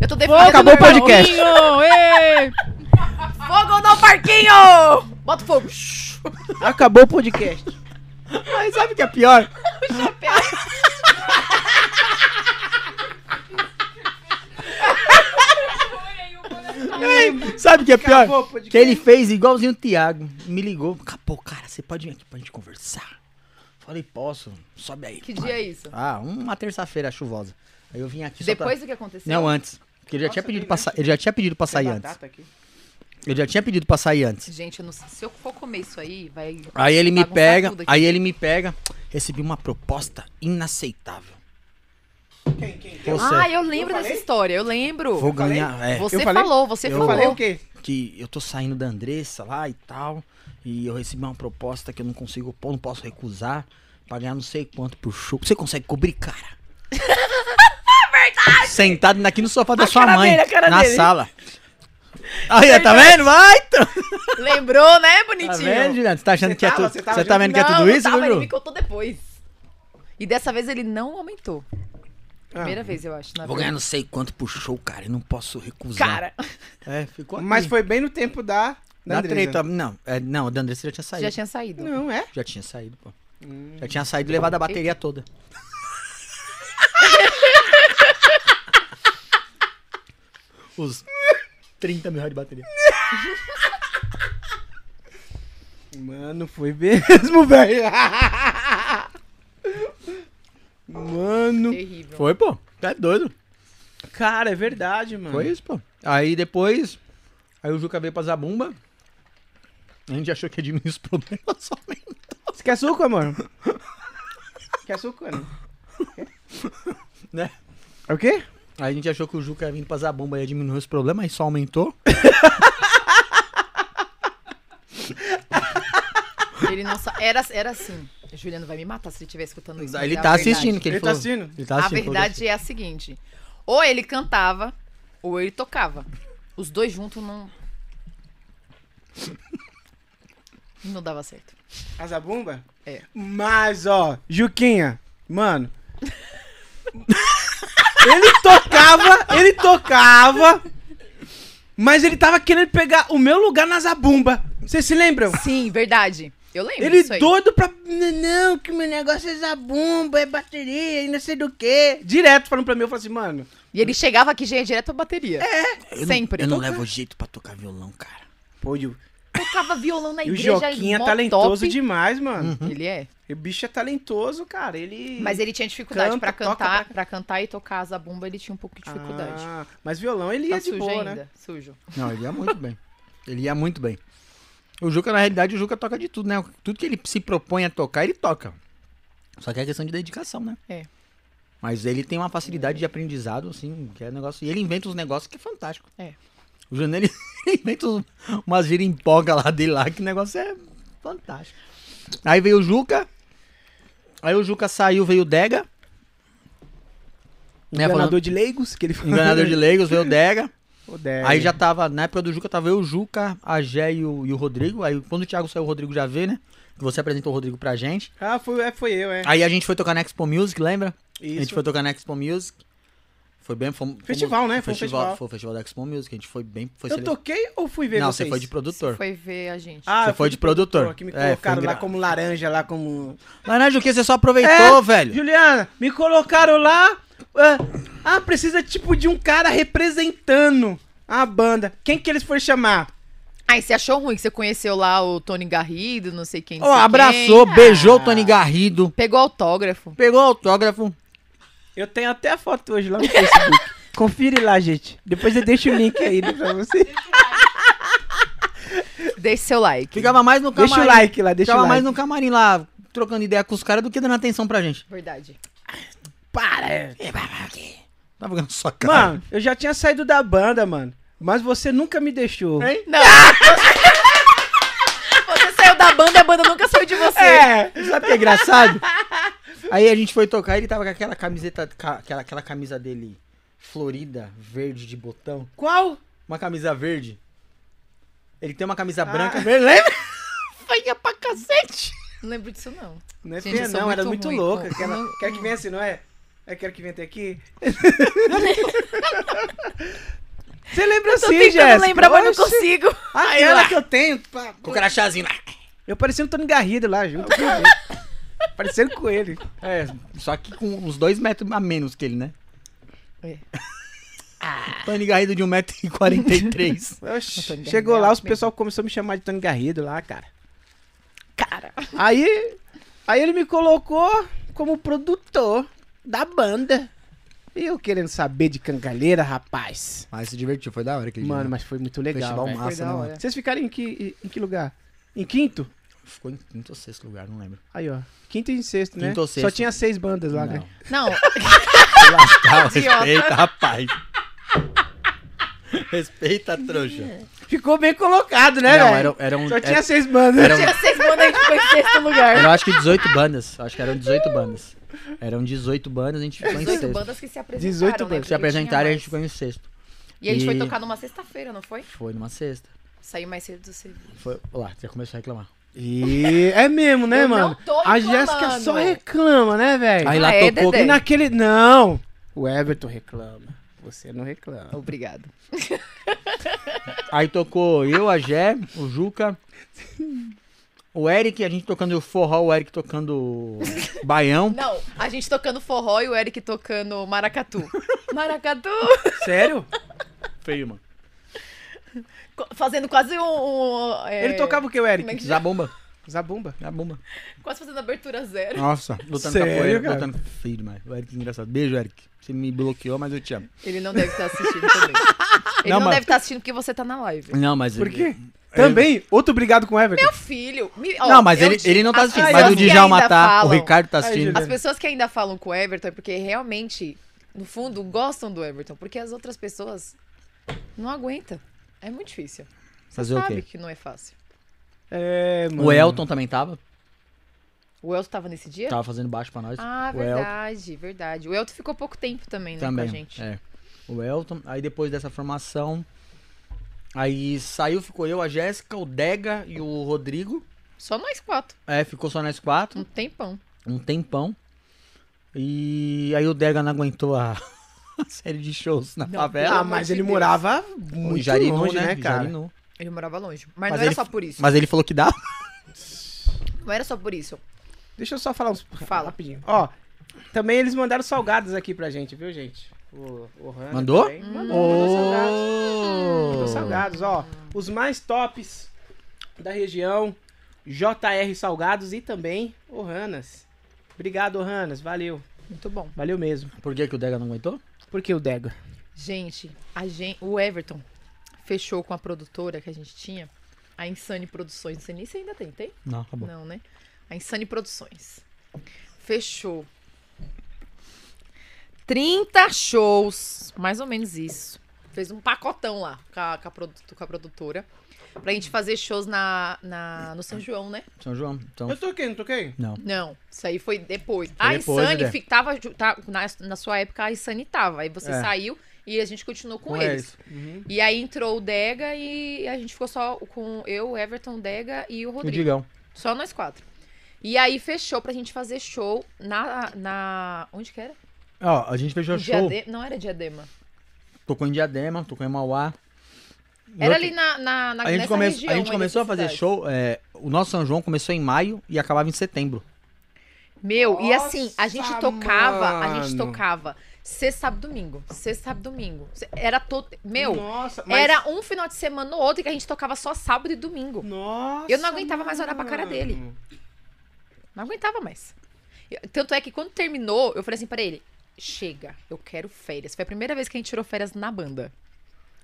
Speaker 3: Eu
Speaker 2: Fogo
Speaker 3: tô defendendo
Speaker 1: acabou
Speaker 2: no
Speaker 1: o podcast.
Speaker 2: parquinho, ê!
Speaker 3: Fogo no parquinho! Bota fogo. Shhh.
Speaker 1: Acabou o podcast.
Speaker 5: Mas sabe o que é pior? Ei, sabe o que é pior?
Speaker 1: Acabou o podcast.
Speaker 5: Que ele fez igualzinho o Thiago. Me ligou. Acabou, cara, você pode vir aqui pra gente conversar. Falei, posso. Sobe aí.
Speaker 3: Que
Speaker 5: pai.
Speaker 3: dia é isso?
Speaker 5: Ah, uma terça-feira chuvosa. Aí eu vim aqui só
Speaker 3: Depois
Speaker 5: pra...
Speaker 3: do que aconteceu?
Speaker 5: Não, antes. Porque ele já, tinha pedido pra sa- ele já tinha pedido pra sair antes.
Speaker 1: é Batata aqui.
Speaker 5: Ele já tinha pedido pra sair antes. Ah,
Speaker 3: Gente, eu não sei. Se eu for comer isso aí, vai.
Speaker 5: Aí ele me
Speaker 3: bagunçar
Speaker 5: pega,
Speaker 3: tudo aqui.
Speaker 5: aí ele me pega. Recebi uma proposta inaceitável.
Speaker 1: Quem, quem?
Speaker 5: Você,
Speaker 3: Ah, eu lembro dessa história. Eu lembro.
Speaker 5: vou ganhar. É,
Speaker 3: Você
Speaker 1: Eu falei?
Speaker 3: falou, você
Speaker 5: Eu
Speaker 1: Eu
Speaker 3: falou.
Speaker 1: falei o quê?
Speaker 5: que eu tô saindo da Andressa lá e tal, e eu recebi uma proposta que eu não consigo, pô, não posso recusar, pra ganhar não sei quanto por show. Você consegue cobrir, cara? Verdade! Sentado aqui no sofá da sua mãe, na sala. Aí, ó, tá vendo? Vai, então.
Speaker 3: Lembrou, né,
Speaker 5: Tá
Speaker 3: bonitinho?
Speaker 5: vendo, Juliano? Você tá achando
Speaker 1: Você
Speaker 5: que é
Speaker 1: tava-
Speaker 5: tudo?
Speaker 1: você tava
Speaker 5: Você tá
Speaker 1: junto?
Speaker 5: vendo que é
Speaker 3: não,
Speaker 5: tudo
Speaker 3: não
Speaker 5: isso,
Speaker 3: tava, ele
Speaker 5: Bruno?
Speaker 3: me contou depois. E dessa vez ele não aumentou.
Speaker 1: Ah.
Speaker 3: Primeira vez, eu acho. Na
Speaker 4: Vou ganhar
Speaker 3: vida.
Speaker 4: não sei quanto pro show, cara. Eu não posso recusar.
Speaker 3: Cara,
Speaker 5: É, ficou aqui.
Speaker 1: Mas foi bem no tempo da. da
Speaker 5: Da
Speaker 1: Andresa.
Speaker 5: treta. Não, é, não, da Andressa já tinha saído.
Speaker 3: já tinha saído.
Speaker 1: Não, é?
Speaker 5: Já tinha saído, pô.
Speaker 1: Hum.
Speaker 5: Já tinha saído e levado a bateria toda. Os 30 mil reais de bateria.
Speaker 1: Mano, foi mesmo, velho. Mano.
Speaker 3: Terrível.
Speaker 5: Foi, pô. Tá doido.
Speaker 1: Cara, é verdade, mano.
Speaker 5: Foi isso, pô. Aí depois, aí o Juca veio pra Zabumba. A gente achou que ia diminuir os problemas somente.
Speaker 1: Você quer suco, amor? quer suco, né?
Speaker 5: Né?
Speaker 1: É o quê?
Speaker 5: Aí a gente achou que o Juca ia vindo pra Zabumba ia diminuir os problemas, aí só aumentou.
Speaker 3: Ele não sa... era, era assim. Juliano vai me matar se ele estiver escutando isso. mas
Speaker 5: Aí ele
Speaker 3: é a
Speaker 5: tá
Speaker 3: verdade.
Speaker 5: assistindo, que ele,
Speaker 1: Ele tá
Speaker 5: falou.
Speaker 1: assistindo.
Speaker 5: Ele tá
Speaker 3: A
Speaker 5: assistindo. falou que-
Speaker 3: verdade é a seguinte: ou ele cantava, ou ele tocava. Os dois juntos não. Não dava certo.
Speaker 1: A Zabumba?
Speaker 3: É.
Speaker 1: Mas, ó, Juquinha, mano. ele tocava, ele tocava. Mas ele tava querendo pegar o meu lugar na Zabumba. Vocês se lembram?
Speaker 3: Sim, verdade. Eu lembro
Speaker 1: Ele
Speaker 3: disso aí.
Speaker 1: doido pra. "Não, Não, que meu negócio é Zabumba, é bateria e não sei do que. Direto falando pra mim, eu falei assim, mano.
Speaker 3: E ele chegava aqui já ia direto pra bateria. É,
Speaker 4: Eu Não,
Speaker 3: sempre.
Speaker 4: eu não levo jeito pra tocar violão, cara.
Speaker 1: Pô, e o
Speaker 3: Tocava violão na
Speaker 1: e o
Speaker 3: igreja.
Speaker 1: Joquinha é
Speaker 3: mó
Speaker 1: talentoso
Speaker 3: top.
Speaker 1: demais,
Speaker 5: Uhum.
Speaker 1: mano.
Speaker 3: Ele é.
Speaker 1: E O bicho é talentoso, cara. Ele.
Speaker 3: Mas ele tinha dificuldade
Speaker 1: Canta,
Speaker 3: pra
Speaker 1: toca,
Speaker 3: cantar,
Speaker 1: toca.
Speaker 3: pra cantar e tocar as zabumba, ele tinha um pouco de dificuldade.
Speaker 1: Ah, mas violão ele
Speaker 3: tá
Speaker 1: é de
Speaker 3: sujo
Speaker 1: boa,
Speaker 3: ainda,
Speaker 1: né?
Speaker 3: sujo.
Speaker 5: Não, ele ia muito bem. Ele ia muito bem. O Juca, na realidade, o Juca toca de tudo, né? Tudo que ele se propõe a tocar, ele toca. Só que é questão de dedicação, né?
Speaker 3: É.
Speaker 5: Mas ele tem uma facilidade de aprendizado, assim, que é negócio. E ele inventa uns negócios que é fantástico.
Speaker 3: É.
Speaker 5: O Júnior, ele inventa uns- umas girimpolga lá dele lá, que o negócio é fantástico. Aí veio o Juca. Aí o Juca saiu, veio o Dega. Né,
Speaker 1: Enganador
Speaker 5: falando-
Speaker 1: de leigos, que ele falou.
Speaker 5: enganador de leigos, veio o Dega.
Speaker 1: O Derek.
Speaker 5: Aí já tava, na época do Juca, tava eu, o Juca, a Gé e o, e o Rodrigo. Aí quando o Thiago saiu, o Rodrigo já veio, né? Que você apresentou o Rodrigo pra gente.
Speaker 1: Ah, foi, é, foi eu, é.
Speaker 5: Aí a gente foi tocar na Expo Music, lembra? A gente
Speaker 1: Isso.
Speaker 5: foi tocar na Expo Music. Foi bem. Fomos, fomos-
Speaker 1: Festival, né? Foi um
Speaker 5: festival,
Speaker 1: festival.
Speaker 5: Foi o festival da Expo Music. A gente foi bem. Foi
Speaker 1: Eu
Speaker 5: sele-
Speaker 1: toquei ou fui ver
Speaker 5: Não,
Speaker 1: vocês?
Speaker 5: você foi de produtor.
Speaker 3: Foi ver a gente.
Speaker 1: Ah,
Speaker 5: Você
Speaker 1: eu
Speaker 5: foi
Speaker 1: fui
Speaker 5: de produtor.
Speaker 1: Que me
Speaker 5: É, foi
Speaker 1: colocaram lá
Speaker 5: engra-
Speaker 1: como laranja, lá como...
Speaker 5: Laranja, o que? né, Você só aproveitou,
Speaker 1: É,
Speaker 5: velho.
Speaker 1: Juliana, me colocaram lá... ah, Ah, precisa tipo de um cara representando a banda. Quem que eles foram chamar?
Speaker 3: Aí você achou ruim que você conheceu lá o Tony Garrido, não sei quem. não
Speaker 5: Ó,
Speaker 3: sei
Speaker 5: abraçou,
Speaker 3: quem.
Speaker 5: beijou o
Speaker 1: Ah.
Speaker 5: Tony Garrido.
Speaker 3: Pegou autógrafo.
Speaker 5: Pegou o autógrafo.
Speaker 1: Eu tenho até a foto hoje lá no Facebook. Confere lá, gente. Depois eu deixo o link aí né, pra vocês.
Speaker 3: Deixe seu like.
Speaker 5: Ficava mais no camarim.
Speaker 1: Deixa o like lá, deixa
Speaker 5: Ficava
Speaker 1: o
Speaker 5: mais
Speaker 1: like.
Speaker 5: no camarim lá, trocando ideia com os caras, do que dando atenção pra gente.
Speaker 3: Verdade.
Speaker 1: É,
Speaker 5: Tava ganhando sua cara.
Speaker 1: Mano, eu já tinha saído da banda, mano. Mas você nunca me deixou.
Speaker 3: Não. você saiu da banda e a banda nunca saiu de você.
Speaker 1: É,
Speaker 5: Sabe o que é engraçado? Aí a gente foi tocar, ele tava com aquela camiseta, ca- aquela, aquela camisa dele florida, verde de botão.
Speaker 1: qual?
Speaker 5: Uma camisa verde. Ele tem uma camisa
Speaker 1: Ah.
Speaker 5: branca.
Speaker 1: Lembra?
Speaker 3: Feia pra cacete. Não lembro disso, não.
Speaker 1: Não é
Speaker 3: Gente,
Speaker 1: feia,
Speaker 3: eu sou
Speaker 1: não, era
Speaker 3: muito
Speaker 1: muito
Speaker 3: ruim,
Speaker 1: louca.
Speaker 3: pô.
Speaker 1: Aquela...
Speaker 3: Não-
Speaker 1: Quero que venha assim, não é? É, quero que venha até aqui. Você lembra
Speaker 3: Tô
Speaker 1: assim,
Speaker 3: tentando
Speaker 1: Jéssica?
Speaker 3: lembrar, mas não
Speaker 1: Oxe,
Speaker 3: consigo.
Speaker 1: Aquela que eu tenho. pá.
Speaker 4: Com o crachazinho lá.
Speaker 1: Eu parecia um Tony Garrido lá junto. Parecendo com ele.
Speaker 5: É, só que com uns dois metros a menos que ele, né? Ah.
Speaker 3: É.
Speaker 5: Tony Garrido de 1,43m.
Speaker 1: Oxe,
Speaker 3: Tony Garrido
Speaker 1: chegou
Speaker 3: é
Speaker 1: lá,
Speaker 3: alto
Speaker 1: os pessoal começou a me chamar de Tony Garrido lá, cara.
Speaker 3: Cara.
Speaker 1: Aí, aí ele me colocou como produtor da banda. E eu querendo saber de cangalheira, rapaz.
Speaker 5: mas se divertiu, foi da hora aquele
Speaker 1: Mano,
Speaker 5: dia.
Speaker 1: mas foi muito legal.
Speaker 5: né? Festival
Speaker 1: velho.
Speaker 5: massa,
Speaker 3: Foi da
Speaker 5: né, mano?
Speaker 3: hora.
Speaker 1: Vocês ficaram em que, em que lugar? Em quinto?
Speaker 5: é. Ficou em quinto ou sexto lugar, não lembro.
Speaker 1: Aí, ó. Quinto e sexto, né?
Speaker 5: Quinto ou
Speaker 1: Só
Speaker 5: sexto.
Speaker 1: tinha seis bandas lá, né?
Speaker 3: Não,
Speaker 5: Se lascar,
Speaker 3: Idiota.
Speaker 5: Tá, respeita, rapaz. Respeita, trouxa.
Speaker 1: Ficou bem colocado, né,
Speaker 5: não,
Speaker 1: velho?
Speaker 5: era, era um.
Speaker 1: Só
Speaker 5: era-
Speaker 1: tinha seis bandas.
Speaker 5: era um-
Speaker 3: tinha seis bandas, a gente ficou em sexto lugar.
Speaker 5: Eu acho que 18 bandas. Acho que eram 18 bandas. Eram 18 bandas, a gente ficou em
Speaker 3: 18
Speaker 5: sexto.
Speaker 3: bandas que se apresentaram.
Speaker 1: 18
Speaker 3: né?
Speaker 1: bandas que
Speaker 5: Se
Speaker 3: Porque
Speaker 5: apresentaram, a
Speaker 3: tinha
Speaker 5: gente ficou em sexto.
Speaker 3: mais. E a gente foi
Speaker 5: e-
Speaker 3: tocar numa sexta-feira, não foi?
Speaker 5: Foi numa sexta.
Speaker 3: Saiu mais cedo do serviço.
Speaker 5: Foi... Olha lá, já começou a reclamar.
Speaker 1: E é mesmo, né,
Speaker 3: Eu não
Speaker 1: mano?
Speaker 3: tô
Speaker 1: a Jéssica só
Speaker 3: reclamando.
Speaker 1: reclama, né, velho?
Speaker 5: Aí lá
Speaker 3: é,
Speaker 5: tocou.
Speaker 3: Dedé?
Speaker 1: E naquele. Não! O Everton reclama. Você não reclama.
Speaker 2: Obrigado.
Speaker 5: Aí tocou eu, a Gé, o Juca, o Eric, a gente tocando forró, o Eric tocando baião.
Speaker 3: Não, a gente tocando forró e o Eric tocando maracatu. Maracatu!
Speaker 5: Sério? Feio, mano.
Speaker 3: Co- Fazendo quase um. um, é,
Speaker 1: Ele tocava o que, o
Speaker 3: como é
Speaker 1: Eric?
Speaker 3: que chama?
Speaker 5: Zabumba,
Speaker 1: Zabumba.
Speaker 5: zabumba.
Speaker 3: Quase fazendo abertura zero.
Speaker 5: Nossa, lutando
Speaker 1: Sério,
Speaker 5: capoeira,
Speaker 1: cara?
Speaker 5: lutando feio demais. O Eric é engraçado. Beijo, Eric. Você me bloqueou, mas eu te amo.
Speaker 3: Ele não deve estar assistindo também. Ele
Speaker 5: Não,
Speaker 3: não,
Speaker 5: mas-
Speaker 3: deve estar assistindo porque você tá na live.
Speaker 5: Não, mas...
Speaker 1: Por
Speaker 5: ele-
Speaker 1: quê? Também? Outro obrigado com o Everton.
Speaker 3: Meu filho. me- ó,
Speaker 5: Não, mas
Speaker 3: eu
Speaker 5: ele,
Speaker 3: digo,
Speaker 5: ele não tá
Speaker 3: as
Speaker 5: assistindo.
Speaker 3: pessoas
Speaker 5: Mas o
Speaker 3: que
Speaker 5: Djalma
Speaker 3: ainda
Speaker 5: tá, o
Speaker 3: falam-
Speaker 5: Ricardo tá
Speaker 1: Ai,
Speaker 5: assistindo.
Speaker 1: Juliana.
Speaker 3: As pessoas que ainda falam com o Everton é porque realmente, no fundo, gostam do Everton. Porque as outras pessoas não aguentam. É muito difícil. Você
Speaker 5: Fazer o
Speaker 3: sabe
Speaker 5: quê?
Speaker 3: que não é fácil.
Speaker 1: É, mano.
Speaker 5: O Elton também tava.
Speaker 3: O Elton tava nesse dia?
Speaker 5: Tava fazendo baixo pra nós.
Speaker 3: Ah,
Speaker 5: Tá. o Elton.
Speaker 3: verdade, verdade. O Elton ficou pouco tempo também, né,
Speaker 5: também.
Speaker 3: com a gente.
Speaker 5: É. O Elton. Aí depois dessa formação. Aí saiu, ficou eu, a Jéssica, o Dega e o Rodrigo.
Speaker 3: Só nós quatro.
Speaker 5: É, ficou só nós
Speaker 3: Um
Speaker 5: quatro,
Speaker 3: tempão.
Speaker 5: um tempão. E aí o Dega não aguentou a, a série de shows na
Speaker 3: Não, tá
Speaker 5: favela.
Speaker 1: Ah,
Speaker 3: pelo
Speaker 1: mas
Speaker 3: amor de
Speaker 1: ele
Speaker 3: Deus.
Speaker 1: morava
Speaker 5: Em
Speaker 1: muito
Speaker 5: Jarinu,
Speaker 1: longe, né, cara?
Speaker 5: Jarinu.
Speaker 3: Ele morava longe. Mas,
Speaker 5: Mas
Speaker 3: não era
Speaker 5: ele-
Speaker 3: só por isso.
Speaker 5: Mas ele falou que dá.
Speaker 3: Não era só por isso.
Speaker 1: Deixa eu só falar uns...
Speaker 3: Fala.
Speaker 1: Rapidinho. Ó, também eles mandaram salgados aqui pra gente, viu, gente? O, o Hanna
Speaker 5: Mandou? Hum.
Speaker 1: também.
Speaker 3: Hum,
Speaker 1: Mandou, mandou salgados. Mandou salgados, ó. Os mais tops da região, JR Salgados e também o Hannas. Obrigado, Hannas. Valeu.
Speaker 3: Muito bom.
Speaker 1: Valeu mesmo.
Speaker 5: Por que, que o Dega não aguentou?
Speaker 1: Por que o Dega?
Speaker 3: Gente, a gen- o Everton fechou com a produtora que a gente tinha, a Insane Produções. Não sei nem se ainda tem, tem?
Speaker 5: Não, acabou.
Speaker 3: Não, né? A Insane Produções. Fechou. 30 shows, mais ou menos isso. Fez um pacotão lá com a, com a produ- com a produtora. Pra gente fazer shows na, na- no São João, né?
Speaker 5: São João. Então,
Speaker 1: Eu toquei, não toquei?
Speaker 5: não.
Speaker 3: Não, isso aí foi depois. a
Speaker 5: depois,
Speaker 3: Insane
Speaker 5: né?
Speaker 3: fi- tava, ju- tá- na, na sua época, a Insane tava. Aí você saiu e a gente continuou com,
Speaker 5: É. Com
Speaker 3: eles.
Speaker 5: eles.
Speaker 1: Uhum.
Speaker 3: E aí entrou o Dega e a gente ficou só com eu, o Everton, o Dega e o
Speaker 5: O
Speaker 3: Rodrigo.
Speaker 5: Digão.
Speaker 3: Só nós quatro. E aí fechou pra gente fazer show na. na onde que era?
Speaker 5: Ó, a gente fechou
Speaker 3: Em
Speaker 5: show.
Speaker 3: Diade- Não era Diadema.
Speaker 5: Tocou em Diadema, tocou em Mauá.
Speaker 3: Era ali na, na, na
Speaker 5: a gente,
Speaker 3: nessa
Speaker 5: come-
Speaker 3: região,
Speaker 5: a gente
Speaker 3: aí
Speaker 5: começou a
Speaker 3: nessa
Speaker 5: fazer
Speaker 3: cidade.
Speaker 5: show. é, o nosso São João começou em maio e acabava em setembro.
Speaker 3: Meu, e assim, a gente
Speaker 1: Nossa,
Speaker 3: tocava, a gente
Speaker 1: mano.
Speaker 3: tocava sexta, sábado, domingo. Sexta, sábado, domingo. Era todo. Meu,
Speaker 1: Nossa,
Speaker 3: era um final de semana ou outro que a gente tocava só sábado e domingo.
Speaker 1: Nossa,
Speaker 3: Eu não aguentava mais olhar pra cara
Speaker 1: mano.
Speaker 3: dele. Não aguentava mais. Eu- Tanto é que quando terminou, eu falei assim pra ele: chega, eu quero férias. Foi a primeira vez que a gente tirou férias na banda.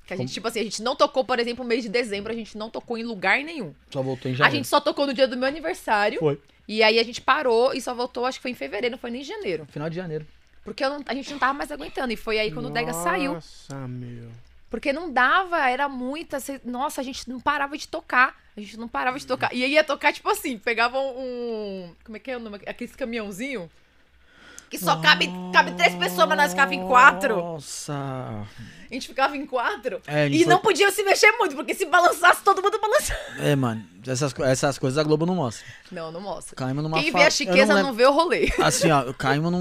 Speaker 3: Que a gente, tipo assim, a gente não tocou, por exemplo, o mês de dezembro, a gente não tocou em lugar nenhum.
Speaker 5: Só voltou em
Speaker 3: A
Speaker 5: janeiro.
Speaker 3: gente só tocou no dia do meu aniversário.
Speaker 5: Foi.
Speaker 3: E aí a gente parou e só voltou, acho que foi em fevereiro, não foi nem em janeiro.
Speaker 5: Final de janeiro.
Speaker 3: Porque eu não- a gente não tava mais aguentando. E foi aí quando o Dega saiu.
Speaker 1: Nossa, meu.
Speaker 3: Porque não dava, era muita. cê- Nossa, a gente não parava de tocar. A gente não parava de tocar. E aí ia tocar, tipo assim, pegava um. Como é que é o nome? Aqueles caminhãozinho. Que só cabe, cabe três pessoas, mas nós ficava em quatro.
Speaker 5: Nossa.
Speaker 3: A gente ficava em quatro.
Speaker 5: É, a gente
Speaker 3: E
Speaker 5: foi-
Speaker 3: não podia se mexer muito, porque se balançasse, todo mundo balançava.
Speaker 5: É, mano. Essas, co- essas coisas a Globo não mostra.
Speaker 3: Não, não mostra.
Speaker 5: Caímos numa
Speaker 3: Quem
Speaker 5: fa-
Speaker 3: vê a
Speaker 5: Eu
Speaker 3: chiqueza não,
Speaker 5: lembro-
Speaker 3: vê o rolê.
Speaker 5: Assim, ó. Caímos num,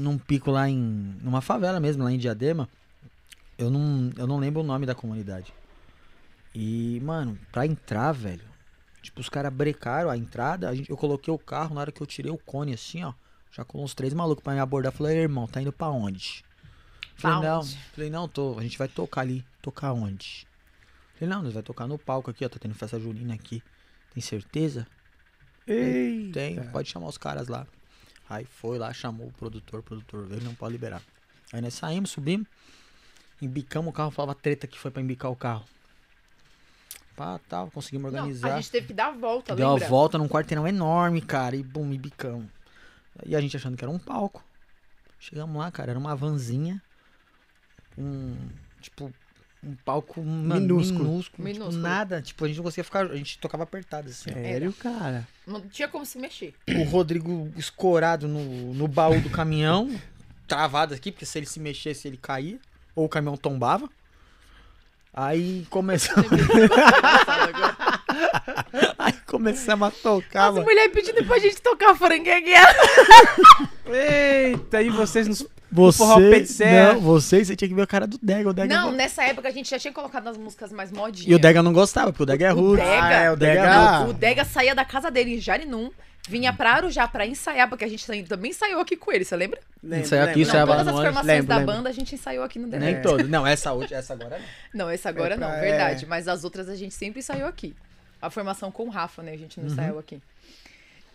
Speaker 5: num pico lá em... Numa favela mesmo, lá em Diadema. Eu não, eu não lembro o nome da comunidade. E, mano, pra entrar, velho... Tipo, os caras brecaram a entrada. a gente- eu coloquei o carro. Na hora que eu tirei o cone, assim, ó. Já colou uns três malucos pra me abordar. Falei, irmão, tá indo pra onde? Falei,
Speaker 3: Pra
Speaker 5: não.
Speaker 3: onde?
Speaker 5: Falei, não, tô. A gente vai tocar ali. Tocar onde? Falei, não, nós vai tocar no palco aqui, ó. Tá tendo festa junina aqui. Tem certeza?
Speaker 1: Ei.
Speaker 5: Tem, pode chamar os caras lá. Aí foi lá, chamou o produtor, o produtor veio, não pode liberar. Aí nós saímos, subimos, embicamos o carro, falava a treta que foi pra embicar o carro. Pá, tal, conseguimos
Speaker 3: Não,
Speaker 5: organizar.
Speaker 3: a gente tá teve que dar a volta,
Speaker 5: Deu uma
Speaker 3: lembra?
Speaker 5: volta num quarteirão enorme, cara, e bum, embicamos. E a gente achando que era um palco. Chegamos lá, cara, era uma vanzinha, um, tipo, um palco mano,
Speaker 1: Minúsculo.
Speaker 5: minúsculo, tipo,
Speaker 3: Minúsculo.
Speaker 5: nada, tipo, a gente não conseguia ficar, a gente tocava apertado assim, ó
Speaker 1: Sério, cara?
Speaker 3: Não tinha como se mexer.
Speaker 5: o Rodrigo escorado no, no baú do caminhão, travado aqui, porque se ele se mexesse, ele caía, ou o caminhão tombava. Aí começamos, aí começamos a tocar,
Speaker 3: As
Speaker 5: mano.
Speaker 3: mulheres pedindo pra gente tocar franguegueira.
Speaker 1: Eita, e vocês nos
Speaker 5: Você,
Speaker 1: forró Petzé.
Speaker 5: não, você, você tinha que ver a cara do Dega. O Dega
Speaker 3: Não, nessa época a gente já tinha colocado as músicas mais modinhas.
Speaker 5: E o Dega não gostava, porque o Dega é rude.
Speaker 3: Dega?
Speaker 1: Ah, é, o Dega.
Speaker 3: Não, o Dega saía da casa dele em Jarinum, vinha pra Arujá pra ensaiar, porque a gente sa- também ensaiou aqui com ele, você lembra?
Speaker 1: Lembro,
Speaker 5: Isso aí aqui,
Speaker 1: lembro.
Speaker 5: isso
Speaker 3: não,
Speaker 5: aí
Speaker 3: todas as
Speaker 5: no
Speaker 3: formações
Speaker 1: lembro,
Speaker 3: da
Speaker 1: lembro.
Speaker 3: banda a gente ensaiou aqui no Dega.
Speaker 5: Nem todo. Não, essa hoje, essa agora não.
Speaker 3: Não, esse agora
Speaker 1: É
Speaker 3: não,
Speaker 1: pra-
Speaker 3: verdade. Mas as outras a gente sempre ensaiou aqui. A formação com o Rafa, né? A gente não
Speaker 1: Uhum.
Speaker 3: ensaiou aqui.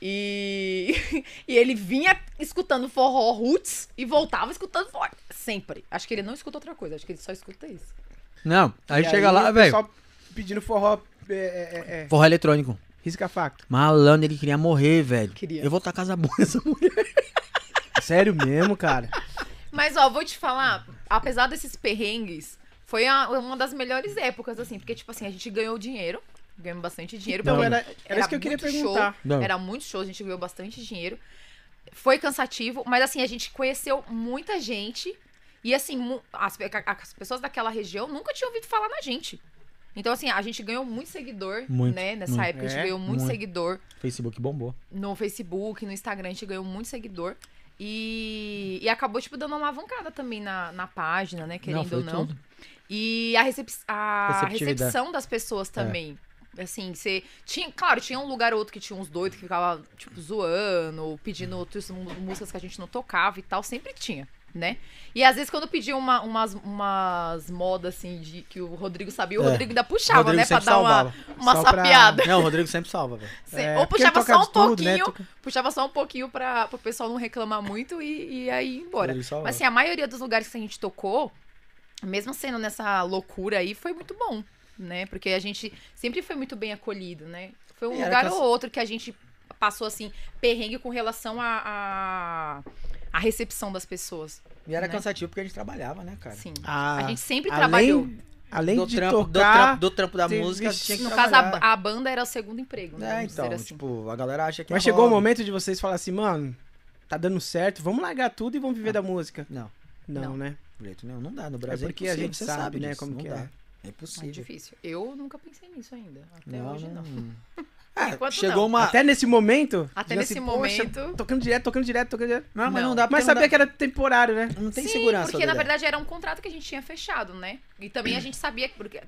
Speaker 3: E... e ele vinha escutando forró roots e voltava escutando forró. Sempre. Acho que ele não escuta outra coisa, acho que ele só escuta isso.
Speaker 5: Não, aí
Speaker 1: E
Speaker 5: chega lá,
Speaker 1: o
Speaker 5: velho.
Speaker 1: pessoal pedindo forró. É, é, é, é.
Speaker 5: Forró eletrônico.
Speaker 1: Risca faca.
Speaker 5: Malandro, ele queria morrer, velho.
Speaker 3: Queria.
Speaker 5: Eu vou tacar as bunda essa mulher.
Speaker 1: Sério mesmo, cara.
Speaker 3: Mas, ó, vou te falar, apesar desses perrengues, foi a- uma das melhores épocas, assim, porque, tipo assim, a gente ganhou dinheiro, ganhamos bastante dinheiro.
Speaker 1: Então,
Speaker 3: porque
Speaker 1: era, era, isso que eu queria
Speaker 3: muito show,
Speaker 1: perguntar.
Speaker 5: Não.
Speaker 3: Era muito show, a gente ganhou bastante dinheiro. Foi cansativo, mas, assim, a gente conheceu muita gente. E, assim, mu- as, pe- a- as pessoas daquela região nunca tinham ouvido falar na gente. Então, assim, a gente ganhou muito seguidor,
Speaker 5: Muito,
Speaker 3: né? Nessa
Speaker 5: muito.
Speaker 3: época, a gente
Speaker 1: É,
Speaker 3: ganhou muito
Speaker 5: muito.
Speaker 3: seguidor
Speaker 5: Facebook bombou.
Speaker 3: no Facebook, no Instagram, a gente ganhou muito seguidor. E, e acabou, tipo, dando uma alavancada também na, na página, né? Querendo
Speaker 5: foi
Speaker 3: ou não.
Speaker 5: tudo.
Speaker 3: E a, recep a
Speaker 5: Receptividade.
Speaker 3: recepção das pessoas também. Assim, você tinha, claro, tinha um lugar ou outro que tinha uns doidos que ficava, tipo, zoando, ou pedindo outras mu- músicas que a gente não tocava e tal, sempre tinha, né? E às vezes quando pedia uma- umas, umas modas, assim, de que o Rodrigo sabia, o
Speaker 5: É.
Speaker 3: Rodrigo ainda puxava,
Speaker 5: Rodrigo
Speaker 3: né? Pra
Speaker 5: sempre
Speaker 3: dar uma,
Speaker 5: salvava.
Speaker 3: uma
Speaker 1: Só pra-
Speaker 3: sapiada.
Speaker 5: Não, o Rodrigo sempre salva, velho.
Speaker 3: Cê-
Speaker 1: É,
Speaker 3: ou
Speaker 1: porque
Speaker 3: puxava
Speaker 1: toca
Speaker 3: só um
Speaker 1: de tudo, né?
Speaker 3: pouquinho,
Speaker 1: Toca-
Speaker 3: puxava só um pouquinho pra, pro pessoal não reclamar muito e, e aí ir
Speaker 5: O
Speaker 3: embora.
Speaker 5: Rodrigo salva.
Speaker 3: Mas assim, a maioria dos lugares que a gente tocou, mesmo sendo nessa loucura aí, foi muito bom, né? Porque a gente sempre foi muito bem acolhido, né? Foi um
Speaker 5: E era
Speaker 3: lugar
Speaker 5: aquela-
Speaker 3: ou outro que a gente passou, assim, perrengue com relação à a, a recepção das pessoas.
Speaker 5: E era
Speaker 3: né?
Speaker 5: cansativo porque a gente trabalhava, né, cara?
Speaker 3: Sim.
Speaker 1: Ah,
Speaker 3: a gente sempre
Speaker 1: além-
Speaker 3: trabalhou.
Speaker 1: Além
Speaker 5: do,
Speaker 1: de
Speaker 5: trampo, do
Speaker 1: tocar...
Speaker 5: trampo- do trampo da
Speaker 1: teve-
Speaker 5: música,
Speaker 1: vixe,
Speaker 5: tinha que
Speaker 3: No caso, a,
Speaker 5: trabalhar.
Speaker 3: ba- a banda era o segundo emprego, né?
Speaker 5: É,
Speaker 3: Vamos dizer
Speaker 5: então,
Speaker 3: assim.
Speaker 5: tipo, a galera acha que é
Speaker 1: Mas chegou o
Speaker 5: hobby.
Speaker 1: momento de vocês falar assim, mano, tá dando certo, vamos largar tudo e vamos viver da música.
Speaker 5: Não.
Speaker 1: Não,
Speaker 3: Não.
Speaker 1: né?
Speaker 5: De jeito nenhum, não dá. No Brasil é
Speaker 1: porque
Speaker 5: impossível,
Speaker 1: a gente
Speaker 5: você
Speaker 1: sabe, né,
Speaker 5: disso,
Speaker 1: como
Speaker 5: não
Speaker 1: que é.
Speaker 5: dá. É
Speaker 3: É
Speaker 5: impossível.
Speaker 3: difícil. Eu nunca pensei nisso ainda. Até
Speaker 5: Não,
Speaker 3: hoje não.
Speaker 5: não. Ah,
Speaker 3: Enquanto
Speaker 5: chegou
Speaker 3: não.
Speaker 5: uma.
Speaker 1: Até nesse momento...
Speaker 3: Até
Speaker 1: diga
Speaker 3: nesse
Speaker 5: assim,
Speaker 1: "Poxa,
Speaker 3: momento."
Speaker 1: Tocando direto, tocando direto, tocando direto.
Speaker 5: Não, um mas
Speaker 3: Não.
Speaker 5: não dá
Speaker 1: Mas
Speaker 5: porque
Speaker 1: sabia que
Speaker 5: não
Speaker 1: era temporário, né?
Speaker 5: dá... não tem
Speaker 3: Sim,
Speaker 5: segurança.
Speaker 3: Porque na
Speaker 5: Dedé.
Speaker 3: verdade era um contrato que a gente tinha fechado, né? E também a gente sabia, porque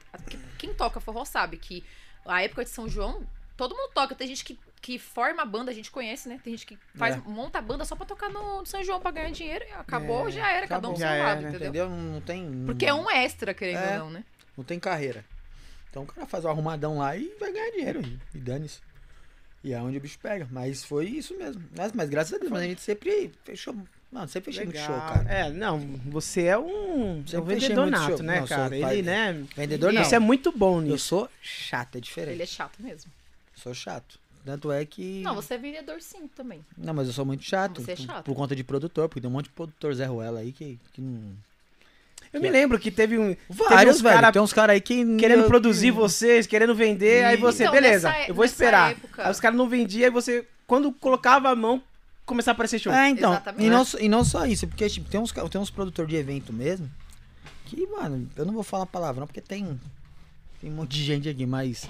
Speaker 3: quem toca forró sabe que a época de São João, todo mundo toca. Tem gente que, que forma a banda, a gente conhece, né? Tem gente que faz,
Speaker 5: É.
Speaker 3: monta a banda só pra tocar no, no São João pra ganhar dinheiro. e Acabou,
Speaker 1: É,
Speaker 3: já era, cada
Speaker 1: acabou.
Speaker 3: um pro seu
Speaker 1: Já
Speaker 3: lado,
Speaker 1: era,
Speaker 3: entendeu?
Speaker 5: Entendeu? Não não tem.
Speaker 3: Porque é um extra, querendo
Speaker 5: É.
Speaker 3: ou não, né?
Speaker 5: Não tem carreira. Então o cara faz o arrumadão lá e vai ganhar dinheiro. E, e dane-se. E é onde o bicho pega. Mas foi isso mesmo. Mas, mas graças a Deus, mas a gente sempre fechou. Mano, sempre fechei muito show, cara.
Speaker 1: É, não, você é um, é um
Speaker 5: Sempre fechei
Speaker 1: vendedor
Speaker 5: muito
Speaker 1: nato,
Speaker 5: show.
Speaker 1: né,
Speaker 5: Não, sou
Speaker 1: cara?
Speaker 5: pai-
Speaker 1: Ele, né?
Speaker 5: Vendedor não.
Speaker 1: Você é muito bom
Speaker 5: Eu
Speaker 1: nisso.
Speaker 5: sou chato, é diferente.
Speaker 3: Ele é chato mesmo.
Speaker 5: Sou chato. Tanto é que.
Speaker 3: Não, você é vendedor sim também.
Speaker 5: Não, mas eu sou muito chato.
Speaker 3: Você é
Speaker 5: por-
Speaker 3: chato.
Speaker 5: Por conta de produtor, porque tem um monte de produtor Zé Ruela aí que, que não.
Speaker 1: Eu me lembro que teve um. teve
Speaker 5: Vários,
Speaker 1: uns
Speaker 5: velho.
Speaker 1: cara
Speaker 5: Tem um uns caras aí que.
Speaker 1: querendo
Speaker 5: que-
Speaker 1: produzir vocês, querendo vender, aí você,
Speaker 3: Então,
Speaker 1: beleza,
Speaker 3: nessa é-
Speaker 1: eu vou
Speaker 3: nessa
Speaker 1: esperar.
Speaker 3: época-
Speaker 1: Aí os caras não vendiam, aí você, quando colocava a mão, começava a aparecer show.
Speaker 5: É, então.
Speaker 3: Exatamente.
Speaker 5: E não, só- e não só isso, porque tipo, tem uns, ca- tem uns produtores de evento mesmo. Que, mano, eu não vou falar palavrão, porque tem. Tem um monte de gente aqui, mas.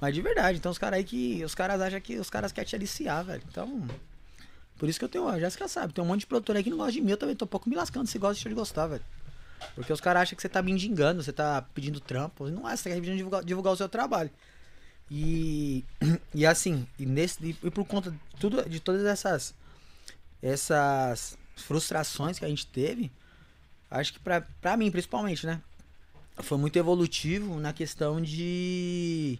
Speaker 5: mas de verdade, então os caras aí que. Os caras acham que os caras querem te aliciar, velho. Então. Por isso que eu tenho. A Jéssica sabe, tem um monte de produtor aí que não gosta de mim, eu também tô um pouco me lascando. Se gosta, deixa de gostar, velho. Porque os caras acham que você tá me engano, você tá pedindo trampo. Não é, você tá pedindo divulgar, divulgar o seu trabalho. E, e assim, e, nesse, e por conta de, tudo, de todas essas, essas frustrações que a gente teve, acho que pra, pra mim, principalmente, né? Foi muito evolutivo na questão de,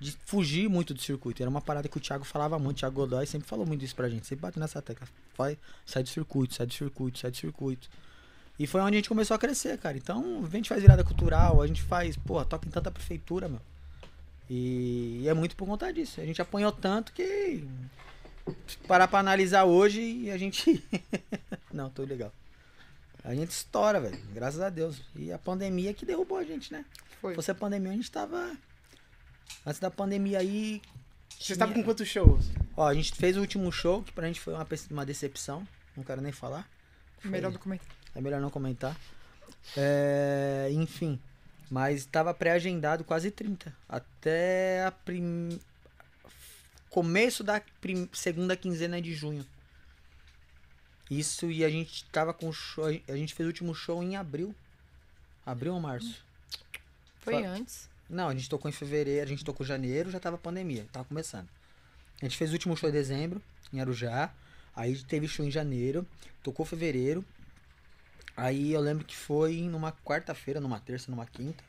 Speaker 5: de fugir muito do circuito. Era uma parada que o Thiago falava muito, o Thiago Godoy sempre falou muito isso pra gente, sempre bateu nessa tecla. Vai, sai do circuito, sai do circuito, sai do circuito. E foi onde a gente começou a crescer, cara. Então, a gente faz virada cultural, a gente faz, porra, toca em tanta prefeitura, meu. E, e é muito por conta disso. A gente apanhou tanto que. Se parar pra analisar hoje, a gente. Não, tô legal. A gente estoura, velho. Graças a Deus. E a pandemia que derrubou a gente, né?
Speaker 3: Foi.
Speaker 5: Se fosse a pandemia, a gente tava. Antes da pandemia aí.
Speaker 1: Vocês estavam com quantos shows?
Speaker 5: Ó, a gente fez o último show, que pra gente foi uma, pe- uma decepção. Não quero nem falar.
Speaker 3: Melhor documentário.
Speaker 5: É melhor não comentar. É, enfim. Mas tava pré-agendado quase 30. Até a prim... começo da prim- segunda quinzena de junho. Isso e a gente tava com show. A gente fez o último show em abril. Abril ou março?
Speaker 3: Foi
Speaker 5: Fa-
Speaker 3: antes.
Speaker 5: Não, a gente tocou em fevereiro, a gente tocou em janeiro, já tava pandemia, tava começando. A gente fez o último show em dezembro, em Arujá. Aí teve show em janeiro, tocou fevereiro. Aí eu lembro que foi numa quarta-feira, numa terça, numa quinta.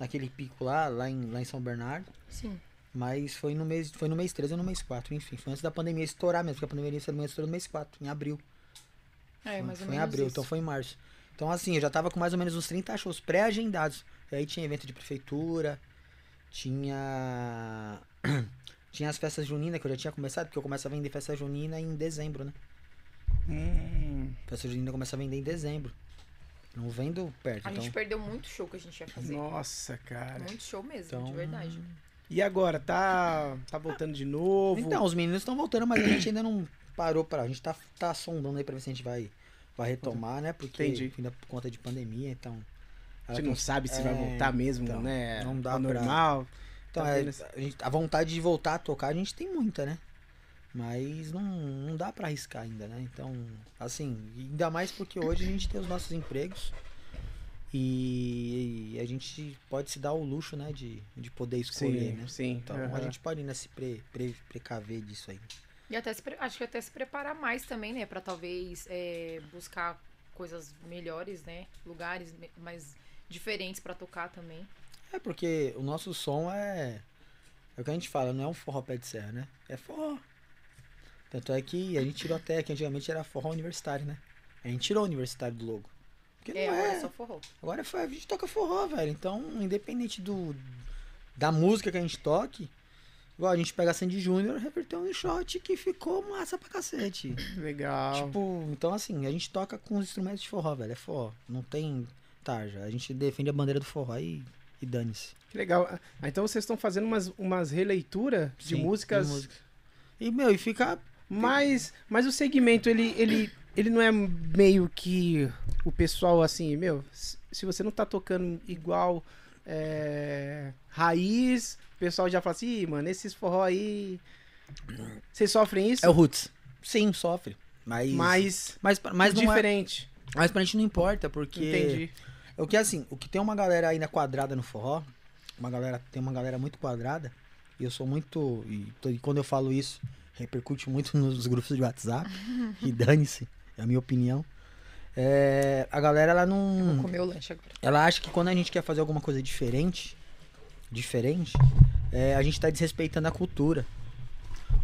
Speaker 5: Naquele pico lá, lá em, lá em São Bernardo.
Speaker 3: Sim.
Speaker 5: Mas foi no mês, foi no mês 13 ou no mês 4, enfim. Foi antes da pandemia estourar mesmo, porque a pandemia estourou no mês 4, em abril.
Speaker 3: É, mais ou
Speaker 5: foi em
Speaker 3: menos
Speaker 5: abril,
Speaker 3: isso.
Speaker 5: então foi em março. Então, assim, eu já tava com mais ou menos uns 30 shows pré-agendados. E aí tinha evento de prefeitura, tinha. Tinha as festas juninas que eu já tinha começado, porque eu começo a vender festa junina em dezembro, né?
Speaker 1: Hum.
Speaker 5: Festa junina começa a vender em dezembro. Não vendo perto,
Speaker 3: A
Speaker 5: então.
Speaker 3: gente perdeu muito show que a gente ia fazer.
Speaker 1: Nossa, cara.
Speaker 3: Muito show mesmo, de
Speaker 5: Então-
Speaker 3: verdade.
Speaker 1: E agora, tá, tá voltando de novo?
Speaker 5: Então, os meninos estão voltando, mas a gente ainda não parou pra. A gente tá, tá sondando aí pra ver se a gente vai, vai retomar, né? Porque
Speaker 1: Entendi.
Speaker 5: ainda por conta de pandemia, então.
Speaker 1: a gente não sabe se vai
Speaker 5: É,
Speaker 1: voltar mesmo,
Speaker 5: então,
Speaker 1: né?
Speaker 5: não dá
Speaker 1: ao
Speaker 5: pra-
Speaker 1: normal.
Speaker 5: Então,
Speaker 1: Tá
Speaker 5: é,
Speaker 1: vendo esse-
Speaker 5: a, gente- a vontade de voltar a tocar a gente tem muita, né? Mas não, não dá pra arriscar ainda, né? Então, assim, ainda mais porque hoje a gente tem os nossos empregos e, a gente pode se dar o luxo, né, de, de poder escolher,
Speaker 1: Sim,
Speaker 5: né?
Speaker 1: sim.
Speaker 5: Então, a
Speaker 1: aham.
Speaker 5: gente pode ainda se pre, pre- precaver disso aí.
Speaker 3: E até se pre- acho que até se preparar mais também, né? Pra talvez é, buscar coisas melhores, né? Lugares me- mais diferentes pra tocar também.
Speaker 5: É porque o nosso som é. É o que a gente fala, não é um forró pé de serra, né? É forró. Tanto é que a gente tirou até que antigamente era forró universitário, né? A gente tirou o universitário do logo. Porque
Speaker 3: É,
Speaker 5: não
Speaker 3: agora
Speaker 5: é.
Speaker 3: é só forró.
Speaker 5: Agora foi, a gente toca forró, velho. Então, independente do da música que a gente toque, igual a gente pega a Sandy Júnior, reverteu um shot que ficou massa pra cacete.
Speaker 1: Legal.
Speaker 5: Tipo, então assim, a gente toca com os instrumentos de forró, velho. É forró. Não tem tarja. A gente defende a bandeira do forró e, e dane-se.
Speaker 1: Que legal. Ah, então vocês estão fazendo umas, umas releituras de
Speaker 5: Sim,
Speaker 1: músicas,
Speaker 5: de música. E, meu, e fica.
Speaker 1: mas, mas o segmento, ele, ele, ele não é meio que o pessoal assim, meu, se se você não tá tocando igual é, raiz, o pessoal já fala assim, "Ih, mano, esses forró aí. Vocês sofrem isso?
Speaker 5: É o Roots. Sim, sofre. Mas.
Speaker 1: Mas,
Speaker 5: Mas, pra- mas, não é-
Speaker 1: diferente.
Speaker 5: mas pra gente não importa, porque.
Speaker 1: Entendi.
Speaker 5: O que assim, o que tem uma galera ainda quadrada no forró, uma galera, tem uma galera muito quadrada, e eu sou muito. E, tô- e quando eu falo isso, repercute muito nos grupos de WhatsApp. e dane-se, é a minha opinião. É, a galera, ela não.
Speaker 3: Vou comer o lanche agora.
Speaker 5: Ela acha que quando a gente quer fazer alguma coisa diferente, diferente, é, a gente tá desrespeitando a cultura.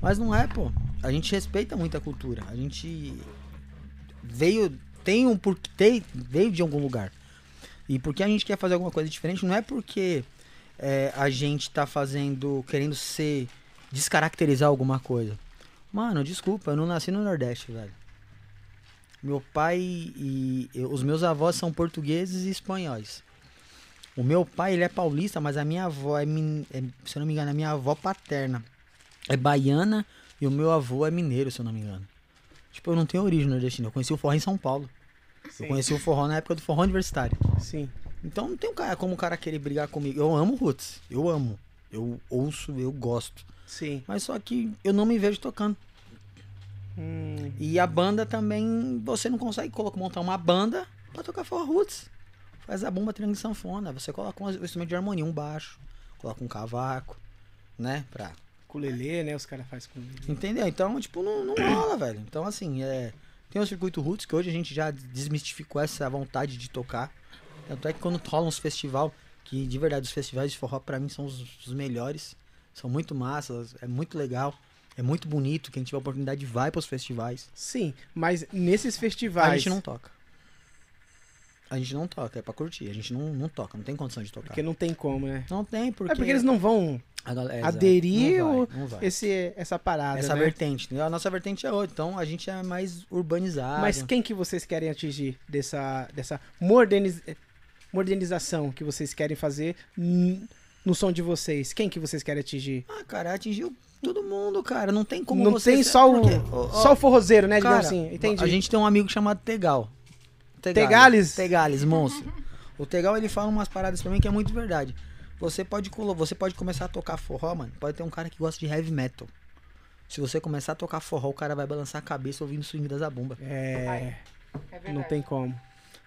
Speaker 5: Mas não é, pô. A gente respeita muito a cultura. A gente veio, tem um porquê, tem- veio de algum lugar. E porque a gente quer fazer alguma coisa diferente, não é porque é, a gente tá fazendo, querendo ser, descaracterizar alguma coisa. Mano, desculpa, eu não nasci no Nordeste, velho. Meu pai e eu- os meus avós são portugueses e espanhóis. O meu pai, ele é paulista, mas a minha avó é, min- é- se eu não me engano, a minha avó paterna é baiana e o meu avô é mineiro, se eu não me engano. Tipo, eu não tenho origem nordestina. Eu conheci o forró em São Paulo. Eu conheci o forró na época do forró universitário.
Speaker 1: Sim.
Speaker 5: Então não tem um cara como o cara querer brigar comigo. Eu amo roots. Eu amo. Eu ouço, eu gosto.
Speaker 1: Sim.
Speaker 5: Mas só que eu não me vejo tocando.
Speaker 1: Hum,
Speaker 5: E a banda também, você não consegue colocar, montar uma banda pra tocar forró roots. Faz a bomba triângulo e sanfona. Você coloca um instrumento de harmonia, um baixo, coloca um cavaco, né? Pra.
Speaker 1: culelê, né? Os caras fazem culelê.
Speaker 5: Entendeu? Então, tipo, não, não rola, velho. Então, assim, é. Tem o circuito roots que hoje a gente já desmistificou essa vontade de tocar. Tanto é que quando rola uns festival, que de verdade os festivais de forró pra mim são os, os melhores. São muito massas, é muito legal, é muito bonito. Quem tiver oportunidade vai pros festivais.
Speaker 1: Sim, mas nesses festivais.
Speaker 5: A gente não toca. A gente não toca, é pra curtir. A gente não, não toca, não tem condição de tocar.
Speaker 1: Porque não tem como, né?
Speaker 5: Não tem, porque.
Speaker 1: É porque eles não vão
Speaker 5: A galera- é, exato.
Speaker 1: aderir
Speaker 5: Não
Speaker 1: ou
Speaker 5: vai, não vai.
Speaker 1: esse, essa parada,
Speaker 5: Essa
Speaker 1: né?
Speaker 5: vertente, entendeu? A nossa vertente é outra, então a gente é mais urbanizado.
Speaker 1: Mas quem que vocês querem atingir dessa, dessa moderniz- modernização que vocês querem fazer n- no som de vocês? Quem que vocês querem atingir?
Speaker 5: Ah, cara, atingiu todo mundo, cara. Não tem como
Speaker 1: não
Speaker 5: você...
Speaker 1: tem só o,
Speaker 5: Porque, ó, ó,
Speaker 1: só o forrozeiro, né?
Speaker 5: cara,
Speaker 1: digamos assim, entendi.
Speaker 5: A gente tem um amigo chamado Tegal.
Speaker 1: Tegales?
Speaker 5: Tegales, monstro. o Tegal, ele fala umas paradas pra mim que é muito verdade. Você pode, colo- você pode começar a tocar forró, mano. Pode ter um cara que gosta de heavy metal. Se você começar a tocar forró, o cara vai balançar a cabeça ouvindo swing da zabumba.
Speaker 1: É, não tem como.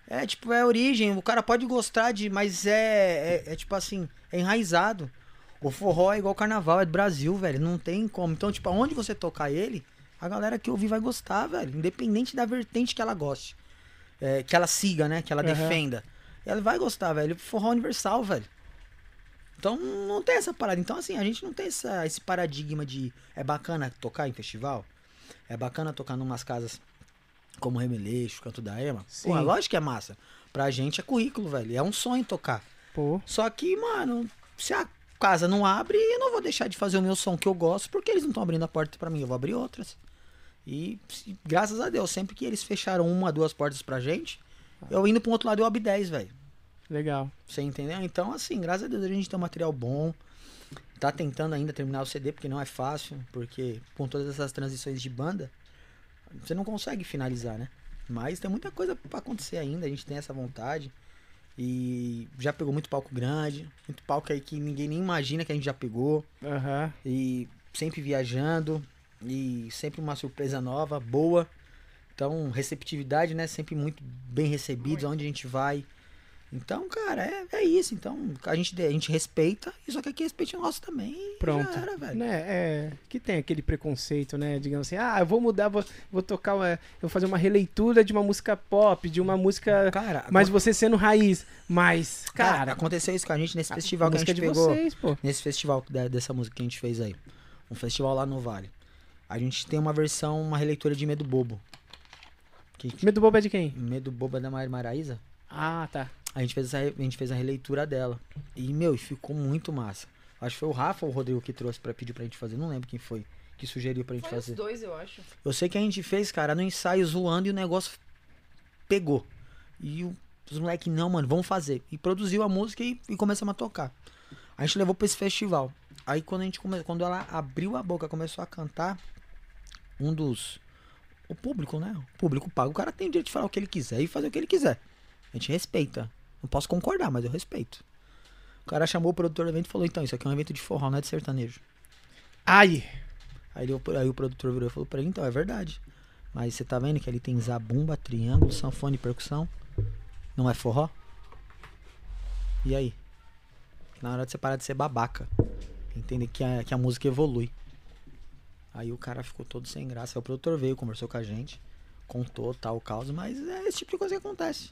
Speaker 5: É, tipo, é a origem. O cara pode gostar de, mas é, é, é, tipo assim, é enraizado. O forró é igual carnaval, é do Brasil, velho. Não tem como. Então, tipo, aonde você tocar ele, a galera que ouvir vai gostar, velho. Independente da vertente que ela goste. É, que ela siga, né? Que ela
Speaker 1: Aham.
Speaker 5: defenda. Ela vai gostar, velho. Forró é universal, velho. Então, não tem essa parada. Então, assim, a gente não tem essa, esse paradigma de é bacana tocar em festival? É bacana tocar numas casas como Remeleixo, Canto da Ema?
Speaker 1: Sim.
Speaker 5: Pô, lógico que é massa. Pra gente é currículo, velho. É um sonho tocar.
Speaker 1: Pô,
Speaker 5: Só que, mano, se a casa não abre, eu não vou deixar de fazer o meu som que eu gosto, porque eles não estão abrindo a porta pra mim, eu vou abrir outras. E se- graças a Deus, sempre que eles fecharam uma, duas portas pra gente, eu indo pro outro lado eu abri 10, velho.
Speaker 1: legal.
Speaker 5: Você entendeu? Então, assim, graças a Deus a gente tem um material bom. Tá tentando ainda terminar o CD, porque não é fácil, porque com todas essas transições de banda, você não consegue finalizar, né? Mas tem muita coisa pra acontecer ainda, a gente tem essa vontade. E já pegou muito palco grande, muito palco aí que ninguém nem imagina que a gente já pegou.
Speaker 1: Aham.
Speaker 5: E sempre viajando, e sempre uma surpresa nova, boa. Então, receptividade, né? Sempre muito bem recebidos, aonde a gente vai. Então, cara, é, é isso. Então, a gente, a gente respeita, e só que aqui respeite o nosso também. e já
Speaker 1: Pronto.
Speaker 5: era, velho.
Speaker 1: Né, é, que tem aquele preconceito, né? Digamos assim, ah, eu vou mudar, vou, vou tocar, uma, eu vou fazer uma releitura de uma música pop, de uma música.
Speaker 5: Cara,
Speaker 1: Mas você sendo raiz. Mas,
Speaker 5: Cara,
Speaker 1: cara,
Speaker 5: aconteceu isso com a gente nesse
Speaker 1: a
Speaker 5: festival que a
Speaker 1: música é
Speaker 5: gente
Speaker 1: de
Speaker 5: pegou.
Speaker 1: vocês, pô.
Speaker 5: Nesse festival da- dessa música que a gente fez aí. Um festival lá no Vale. A gente tem uma versão, uma releitura de Medo Bobo. Que,
Speaker 1: Medo bobo é de quem?
Speaker 5: Medo Bobo é da Maria Maraísa?
Speaker 1: Ah, tá.
Speaker 5: A gente, fez essa, re- a gente fez a releitura dela. E, meu, ficou muito massa. Acho que foi o Rafa ou o Rodrigo que trouxe para pedir pra gente fazer. Não lembro quem foi que sugeriu pra gente
Speaker 3: Foi os
Speaker 5: fazer.
Speaker 3: dois, eu acho.
Speaker 5: Eu sei que a gente fez, cara, no ensaio zoando e o negócio pegou. E o- os moleques, não, mano, vamos fazer. E produziu a música e, e começamos a tocar. A gente levou pra esse festival. Aí quando a gente come... quando ela abriu a boca, começou a cantar, um dos. O público, né? O público paga. O cara tem o direito de falar o que ele quiser e fazer o que ele quiser. A gente respeita. Não posso concordar, mas eu respeito. O cara chamou o produtor do evento e falou: então, isso aqui é um evento de forró, não é de sertanejo.
Speaker 1: Ai,
Speaker 5: Aí, ele- aí o produtor virou e falou pra ele, então, é verdade. Mas você tá vendo que ali tem zabumba, triângulo, sanfone e percussão? Não é forró? E aí? Na hora de você parar de ser babaca. Entender que a, que a música evolui. Aí o cara ficou todo sem graça. Aí o produtor veio, conversou com a gente, contou tal causa, mas é esse tipo de coisa que acontece.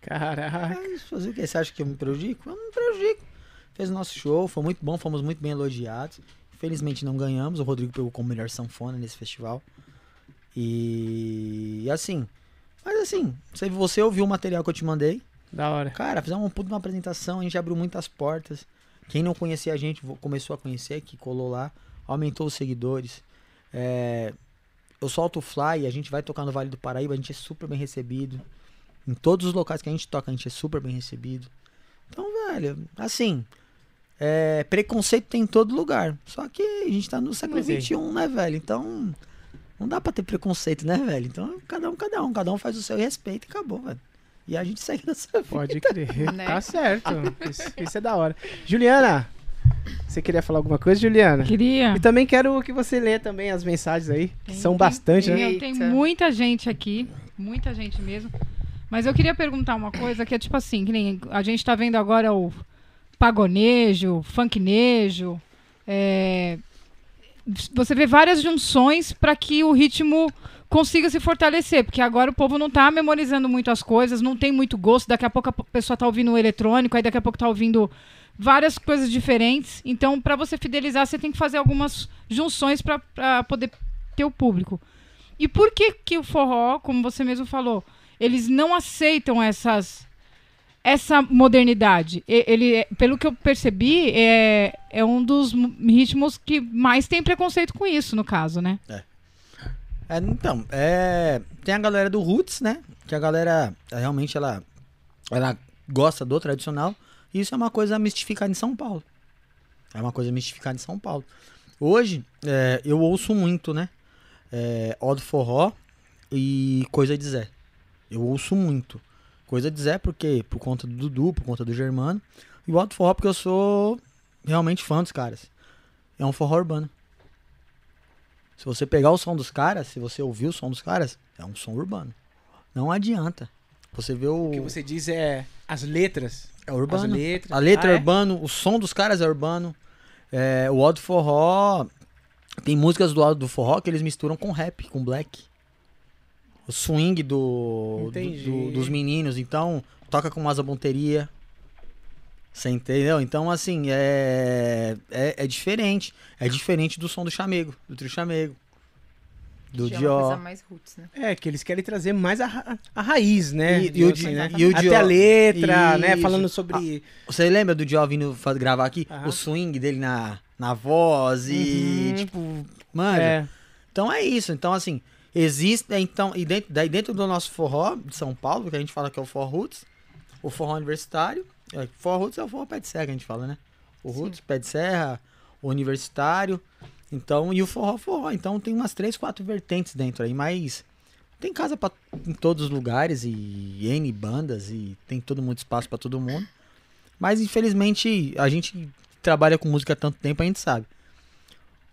Speaker 1: caraca.
Speaker 5: Mas fazer o quê? Você acha que eu me prejudico? Eu não me prejudico. Fez o nosso show, foi muito bom, fomos muito bem elogiados. Felizmente não ganhamos, o Rodrigo pegou como melhor sanfona nesse festival. E assim, mas assim, você, você ouviu o material que eu te mandei.
Speaker 1: Da hora.
Speaker 5: Cara, fizemos uma puta de uma apresentação, a gente abriu muitas portas. Quem não conhecia a gente vo- começou a conhecer, que colou lá, aumentou os seguidores. É, eu solto o fly, a gente vai tocar no Vale do Paraíba, a gente é super bem recebido. Em todos os locais que a gente toca, a gente é super bem recebido. Então, velho, assim, é, preconceito tem em todo lugar. Só que a gente tá no século
Speaker 1: Mas e aí?
Speaker 5: XXI, né, velho? Então, não dá pra ter preconceito, né, velho? Então, cada um, cada um. Cada um faz o seu e respeita e acabou, velho. E a gente segue nessa vida.
Speaker 1: Pode crer.
Speaker 3: Né?
Speaker 1: Tá certo. Isso, isso é da hora. Juliana, você queria falar alguma coisa, Juliana?
Speaker 2: Queria.
Speaker 1: E também quero que você lê também as mensagens aí, que
Speaker 2: Tem,
Speaker 1: são
Speaker 2: tem,
Speaker 1: bastante, né?
Speaker 2: Meu, tem
Speaker 3: Eita.
Speaker 2: muita gente aqui, muita gente mesmo. Mas eu queria perguntar uma coisa que é tipo assim, que nem a gente tá vendo agora o pagonejo, funknejo, é, você vê várias junções para que o ritmo consiga se fortalecer, porque agora o povo não tá memorizando muito as coisas, não tem muito gosto, daqui a pouco a p- pessoa tá ouvindo o eletrônico, aí daqui a pouco tá ouvindo várias coisas diferentes. Então, para você fidelizar, você tem que fazer algumas junções para poder ter o público. E por que que o forró, como você mesmo falou, eles não aceitam essas essa modernidade? E- Ele, é- pelo que eu percebi, é, é um dos mu- ritmos que mais tem preconceito com isso, no caso, né?
Speaker 5: É, então, é, tem a galera do Roots, né? Que a galera é, realmente ela, ela gosta do tradicional. E isso é uma coisa mistificada em São Paulo. É uma coisa mistificada em São Paulo. Hoje, é, eu ouço muito, né? É, ó do forró e coisa de Zé. Eu ouço muito. Coisa de Zé, porque por conta do Dudu, por conta do Germano. E o ó do forró, porque eu sou realmente fã dos caras. É um forró urbano. Se você pegar o som dos caras, se você ouvir o som dos caras, é um som urbano. Não adianta. Você vê o.
Speaker 8: O que você diz é as letras.
Speaker 5: É
Speaker 8: As
Speaker 5: urbano.
Speaker 8: letras.
Speaker 5: A letra
Speaker 8: Ah,
Speaker 5: é
Speaker 8: é?
Speaker 5: urbano, o som dos caras é urbano. É, o Aldo Forró. Tem músicas do Aldo do Forró que eles misturam com rap, com black. O swing do, do-
Speaker 8: Entendi.
Speaker 5: do- dos meninos, então toca com asa bonteria. Você entendeu? Então, assim, é, é. é diferente. É diferente do som do chamego, do trio chamego. Do
Speaker 3: Que é uma coisa
Speaker 5: Dior.
Speaker 3: mais roots, né?
Speaker 8: É, que eles querem trazer mais a, ra- a raiz, né?
Speaker 5: E- e
Speaker 8: Digamos
Speaker 5: o di-
Speaker 8: assim, né?
Speaker 5: e o
Speaker 8: Até
Speaker 5: Dior.
Speaker 8: a letra, né?
Speaker 5: Isso. Ah,
Speaker 8: Falando sobre.
Speaker 5: Você lembra do Dior vindo fa- gravar aqui?
Speaker 8: Aham.
Speaker 5: O swing dele na, na voz e,
Speaker 8: Uhum.
Speaker 5: tipo, mano.
Speaker 8: é.
Speaker 5: Então é isso. Então, assim, existe. Então, e dentro, daí dentro do nosso forró de São Paulo, que a gente fala que é o forró roots, o forró universitário. É, forró roots é o forró pé de serra que a gente fala, né? O roots, pé de serra, o universitário. Então, e o forró forró. Então tem umas três, quatro vertentes dentro aí, mas. Tem casa pra, em todos os lugares e N bandas e tem todo mundo espaço pra todo mundo. Mas infelizmente a gente que trabalha com música há tanto tempo, a gente sabe.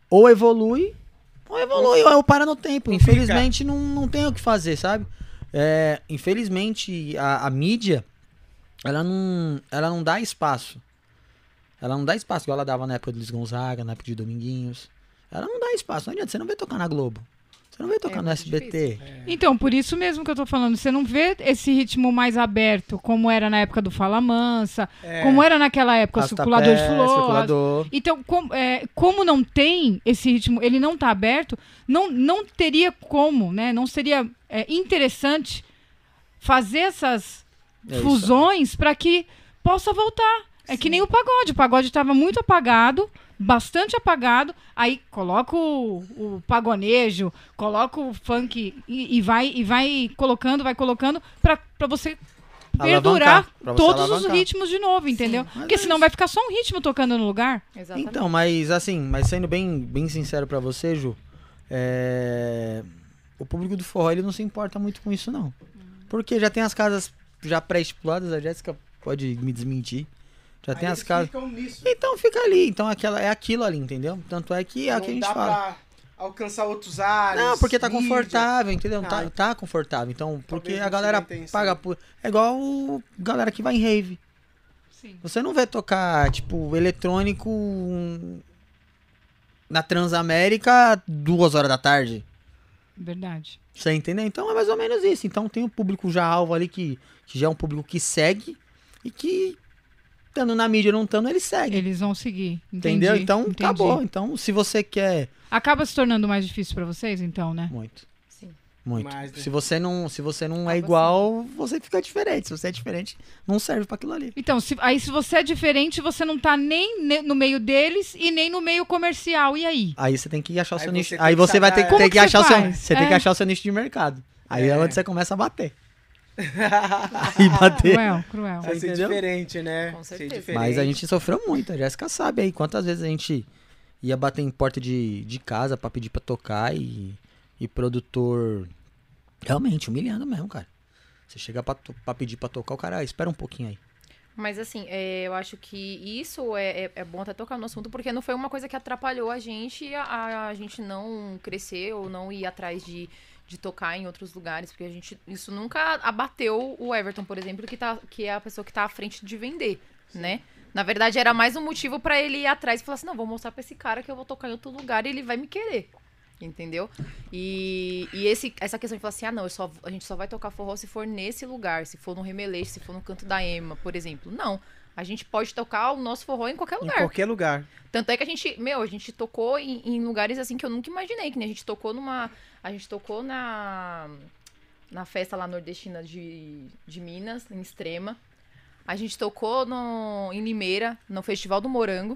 Speaker 5: Ou evolui, ou evolui, ou para no tempo.
Speaker 8: Não fica.
Speaker 5: Infelizmente não, não tem o que fazer, sabe? É, infelizmente a, a mídia, ela não, ela não dá espaço. Ela não dá espaço, igual ela dava na época do Luiz Gonzaga, na época de Dominguinhos. Ela não dá espaço, não adianta, você não vê tocar na Globo. Você não vê tocar no
Speaker 3: muito
Speaker 5: SBT.
Speaker 3: É, difícil.
Speaker 2: Então, por isso mesmo que eu tô falando, você não vê esse ritmo mais aberto, como era na época do Fala Mansa, como era naquela época, o
Speaker 5: É. Rastapé,
Speaker 2: circulador de flores.
Speaker 5: circulador.
Speaker 2: Então, com- é, como não tem esse ritmo, ele não tá aberto, não, não teria como, né? Não seria é, interessante fazer essas
Speaker 5: É isso.
Speaker 2: fusões para que possa voltar. É que nem o pagode. O pagode estava muito apagado, bastante apagado. Aí coloca o, o pagonejo, coloca o funk e, e vai, e vai colocando, vai colocando para você
Speaker 5: Alavancar,
Speaker 2: perdurar
Speaker 5: pra você
Speaker 2: todos os
Speaker 5: alavancar.
Speaker 2: ritmos de novo, entendeu?
Speaker 5: mas
Speaker 2: Porque
Speaker 5: é
Speaker 2: senão
Speaker 5: isso.
Speaker 2: vai ficar só um ritmo tocando no lugar.
Speaker 3: Exatamente.
Speaker 5: Então, mas assim, mas sendo bem, bem sincero pra você, Ju, é, o público do forró ele não se importa muito com isso não.
Speaker 3: Uhum.
Speaker 5: Porque já tem as casas já pré-estipuladas, a Jéssica pode me desmentir. Já tem as casas. Então fica ali, então aquela é aquilo ali, entendeu? Tanto é que é o que a gente fala.
Speaker 1: pra alcançar outros áreas.
Speaker 5: Não, porque tá
Speaker 1: mídia.
Speaker 5: confortável, entendeu?
Speaker 1: Ah,
Speaker 5: Tá,
Speaker 1: ent-
Speaker 5: tá confortável. Então, porque
Speaker 1: não
Speaker 5: a galera
Speaker 1: seja a intenção.
Speaker 5: paga por. É igual o galera que vai em rave.
Speaker 2: Sim.
Speaker 5: Você não vai tocar, tipo, eletrônico hum, na Transamérica duas horas da tarde.
Speaker 2: Verdade.
Speaker 5: Você entendeu? Então é mais ou menos isso. Então tem o público já alvo ali que, que já é um público que segue e que, estando na mídia ou não estando, ele segue.
Speaker 2: Eles vão seguir. Entendi,
Speaker 5: entendeu? Então
Speaker 2: entendi.
Speaker 5: acabou. Então, se você quer.
Speaker 2: Acaba se tornando mais difícil pra vocês, então, né?
Speaker 5: Muito.
Speaker 3: Sim.
Speaker 5: Muito.
Speaker 8: Mas, né?
Speaker 5: Se você não, se você não é
Speaker 8: assim.
Speaker 3: Acaba
Speaker 5: igual, você fica diferente. Se você é diferente, não serve pra aquilo ali.
Speaker 2: Então, se- aí se você é diferente, você não tá nem ne- no meio deles e nem no meio comercial. E aí?
Speaker 5: Aí você tem que achar o
Speaker 8: Aí
Speaker 5: seu
Speaker 8: você
Speaker 5: nicho.
Speaker 8: tem
Speaker 5: Aí
Speaker 8: que
Speaker 5: você vai ter
Speaker 8: sacar-
Speaker 5: que,
Speaker 2: Como
Speaker 5: ter
Speaker 2: que
Speaker 5: que
Speaker 2: você
Speaker 5: achar o seu,
Speaker 2: faz?
Speaker 5: você tem que
Speaker 2: É.
Speaker 5: achar o seu nicho de mercado. Aí é,
Speaker 8: É.
Speaker 5: onde você começa a bater. e bater.
Speaker 8: É,
Speaker 2: Cruel, cruel.
Speaker 8: Vai ser
Speaker 5: Entendeu?
Speaker 8: diferente, né?
Speaker 3: Com
Speaker 8: Ser
Speaker 3: certeza.
Speaker 8: diferente.
Speaker 5: Mas a gente sofreu muito. A Jéssica sabe aí quantas vezes a gente ia bater em porta de, de casa pra pedir pra tocar e, e produtor realmente humilhando mesmo, cara. Você chega pra, to- pra pedir pra tocar, o cara "Ah, espera um pouquinho aí.
Speaker 3: Mas assim, é, eu acho que isso é, é, é bom até tocar no assunto, porque não foi uma coisa que atrapalhou a gente, e a, a gente não crescer ou não ir atrás de, de tocar em outros lugares, porque a gente. Isso nunca abateu o Everton, por exemplo, que, tá, que é a pessoa que tá à frente de vender, né? Na verdade, era mais um motivo pra ele ir atrás e falar assim: não, vou mostrar pra esse cara que eu vou tocar em outro lugar e ele vai me querer. Entendeu? E, e esse, essa questão de falar assim: ah, não, eu só, a gente só vai tocar forró se for nesse lugar, se for no remeleixo, se for no canto da Ema, por exemplo. Não. A gente pode tocar o nosso forró em qualquer
Speaker 8: Em
Speaker 3: lugar.
Speaker 8: qualquer lugar.
Speaker 3: Tanto é que a gente, meu, a gente tocou em, em lugares assim que eu nunca imaginei, que nem a gente tocou numa. A gente tocou na. Na festa lá nordestina de, de Minas, em Extrema. A gente tocou no, em Limeira, no Festival do Morango.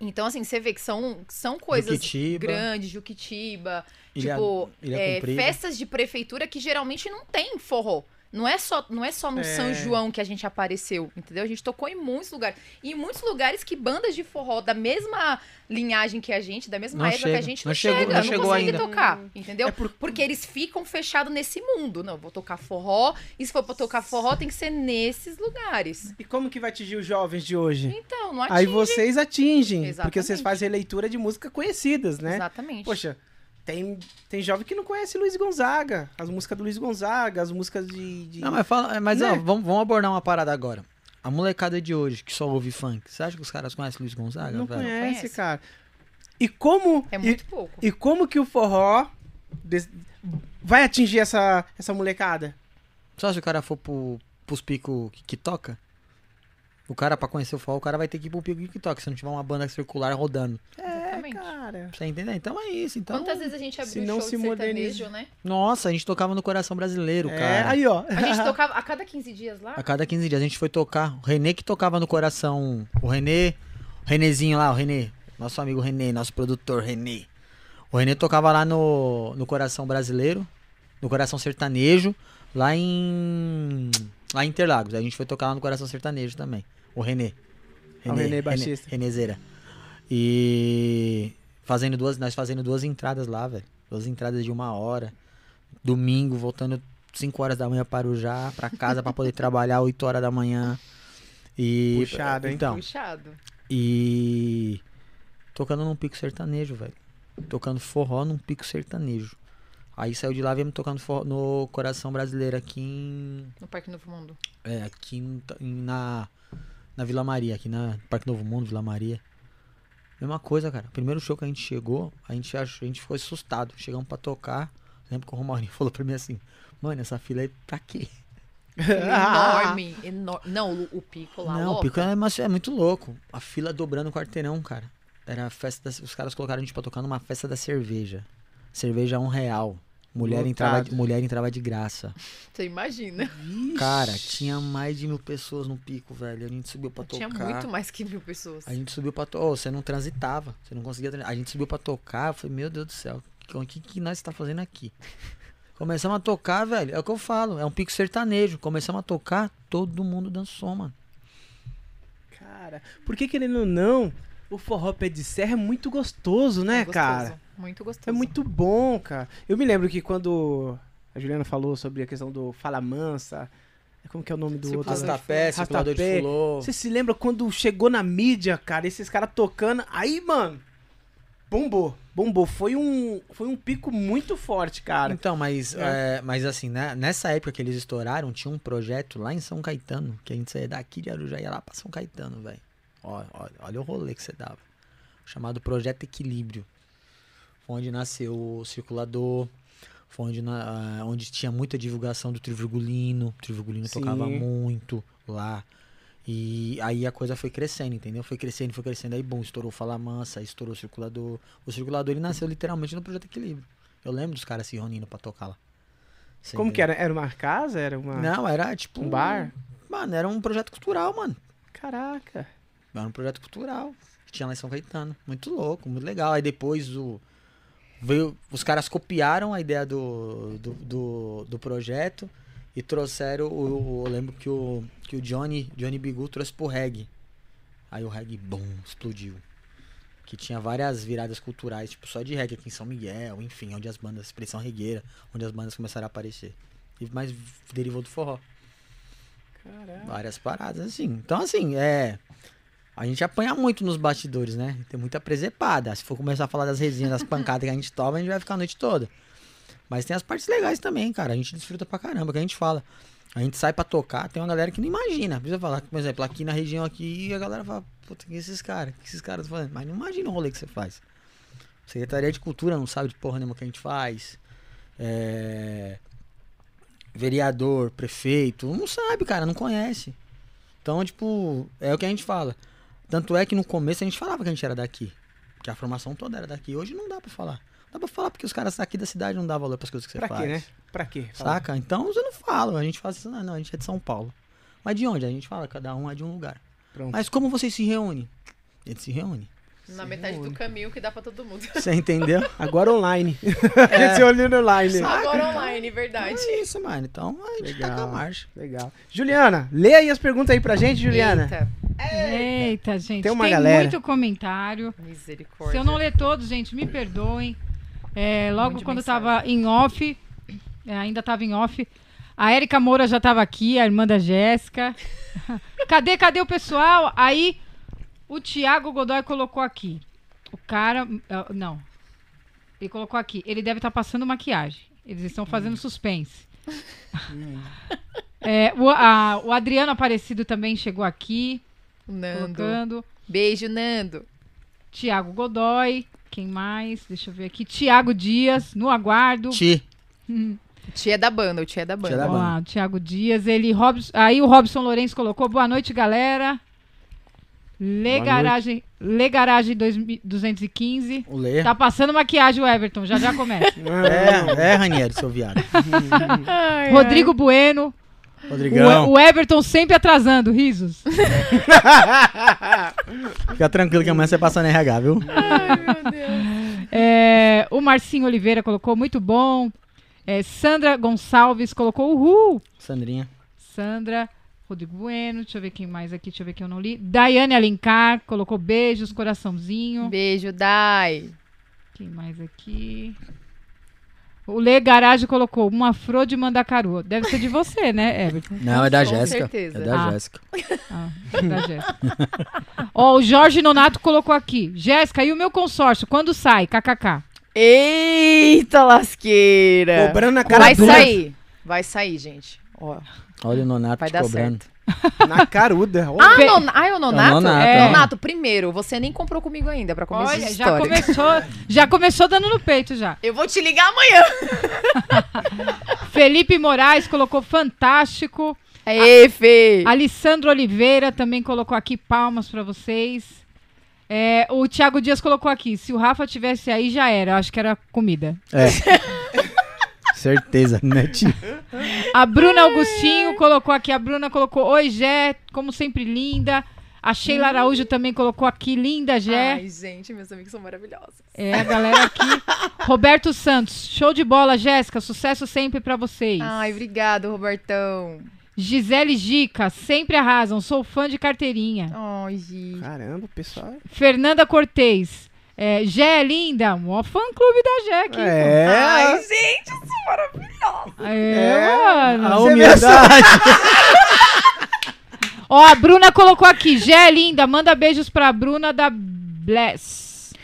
Speaker 3: Então, assim, você vê que são, são coisas
Speaker 5: Jequitiba,
Speaker 3: grandes, Juquitiba,
Speaker 5: Ilha-
Speaker 3: tipo,
Speaker 5: Ilha
Speaker 3: é,
Speaker 5: Comprida.
Speaker 3: festas de prefeitura que geralmente não tem forró. Não é só, não é só no
Speaker 1: É.
Speaker 3: São João que a gente apareceu, entendeu? A gente tocou em muitos lugares. E em muitos lugares que bandas de forró da mesma linhagem que a gente, da mesma
Speaker 5: Não
Speaker 3: época que a
Speaker 5: chega,
Speaker 3: gente,
Speaker 5: não
Speaker 3: não,
Speaker 5: chegou-
Speaker 3: chega,
Speaker 5: não
Speaker 3: não,
Speaker 5: chegou
Speaker 3: consegue
Speaker 5: ainda.
Speaker 3: tocar, entendeu?
Speaker 1: É por-
Speaker 3: Porque eles ficam fechados nesse mundo. Não, vou tocar forró, e se for pra tocar forró, tem que ser nesses lugares.
Speaker 1: E como que vai atingir os jovens de hoje?
Speaker 3: Então, não atinge.
Speaker 1: Aí vocês atingem, porque
Speaker 3: Exatamente.
Speaker 1: vocês fazem releitura de música conhecidas, né?
Speaker 3: Exatamente.
Speaker 1: Poxa, tem, tem jovem que não conhece Luiz Gonzaga, as músicas do Luiz Gonzaga, as músicas de... de-
Speaker 5: Não, mas fala, é, mas
Speaker 1: Né?
Speaker 5: ó, vamos, vamos abordar uma parada agora. A molecada de hoje que só ouve funk, você acha que os caras conhecem Luiz Gonzaga?
Speaker 1: Não
Speaker 5: velho?
Speaker 1: conhece,
Speaker 3: conhece.
Speaker 1: cara. E como...
Speaker 3: é
Speaker 1: e-
Speaker 3: muito pouco.
Speaker 1: E como que o forró des- vai atingir essa, essa molecada?
Speaker 5: Só se o cara for pro, pros picos que, que toca. O cara, pra conhecer o forró, o cara vai ter que ir pro pico que toca, se não tiver uma banda circular rodando.
Speaker 3: Exatamente.
Speaker 1: É, Cara,
Speaker 5: Pra Você entender? Então é isso. Então,
Speaker 3: Quantas vezes a gente
Speaker 1: se
Speaker 3: abriu
Speaker 1: não
Speaker 3: show de
Speaker 1: se moderniza-
Speaker 3: sertanejo, né?
Speaker 5: Nossa, a gente tocava no coração brasileiro,
Speaker 1: é,
Speaker 5: cara.
Speaker 1: aí ó.
Speaker 3: A gente tocava a cada 15 dias lá.
Speaker 5: A cada 15 dias a gente foi tocar. O Renê que tocava no coração. O Renê. O Renezinho lá, o Renê. Nosso amigo Renê, nosso produtor Renê. O Renê tocava lá no, no coração brasileiro. No coração sertanejo. Lá em. Lá em Interlagos. Aí A gente foi tocar lá no coração sertanejo também. O Renê.
Speaker 1: Ah, o Renê baixista.
Speaker 5: Renezeira. E. Fazendo duas. Nós fazendo duas entradas lá, velho. Duas entradas de uma hora. Domingo, voltando 5 horas da manhã para o já, para casa para poder trabalhar 8 horas da manhã. E
Speaker 1: Puxado, hein?
Speaker 5: Então,
Speaker 3: Puxado.
Speaker 5: e tocando num pico sertanejo, velho. Tocando forró num pico sertanejo. Aí saiu de lá e viemos tocando forró no Coração Brasileiro aqui em
Speaker 3: No Parque Novo Mundo.
Speaker 5: é, aqui em- em- na na Vila Maria, aqui na Parque Novo Mundo, Vila Maria. Mesma coisa, cara. Primeiro show que a gente chegou, a gente achou, a gente ficou assustado. Chegamos pra tocar. Lembro que o Romarinho falou pra mim assim: "Mano, essa fila aí tá pra quê?"
Speaker 1: Ah,
Speaker 3: Enorme, enorme. Não, o, o pico lá,
Speaker 5: Não, o
Speaker 3: louca.
Speaker 5: Pico é, mas é muito louco. A fila dobrando o quarteirão, cara. Era a festa. das- os caras colocaram a gente pra tocar numa festa da cerveja. Cerveja a um real. Mulher
Speaker 1: Lotado.
Speaker 5: entrava, de- mulher entrava de graça.
Speaker 3: Você imagina.
Speaker 5: Cara, tinha mais de mil pessoas no pico, velho. A gente subiu pra
Speaker 3: Tinha
Speaker 5: tocar.
Speaker 3: muito mais que mil pessoas.
Speaker 5: A gente subiu pra tocar. você não transitava. Você não conseguia transitar. A gente subiu pra tocar. Eu falei, meu Deus do céu, o que, que nós tá fazendo aqui? Começamos a tocar, velho. É o que eu falo. É um pico sertanejo. Começamos a tocar, todo mundo dançou, mano. um
Speaker 1: Cara, porque querendo ou não, o forró pé de serra é muito gostoso, né,
Speaker 3: É Gostoso,
Speaker 1: cara?
Speaker 3: Muito gostoso.
Speaker 1: É muito bom, cara. Eu me lembro que quando a Juliana falou sobre a questão do Fala Mansa, como que é o nome do
Speaker 3: Circulador
Speaker 1: outro?
Speaker 3: de
Speaker 5: Rastapé, circulador de
Speaker 1: Rastapé.
Speaker 5: fulô.
Speaker 1: Você se lembra quando chegou na mídia, cara, esses caras tocando, aí, mano, bombou, bombou. Foi um, foi um pico muito forte, cara.
Speaker 5: Então, mas, é, mas assim, né, nessa época que eles estouraram, tinha um projeto lá em São Caetano, que a gente saía daqui de Arujá e ia lá pra São Caetano, velho. Olha, olha o rolê que você dava. Chamado Projeto Equilíbrio. Foi onde nasceu o Circulador, foi onde, na- ah, onde tinha muita divulgação do Trivulgulino. O Trivulgulino
Speaker 1: Sim.
Speaker 5: tocava muito lá. E aí a coisa foi crescendo, entendeu? Foi crescendo, foi crescendo. Aí, bom, estourou o Fala Mansa, aí estourou o Circulador. O Circulador, ele nasceu literalmente no Projeto Equilíbrio. Eu lembro dos caras se reunindo pra tocar lá. Você
Speaker 1: Como que
Speaker 5: entendeu?
Speaker 1: era? Era uma casa? Era uma.
Speaker 5: Não, era tipo...
Speaker 1: Um bar?
Speaker 5: Mano, era um projeto cultural, mano.
Speaker 1: Caraca.
Speaker 5: Era um projeto cultural. que Tinha lá em São Caetano. Muito louco, muito legal. Aí depois o. Veio, os caras copiaram a ideia do, do, do, do projeto e trouxeram. O, o- eu lembro que o, que o Johnny, Johnny Bigu trouxe pro reggae. Aí o reggae, bom, explodiu. Que tinha várias viradas culturais, tipo, só de reggae aqui em São Miguel, enfim, onde as bandas, expressão regueira, onde as bandas começaram a aparecer. E mais derivou do forró.
Speaker 1: Caraca.
Speaker 5: Várias paradas, assim. Então, assim, é. A gente apanha muito nos bastidores, né? Tem muita presepada. Se for começar a falar das resenhas, das pancadas que a gente toma, a gente vai ficar a noite toda. Mas tem as partes legais também, cara. A gente desfruta pra caramba, que a gente fala. A gente sai pra tocar, tem uma galera que não imagina. Precisa falar, por exemplo, aqui na região aqui, a galera fala, puta, que esses caras? O que esses caras estão fazendo? Mas não imagina o rolê que você faz. Secretaria de Cultura não sabe de porra nenhuma o que a gente faz. É vereador, prefeito, não sabe, cara, não conhece. Então, tipo, é o que a gente fala. Tanto é que no começo a gente falava que a gente era daqui. Que a formação toda era daqui. Hoje não dá pra falar. Dá pra falar porque os caras daqui da cidade não dão valor pras coisas que você
Speaker 1: Pra
Speaker 5: faz.
Speaker 1: quê, né? Pra quê? Fala.
Speaker 5: Saca? Então eu não falo. A gente fala assim, ah, não, a gente é de São Paulo. Mas de onde? A gente fala, cada um é de um lugar.
Speaker 3: Hum.
Speaker 1: Pronto.
Speaker 5: Mas como vocês se reúnem? A gente se reúne.
Speaker 3: Na metade do caminho que dá pra todo mundo.
Speaker 5: Você entendeu?
Speaker 1: Agora online. A gente se olhando online.
Speaker 3: Agora online. online, verdade.
Speaker 5: É isso, mano. Então a gente tá com a
Speaker 1: Legal.
Speaker 5: marcha.
Speaker 1: Legal. Juliana, lê aí as perguntas aí pra gente, Juliana.
Speaker 3: Eita,
Speaker 2: Eita, gente.
Speaker 1: Tem
Speaker 2: Tem,
Speaker 1: uma galera.
Speaker 2: muito comentário.
Speaker 3: misericórdia.
Speaker 2: Se eu não ler todos, gente, me perdoem. É, logo
Speaker 3: Mande
Speaker 2: quando eu
Speaker 3: mensagem.
Speaker 2: tava em off, é, ainda tava em off, a Érica Moura já tava aqui, a irmã da Jéssica. cadê, cadê o pessoal? Aí o Tiago Godoy colocou aqui. O cara. ah, Não. Ele colocou aqui. Ele deve estar passando maquiagem. Eles estão
Speaker 3: Hum.
Speaker 2: fazendo suspense. É, o, a- o Adriano Aparecido também chegou aqui,
Speaker 3: Nando.
Speaker 2: colocando.
Speaker 3: Beijo, Nando.
Speaker 2: Tiago Godoy. Quem mais? Deixa eu ver aqui. Tiago Dias, no aguardo.
Speaker 5: Ti.
Speaker 3: Tia da banda, o tia da banda.
Speaker 5: da
Speaker 2: Ó lá, o Tiago Dias. Ele, Robson, aí o Robson Lourenço colocou. Boa noite, galera. Lê
Speaker 1: Boa
Speaker 2: Garagem, Lê Garagem 215.
Speaker 5: O Lê.
Speaker 2: Tá passando maquiagem o Everton, já já começa.
Speaker 5: É, é, Ranieri, seu viado.
Speaker 2: Rodrigo Bueno.
Speaker 5: Rodrigão,
Speaker 2: O, o Everton sempre atrasando, risos.
Speaker 5: fica tranquilo que amanhã você passa na RH, viu?
Speaker 2: É, o Marcinho Oliveira colocou, muito bom. É, Sandra Gonçalves colocou, uhul.
Speaker 5: Sandrinha.
Speaker 2: Sandra, Rodrigo Bueno, deixa eu ver quem mais aqui, deixa eu ver quem eu não li. Daiane Alencar colocou beijos, coraçãozinho.
Speaker 3: Beijo, Dai.
Speaker 2: Quem mais aqui? O Lê Garage colocou uma flor de mandacaru. Deve ser de você, né, Everton?
Speaker 5: Não, é
Speaker 3: Com
Speaker 5: da Jéssica. É
Speaker 3: certeza.
Speaker 5: da
Speaker 2: Ah.
Speaker 5: Jéssica.
Speaker 2: Ah, da Jéssica. Ó, o Jorge Nonato colocou aqui. Jéssica, e o meu consórcio? Quando sai? KKK.
Speaker 3: Eita lasqueira.
Speaker 1: Cobrando na cara
Speaker 3: Vai
Speaker 1: dura.
Speaker 3: sair. Vai sair, gente. Ó,
Speaker 5: Olha o Nonato
Speaker 3: Ah, vai
Speaker 5: te
Speaker 3: dar
Speaker 5: cobrando.
Speaker 3: certo.
Speaker 1: Na caruda. Ó,
Speaker 3: Ah,
Speaker 2: Pe-
Speaker 3: non... ah, é o Nonato?
Speaker 5: Nonato,
Speaker 2: é.
Speaker 3: Nonato, primeiro, você nem comprou comigo ainda pra começar
Speaker 2: Olha,
Speaker 3: essa
Speaker 2: já
Speaker 3: história.
Speaker 2: começou, já começou dando no peito já.
Speaker 3: Eu vou te ligar amanhã.
Speaker 2: Felipe Moraes colocou fantástico.
Speaker 3: Ei, Fê.
Speaker 2: Alissandro Oliveira também colocou aqui palmas pra vocês. É, o Thiago Dias colocou aqui: se o Rafa tivesse aí, já era. Eu acho que era comida.
Speaker 5: Certeza, né, tio?
Speaker 2: A Bruna Augustinho colocou aqui: a Bruna colocou: Oi, Gé, como sempre, linda. A Sheila Araújo também colocou aqui: linda, Gé.
Speaker 3: Hum. Ai, gente, meus amigos são maravilhosos.
Speaker 2: É, a galera aqui. Roberto Santos: show de bola, Jéssica. Sucesso sempre pra vocês.
Speaker 3: Ai, obrigado, Robertão.
Speaker 2: Gisele Gica: sempre arrasam. Sou fã de carteirinha.
Speaker 3: Ai, Gi.
Speaker 1: Caramba, o pessoal. é
Speaker 2: Fernanda Cortez. É, Gé, linda, mó fã clube da Gé aqui.
Speaker 1: É.
Speaker 3: Ai, gente, eu sou maravilhosa.
Speaker 2: É, mano.
Speaker 5: A
Speaker 1: Você
Speaker 5: humildade.
Speaker 2: Ó, a Bruna colocou aqui. Gé, é linda, manda beijos pra Bruna da Bless.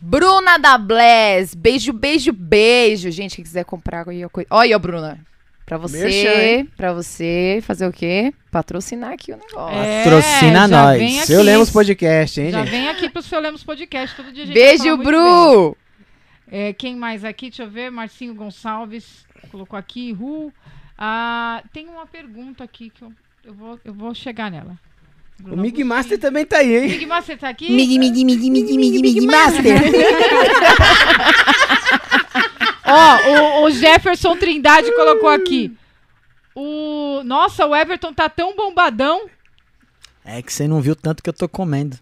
Speaker 3: Bruna da Bless. Beijo, beijo, beijo. Gente, quem quiser comprar aí a coisa. Olha, Bruna. Pra você,
Speaker 1: Merchan, hein?
Speaker 3: pra você fazer o quê? Patrocinar aqui o negócio.
Speaker 2: É,
Speaker 5: Patrocina
Speaker 2: já
Speaker 5: nós.
Speaker 2: vem aqui.
Speaker 1: Seu Lemos Podcast, hein,
Speaker 2: Já
Speaker 1: gente?
Speaker 2: vem aqui pro seu Lemos Podcast todo dia. a gente
Speaker 3: Beijo,
Speaker 2: vai falar muito
Speaker 3: Bru.
Speaker 2: bem. É, quem mais aqui? Deixa eu ver. Marcinho Gonçalves colocou aqui. Ru. Ah, tem uma pergunta aqui que eu, eu, vou, eu vou chegar nela.
Speaker 1: O Mig Master também tá aí, hein?
Speaker 2: Mig Master tá aqui?
Speaker 4: Mig, mig, mig, mig, mig, mig, master.
Speaker 2: Ó, o, o Jefferson Trindade colocou aqui. O... Nossa, o Everton tá tão bombadão.
Speaker 5: É que você não viu tanto que eu tô comendo.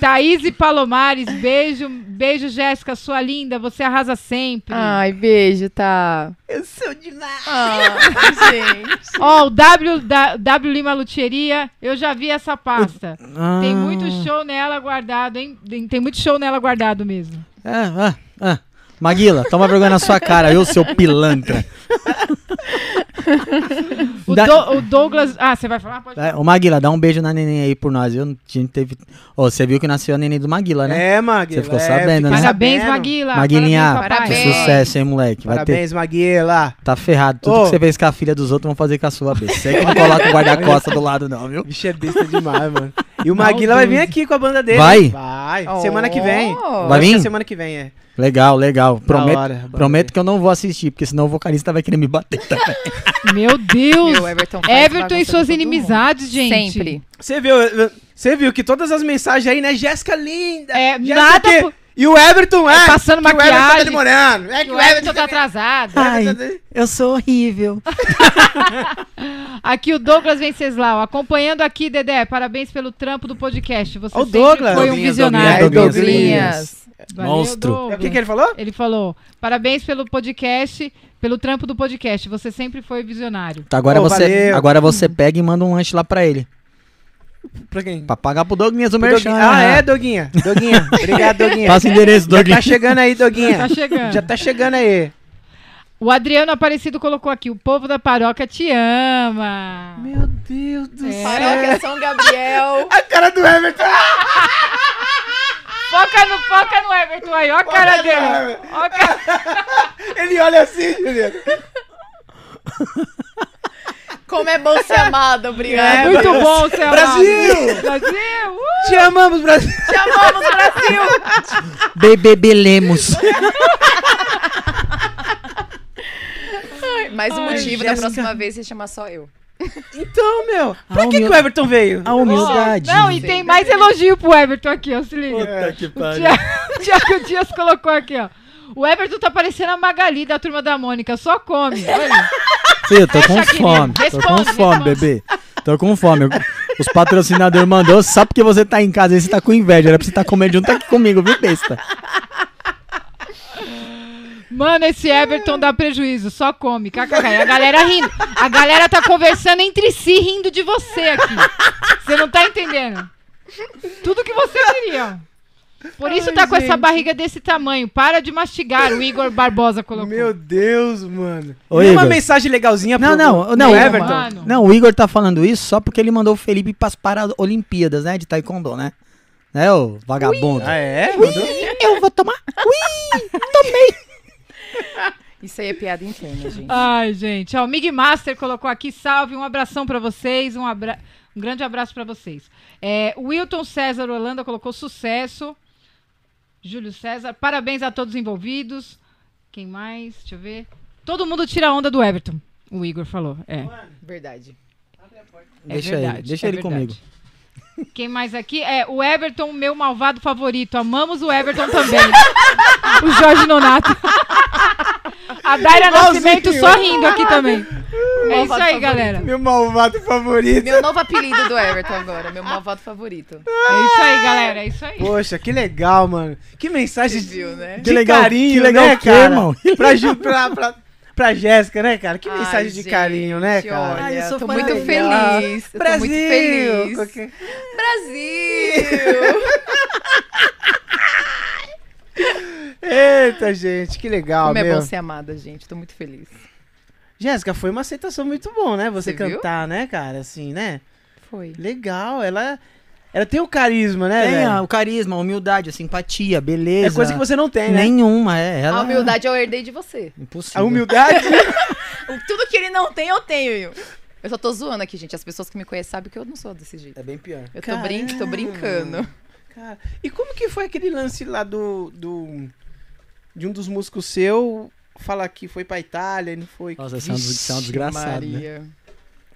Speaker 2: Thaís e Palomares, beijo. Beijo, Jéssica, sua linda. Você arrasa sempre.
Speaker 5: Ah.
Speaker 3: Ai, beijo, tá.
Speaker 4: Eu sou demais.
Speaker 3: gente.
Speaker 2: Ó, o W, da, w Lima Luteria, eu já vi essa pasta.
Speaker 5: Ah,
Speaker 2: Tem muito show nela guardado, hein? Tem- Tem muito show nela guardado mesmo.
Speaker 5: É, ah, ah. Maguila, toma vergonha na sua cara, eu, seu pilantra.
Speaker 2: O,
Speaker 5: Da-
Speaker 2: Do- o Douglas. Ah, você vai falar? Pode
Speaker 5: É, Ô, Maguila, dá um beijo na neném aí por nós. Eu não tinha teve. Ô, você viu que nasceu a neném do Maguila, né?
Speaker 1: É, Maguila.
Speaker 5: Você ficou
Speaker 1: é,
Speaker 5: sabendo,
Speaker 1: fiquei
Speaker 5: né?
Speaker 2: Parabéns,
Speaker 1: sabendo.
Speaker 2: Maguila.
Speaker 5: Maguilinha,
Speaker 2: Tá, parabéns,
Speaker 5: Que
Speaker 2: papai.
Speaker 3: parabéns.
Speaker 5: sucesso, hein, moleque. Vai ter,
Speaker 1: Parabéns, Maguila.
Speaker 5: tá ferrado. Tudo
Speaker 1: Ô.
Speaker 5: que você fez com a filha dos outros vão fazer com a sua besta. Você que não coloca o guarda-costa do lado, não, viu?
Speaker 1: Bicho é besta demais, mano. E o Maguila vai vir aqui com a banda dele.
Speaker 5: Vai?
Speaker 1: Vai. Semana que vem.
Speaker 3: Oh.
Speaker 5: Vai
Speaker 1: Acho que é
Speaker 5: vir?
Speaker 1: Semana que vem, é.
Speaker 5: Legal, legal. Prometo,
Speaker 1: hora, bora
Speaker 5: prometo
Speaker 1: ver.
Speaker 5: que eu não vou assistir, porque senão o vocalista vai querer me bater. Tá?
Speaker 2: Meu Deus.
Speaker 3: Meu, Everton, faz
Speaker 2: Everton
Speaker 3: bagunça
Speaker 2: e
Speaker 3: com
Speaker 2: suas
Speaker 3: todo mundo.
Speaker 2: inimizades, gente.
Speaker 3: Sempre.
Speaker 1: Você viu, você viu que todas as mensagens aí, né? Jéssica linda.
Speaker 2: É,
Speaker 1: Jéssica
Speaker 2: nada
Speaker 1: que-
Speaker 2: por-
Speaker 1: E o Everton, é.
Speaker 2: passando
Speaker 1: que O Everton tá
Speaker 2: maquiagem.
Speaker 1: demorando. É que o Everton É.
Speaker 2: tá atrasado.
Speaker 5: Ai, eu sou horrível.
Speaker 2: Aqui o Douglas Venceslau, acompanhando aqui, Dedé. Parabéns pelo trampo do podcast. Você
Speaker 1: Ó o
Speaker 2: sempre
Speaker 1: Douglas.
Speaker 2: foi um
Speaker 5: Douglinhas,
Speaker 2: visionário.
Speaker 1: Douglinhas,
Speaker 5: Douglinhas,
Speaker 3: Douglinhas.
Speaker 2: Valeu,
Speaker 5: Monstro.
Speaker 1: É o
Speaker 2: Douglas.
Speaker 1: que, que ele falou?
Speaker 2: Ele falou: parabéns pelo podcast, pelo trampo do podcast. Você sempre foi visionário.
Speaker 5: Tá, agora,
Speaker 1: Pô,
Speaker 5: você,
Speaker 1: valeu.
Speaker 5: agora você pega e manda um lanche lá pra ele.
Speaker 1: Pra quem?
Speaker 5: Pra pagar pro Douglas o
Speaker 1: Pro
Speaker 5: merchan. né?
Speaker 1: Doguinha. Ah, é, Doguinha. Doguinha. Obrigado, Doguinha.
Speaker 5: Passa o endereço,
Speaker 1: Já tá
Speaker 5: Douglas.
Speaker 1: chegando aí, Doguinha.
Speaker 2: Tá chegando.
Speaker 1: Já tá chegando aí.
Speaker 2: O Adriano Aparecido colocou aqui: o povo da paróquia te ama.
Speaker 1: Meu Deus do
Speaker 2: É.
Speaker 3: Paróquia São Gabriel.
Speaker 1: A cara do Everton.
Speaker 2: Foca no, foca no Everton aí, ó a cara dele. Ó a cara-
Speaker 1: Ele olha assim, Juliano.
Speaker 3: Como é bom ser amado, obrigado.
Speaker 2: Muito bom, seu amado.
Speaker 1: É, Brasil!
Speaker 2: Brasil! uh!
Speaker 1: Te amamos, Brasil.
Speaker 3: Te amamos, Brasil.
Speaker 5: Bebebelemos.
Speaker 3: Mas
Speaker 1: Ai,
Speaker 3: o um motivo
Speaker 1: Jéssica.
Speaker 3: da próxima vez se chamar só eu.
Speaker 1: Então, meu. Pra
Speaker 5: Ah,
Speaker 1: que, que
Speaker 5: meu-
Speaker 1: o Everton veio?
Speaker 5: A humildade.
Speaker 2: Não, e tem mais elogio pro Everton aqui, ó. Se liga.
Speaker 5: que
Speaker 2: O Thiago, o Thiago Dias colocou aqui, ó. O Everton tá parecendo a Magali da turma da Mônica, só come. Olha.
Speaker 5: Fê, tô com
Speaker 2: Fecha,
Speaker 5: fome.
Speaker 2: querido.
Speaker 5: Tô com
Speaker 2: Responde,
Speaker 5: fome,
Speaker 2: responde.
Speaker 5: bebê. Tô com fome. Os patrocinadores mandou só porque você tá em casa e você tá com inveja. Era pra você tá comendo junto aqui comigo, viu, besta?
Speaker 2: Mano, esse Everton dá prejuízo, só come. KKK. E a galera rindo. A galera tá conversando entre si, rindo de você aqui. Você não tá entendendo? Tudo que você queria. Por isso
Speaker 1: Ai,
Speaker 2: tá com essa
Speaker 1: gente.
Speaker 2: barriga desse tamanho. Para de mastigar, o Igor Barbosa colocou.
Speaker 1: Meu Deus, mano.
Speaker 5: Ô,
Speaker 1: Dê uma
Speaker 5: Igor.
Speaker 1: mensagem legalzinha
Speaker 5: Não,
Speaker 1: pro
Speaker 5: não,
Speaker 1: pro
Speaker 5: não,
Speaker 1: Everton.
Speaker 2: mano.
Speaker 5: Não, o Igor tá falando isso só porque ele mandou o Felipe pras Paralimpíadas, né? De Taekwondo, né? Né, ô vagabundo?
Speaker 1: Ah, é?
Speaker 5: Eu vou tomar.
Speaker 3: Isso aí é piada interna, gente.
Speaker 2: Ai, gente. Ó, o Mig Master colocou aqui, salve, um abração pra vocês, um, abra... um grande abraço pra vocês. É, o Wilton César Holanda colocou sucesso. Júlio César, parabéns a todos envolvidos. Quem mais? Deixa eu ver. Todo mundo tira a onda do Everton. O Igor falou. É,
Speaker 3: Verdade.
Speaker 2: é
Speaker 5: deixa
Speaker 2: verdade,
Speaker 5: ele, deixa
Speaker 2: é
Speaker 5: ele
Speaker 2: verdade.
Speaker 5: comigo.
Speaker 2: Quem mais aqui? É, o Everton, meu malvado favorito. Amamos o Everton também. o Jorge Nonato. A Daira
Speaker 1: Igualzinho.
Speaker 2: Nascimento sorrindo aqui também. É isso aí,
Speaker 3: favorito.
Speaker 2: galera.
Speaker 1: Meu malvado favorito.
Speaker 3: Meu novo apelido do Everton agora, meu malvado favorito.
Speaker 2: É isso aí, galera. É isso aí.
Speaker 1: Poxa, que legal, mano. Que mensagem
Speaker 3: Você viu, né?
Speaker 1: de
Speaker 5: legal,
Speaker 1: carinho,
Speaker 5: que legal
Speaker 1: né,
Speaker 5: que,
Speaker 1: cara?
Speaker 5: irmão?
Speaker 1: Pra, Ju- pra, pra, pra Jéssica, né, cara? Que
Speaker 3: Ai,
Speaker 1: mensagem de
Speaker 3: gente,
Speaker 1: carinho, né, cara?
Speaker 3: Olha,
Speaker 5: Ai, eu sou
Speaker 3: tô
Speaker 5: fã
Speaker 3: muito
Speaker 5: dele.
Speaker 3: feliz. eu tô muito feliz.
Speaker 1: Qualquer-
Speaker 3: Brasil!
Speaker 1: Eita, gente, que legal,
Speaker 3: Como é
Speaker 1: Ah, meu.
Speaker 3: bom ser amada, gente. Tô muito feliz.
Speaker 1: Jéssica, foi uma aceitação muito bom, né? Você,
Speaker 3: Você viu?
Speaker 1: cantar, né, cara? Assim, né?
Speaker 3: Foi.
Speaker 1: Legal, ela, ela tem o carisma, né,
Speaker 5: Tem
Speaker 1: velho?
Speaker 5: a- o carisma, a humildade, a simpatia, a
Speaker 1: É
Speaker 5: beleza.
Speaker 1: coisa que você não tem, né?
Speaker 5: Nenhuma, é. Ela
Speaker 3: A humildade eu herdei de você.
Speaker 5: é Impossível.
Speaker 1: A humildade.
Speaker 3: O- Tudo que ele não tem, eu tenho. Eu só tô zoando aqui, gente. As pessoas que me conhecem sabem que eu não sou desse jeito.
Speaker 5: É bem pior.
Speaker 3: Eu tô, brin tô brincando.
Speaker 1: Cara, e como que foi aquele lance lá do, do. De um dos músicos seu falar que foi pra Itália e não foi.
Speaker 5: Nossa, isso é um des- isso é um
Speaker 1: Vixe,
Speaker 5: desgraçado, né?
Speaker 3: Maria.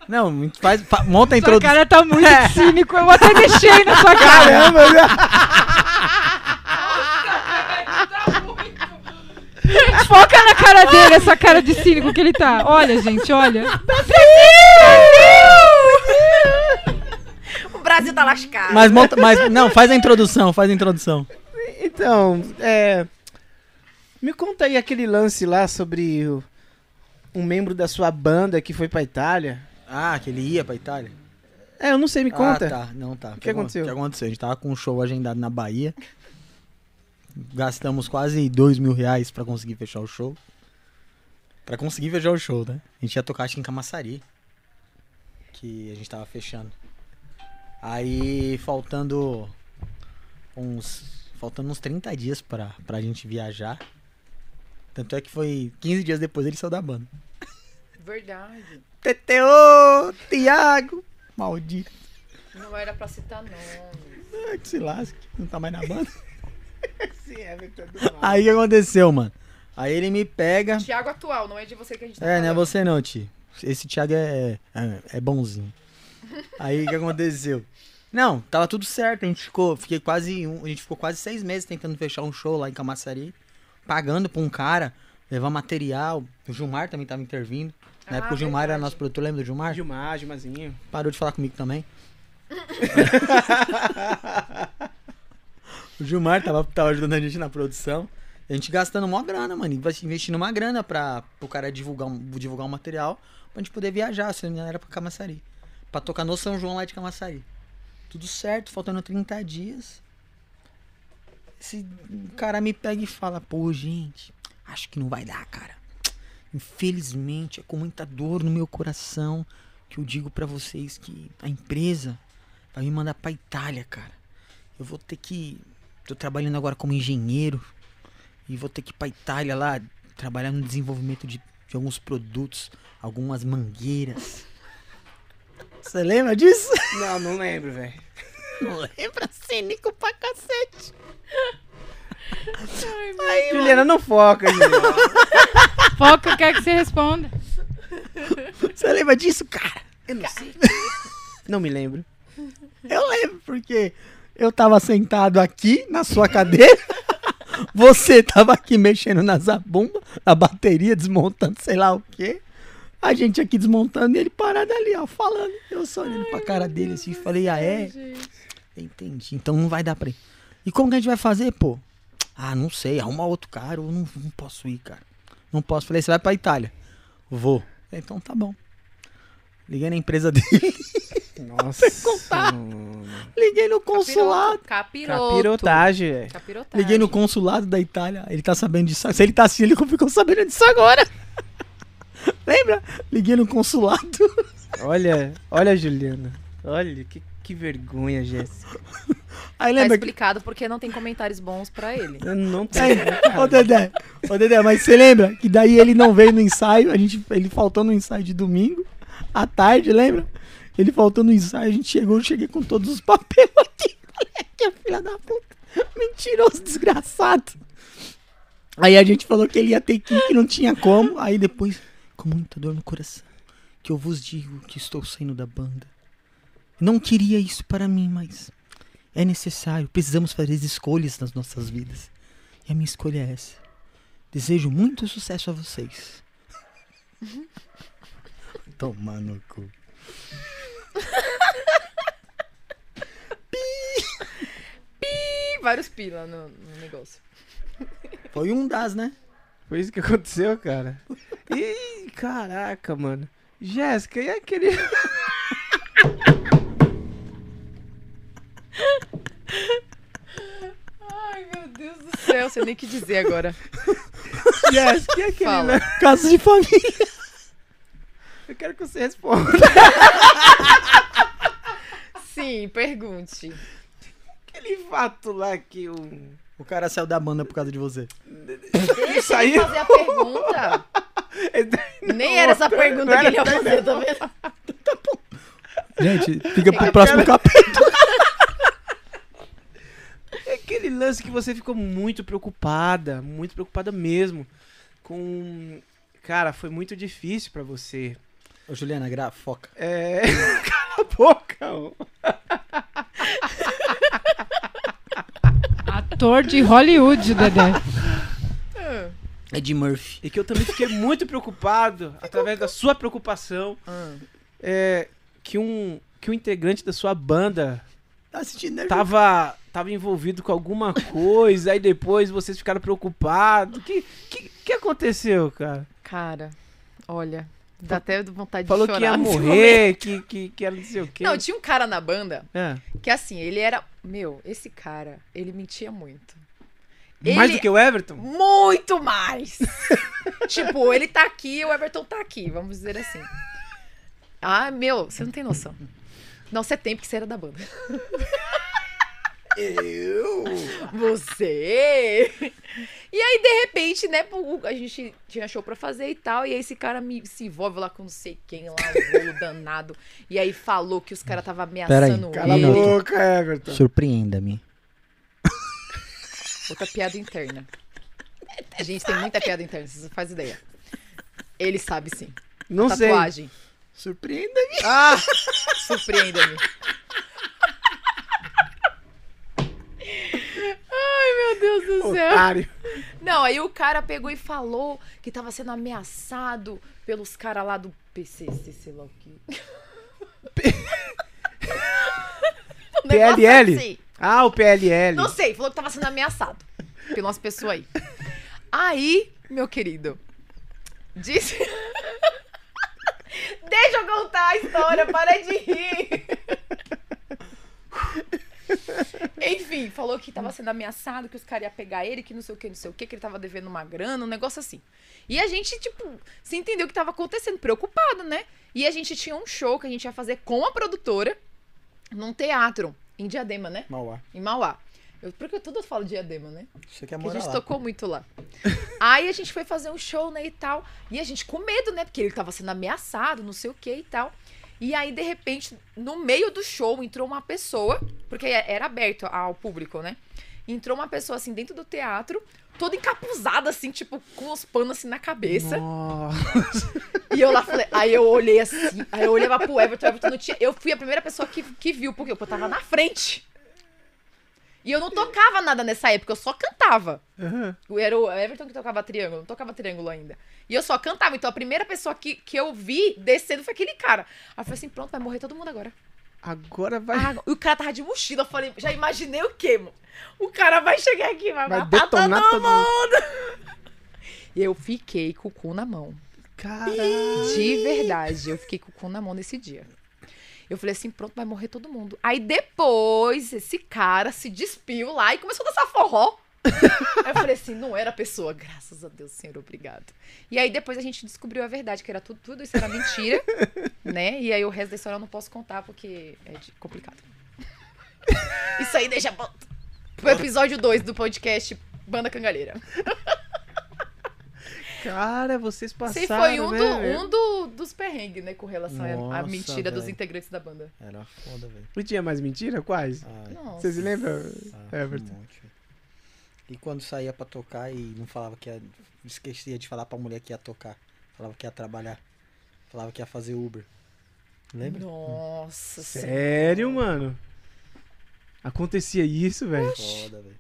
Speaker 5: Não, muito- faz, fa- monta
Speaker 2: Sua
Speaker 5: a introdução.
Speaker 2: cara tá muito
Speaker 5: É.
Speaker 2: cínico. Eu até mexei na sua cara.
Speaker 1: Caramba, né?
Speaker 2: Gente, foca na cara dele, essa cara de cínico que ele tá. Olha, gente, olha.
Speaker 3: O Brasil tá lascado.
Speaker 5: Mas monta, mas não, faz a introdução, faz a introdução.
Speaker 1: Então, é. Me conta aí aquele lance lá sobre o- um membro da sua banda que foi pra Itália.
Speaker 5: Ah, que ele ia pra Itália?
Speaker 1: É, eu não sei, me conta.
Speaker 5: Ah, tá, não tá. O
Speaker 1: que aconteceu?
Speaker 5: O que aconteceu? A gente tava com um show agendado na Bahia. Gastamos quase dois mil reais pra conseguir fechar o show. Pra conseguir fechar o show, né? A gente ia tocar acho que em Camaçari. Que a gente tava fechando. Aí faltando uns. Faltando uns 30 dias pra, pra gente viajar. Tanto é que foi 15 dias depois ele saiu da banda.
Speaker 3: Verdade.
Speaker 5: TTO, Thiago, maldito.
Speaker 3: Não era pra citar nome.
Speaker 5: Ah, que se lasque, não tá mais na banda.
Speaker 1: Sim, é, Victor, do mal.
Speaker 5: Aí o que aconteceu, mano? Aí ele me pega.
Speaker 3: Tiago atual, não é de você que a gente tá
Speaker 5: É, não é
Speaker 3: falando.
Speaker 5: você não, tio. Esse Thiago é, é, é bonzinho. Aí o que aconteceu? Não, tava tudo certo. A gente ficou, fiquei quase, um- a gente ficou quase seis meses tentando fechar um show lá em Camaçari, pagando pra um cara levar material. O Gilmar também tava intervindo.
Speaker 3: Ah,
Speaker 5: Na época o Gilmar era
Speaker 3: verdade.
Speaker 5: nosso produtor, lembra do Gilmar?
Speaker 1: Gilmar, Gilmarzinho.
Speaker 5: Parou de falar comigo também. O Gilmar tava, tava ajudando a gente na produção. A gente gastando uma grana, mano. Vai se investindo uma grana pra o cara divulgar um, divulgar um material pra gente poder viajar. Se não me engano, era pra Camaçari. Pra tocar no São João lá de Camaçari. Tudo certo, faltando 30 dias. Esse cara me pega e fala, pô, gente, acho que não vai dar, cara. Infelizmente, é com muita dor no meu coração que eu digo pra vocês que a empresa vai me mandar pra Itália, cara. Eu vou ter que. Tô trabalhando agora como engenheiro e vou ter que ir pra Itália lá trabalhar no desenvolvimento de, de alguns produtos, algumas mangueiras. Você lembra disso?
Speaker 1: Não, não lembro, velho.
Speaker 5: Não lembra, cênico pra cacete.
Speaker 1: Juliana, não foca, Juliana.
Speaker 2: Foca, quer que você responda.
Speaker 5: Você lembra disso, cara?
Speaker 1: Eu não sei. Não me lembro.
Speaker 5: Eu lembro, porque eu tava sentado aqui na sua cadeira. Você tava aqui mexendo na zabumba, na bateria, desmontando sei lá o quê. A gente aqui desmontando e ele parado ali, ó, falando. Eu só olhando pra cara dele assim, falei, ah é? Entendi. Então não vai dar pra ir. E como que a gente vai fazer, pô? Ah, não sei, arruma outro cara, eu não, não posso ir, cara. Não posso. Falei, você vai pra Itália. Vou. Falei, então tá bom. Liguei na empresa dele,
Speaker 1: Nossa.
Speaker 5: liguei no consulado.
Speaker 3: Capiroto.
Speaker 1: Capirotagem, velho.
Speaker 3: Capirotagem.
Speaker 5: Liguei no consulado da Itália. Ele tá sabendo disso. Se ele tá assim, ele ficou sabendo disso agora.
Speaker 3: Tá
Speaker 5: Lembra? Liguei no consulado.
Speaker 1: Olha, olha, Juliana. Olha, que, que vergonha, Jéssica.
Speaker 5: Aí
Speaker 3: Tá
Speaker 5: lembra que.
Speaker 3: explicado porque não tem comentários bons pra ele.
Speaker 1: Eu não
Speaker 5: Aí,
Speaker 1: tenho.
Speaker 5: ô Dedé, ô Dedé, mas você lembra que daí ele não veio no ensaio, a gente, ele faltou no ensaio de domingo, à tarde, lembra? Ele faltou no ensaio, a gente chegou, eu cheguei com todos os papéis aqui, moleque, filha da puta, mentiroso, desgraçado. Aí a gente falou que ele ia ter que ir, que não tinha como, aí depois, com muita dor no coração, que eu vos digo que estou saindo da banda. Não queria isso para mim, mas é necessário, precisamos fazer escolhas nas nossas vidas. E a minha escolha é essa. Desejo muito sucesso a vocês. Toma no cu.
Speaker 3: Ih, vários pila no, no negócio.
Speaker 5: Foi um das, né?
Speaker 1: Foi isso que aconteceu, cara. Ih, caraca, mano. Jéssica, e aquele.
Speaker 3: Ai, meu Deus do céu, sei nem o que dizer agora.
Speaker 1: Jéssica, e aquele.
Speaker 3: Fala.
Speaker 1: lá?
Speaker 5: Caso de família.
Speaker 1: Eu quero que você responda.
Speaker 3: Sim, pergunte.
Speaker 1: Aquele fato lá que o.
Speaker 5: O cara saiu da banda por causa de você.
Speaker 1: Ele
Speaker 3: Deixa eu
Speaker 1: saiu.
Speaker 3: fazer a pergunta.
Speaker 1: é
Speaker 3: Nem era essa pergunta que ele ia fazer, tá vendo?
Speaker 5: Gente, fica pro próximo capítulo.
Speaker 1: É aquele lance que você ficou muito preocupada, muito preocupada mesmo. Com. Cara, foi muito difícil pra você.
Speaker 5: Ô, Juliana, gra, foca.
Speaker 1: É. Cala a boca, ô.
Speaker 2: Ator de Hollywood, Dedé.
Speaker 5: Ed Murphy.
Speaker 1: E que eu também fiquei muito preocupado, através da sua preocupação,
Speaker 3: Ah.
Speaker 1: é, que um. Que um integrante da sua banda
Speaker 5: Tá assistindo, né?
Speaker 1: tava, tava envolvido com alguma coisa, aí depois vocês ficaram preocupados. O que, que, que aconteceu, cara?
Speaker 3: Cara, olha, dá até vontade
Speaker 1: Falou
Speaker 3: de
Speaker 1: que
Speaker 3: chorar.
Speaker 1: ia
Speaker 3: nesse
Speaker 1: morrer, que, que, que era não sei o quê.
Speaker 3: Não, tinha um cara na banda
Speaker 1: É.
Speaker 3: que assim, ele era. Meu, esse cara, ele mentia muito.
Speaker 1: Mais
Speaker 3: Ele-
Speaker 1: do que o Everton?
Speaker 3: Muito mais! tipo, ele tá aqui, o Everton tá aqui, vamos dizer assim. Ah, meu, você não tem noção. Não, você tem, porque você era da banda. Eu? Você! E aí, de repente, né, o- a gente tinha show pra fazer e tal, e aí esse cara me, se envolve lá com não sei quem, lá, o bolo danado, e aí falou que os caras tava ameaçando
Speaker 5: cala a
Speaker 3: ele.
Speaker 5: boca.
Speaker 1: Everton.
Speaker 5: Surpreenda-me.
Speaker 3: Outra piada interna. A gente tem muita piada interna, vocês não fazem ideia. Ele sabe sim.
Speaker 1: Não sei.
Speaker 3: Tatuagem.
Speaker 5: Surpreenda-me.
Speaker 1: Ah,
Speaker 3: Surpreenda-me. Ai, meu Deus do céu.
Speaker 1: otário.
Speaker 3: Não, aí o cara pegou e falou que tava sendo ameaçado pelos caras lá do PCC, sei lá o quê. Um negócio
Speaker 1: PLL?
Speaker 3: assim.
Speaker 1: Ah, o PLL.
Speaker 3: Não sei, falou que tava sendo ameaçado pela umas pessoas aí. Aí, meu querido, disse. Deixa eu contar a história, para de rir. Enfim, falou que tava sendo ameaçado, que os caras iam pegar ele, que não sei o que, não sei o que, que ele tava devendo uma grana, um negócio assim. E a gente, tipo, se entendeu o que tava acontecendo, preocupado, né? E a gente tinha um show que a gente ia fazer com a produtora num teatro, em Diadema, né?
Speaker 5: Mauá.
Speaker 3: em Mauá. Eu, porque eu tudo falo diadema, né?
Speaker 5: Você quer
Speaker 3: Porque a
Speaker 5: morar
Speaker 3: gente
Speaker 5: lá.
Speaker 3: tocou muito lá. Aí a gente foi fazer um show, né, e tal. E a gente com medo, né? Porque ele tava sendo ameaçado, não sei o que e tal. E aí, de repente, no meio do show, entrou uma pessoa, porque é, era aberto ao público, né? Entrou uma pessoa assim dentro do teatro, toda encapuzada, assim, tipo, com os panos assim na cabeça.
Speaker 1: Nossa.
Speaker 3: E eu lá falei, aí eu olhei assim, aí eu olhava pro Everton, o Everton não tinha. Eu fui a primeira pessoa que, que viu, porque eu tava na frente. E eu não tocava nada nessa época, eu só cantava.
Speaker 1: Aham.
Speaker 3: Eu Era o Everton que tocava triângulo, não tocava triângulo ainda. E eu só cantava, então a primeira pessoa que, que eu vi descendo foi aquele cara. Aí eu falei assim: pronto, vai morrer todo mundo agora.
Speaker 1: Agora vai.
Speaker 3: Ah, e o cara tava de mochila, eu falei, já imaginei o quê, mano? O cara vai chegar aqui, vai,
Speaker 1: Vai
Speaker 3: matar todo
Speaker 1: detonar todo mundo.
Speaker 3: mundo. E eu fiquei com o cu na mão.
Speaker 1: Caralho.
Speaker 3: De verdade, eu fiquei com o cu na mão nesse dia. Eu falei assim, pronto, vai morrer todo mundo. Aí depois, esse cara se despiu lá e começou a dançar forró. Aí eu falei assim, não era a pessoa, graças a Deus, senhor, obrigado. E aí depois a gente descobriu a verdade, que era tudo, tudo isso era mentira, né? E aí o resto da história eu não posso contar, porque é de- complicado. Isso aí deixa pro pro episódio 2 do podcast Banda Cangalheira.
Speaker 1: Cara, vocês passaram,
Speaker 3: Esse foi um,
Speaker 1: né?
Speaker 3: do-
Speaker 1: velho?
Speaker 3: um do- dos perrengues, né? Com relação à- à
Speaker 5: Nossa,
Speaker 3: mentira dos
Speaker 5: velho.
Speaker 3: integrantes da banda.
Speaker 5: Era foda, velho.
Speaker 1: Não tinha mais mentira? Quais?
Speaker 5: Ai,
Speaker 3: Nossa.
Speaker 1: Vocês se lembram?
Speaker 5: ah,
Speaker 1: Everton.
Speaker 5: um monte, velho. E quando saía pra tocar e não falava que ia. Esquecia de falar pra mulher que ia tocar. Falava que ia trabalhar. Falava que ia fazer Uber. Lembra?
Speaker 3: Nossa Senhora.
Speaker 1: Sério, mano? Acontecia isso, velho?
Speaker 5: Foda, velho.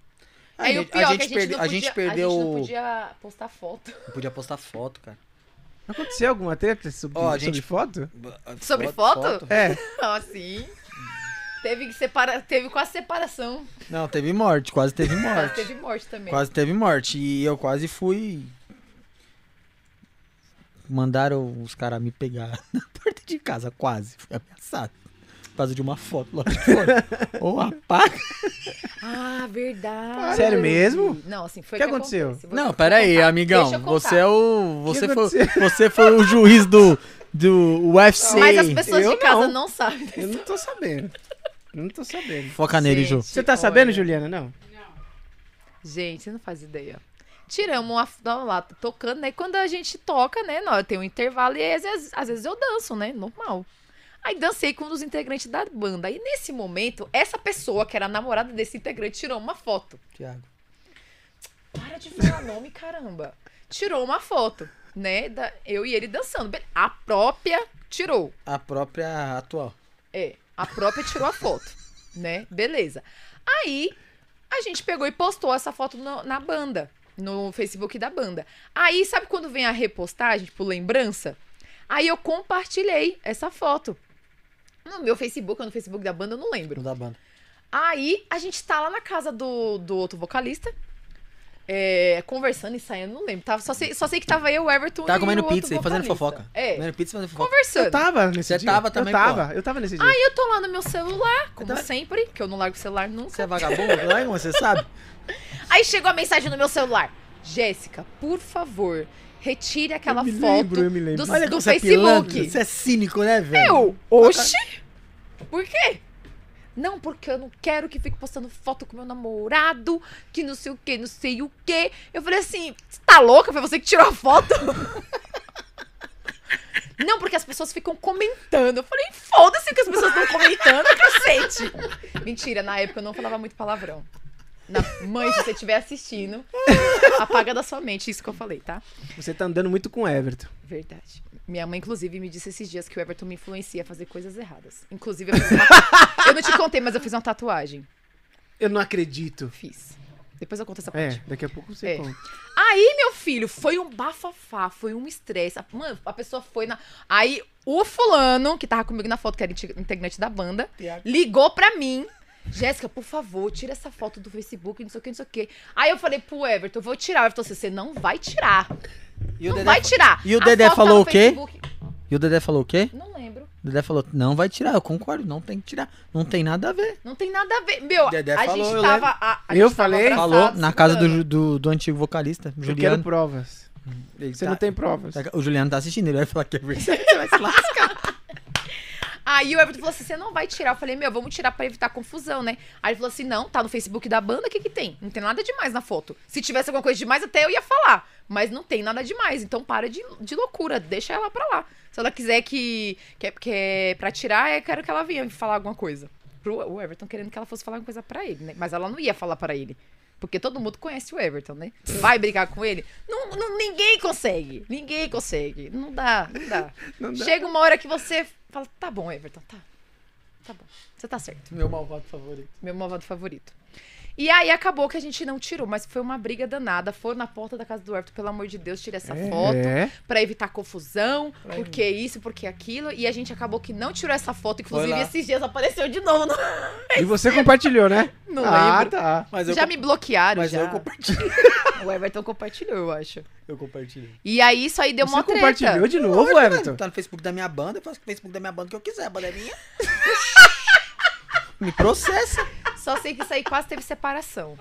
Speaker 5: A
Speaker 3: Aí o
Speaker 5: gente-
Speaker 3: pior
Speaker 5: a
Speaker 3: é que
Speaker 5: gente,
Speaker 3: a gente,
Speaker 5: perde-
Speaker 3: não
Speaker 5: a
Speaker 3: podia,
Speaker 5: gente perdeu.
Speaker 3: a gente não podia postar foto
Speaker 5: não podia postar foto, cara.
Speaker 1: Aconteceu alguma treta sobre,
Speaker 5: Ó, a
Speaker 1: sobre
Speaker 5: gente-
Speaker 1: foto?
Speaker 3: sobre foto.
Speaker 1: É.
Speaker 3: assim. Teve, que separa... teve quase separação.
Speaker 5: É. Não, teve morte, quase teve
Speaker 3: Quase
Speaker 5: morte.
Speaker 3: teve morte também.
Speaker 5: quase teve morte. E eu quase fui. Mandaram os caras me pegar na porta de casa, quase. Fui ameaçado. Por causa de uma foto lá de fora. Ou apaga.
Speaker 3: Ah, verdade.
Speaker 1: Sério mesmo?
Speaker 3: Não, assim,
Speaker 1: O
Speaker 3: foi
Speaker 1: que aconteceu?
Speaker 3: acontece. Vou-
Speaker 5: Não, peraí,
Speaker 3: Deixa
Speaker 5: amigão.
Speaker 3: eu contar.
Speaker 5: Você é o. Você
Speaker 1: que
Speaker 5: foi, você foi o juiz do, do UFC.
Speaker 3: Mas as pessoas
Speaker 1: eu
Speaker 3: de casa
Speaker 1: não.
Speaker 3: não, sabem.
Speaker 1: Eu não tô sabendo. Eu não tô sabendo.
Speaker 5: Foca nele, Ju.
Speaker 3: Gente,
Speaker 1: Você tá sabendo,
Speaker 3: olha.
Speaker 1: Juliana? Não.
Speaker 3: Gente, você não faz ideia. Tiramos a não, lá, tocando, né? Quando a gente toca, né? Não, tem um intervalo e às vezes, às vezes eu danço, né? Normal. Aí dancei com um dos integrantes da banda. E nesse momento, essa pessoa, que era a namorada desse integrante, tirou uma foto.
Speaker 5: Thiago.
Speaker 3: Para de falar nome, caramba. Tirou uma foto, né? da- eu e ele dançando. Be- A própria tirou.
Speaker 5: A própria atual.
Speaker 3: É, a própria tirou a foto, né? Beleza. Aí, a gente pegou e postou essa foto no- na banda, no Facebook da banda. Aí, sabe quando vem a repostagem, tipo, lembrança? Aí eu compartilhei essa foto. No meu Facebook, ou no Facebook da banda, eu não lembro.
Speaker 5: Da banda.
Speaker 3: Aí a gente tá lá na casa do, do outro vocalista. é, conversando, ensaiando, não lembro. Tava, só, sei, só sei que tava eu, o Everton
Speaker 1: Tá
Speaker 5: Tava
Speaker 3: e
Speaker 5: comendo
Speaker 3: o outro
Speaker 5: pizza e fazendo
Speaker 3: vocalista.
Speaker 5: fofoca. Né?
Speaker 3: É,
Speaker 5: Comendo pizza e fazendo fofoca.
Speaker 1: Eu
Speaker 3: conversando.
Speaker 1: tava nesse
Speaker 5: Você
Speaker 1: dia.
Speaker 5: tava também,
Speaker 1: Eu tava, eu tava nesse dia.
Speaker 3: Aí eu tô lá no meu celular, como
Speaker 5: Tá.
Speaker 3: sempre, que eu não largo o celular nunca.
Speaker 5: Você é vagabundo, não é? Você sabe?
Speaker 3: Aí chegou a mensagem no meu celular. Jéssica, por favor, retire aquela
Speaker 1: me
Speaker 3: foto
Speaker 1: lembro, eu me lembro.
Speaker 3: do,
Speaker 5: Olha
Speaker 3: do
Speaker 5: como você é
Speaker 3: Facebook.
Speaker 5: pilantra, Você é cínico, né, velho?
Speaker 3: Eu? Oxi! Por quê? Não, porque eu não quero que fique postando foto com meu namorado, que não sei o que, não sei o que. Eu falei assim, você tá louca? Foi você que tirou a foto? não, porque as pessoas ficam comentando. Eu falei, foda-se que as pessoas estão comentando, cacete. Mentira, na época eu não falava muito palavrão. Na- Mãe, se você estiver assistindo, apaga da sua mente isso que eu falei, tá?
Speaker 1: Você tá andando muito com o Everton.
Speaker 3: Verdade. Minha mãe, inclusive, me disse esses dias que o Everton me influencia a fazer coisas erradas. Inclusive, eu fiz uma... Eu não te contei, mas eu fiz uma tatuagem.
Speaker 1: Eu não acredito.
Speaker 3: Fiz. Depois eu conto essa
Speaker 1: É,
Speaker 3: parte.
Speaker 1: daqui a pouco você
Speaker 3: É.
Speaker 1: conta.
Speaker 3: Aí, meu filho, foi um bafafá, foi um estresse. A- Mano, a pessoa foi na... Aí, o fulano, que tava comigo na foto, que era inte- integrante da banda, ligou pra mim Jéssica, por favor, tira essa foto do Facebook, não sei o que, não sei o que. Aí eu falei pro Everton, vou tirar. O Everton disse, você não vai tirar.
Speaker 4: E o
Speaker 3: não
Speaker 4: Dedé
Speaker 3: vai tirar.
Speaker 5: E o
Speaker 3: A
Speaker 5: Dedé
Speaker 3: foto tá
Speaker 5: falou
Speaker 3: no
Speaker 5: o quê?
Speaker 3: Facebook.
Speaker 5: E o Dedé falou o quê?
Speaker 3: Não lembro.
Speaker 5: O Dedé falou, não vai tirar, eu concordo, não tem que tirar. Não tem nada a ver.
Speaker 3: Não tem nada a ver. Meu,
Speaker 4: Dedé
Speaker 3: a
Speaker 4: falou,
Speaker 3: gente
Speaker 4: eu
Speaker 3: tava. A, a
Speaker 1: Eu
Speaker 3: gente tava
Speaker 1: falei?
Speaker 3: abraçado,
Speaker 5: Falou na casa do,
Speaker 3: segurando.
Speaker 5: Ju- do, do antigo vocalista,
Speaker 1: Eu quero
Speaker 5: Juliano.
Speaker 1: provas.
Speaker 5: Ele
Speaker 1: Você
Speaker 5: tá-
Speaker 1: não tem provas.
Speaker 5: tá- O Juliano tá assistindo, ele vai falar que é verdade.
Speaker 3: Aí o Everton falou assim: você não vai tirar. Eu falei, meu, vamos tirar pra evitar confusão, né? Aí ele falou assim: não, tá no Facebook da banda, o que que tem? Não tem nada demais na foto. Se tivesse alguma coisa demais, até eu ia falar. Mas não tem nada demais, então para de, de loucura, deixa ela pra lá. Se ela quiser que, que, é- que é pra tirar, eu quero que ela venha falar alguma coisa. Pro, o Everton querendo que ela fosse falar alguma coisa pra ele, né? Mas ela não ia falar pra ele. Porque todo mundo conhece o Everton, né? Vai brigar com ele? Não, não- ninguém consegue. Ninguém consegue. Não dá, não dá. Chega uma hora que você fala, tá bom, Everton, tá. Tá bom. Você tá certo.
Speaker 5: Meu malvado favorito.
Speaker 3: Meu malvado favorito. E aí acabou que a gente não tirou, mas foi uma briga danada. Foram na porta da casa do Everton, pelo amor de Deus, tira essa foto
Speaker 1: É.
Speaker 3: pra evitar confusão, porque isso, porque aquilo. E a gente acabou que não tirou essa foto. Inclusive,
Speaker 4: lá.
Speaker 3: esses dias apareceu de novo. Não,
Speaker 1: E você compartilhou, né?
Speaker 3: não
Speaker 1: ah,
Speaker 3: lembro.
Speaker 1: tá.
Speaker 4: Mas
Speaker 3: já
Speaker 4: eu,
Speaker 3: me bloquearam,
Speaker 4: mas
Speaker 3: já.
Speaker 4: eu compartilho.
Speaker 3: O Everton compartilhou, eu acho.
Speaker 4: Eu compartilho.
Speaker 3: E aí, isso aí deu
Speaker 1: você
Speaker 3: uma treta.
Speaker 1: compartilhou de novo,
Speaker 5: né,
Speaker 1: Everton?
Speaker 4: Tá no Facebook da minha banda, eu faço o Facebook da minha banda o que eu quiser, a banda é minha. me processa.
Speaker 3: Só sei que isso aí quase teve separação.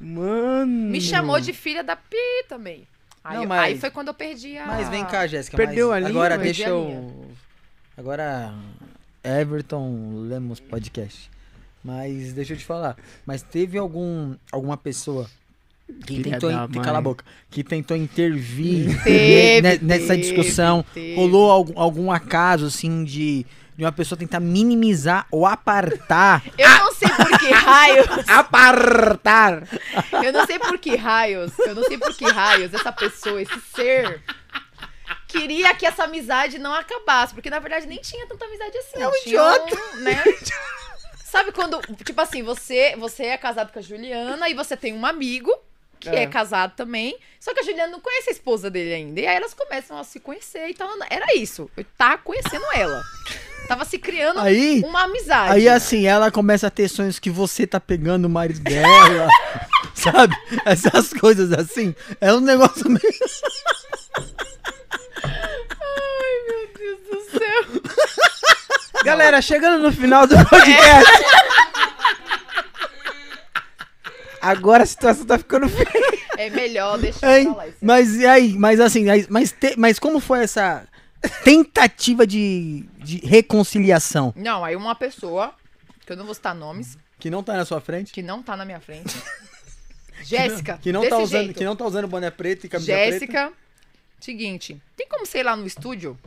Speaker 1: Mano.
Speaker 3: Me chamou de filha da Pi também. Aí,
Speaker 4: Hum. Não,
Speaker 3: eu-
Speaker 4: mas-
Speaker 3: aí foi quando eu perdi a.
Speaker 4: Mas vem cá, Jéssica.
Speaker 1: Perdeu
Speaker 4: mas
Speaker 1: a linha,
Speaker 4: Agora
Speaker 1: mas-
Speaker 4: deixa
Speaker 3: Perdi a
Speaker 4: eu. Agora. Everton Lemos Podcast. Mas deixa eu te falar. Mas teve algum, alguma pessoa que
Speaker 1: Filha
Speaker 4: tentou.
Speaker 1: da
Speaker 4: in-
Speaker 1: mãe.
Speaker 4: Cala a boca. Que tentou intervir
Speaker 3: Teve,
Speaker 4: ne- nessa
Speaker 3: teve,
Speaker 4: discussão.
Speaker 3: teve.
Speaker 4: Rolou algum, algum acaso, assim, de, de uma pessoa tentar minimizar ou apartar.
Speaker 3: Eu não sei por que raios.
Speaker 4: apartar!
Speaker 3: Eu não sei por que raios. Eu não sei por que raios essa pessoa, esse ser. Queria que essa amizade não acabasse, porque na verdade nem tinha tanta amizade assim. É um idiota, né? Sabe quando, tipo assim, você, você é casado com a Juliana e você tem um amigo que é.
Speaker 1: É.
Speaker 3: casado também, só que a Juliana não conhece a esposa dele ainda. E aí elas começam a se conhecer, então era isso. Eu tava conhecendo ela. Tava se criando
Speaker 5: Aí,
Speaker 3: uma amizade.
Speaker 5: aí assim, ela começa a ter sonhos que você tá pegando o marido dela. sabe? Essas coisas assim. É um negócio meio.
Speaker 3: Meu Deus do céu.
Speaker 1: Galera, chegando no final do podcast. Agora a situação tá ficando feia.
Speaker 3: É melhor deixar
Speaker 5: Hein?
Speaker 3: pra lá isso.
Speaker 5: Mas e aí? Mas assim, aí- mas, te- mas como foi essa tentativa de, de reconciliação?
Speaker 3: Não, aí uma pessoa, que eu não vou citar nomes,
Speaker 5: Que não tá na sua frente?
Speaker 3: que não tá na minha frente. Jéssica.
Speaker 5: Que não,
Speaker 3: desse
Speaker 5: tá usando,
Speaker 3: jeito.
Speaker 5: que não tá usando boné preto e camisa preta?
Speaker 3: Jéssica, seguinte, tem como sei lá no estúdio?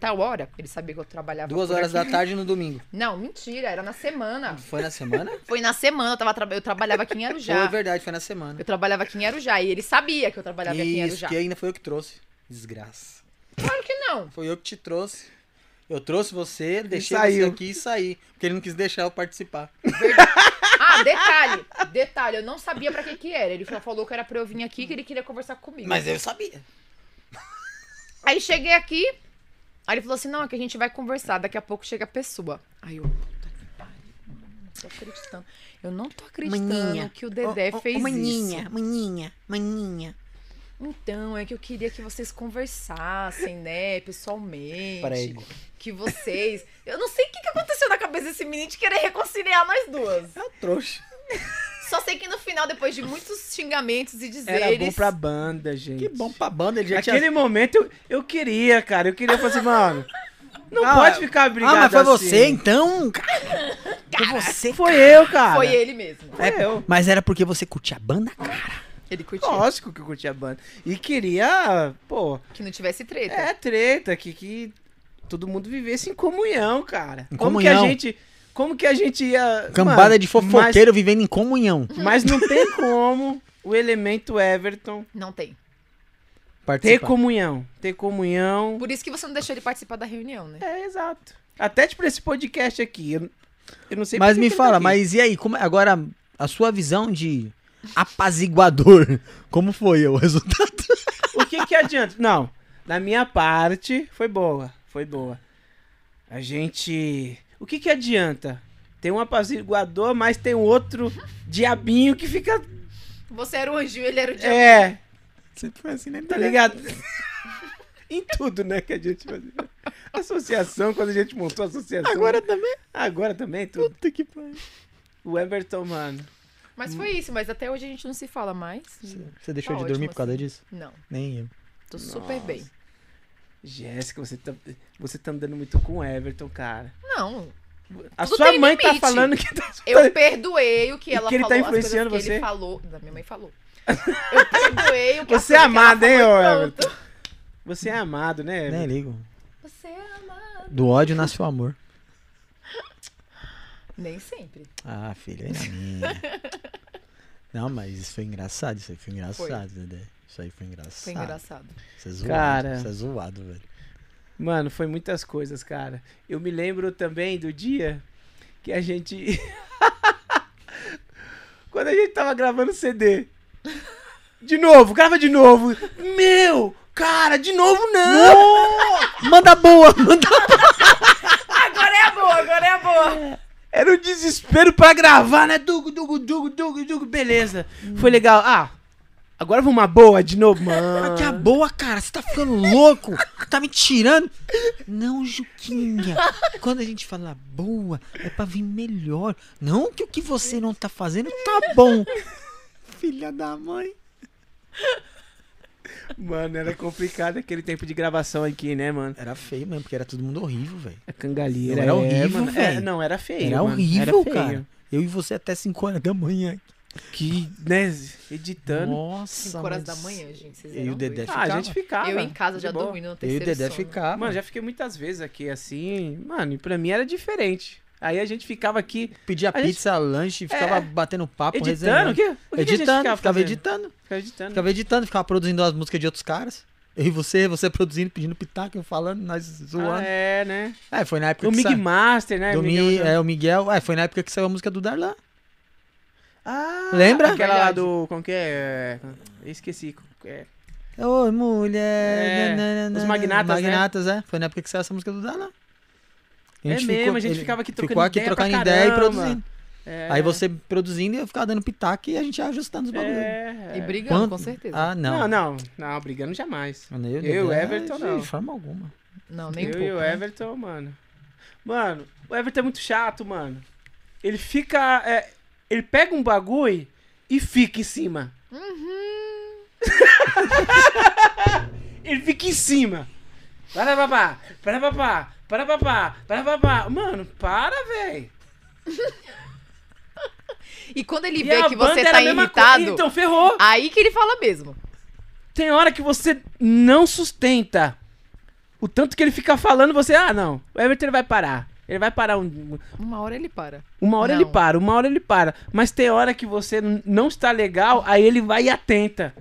Speaker 3: Tal hora? Ele sabia que eu trabalhava.
Speaker 4: Duas
Speaker 3: por
Speaker 4: horas da
Speaker 3: aqui.
Speaker 4: tarde no domingo.
Speaker 3: Não, mentira, era na semana.
Speaker 4: Foi na semana?
Speaker 3: Foi na semana, eu, tava tra- eu trabalhava aqui em
Speaker 4: Foi
Speaker 3: Arujá.
Speaker 4: verdade, foi na semana.
Speaker 3: Eu trabalhava aqui em Arujá. E ele sabia que eu trabalhava aqui em
Speaker 4: Isso,
Speaker 3: Arujá.
Speaker 4: que ainda foi eu que trouxe. Desgraça.
Speaker 3: Claro que não.
Speaker 4: Foi eu que te trouxe. Eu trouxe você, deixei
Speaker 1: saiu.
Speaker 4: você aqui e saí. Porque ele não quis deixar eu participar.
Speaker 3: Ah, detalhe, detalhe, eu não sabia pra que que era. Ele só falou que era pra eu vir aqui, que ele queria conversar comigo.
Speaker 4: Mas eu sabia.
Speaker 3: Aí cheguei aqui, aí ele falou assim: não, é que a gente vai conversar, daqui a pouco chega a pessoa. Aí eu, puta que pariu, não tô acreditando. Eu não tô acreditando
Speaker 9: Maninha.
Speaker 3: que o Dedé
Speaker 9: Ô, ô, ô,
Speaker 3: fez
Speaker 9: maninha,
Speaker 3: isso.
Speaker 9: Maninha, maninha.
Speaker 3: Então, é que eu queria que vocês conversassem, né, pessoalmente.
Speaker 4: Prego.
Speaker 3: Que vocês. Eu não sei o que, que aconteceu na cabeça desse menino de querer reconciliar nós duas.
Speaker 4: Trouxa.
Speaker 3: Só sei que no final, depois de muitos xingamentos e dizeres.
Speaker 1: Era bom pra banda, gente.
Speaker 5: Que bom pra banda, ele já
Speaker 1: Naquele momento eu, eu queria, cara. Eu queria falar assim, mano. Não
Speaker 5: Ah,
Speaker 1: pode ficar
Speaker 5: tinha... Ah,
Speaker 1: brigado
Speaker 5: mas foi você
Speaker 1: assim.
Speaker 5: então? cara? Foi você.
Speaker 1: Foi eu, cara.
Speaker 3: Foi ele mesmo.
Speaker 1: Foi eu.
Speaker 5: Mas era porque você curtia a banda? cara?
Speaker 3: Ele curtiu.
Speaker 1: Lógico que eu curti a banda. E queria, pô,
Speaker 3: Que não tivesse treta.
Speaker 1: é treta, que, que todo mundo vivesse em comunhão, cara.
Speaker 5: Em
Speaker 1: Como que a
Speaker 5: comunhão.
Speaker 1: gente. Como que a gente ia.
Speaker 5: Cambada
Speaker 1: Mano,
Speaker 5: de fofoqueiro vivendo em comunhão.
Speaker 1: Mas, mas não tem como o elemento Everton
Speaker 3: Não tem.
Speaker 1: ter
Speaker 5: Participar.
Speaker 1: comunhão. Ter comunhão.
Speaker 3: Por isso que você não deixou ele participar da reunião, né?
Speaker 1: É, exato. Até tipo esse podcast aqui. Eu, eu não sei por
Speaker 5: Mas
Speaker 1: que
Speaker 5: me
Speaker 1: ele tá
Speaker 5: fala,
Speaker 1: aqui.
Speaker 5: mas e aí? Como, é, agora, a sua visão de apaziguador, como foi o resultado?
Speaker 1: O que que adianta? Não, da minha parte, foi boa, foi boa. A gente... O que que adianta Tem um apaziguador, mas tem um outro diabinho que fica.
Speaker 3: Você era o anjo, ele era o diabo.
Speaker 1: É,
Speaker 5: Sempre foi assim, né?
Speaker 1: tá ligado? em tudo, né? Que a gente fazia. Associação, quando a gente montou a associação.
Speaker 5: Agora também.
Speaker 1: Agora também, tudo.
Speaker 5: Puta que pariu.
Speaker 1: O Everton, mano.
Speaker 3: Mas foi isso, mas até hoje a gente não se fala mais.
Speaker 5: Você deixou
Speaker 3: Tá
Speaker 5: de dormir
Speaker 3: ótimo,
Speaker 5: por causa disso?
Speaker 3: Não,
Speaker 5: Nem eu.
Speaker 3: tô super bem.
Speaker 1: Jéssica, você tá, você tá andando muito com o Everton, cara.
Speaker 3: Não,
Speaker 1: A
Speaker 3: Tudo
Speaker 1: sua
Speaker 3: tem
Speaker 1: mãe tá
Speaker 3: limite.
Speaker 1: falando que tá.
Speaker 3: eu perdoei o que
Speaker 1: E
Speaker 3: ela
Speaker 1: que ele tá
Speaker 3: falou. as coisas
Speaker 1: influenciando
Speaker 3: que
Speaker 1: você?
Speaker 3: Ele falou, da minha mãe falou. Eu perdoei o que
Speaker 1: Você é
Speaker 3: as coisas que ela
Speaker 1: amado, hein,
Speaker 3: falou
Speaker 1: ô
Speaker 3: e pronto.
Speaker 1: Everton? Você é amado, né,
Speaker 5: Nem
Speaker 1: Everton?
Speaker 5: ligo.
Speaker 3: Você é amado.
Speaker 5: Do ódio nasce o amor.
Speaker 3: Nem sempre.
Speaker 5: Ah, filha, é na minha. Não, mas isso foi engraçado. Isso aí foi engraçado, Dedé. Isso aí foi engraçado.
Speaker 3: Foi engraçado.
Speaker 5: Isso é zoado.
Speaker 1: Cara.
Speaker 5: Isso é zoado, velho.
Speaker 1: Mano, foi muitas coisas, cara. Eu me lembro também do dia que a gente. Quando a gente tava gravando CD. De novo, grava de novo. Meu! Cara, de novo não!
Speaker 5: Manda boa! Manda...
Speaker 3: Agora é a boa, agora é a boa.
Speaker 1: Era um desespero pra gravar, né? Dugo, dugo, dugo, dugo, dugo. Beleza. Foi legal. Ah, agora vamos uma boa de novo, mano.
Speaker 5: Que a boa, cara! Você tá ficando louco! Tá me tirando! Não, Juquinha! Quando a gente fala boa, é pra vir melhor. Não que o que você não tá fazendo tá bom. Filha da mãe.
Speaker 1: Mano, era complicado aquele tempo de gravação aqui, né, mano?
Speaker 5: Era feio mesmo, porque era todo mundo horrível, velho.
Speaker 1: A cangalheira.
Speaker 5: Não, era
Speaker 1: é,
Speaker 5: horrível,
Speaker 1: mano.
Speaker 5: velho.
Speaker 1: É, não, era feio.
Speaker 5: Era
Speaker 1: mano.
Speaker 5: horrível,
Speaker 1: feio.
Speaker 5: cara. Eu e você até 5 horas da manhã.
Speaker 1: Que, né, editando.
Speaker 5: Nossa.
Speaker 3: 5 horas
Speaker 5: mas-
Speaker 3: da manhã, gente. Vocês
Speaker 5: Eu e
Speaker 3: eram
Speaker 5: o Dedé
Speaker 3: doidos.
Speaker 1: Ah, a gente ficava.
Speaker 3: Eu em casa
Speaker 1: de
Speaker 3: já
Speaker 1: boa.
Speaker 3: dormindo no
Speaker 5: Eu e o
Speaker 3: terceiro
Speaker 5: Dedé
Speaker 3: sono.
Speaker 5: ficava.
Speaker 1: Mano, já fiquei muitas vezes aqui assim. Mano, e pra mim era diferente. Aí a gente ficava aqui
Speaker 5: pedia
Speaker 1: gente- É.
Speaker 5: pizza, lanche, ficava batendo papo,
Speaker 1: editando.
Speaker 5: resenhando.
Speaker 1: O que, o que que a gente
Speaker 5: editando,
Speaker 1: ficava,
Speaker 5: ficava
Speaker 1: fazendo?
Speaker 5: editando.
Speaker 1: Ficava editando.
Speaker 5: Ficava editando, ficava produzindo as músicas de outros caras. Eu e você, você produzindo, pedindo pitaco, eu falando, nós
Speaker 1: Ah,
Speaker 5: zoando.
Speaker 1: é, né?
Speaker 5: é. foi na época
Speaker 1: O
Speaker 5: que
Speaker 1: Mig
Speaker 5: saiu.
Speaker 1: Master, né?
Speaker 5: Do Mi-
Speaker 1: Miguel-
Speaker 5: é, o Miguel. É, foi na época que saiu a música do Darlan.
Speaker 1: Ah,
Speaker 5: Lembra?
Speaker 1: Aquela lá
Speaker 3: Verdade.
Speaker 1: do. Como que é? Eu esqueci. É,
Speaker 5: Ô, mulher.
Speaker 1: É, os Magnatas, né?
Speaker 5: Magnatas, é. Foi na época que saiu essa música do Darlan. A
Speaker 1: É
Speaker 5: gente
Speaker 1: mesmo, a gente
Speaker 5: ele
Speaker 1: ficava aqui trocando
Speaker 5: ficou aqui
Speaker 1: ideia pra
Speaker 5: trocando ideia e
Speaker 1: caramba.
Speaker 5: produzindo.
Speaker 1: é,
Speaker 5: Aí você produzindo e eu ficava dando pitaco e a gente ia ajustando os bagulhos.
Speaker 1: É,
Speaker 3: E
Speaker 1: é.
Speaker 3: brigando, com certeza.
Speaker 5: Ah,
Speaker 1: Não,
Speaker 5: não.
Speaker 1: não, não, brigando jamais.
Speaker 5: Mano,
Speaker 1: Eu
Speaker 5: Dedé,
Speaker 1: e o Everton,
Speaker 5: né? de
Speaker 1: não.
Speaker 5: forma alguma.
Speaker 3: Não, nem um
Speaker 1: eu
Speaker 3: pouco.
Speaker 1: e o
Speaker 3: né?
Speaker 1: Everton, mano. Mano, o Everton é muito chato, mano. Ele fica. é, ele pega um bagulho e fica em cima.
Speaker 3: Uhum.
Speaker 1: ele fica em cima. Para babá, para babá, para babá, para babá. Mano, para, velho.
Speaker 3: E quando ele
Speaker 1: E a
Speaker 3: vê que você
Speaker 1: banda era
Speaker 3: tá
Speaker 1: a mesma co-
Speaker 3: irritado,
Speaker 1: Então, ferrou.
Speaker 3: aí que ele fala mesmo.
Speaker 1: Tem hora que você não sustenta. O tanto que ele fica falando, você. Ah, não. O Everton ele vai parar. Ele vai parar um,
Speaker 3: Uma hora ele para.
Speaker 1: Uma hora
Speaker 3: Não.
Speaker 1: ele para, uma hora ele para. Mas tem hora que você n- não está legal, aí ele vai e atenta.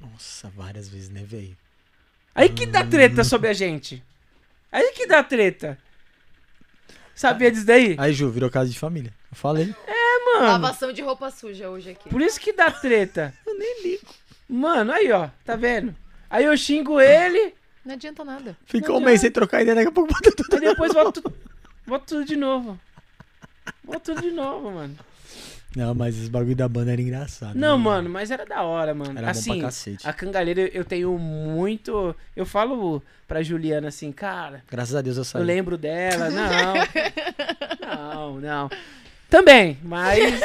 Speaker 5: Nossa, várias vezes, né, velho?
Speaker 1: Aí que dá treta sobre a gente. Aí que dá treta. Sabia disso daí?
Speaker 5: Aí, Ju, virou casa de família. Eu falei.
Speaker 1: Mano,
Speaker 3: Lavação de roupa suja hoje aqui.
Speaker 1: por isso que dá treta. Eu nem ligo. Mano, aí ó, tá vendo? Aí eu xingo ele,
Speaker 3: Não adianta nada.
Speaker 5: Ficou um mês sem trocar ideia, daqui a pouco bateu tudo.
Speaker 1: aí depois volto, volto tudo de novo. Volto tudo de novo, mano.
Speaker 5: Não, mas os bagulho da banda era engraçado.
Speaker 1: Não,
Speaker 5: né?
Speaker 1: mano, mas era da hora, mano.
Speaker 5: Era
Speaker 1: assim,
Speaker 5: bom pra cacete.
Speaker 1: a cangalheira eu- eu tenho muito. Eu falo pra Juliana assim, cara,
Speaker 5: Graças a Deus eu saí.
Speaker 1: Eu lembro dela, não. não, não. Também, mas.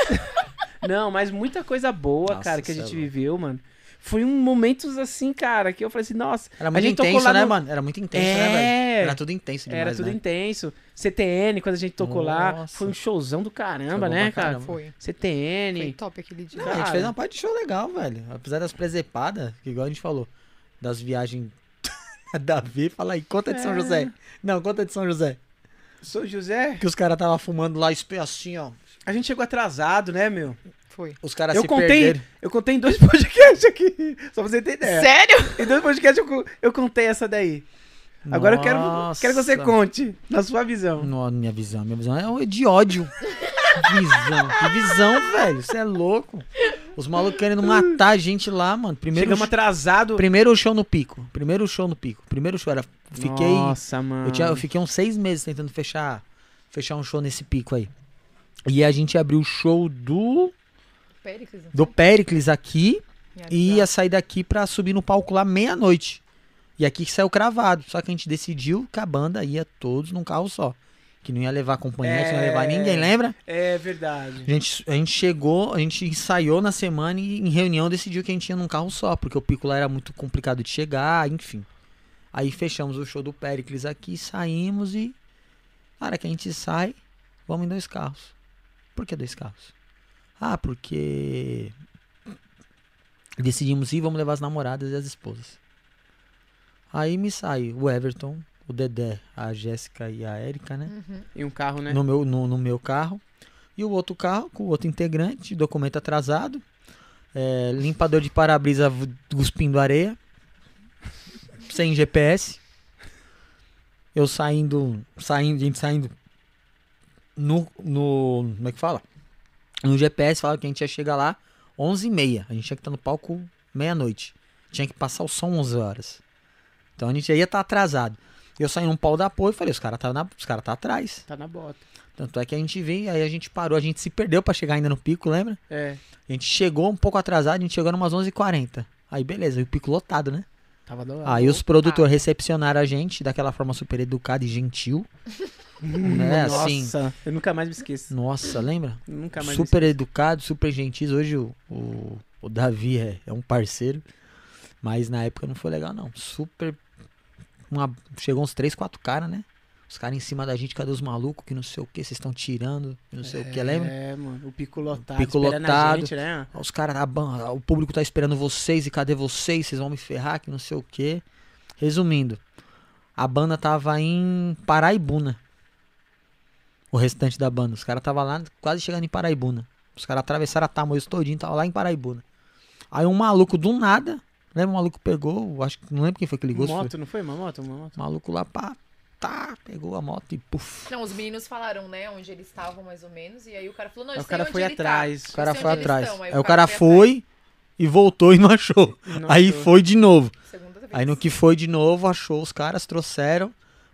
Speaker 1: não, mas muita coisa boa,
Speaker 5: Nossa,
Speaker 1: cara, que a gente
Speaker 5: cê é louco.
Speaker 1: viveu, mano. Foi um momentos assim, cara, que eu falei assim, nossa.
Speaker 5: Era
Speaker 1: a
Speaker 5: muito
Speaker 1: gente tocou
Speaker 5: intenso,
Speaker 1: lá
Speaker 5: né,
Speaker 1: no-
Speaker 5: mano? Era muito intenso,
Speaker 1: É,
Speaker 5: né, velho? Era tudo intenso demais,
Speaker 1: Era tudo
Speaker 5: né?
Speaker 1: intenso. CTN, quando a gente tocou lá,
Speaker 5: Nossa.
Speaker 1: foi um showzão do caramba,
Speaker 5: Foi bom
Speaker 1: né,
Speaker 5: pra
Speaker 1: cara?
Speaker 5: caramba. então.
Speaker 3: Foi. Foi
Speaker 1: CTN.
Speaker 3: top aquele dia.
Speaker 5: A gente
Speaker 1: cara.
Speaker 5: fez uma parte de show legal, velho. Apesar das presepadas, que igual a gente falou, das viagens Davi, fala aí, conta de
Speaker 1: É.
Speaker 5: São José. Não, conta de São José.
Speaker 1: Sou José.
Speaker 5: Que os caras tava fumando lá, espe- assim, ó.
Speaker 1: A gente chegou atrasado, né, meu?
Speaker 3: Foi.
Speaker 5: Os caras
Speaker 1: eu
Speaker 5: se
Speaker 1: contei,
Speaker 5: perderam.
Speaker 1: eu contei em dois podcasts aqui. Só pra você ter
Speaker 5: É.
Speaker 1: ideia.
Speaker 3: Sério?
Speaker 1: Em dois podcasts eu, co- eu contei essa daí. Agora eu quero, quero que você
Speaker 5: Nossa.
Speaker 1: conte, na sua visão.
Speaker 5: Não, minha visão, minha visão é o- de ódio. visão, que visão, velho. Você é louco. Os malucos querendo matar a gente lá, mano. Primeiro,
Speaker 1: Chegamos
Speaker 5: show,
Speaker 1: atrasado.
Speaker 5: primeiro show no pico. Primeiro show no pico. Primeiro show era. Fiquei.
Speaker 1: Nossa, mano.
Speaker 5: Eu, tinha, eu fiquei uns seis meses tentando fechar, fechar um show nesse pico aí. E a gente abriu o show do,
Speaker 3: Péricles, não
Speaker 5: do Pericles aqui
Speaker 3: sei.
Speaker 5: e ia sair daqui pra subir no palco lá meia-noite. E aqui que saiu cravado. Só que a gente decidiu que a banda ia todos num carro só. Que não ia levar acompanhante, não ia levar ninguém, lembra?
Speaker 1: É verdade.
Speaker 5: A gente, a gente chegou, a gente ensaiou na semana e em reunião decidiu que a gente ia num carro só, porque o pico lá era muito complicado de chegar, enfim. Aí fechamos o show do Pericles aqui, saímos e. Na hora que a gente sai, vamos em dois carros. Por que dois carros? Ah, porque. Decidimos ir, vamos levar as namoradas e as esposas. Aí me sai o Everton, o Dedé, a Jéssica e a Érica, né?
Speaker 1: E um carro, né?
Speaker 5: no, meu, no, no meu carro. E o outro carro, com o outro integrante, documento atrasado, é, limpador de para-brisa v- cuspindo areia, sem GPS. Eu saindo, saindo, a gente saindo no, no. Como é que fala? No GPS, falaram que a gente ia chegar lá 11h30. A gente tinha que estar no palco meia-noite. Tinha que passar o som 11 horas. Então a gente já ia estar atrasado. Eu saí num pau da apoio e falei: os caras tá na- os cara tá atrás.
Speaker 1: Tá na bota.
Speaker 5: Tanto é que a gente veio, aí a gente parou, a gente se perdeu pra chegar ainda no pico, lembra?
Speaker 1: É.
Speaker 5: A gente chegou um pouco atrasado, a gente chegou umas 11h40. Aí beleza, e o pico lotado, né?
Speaker 1: Tava do lado.
Speaker 5: Aí os produtores recepcionaram a gente daquela forma super educada e gentil. né?
Speaker 1: Hum, Nossa,
Speaker 5: Assim,
Speaker 1: eu nunca mais me esqueço.
Speaker 5: nossa, lembra?
Speaker 1: Nunca mais
Speaker 5: super educado, super gentis. Hoje o, o, o Davi é, é um parceiro, mas na época não foi legal, não. Super. uma- chegou uns três, quatro caras, né? Os caras em cima da gente, cadê os malucos? Que não sei o que, vocês estão tirando, que não sei o que,
Speaker 1: me esqueço.
Speaker 5: lembra?
Speaker 1: É, mano. O pico lotado.
Speaker 5: Pico
Speaker 1: esperando A
Speaker 5: lotado.
Speaker 1: gente, né?
Speaker 5: Os caras, a ban- o público tá esperando vocês e cadê vocês? Vocês vão me ferrar, que não sei o quê. Resumindo, a banda tava em Paraibuna. O restante da banda. Os caras tava lá quase chegando em Paraibuna. Os caras atravessaram a Tamoios todinho, tava lá em Paraibuna. Aí um maluco do nada, lembra? O maluco pegou, eu acho que não lembro quem foi que ligou. se foi-
Speaker 1: moto, não foi uma moto? Uma moto.
Speaker 5: O maluco lá, pá, tá, pegou a moto e puf.
Speaker 3: Não, os meninos falaram, né, onde eles estavam mais ou menos. E aí o cara falou, não,
Speaker 1: Aí
Speaker 3: eu
Speaker 1: o
Speaker 3: sei
Speaker 1: cara
Speaker 3: onde
Speaker 1: foi
Speaker 3: ele tá.
Speaker 1: atrás.
Speaker 5: O
Speaker 1: O
Speaker 3: Eu
Speaker 5: cara
Speaker 3: sei
Speaker 5: foi
Speaker 3: onde eles
Speaker 5: atrás.
Speaker 3: estão.
Speaker 5: então? Aí o cara foi e voltou e não achou.
Speaker 1: Não
Speaker 5: Aí
Speaker 1: achou.
Speaker 5: foi de novo.
Speaker 3: atrás. Segunda vez.
Speaker 5: Aí no que foi de novo, achou os caras, trouxeram.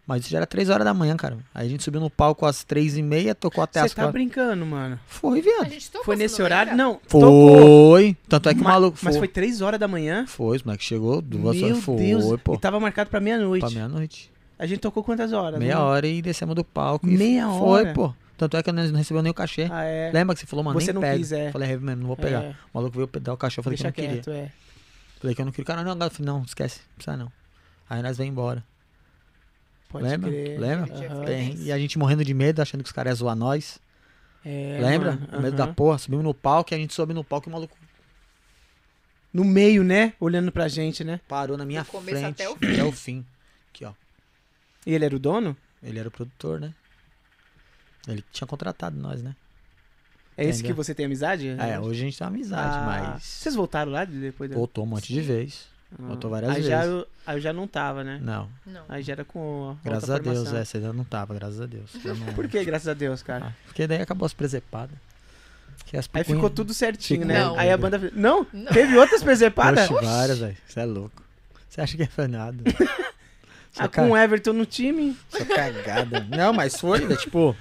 Speaker 5: Mas isso já era 3 horas da manhã, cara. Aí a gente subiu no palco às 3 e meia, tocou até
Speaker 1: Você
Speaker 5: as
Speaker 1: tá
Speaker 5: 4.
Speaker 1: brincando, mano.
Speaker 5: Foi,
Speaker 3: A
Speaker 5: viado.
Speaker 3: gente tocou,
Speaker 1: Foi
Speaker 3: você
Speaker 1: nesse
Speaker 3: não
Speaker 1: horário?
Speaker 3: lembra?
Speaker 1: Não. tocou.
Speaker 5: Foi. Tanto é que o
Speaker 1: Ma-
Speaker 5: maluco foi.
Speaker 1: Mas foi 3 horas da manhã?
Speaker 5: Foi, os moleques chegou, duas
Speaker 1: Meu
Speaker 5: horas. Foi,
Speaker 1: Deus.
Speaker 5: pô.
Speaker 1: E tá tava marcado pra meia-noite.
Speaker 5: Pra meia-noite.
Speaker 1: A gente tocou quantas horas?
Speaker 5: Meia
Speaker 1: Uma?
Speaker 5: hora e descemos do palco. e
Speaker 1: Meia
Speaker 5: foi,
Speaker 1: hora?
Speaker 5: pô. Tanto é que nós não recebeu nem o cachê.
Speaker 1: Ah, é.
Speaker 5: Lembra que você falou, mano,
Speaker 1: Você
Speaker 5: nem
Speaker 1: não
Speaker 5: pega.
Speaker 1: quis, é.
Speaker 5: Falei, é, mesmo, não vou pegar.
Speaker 1: É.
Speaker 5: O maluco veio dar o cachê, eu falei
Speaker 1: Deixa
Speaker 5: que eu não queria.
Speaker 1: quieto, é.
Speaker 5: Falei que eu não queria. O cara, não, eu falei, não, esquece, não precisa não. Aí nós vem embora.
Speaker 1: Pode
Speaker 5: lembra?
Speaker 1: crer.
Speaker 5: Lembra?
Speaker 3: Aquele dia foi
Speaker 5: Tem-
Speaker 3: tenso.
Speaker 5: E a gente morrendo de medo, achando que os caras iam zoar nós.
Speaker 1: É,
Speaker 5: Lembra?
Speaker 1: mano,
Speaker 5: O Medo da
Speaker 1: aham.
Speaker 5: porra. Subimos no palco e a gente sobe no palco e o maluco
Speaker 1: No meio, né? Olhando pra gente, né?
Speaker 5: parou na minha
Speaker 3: Do começo
Speaker 5: frente.
Speaker 3: até o
Speaker 5: até o fim. Aqui, ó.
Speaker 1: E ele era o dono?
Speaker 5: Ele era o produtor, né? Ele que tinha contratado nós, né?
Speaker 1: É esse que
Speaker 5: Entendeu?
Speaker 1: você tem amizade?
Speaker 5: Ah, É, hoje a gente tem uma amizade,
Speaker 1: Ah, é
Speaker 5: mas.
Speaker 1: Vocês voltaram lá de- depois da.
Speaker 5: Voltou um monte de vez.
Speaker 1: Ah.
Speaker 5: voltou várias
Speaker 1: aí Já
Speaker 5: vezes.
Speaker 1: eu, aí eu já não tava, né?
Speaker 5: Não.
Speaker 3: Não.
Speaker 1: Aí já era com. outra
Speaker 5: Graças a Deus,
Speaker 1: formação.
Speaker 5: é. Você ainda não tava, graças a Deus. Eu não-
Speaker 1: Por que graças a Deus, cara?
Speaker 5: Ah, porque daí acabou as presepadas. Que as
Speaker 1: aí ficou tudo certinho,
Speaker 5: Ficou.
Speaker 1: né?
Speaker 3: Não.
Speaker 1: Aí a banda. fez- Não?
Speaker 3: Não.
Speaker 1: Teve outras presepadas?
Speaker 5: Oxe, várias, velho. Você é louco. Você acha que é fanado? Você
Speaker 1: Ah, com o Everton no time.
Speaker 5: Só cagada. Não, mas foi, né? Tipo.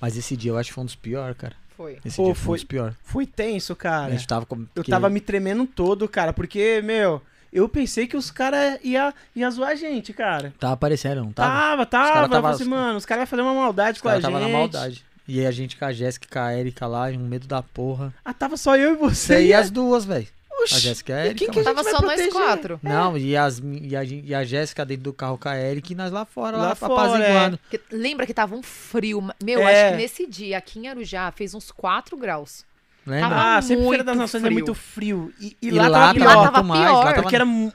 Speaker 5: Mas esse dia eu acho que foi um dos piores, cara.
Speaker 3: Foi.
Speaker 5: Esse
Speaker 1: Pô,
Speaker 5: dia foi, um
Speaker 1: foi-
Speaker 5: dos piores.
Speaker 1: Foi tenso,
Speaker 5: A
Speaker 1: cara.
Speaker 5: gente tava com.
Speaker 1: Eu
Speaker 5: que-
Speaker 1: tava me tremendo todo, cara, porque, meu, eu pensei que os caras iam ia zoar a gente, cara.
Speaker 5: Tava aparecendo, não tava?
Speaker 1: Tava,
Speaker 5: Os
Speaker 1: tava.
Speaker 5: cara
Speaker 1: Eu falei
Speaker 5: tava-
Speaker 1: assim, mano, os caras iam fazer uma maldade
Speaker 5: Os
Speaker 1: Tá com
Speaker 5: cara
Speaker 1: a
Speaker 5: tava
Speaker 1: gente.
Speaker 5: na maldade. E aí a gente com a Jéssica e com a Erika lá, um medo da porra.
Speaker 1: Ah, tava só eu e
Speaker 5: Você é
Speaker 1: você.
Speaker 5: e as duas, velho. A
Speaker 1: Oxi.
Speaker 5: Jéssica e a Erika.
Speaker 1: quem que
Speaker 5: mano.
Speaker 1: a
Speaker 3: Tava
Speaker 1: gente vai
Speaker 3: só nós
Speaker 1: proteger?
Speaker 3: quatro.
Speaker 5: Não, e, as, mi- e, a, gen- e a Jéssica dentro do carro com a Erika e nós lá fora, lá,
Speaker 1: Lá
Speaker 5: pra
Speaker 1: fora,
Speaker 5: apaziguando.
Speaker 3: Que- lembra que tava um frio. ma- Meu,
Speaker 1: É.
Speaker 3: acho que nesse dia, aqui em Arujá, fez uns 4 graus.
Speaker 5: Lembra?
Speaker 3: Tava
Speaker 1: Ah, sempre Feira
Speaker 3: muito
Speaker 1: das Nações é
Speaker 3: frio.
Speaker 1: muito frio. E, e
Speaker 5: né? E
Speaker 1: lá,
Speaker 5: lá
Speaker 1: tava
Speaker 3: E
Speaker 1: pior,
Speaker 3: lá
Speaker 5: tava
Speaker 3: tava
Speaker 5: muito mais,
Speaker 3: pior.
Speaker 5: lá tava
Speaker 1: porque era mu-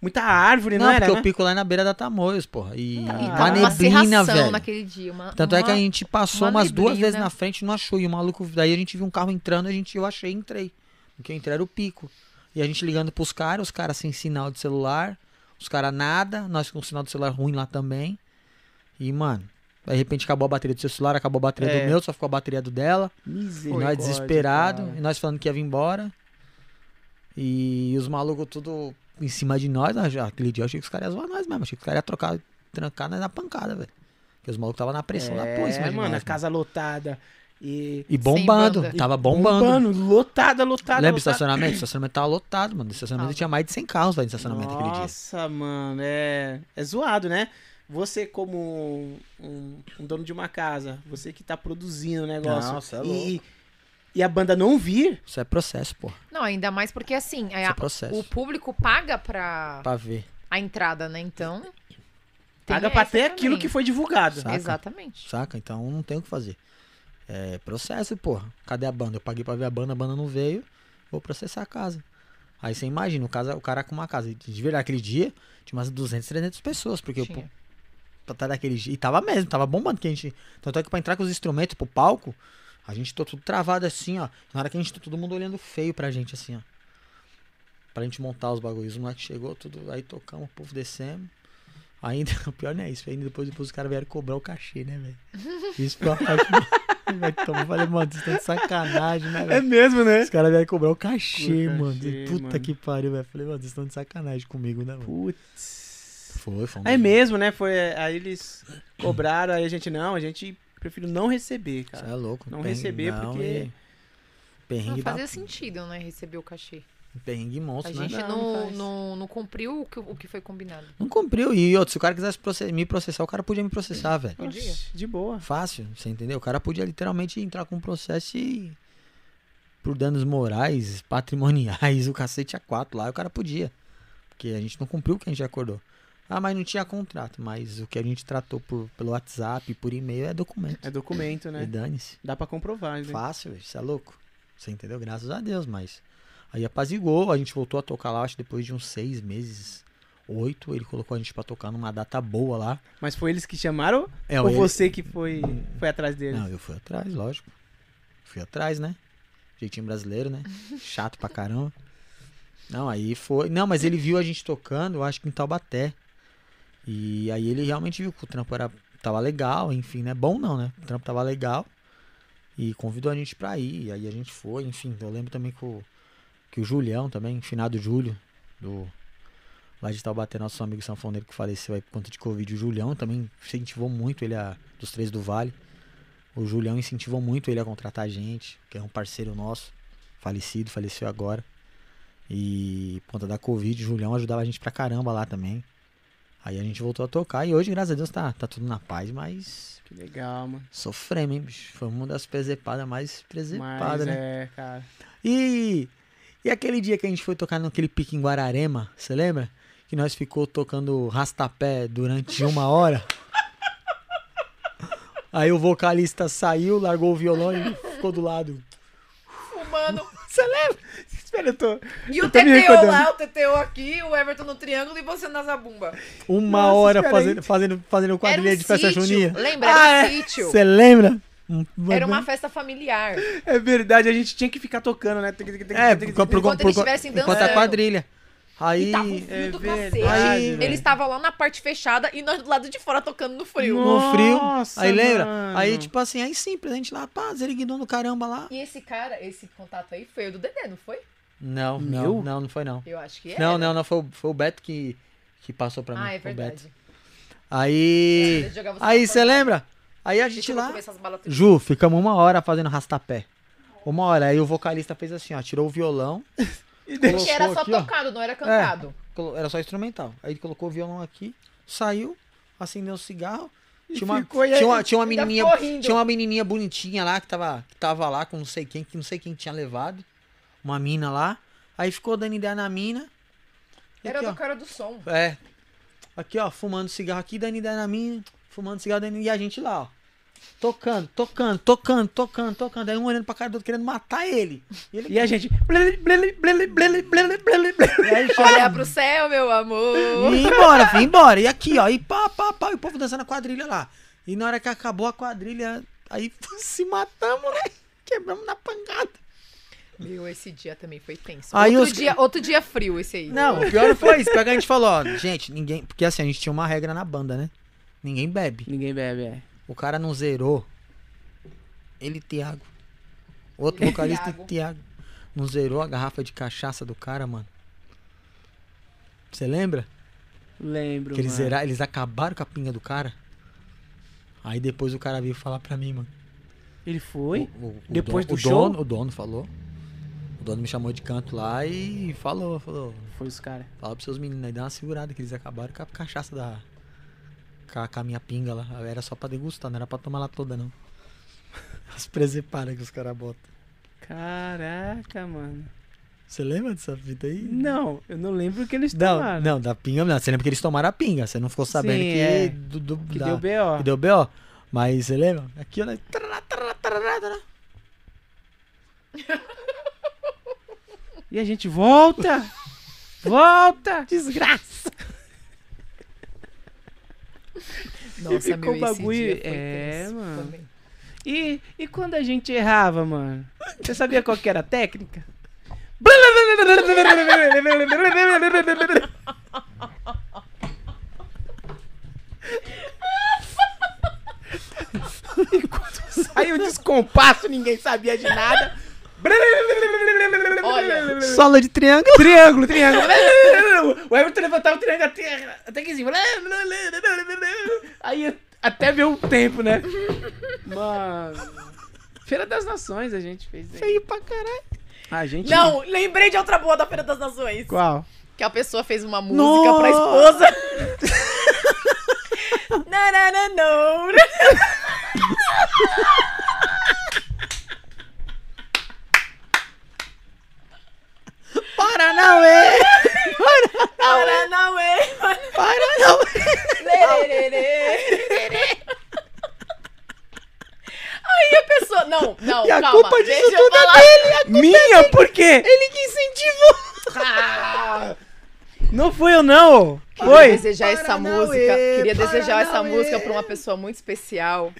Speaker 1: muita árvore, não,
Speaker 5: Não,
Speaker 1: era?
Speaker 5: porque
Speaker 1: né?
Speaker 5: o pico lá na beira da Tamoios, porra. E
Speaker 3: E
Speaker 1: Ah.
Speaker 5: uma
Speaker 3: tava uma
Speaker 5: neblina,
Speaker 3: serração
Speaker 5: velho.
Speaker 3: naquele dia. Uma,
Speaker 5: Tanto é que a
Speaker 3: uma-
Speaker 5: gente passou
Speaker 3: uma né?
Speaker 5: umas duas
Speaker 3: neblina.
Speaker 5: vezes na frente e não achou. E o maluco, daí a gente viu um carro entrando, a gente, eu achei e entrei. O que eu entrei era o pico. E a gente ligando pros caras, os caras sem sinal de celular, os caras nada, nós com sinal de celular ruim lá também. E, mano, de repente acabou a bateria do seu celular, acabou a bateria
Speaker 1: É.
Speaker 5: do meu, só ficou a bateria do dela. E nós
Speaker 1: Misericórdia,
Speaker 5: é desesperado,
Speaker 1: cara.
Speaker 5: e nós falando que ia vir embora. E os malucos tudo em cima de nós. nós já- Aquele dia eu achei que os caras iam zoar nós mesmo. Achei que os caras iam trocar, trancar nós na pancada, velho. Porque os malucos tava na pressão lá, pô, em cima
Speaker 1: É,
Speaker 5: de
Speaker 1: mano,
Speaker 5: nós,
Speaker 1: a casa lotada. E
Speaker 5: E bombando.
Speaker 3: banda.
Speaker 5: Tava bombando.
Speaker 8: Bombando, lotada, lotada.
Speaker 1: Tá
Speaker 5: Lembra o
Speaker 8: lotada.
Speaker 5: estacionamento? O estacionamento tava lotado, mano. O estacionamento
Speaker 3: Tava.
Speaker 5: tinha mais de 100 carros lá no estacionamento aquele dia.
Speaker 1: Nossa, mano, é, é zoado, né? Você como um, um- um dono de uma casa, você que tá produzindo o negócio.
Speaker 4: Nossa, é
Speaker 1: e, e a banda não vir,
Speaker 5: Isso é processo, pô.
Speaker 3: Não, ainda mais porque assim, é
Speaker 5: Isso é
Speaker 3: a-
Speaker 5: processo.
Speaker 3: o público paga pra
Speaker 5: Pra ver.
Speaker 3: a entrada, né? Então. tem
Speaker 1: paga pra
Speaker 3: essa
Speaker 1: ter aquilo
Speaker 3: também.
Speaker 1: que foi divulgado.
Speaker 5: Saca?
Speaker 3: Exatamente.
Speaker 5: Saca? Então não tem o que fazer. É processo, porra. Cadê a banda? Eu paguei pra ver a banda, a banda não veio. Vou processar a casa. Aí você imagina, o, casa, o cara com uma casa. De verdade, aquele dia, tinha umas 200, 300 pessoas. Porque o,
Speaker 3: Tinha.
Speaker 5: pra tá daquele jeito. E tava mesmo, tava bombando que a gente. Tanto é que pra entrar com os instrumentos pro palco, a gente tô tudo travado assim, ó. Na hora que a gente tá todo mundo olhando feio pra gente, assim, ó. Pra gente montar os bagulhos. O moleque chegou, tudo. Aí tocamos, o povo descemos. Ainda, o pior não é isso, ainda depois, depois os caras vieram cobrar o cachê, né, velho? Isso foi uma parte. Velho, então eu falei, mano, isso tá de sacanagem, né, velho?
Speaker 1: mesmo, né?
Speaker 5: Os caras vieram cobrar o cachê,
Speaker 1: O cachê,
Speaker 5: mano. Puta
Speaker 1: mano.
Speaker 5: que pariu, velho. Falei, mano, vocês estão de sacanagem comigo, né, mano?
Speaker 1: Putz.
Speaker 5: Foi, foi um
Speaker 1: É mesmo, né? Foi, aí eles cobraram, aí a gente, não, a gente prefiro não receber,
Speaker 5: Isso
Speaker 1: cara.
Speaker 5: é louco.
Speaker 1: Não
Speaker 5: perrengue-
Speaker 1: receber porque-
Speaker 5: e-
Speaker 3: Não
Speaker 5: Perrengue da...
Speaker 3: fazia sentido, né? Receber o cachê.
Speaker 5: Perrengue
Speaker 3: A
Speaker 5: monstro, né?
Speaker 3: gente
Speaker 1: Não, não
Speaker 3: não,
Speaker 1: faz.
Speaker 3: não, não cumpriu o que, o que foi combinado.
Speaker 5: Não cumpriu. E outro, se o cara quisesse proce- me processar, o cara podia me processar, velho.
Speaker 3: Podia.
Speaker 1: Oxe, De boa.
Speaker 5: Fácil, você entendeu? O cara podia literalmente entrar com um processo e... Por danos morais, patrimoniais, o cacete a quatro lá, o cara podia. Porque a gente não cumpriu o que a gente acordou. Ah, mas não tinha contrato. Mas o que a gente tratou por, pelo WhatsApp, por e-mail, é documento.
Speaker 1: É documento,
Speaker 5: E
Speaker 1: né?
Speaker 5: dane-se.
Speaker 1: Dá pra comprovar, né?
Speaker 5: Fácil, velho. Isso é louco. Você entendeu? Graças a Deus, mas. Aí apazigou, a gente voltou a tocar lá, acho que depois de uns seis meses, oito, ele colocou a gente pra tocar numa data boa lá.
Speaker 1: Mas foi eles que chamaram
Speaker 5: É,
Speaker 1: ou
Speaker 5: ele-
Speaker 1: você que foi, foi atrás deles?
Speaker 5: Não, eu fui atrás, lógico. Fui atrás, né? Jeitinho brasileiro, né? Chato pra caramba. Não, aí foi. Não, mas ele viu a gente tocando, eu acho que em Taubaté. E aí ele realmente viu que o trampo era, tava legal, enfim, né? Bom não, né? O trampo tava legal. E convidou a gente pra ir. E aí a gente foi, enfim. Eu lembro também que o, que o Julião também, finado Júlio, do. Lá de Taubaté, nosso amigo sanfoneiro que faleceu aí por conta de Covid. O Julião também incentivou muito ele a, dos três do Vale. O Julião incentivou muito ele a contratar a gente, que é um parceiro nosso, falecido, faleceu agora. E por conta da Covid, o Julião ajudava a gente pra caramba lá também. Aí a gente voltou a tocar e hoje, graças a Deus, tá, tá tudo na paz, mas
Speaker 1: Que legal, mano.
Speaker 5: sofremos, hein, bicho? Foi uma das presepadas mais
Speaker 1: Mas
Speaker 5: presepadas, né?
Speaker 1: é, cara.
Speaker 5: E, e aquele dia que a gente foi tocar naquele pique em Guararema, você lembra? Que nós ficou tocando rastapé durante uma hora. Aí o vocalista saiu, largou o violão e ficou do lado.
Speaker 3: Humano.
Speaker 1: Espera, eu tô.
Speaker 3: E o
Speaker 1: tô me
Speaker 3: TTO
Speaker 1: recordando.
Speaker 3: lá, o TTO aqui, o Everton no triângulo e você na zabumba.
Speaker 5: Uma
Speaker 1: Nossa,
Speaker 5: hora
Speaker 1: espera aí.
Speaker 5: fazendo, fazendo, fazendo
Speaker 3: Era
Speaker 5: quadrilha
Speaker 3: um
Speaker 5: de festa
Speaker 3: sítio.
Speaker 5: junina.
Speaker 3: Lembra? Era
Speaker 5: Ah, é
Speaker 3: um sítio.
Speaker 5: Você lembra?
Speaker 3: Era uma festa familiar.
Speaker 1: É verdade, a gente tinha que ficar tocando, né? Tem que- tem que-
Speaker 5: É,
Speaker 1: tem
Speaker 5: por,
Speaker 1: que-
Speaker 5: por, por,
Speaker 3: Enquanto eles estivessem
Speaker 5: enquanto a
Speaker 3: dançando.
Speaker 5: quadrilha. Aí.
Speaker 3: E tava um frio
Speaker 1: é
Speaker 3: do
Speaker 1: verdade,
Speaker 3: cacete.
Speaker 1: velho.
Speaker 3: Eles estavam lá na parte fechada e nós do lado de fora tocando no frio.
Speaker 1: Nossa,
Speaker 5: no é, um frio. aí lembra?
Speaker 1: mano.
Speaker 5: Aí, tipo assim, aí simples, a gente lá, pá, zeriguidão do caramba lá.
Speaker 3: E esse cara, esse contato aí foi o do Dedé, não foi?
Speaker 5: Não,
Speaker 1: Meu?
Speaker 5: não, não, não foi não.
Speaker 3: Eu acho que é.
Speaker 5: Não, não, não, foi, o- foi o Beto que, que passou pra mim.
Speaker 3: Ah, é
Speaker 5: foi o Beto.
Speaker 3: verdade.
Speaker 5: Aí.
Speaker 3: Ele jogava
Speaker 5: Aí,
Speaker 3: na
Speaker 5: você
Speaker 3: porta.
Speaker 5: lembra? Aí a gente
Speaker 3: Deixa eu
Speaker 5: lá.
Speaker 3: comer essas balas tudo.
Speaker 5: Ju, ficamos uma hora fazendo rastapé. Uma hora. Aí o vocalista fez assim, ó, tirou o violão.
Speaker 3: Porque era só
Speaker 5: colocou aqui, ó.
Speaker 3: tocado, não era cantado.
Speaker 5: Colo- Era só instrumental. Aí ele colocou o violão aqui, saiu, acendeu um cigarro. Tinha uma,
Speaker 1: ficou, e aí-
Speaker 5: tinha, uma, tinha uma
Speaker 3: Ainda
Speaker 5: menininha,
Speaker 3: ficou rindo.
Speaker 5: tinha uma menininha bonitinha lá que tava, que tava lá com não sei quem, que não sei quem tinha levado. Uma mina lá. Aí ficou dando ideia na mina. E
Speaker 3: Era
Speaker 5: aqui,
Speaker 3: do
Speaker 5: ó.
Speaker 3: cara do som.
Speaker 5: É. Aqui, ó, fumando cigarro aqui, dando ideia na minha, fumando cigarro, dando E a gente lá, ó. Tocando, tocando, tocando, tocando, tocando. Aí um olhando pra cara do outro, querendo matar ele. E ele
Speaker 1: E a gente. blele, blele, blele, blele, blele, blele, blele.
Speaker 5: e aí, ele
Speaker 3: Olhar
Speaker 5: chorando.
Speaker 3: pro céu, meu amor.
Speaker 5: E embora, filho, embora. E aqui, ó, e pá, pá, pá, e o povo dançando a quadrilha lá. E na hora que acabou a quadrilha, aí se matamos, né? Quebramos na pancada.
Speaker 3: Meu, esse dia também foi tenso.
Speaker 5: Aí
Speaker 3: outro,
Speaker 5: os-
Speaker 3: dia, outro dia frio esse aí.
Speaker 5: Não, o pior não foi isso. Pior que a gente falou, ó, gente, ninguém. Porque assim, a gente tinha uma regra na banda, né? Ninguém bebe.
Speaker 1: Ninguém bebe, é.
Speaker 5: O cara não zerou. Ele e Thiago. Outro
Speaker 3: Ele e
Speaker 5: vocalista
Speaker 3: Thiago.
Speaker 5: e Thiago. Não zerou a garrafa de cachaça do cara, mano. Você lembra?
Speaker 1: Lembro.
Speaker 5: Que eles,
Speaker 1: mano.
Speaker 5: zera- eles acabaram com a pinga do cara. Aí depois o cara veio falar pra mim, mano.
Speaker 1: Ele foi.
Speaker 5: O- o- o
Speaker 1: Depois
Speaker 5: dono-
Speaker 1: do
Speaker 5: o dono-
Speaker 1: show?
Speaker 5: o dono falou. O dono me chamou de canto lá e falou, falou,
Speaker 1: Foi os caras.
Speaker 5: fala pros seus meninos aí, dá uma segurada que eles acabaram com a cachaça da... Com a, com a minha pinga lá. Era só pra degustar, não era pra tomar lá toda, não. As presepadas que os caras botam.
Speaker 1: Caraca, mano.
Speaker 5: Você lembra dessa fita aí?
Speaker 1: Não, eu não lembro o que eles
Speaker 5: Não,
Speaker 1: tomaram.
Speaker 5: não, da pinga não. Você lembra que eles tomaram a pinga. Você não ficou sabendo
Speaker 1: Sim,
Speaker 5: que,
Speaker 1: é.
Speaker 5: do, do-
Speaker 1: Que
Speaker 5: da-
Speaker 1: deu B.O.
Speaker 5: que deu B.O. Mas você lembra? Aqui, olha. tarará, tarará, tarará, tarará.
Speaker 1: E a gente volta! volta! Desgraça!
Speaker 3: Nossa,
Speaker 1: ficou
Speaker 3: meu, esse
Speaker 1: bagulho-
Speaker 3: dia foi
Speaker 1: é,
Speaker 3: tenso
Speaker 1: mano.
Speaker 3: também.
Speaker 1: E, e quando a gente errava, mano? Você sabia qual que era a técnica?
Speaker 8: Aí o descompasso, ninguém sabia de nada.
Speaker 3: Olha,
Speaker 5: Sola de triângulo.
Speaker 1: Triângulo, triângulo.
Speaker 8: O Everton levantava o triângulo até, até que assim.
Speaker 1: Aí até ver o tempo, né? Mano. Feira das Nações a gente fez. Feio pra caralho. A gente.
Speaker 3: não, lembrei de outra boa da Feira das Nações.
Speaker 1: Qual?
Speaker 3: Que a pessoa fez uma música pra esposa. não, não, não, não.
Speaker 5: Paranauê!
Speaker 3: Paranauê.
Speaker 5: Paranauê!
Speaker 3: Lererê. Aí a pessoa. Não, não,
Speaker 5: E a
Speaker 3: calma.
Speaker 5: culpa disso
Speaker 3: deixa eu
Speaker 5: tudo é
Speaker 3: falar.
Speaker 1: Minha, por quê? Ah.
Speaker 5: Ele que incentivou!
Speaker 1: Não fui eu, não.
Speaker 3: Queria
Speaker 1: Foi.
Speaker 3: desejar essa
Speaker 5: Paranauê,
Speaker 3: música. Queria desejar essa
Speaker 5: Paranauê.
Speaker 3: música pra uma pessoa muito especial.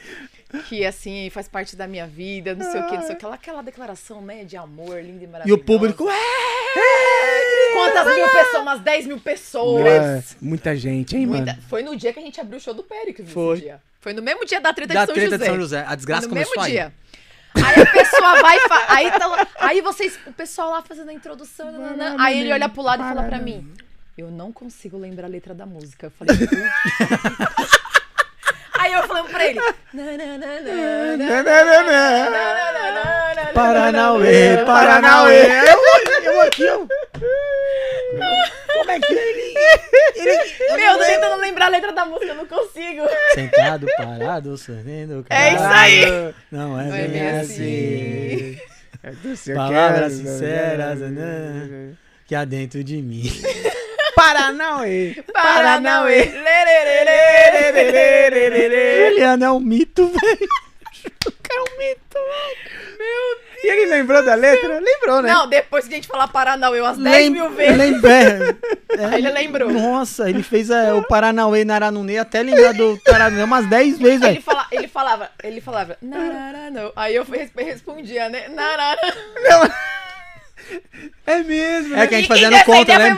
Speaker 3: Que assim, faz parte da minha vida, não sei o que, não sei o que. Aquela, aquela declaração, né, de amor linda e maravilhosa.
Speaker 5: E o público, "Ah, é!
Speaker 3: Quantas mil pessoas? Umas 10 mil pessoas.
Speaker 1: É,
Speaker 5: Né?
Speaker 1: muita gente, hein,
Speaker 3: Muita-
Speaker 1: mano?
Speaker 3: Foi no dia que a gente abriu o show do Péricles.
Speaker 5: Foi.
Speaker 3: Foi. Dia. Foi no mesmo dia da treta,
Speaker 5: Da
Speaker 3: de, São
Speaker 5: treta
Speaker 3: José.
Speaker 5: de São José. A
Speaker 3: Foi
Speaker 5: desgraça
Speaker 3: no
Speaker 5: começou
Speaker 3: mesmo
Speaker 5: aí.
Speaker 3: dia. Aí a pessoa vai e fa- aí, tá lá- aí vocês, o pessoal lá fazendo a introdução, nananã. aí ele olha pro lado e fala pra mim: Eu não consigo lembrar a letra da música. Eu falei, "Putz." Aí eu falando pra ele. "Nananana,
Speaker 1: Né,
Speaker 3: nananana,
Speaker 5: Paranauê, Paranauê! Eu, eu aqui, eu. Como é que ele.
Speaker 3: Meu, eu tô tentando lembrar a letra da música, eu não consigo.
Speaker 5: Sentado, parado, sorrindo.
Speaker 3: É isso aí.
Speaker 5: Não é
Speaker 3: Não é
Speaker 5: bem
Speaker 3: bem
Speaker 5: assim.
Speaker 1: É Eu
Speaker 5: Palavras
Speaker 1: quero-
Speaker 5: sinceras, né? Que há dentro de mim.
Speaker 1: Paranauê.
Speaker 3: Paranauê.
Speaker 5: Juliana é um mito, velho.
Speaker 1: E ele lembrou da letra? Lembrou, né?
Speaker 3: Não, depois que a gente falar Paranauê umas 10
Speaker 5: Lem-
Speaker 3: mil vezes,
Speaker 5: Lembra. é.
Speaker 3: aí ele lembrou.
Speaker 5: Nossa, ele fez é, o Paranauê na Aranunê até lembrar do Paranauê umas 10 vezes,
Speaker 3: Ele,
Speaker 5: velho.
Speaker 3: fala, ele falava, ele falava, narara, não. Aí eu res- respondia, né? Narara.
Speaker 1: É mesmo.
Speaker 5: É que a gente
Speaker 3: E quem
Speaker 5: fazendo conta,
Speaker 3: defendia
Speaker 5: né?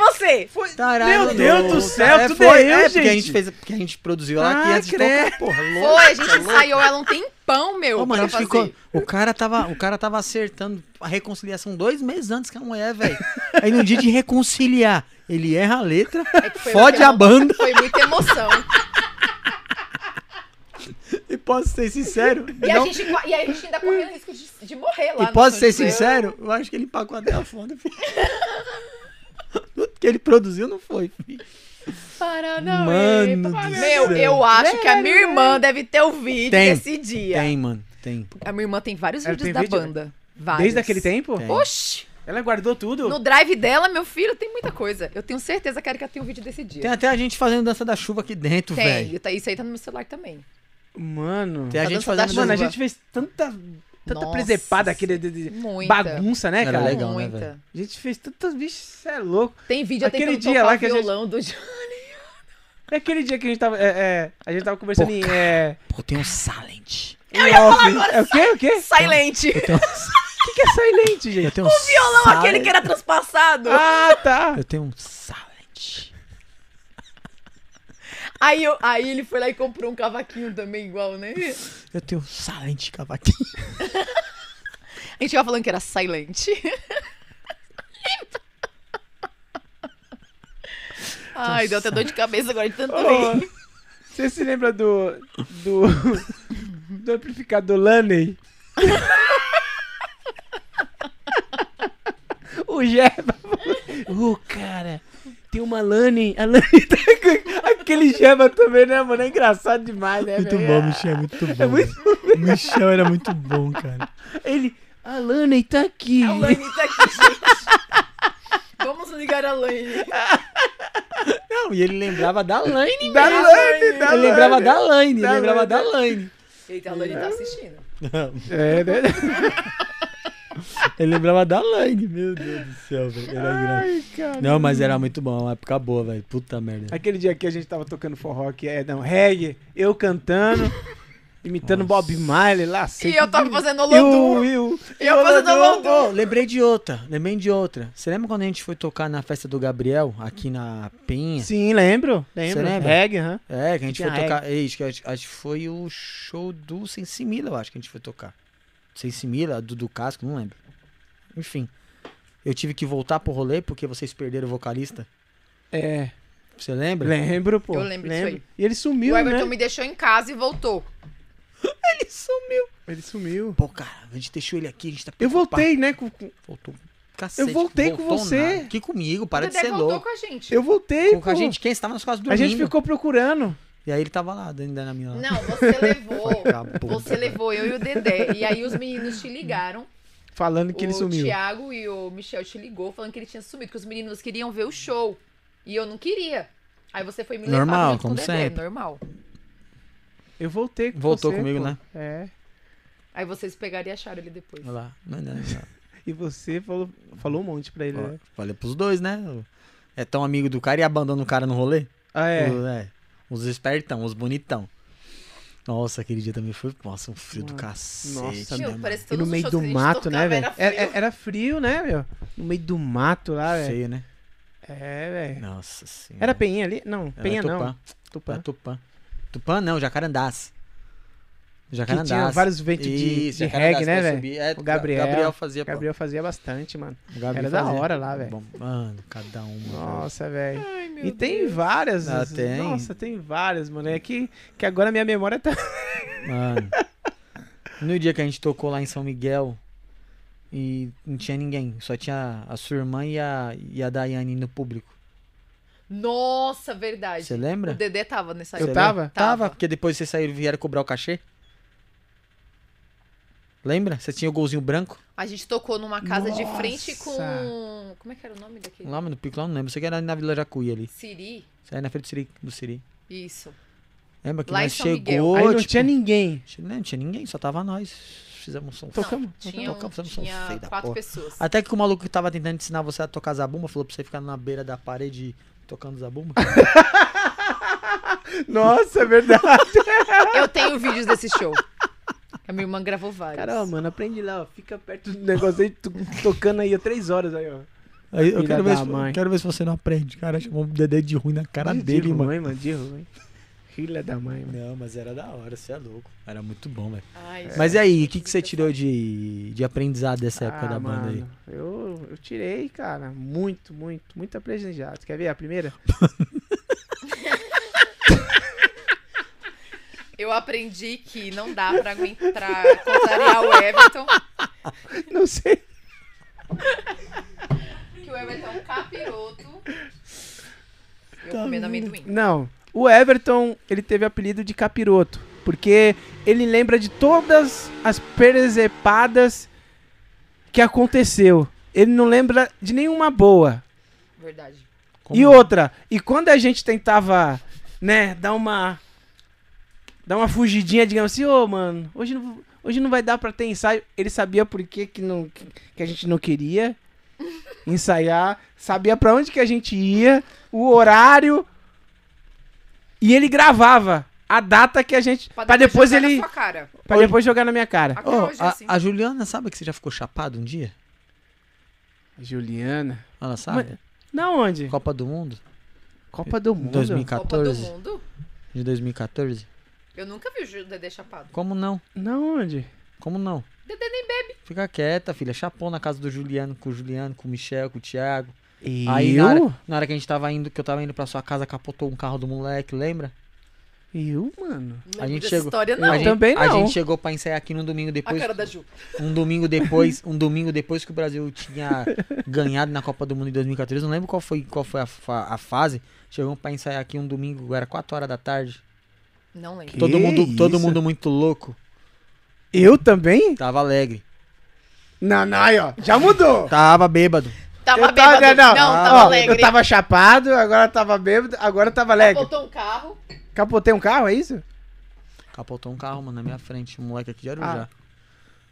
Speaker 3: Foi você. Foi...
Speaker 5: Meu
Speaker 1: Deus do céu,
Speaker 5: é,
Speaker 1: tudo
Speaker 5: foi,
Speaker 1: é eu,
Speaker 5: é, porque a
Speaker 1: gente.
Speaker 5: gente fez, porque a gente produziu ela aqui
Speaker 1: Ah,
Speaker 5: antes de
Speaker 1: credo.
Speaker 5: tocar, porra, louco.
Speaker 3: Foi, a gente ensaiou ela um tempão, meu.
Speaker 5: Ô, mano, a
Speaker 3: pra
Speaker 5: gente
Speaker 3: fazer.
Speaker 5: ficou, o cara tava, o cara tava acertando a reconciliação dois meses antes que a mulher, velho. Aí no dia de reconciliar, ele erra a letra,
Speaker 3: É que foi
Speaker 5: fode
Speaker 3: muita
Speaker 5: a
Speaker 3: emo-
Speaker 5: banda.
Speaker 3: Foi muita emoção.
Speaker 5: E posso ser sincero,
Speaker 3: E,
Speaker 5: não-
Speaker 3: a gente, qua- e aí a gente ainda correu o risco de, de morrer lá.
Speaker 5: E
Speaker 3: no
Speaker 5: posso ser
Speaker 3: São José.
Speaker 5: sincero, eu acho que ele empacou até a foda, filho. Tudo que ele produziu não foi, filho.
Speaker 3: Paranauê.
Speaker 5: Mano do
Speaker 3: Paranauê.
Speaker 5: céu.
Speaker 3: Meu, eu acho que a minha irmã deve ter o vídeo
Speaker 5: Tem,
Speaker 3: desse dia.
Speaker 5: Tem, mano, tem.
Speaker 3: A minha irmã tem vários
Speaker 1: Ela
Speaker 3: vídeos
Speaker 1: tem
Speaker 3: da
Speaker 1: vídeo?
Speaker 3: banda. Vários.
Speaker 1: Desde aquele tempo?
Speaker 3: É.
Speaker 5: Tem.
Speaker 3: Oxi!
Speaker 1: Ela guardou tudo?
Speaker 3: No drive dela, meu filho, tem muita coisa. Eu tenho certeza que a Erika tem um vídeo desse dia.
Speaker 5: Tem até a gente fazendo dança da chuva aqui dentro,
Speaker 3: Tem,
Speaker 5: velho.
Speaker 3: e tá- isso aí tá no meu celular também.
Speaker 1: Mano.
Speaker 5: Tem a
Speaker 3: A
Speaker 5: gente
Speaker 3: dança da
Speaker 5: fazendo
Speaker 3: chuva.
Speaker 1: Mano, a
Speaker 5: dança-
Speaker 1: gente fez tanta, tanta
Speaker 3: Nossa.
Speaker 1: presepada aqui, de, de- de
Speaker 3: Muita.
Speaker 1: bagunça, né,
Speaker 5: Era
Speaker 3: é
Speaker 1: cara?
Speaker 5: legal, né,
Speaker 3: muita.
Speaker 5: velho?
Speaker 1: A gente fez tantas bichos, cê é louco.
Speaker 3: Tem vídeo
Speaker 1: Aquele
Speaker 3: tentando
Speaker 1: dia
Speaker 3: tocar
Speaker 1: lá
Speaker 3: o
Speaker 1: que a gente-
Speaker 3: violão do Johnny.
Speaker 1: É aquele dia que a gente tava. É, é, a gente tava conversando em. É,
Speaker 5: Pô, tem um silent.
Speaker 1: em off. é o quê? O quê?
Speaker 3: Silent!
Speaker 1: O que, que é silent, gente?
Speaker 5: Eu tenho um violão
Speaker 3: Não, aquele que era transpassado.
Speaker 1: Ah, tá.
Speaker 5: Eu tenho um silent.
Speaker 3: Aí, eu- aí ele foi lá e comprou um cavaquinho também igual, né? A
Speaker 5: Eu tenho um silent cavaquinho.
Speaker 3: gente tava falando que era silent. Ai, deu até dor de cabeça agora de tanto rir.
Speaker 1: Ô, Você se lembra do. Do. Do amplificador Laney? O Jeba. Ô, cara, tem uma Lani. A Lani tá com aquele Jeba também, né, mano? É engraçado demais, né?
Speaker 9: Muito
Speaker 1: velho?
Speaker 9: bom, Michel, é muito bom. O Michel era muito bom, cara.
Speaker 1: Ele. A Lani tá aqui.
Speaker 3: A Laine tá aqui, gente. Vamos ligar a Laine.
Speaker 5: Não, e ele lembrava da Laine.
Speaker 1: Da
Speaker 5: mesmo.
Speaker 1: Lani, da
Speaker 5: Ele
Speaker 1: Lani.
Speaker 5: lembrava da Laine,
Speaker 1: Da
Speaker 5: ele lembrava
Speaker 1: Laine.
Speaker 5: da Laine.
Speaker 3: Eita, a Laine tá assistindo.
Speaker 1: É, né?
Speaker 9: Ele lembrava da Laine, meu Deus do céu, velho. Era engraçado.
Speaker 1: Ai, cara.
Speaker 9: Não, mas era muito bom, é uma época boa, velho. Puta merda.
Speaker 1: Aquele dia que a gente tava tocando forró aqui, é, não, reggae, eu cantando, imitando Bob Marley lá, sei
Speaker 3: E eu tava fazendo
Speaker 1: que- Eu,
Speaker 3: Olodum.
Speaker 1: eu,
Speaker 3: E eu fazendo Olodum.
Speaker 5: Ô, lembrei de outra, lembrei de outra. Você lembra quando a gente foi tocar na festa do Gabriel, aqui na Penha?
Speaker 1: Sim, lembro, lembro.
Speaker 5: lembra?
Speaker 1: Reggae, aham.
Speaker 5: É, que a gente
Speaker 1: Tinha
Speaker 5: foi tocar. Ei, acho que, acho- acho que foi o show do Sensimila, eu acho que a gente foi tocar. Sensimila, do, do Casco, não lembro. Enfim. Eu tive que voltar pro rolê porque vocês perderam o vocalista.
Speaker 1: É,
Speaker 5: Você lembra?
Speaker 1: lembro, pô.
Speaker 3: Eu lembro disso aí.
Speaker 1: E ele sumiu,
Speaker 3: O
Speaker 1: né?
Speaker 3: Everton me deixou em casa e voltou.
Speaker 5: Ele sumiu.
Speaker 1: Ele sumiu.
Speaker 5: Pô, cara, a gente deixou ele aqui, a gente tá
Speaker 1: Eu voltei, né? com- com-
Speaker 5: Voltou. Cacete,
Speaker 1: Eu voltei com
Speaker 5: voltou
Speaker 1: você.
Speaker 5: nada. Aqui comigo, para
Speaker 3: o
Speaker 5: de
Speaker 3: Dedé
Speaker 5: ser
Speaker 3: voltou
Speaker 5: louco.
Speaker 3: com a gente.
Speaker 1: Eu voltei,
Speaker 5: Com
Speaker 1: pô.
Speaker 5: a gente, quem estava nas casas do
Speaker 1: A gente ficou procurando.
Speaker 5: E aí ele tava lá, dentro da minha lá.
Speaker 3: Não, você levou.
Speaker 5: Acabou.
Speaker 3: Você levou eu e o Dedé. E aí os meninos te ligaram.
Speaker 1: Falando que ele
Speaker 3: o
Speaker 1: sumiu.
Speaker 3: Thiago e o Michel te ligou falando que ele tinha sumido, que os meninos queriam ver o show. E eu não queria. Aí você foi me levar
Speaker 5: Normal,
Speaker 3: junto com o
Speaker 5: como
Speaker 3: Dedé,
Speaker 5: sempre.
Speaker 3: normal.
Speaker 1: Eu voltei com
Speaker 5: Voltou
Speaker 1: você,
Speaker 5: comigo,
Speaker 1: pô.
Speaker 5: né?
Speaker 1: É.
Speaker 3: Aí vocês pegaram e acharam ele depois.
Speaker 5: Olha lá. Não, não, não.
Speaker 1: E você falou, falou um monte pra ele, né?
Speaker 5: Ó, Falei pros dois, né? É tão amigo do cara e abandona o cara no rolê?
Speaker 1: Ah, é.
Speaker 5: O- é. Os espertão, os bonitão. Nossa, aquele dia também foi. Nossa, um frio do
Speaker 1: Mano,
Speaker 5: cacete.
Speaker 1: nossa,
Speaker 5: né,
Speaker 3: Meu,
Speaker 5: mano?
Speaker 3: parece que
Speaker 1: E
Speaker 3: todos
Speaker 1: no
Speaker 3: os
Speaker 1: meio
Speaker 3: shows
Speaker 1: do
Speaker 3: que a gente
Speaker 1: mato, né,
Speaker 3: tocava
Speaker 1: velho?
Speaker 3: era
Speaker 1: Era,
Speaker 3: frio.
Speaker 1: era frio, né, meu? No meio do mato lá, velho.
Speaker 5: Feio, né?
Speaker 1: É, velho.
Speaker 5: Nossa senhora.
Speaker 1: Ah, Era Penha ali? Não, Penha não.
Speaker 5: Tupã. Era
Speaker 1: Tupã.
Speaker 5: Tupã. Tupã não, Jacarandás.
Speaker 1: Que
Speaker 5: Jacarandás.
Speaker 1: tinha vários ventos de,
Speaker 5: Isso,
Speaker 1: de
Speaker 5: Jacarandás,
Speaker 1: reggae, né,
Speaker 5: pra
Speaker 1: velho?
Speaker 5: subir. É,
Speaker 1: O Gabriel-
Speaker 5: Gabriel fazia, pô.
Speaker 1: Gabriel fazia bastante, mano.
Speaker 5: O Gabriel
Speaker 1: Era da
Speaker 5: fazia.
Speaker 1: hora lá, velho.
Speaker 5: Bom, Mano, cada uma. velho.
Speaker 1: Nossa, velho.
Speaker 3: Ai, meu
Speaker 1: E tem várias.
Speaker 5: Uhum. Ah, tem.
Speaker 1: Nossa, tem várias, mano. É que, que agora minha memória tá.
Speaker 5: Mano. No dia que a gente tocou lá em São Miguel e não tinha ninguém, só tinha a sua irmã e a, e a Daiane no público.
Speaker 3: Nossa, verdade.
Speaker 5: Você
Speaker 3: O
Speaker 5: lembra?
Speaker 3: Dedé tava nessa
Speaker 1: Eu
Speaker 3: época.
Speaker 1: tava?
Speaker 5: Tava,
Speaker 3: Tava.
Speaker 5: porque depois vocês saíram e vieram cobrar o cachê. Lembra? Você tinha o golzinho branco
Speaker 3: A gente tocou numa casa de frente
Speaker 1: Nossa.
Speaker 3: com. Como é que era o nome daquele?
Speaker 5: lá, mas no pico lá, não lembro. Você que era na Vila Jacuí ali.
Speaker 3: Siri.
Speaker 5: Você era na frente do Siri. Do Siri.
Speaker 3: Isso.
Speaker 5: Lembra que
Speaker 3: Lá em
Speaker 5: nós
Speaker 3: São
Speaker 5: chegou,
Speaker 1: Aí não
Speaker 5: tipo,
Speaker 1: tinha ninguém.
Speaker 5: Não tinha ninguém, só tava nós. Fizemos um som.
Speaker 1: Tocamos.
Speaker 3: Tinha, um,
Speaker 5: Tocamos um som
Speaker 3: tinha
Speaker 5: feio da
Speaker 3: quatro
Speaker 5: porra.
Speaker 3: pessoas.
Speaker 5: Até que o maluco que tava tentando ensinar você a tocar zabumba falou pra você ficar na beira da parede tocando zabumba.
Speaker 1: Nossa, é verdade.
Speaker 3: Eu tenho vídeos desse show. A minha irmã gravou vários.
Speaker 1: Caramba, mano, aprende lá, ó. Fica perto do negócio aí, tu- tocando aí há três horas aí, ó.
Speaker 9: Aí, eu
Speaker 1: Filha
Speaker 9: quero ver,
Speaker 1: da
Speaker 9: se,
Speaker 1: mãe.
Speaker 9: quero ver se você não aprende, cara. Chamou o Dedé de ruim na cara
Speaker 1: De-
Speaker 9: dele,
Speaker 1: de
Speaker 9: mano.
Speaker 1: ruim, mano. De ruim. Filha da mãe, mano.
Speaker 9: Não, mas era da hora, você é louco. Era muito bom, velho.
Speaker 3: Ai,
Speaker 5: Mas e aí, o que, que você tirou de, de aprendizado dessa época
Speaker 1: Ah,
Speaker 5: da banda aí?
Speaker 1: mano, Eu, eu tirei, cara. Muito, muito, muito aprendizado. Quer ver a primeira?
Speaker 3: Eu aprendi que não dá pra aguentar contrariar o Everton,
Speaker 1: Não sei.
Speaker 3: que o Everton é um capiroto. Eu
Speaker 5: Tá
Speaker 3: comendo amendoim.
Speaker 1: Não. O Everton, ele teve o apelido de capiroto. Porque ele lembra de todas as presepadas que aconteceu. Ele não lembra de nenhuma boa.
Speaker 3: Verdade.
Speaker 1: E
Speaker 5: é?
Speaker 1: outra, e quando a gente tentava, né, dar uma. dar uma fugidinha, digamos assim, ô, mano, hoje não, hoje não vai dar pra ter ensaio. Ele sabia por que, que, não, que, que a gente não queria ensaiar, sabia pra onde que a gente ia, o horário. E ele gravava a data que a gente. Pra, depois
Speaker 3: jogar na
Speaker 1: ele.
Speaker 3: é sua cara.
Speaker 1: Pra depois jogar na minha cara.
Speaker 3: Até
Speaker 5: Ô,
Speaker 3: hoje,
Speaker 5: a,
Speaker 3: assim.
Speaker 5: a Juliana sabe que você já ficou chapado um dia?
Speaker 1: Juliana.
Speaker 5: Ela sabe?
Speaker 1: Na onde?
Speaker 5: Copa do Mundo?
Speaker 1: Copa do Mundo.
Speaker 3: Copa
Speaker 5: 2014?
Speaker 3: do Mundo.
Speaker 5: De 2014?
Speaker 3: Eu nunca vi o Dedé chapado.
Speaker 5: Como não?
Speaker 1: Na onde?
Speaker 5: Como não?
Speaker 3: Dedé nem
Speaker 5: Fica quieta, filha. Chapou na casa do Juliano, com o Juliano, com o Michel, com o Thiago.
Speaker 1: Eu?
Speaker 5: Aí na hora, na hora que a gente tava indo, que eu tava indo pra sua casa, capotou um carro do moleque, lembra?
Speaker 1: Eu, mano.
Speaker 5: A gente
Speaker 3: dessa
Speaker 5: chegou.
Speaker 3: história,
Speaker 5: a
Speaker 3: não.
Speaker 1: Eu
Speaker 5: gente-
Speaker 1: também
Speaker 5: A
Speaker 1: não.
Speaker 5: gente chegou pra ensaiar aqui no domingo
Speaker 3: A
Speaker 5: depois.
Speaker 3: cara da Ju.
Speaker 5: Um domingo depois, um domingo depois que o Brasil tinha ganhado na Copa do Mundo em 2014, não lembro qual foi, qual foi a, fa- a fase. Chegamos pra ensaiar aqui um domingo, era 4 horas da tarde.
Speaker 3: Não lembro.
Speaker 1: Que
Speaker 5: Todo mundo, todo
Speaker 1: isso?
Speaker 5: mundo muito louco.
Speaker 1: Eu também?
Speaker 5: Tava alegre.
Speaker 1: Não, não, aí, ó. Já mudou.
Speaker 5: Tava bêbado.
Speaker 3: Tava
Speaker 1: eu tava,
Speaker 3: bêbado. Não,
Speaker 1: não, não.
Speaker 3: tava
Speaker 1: Ó,
Speaker 3: alegre.
Speaker 1: Eu tava chapado, agora tava bêbado, agora tava alegre.
Speaker 3: Botou um carro.
Speaker 1: Capotei um carro, é isso?
Speaker 5: Capotou um carro, mano, na minha frente. Um moleque aqui de Arujá.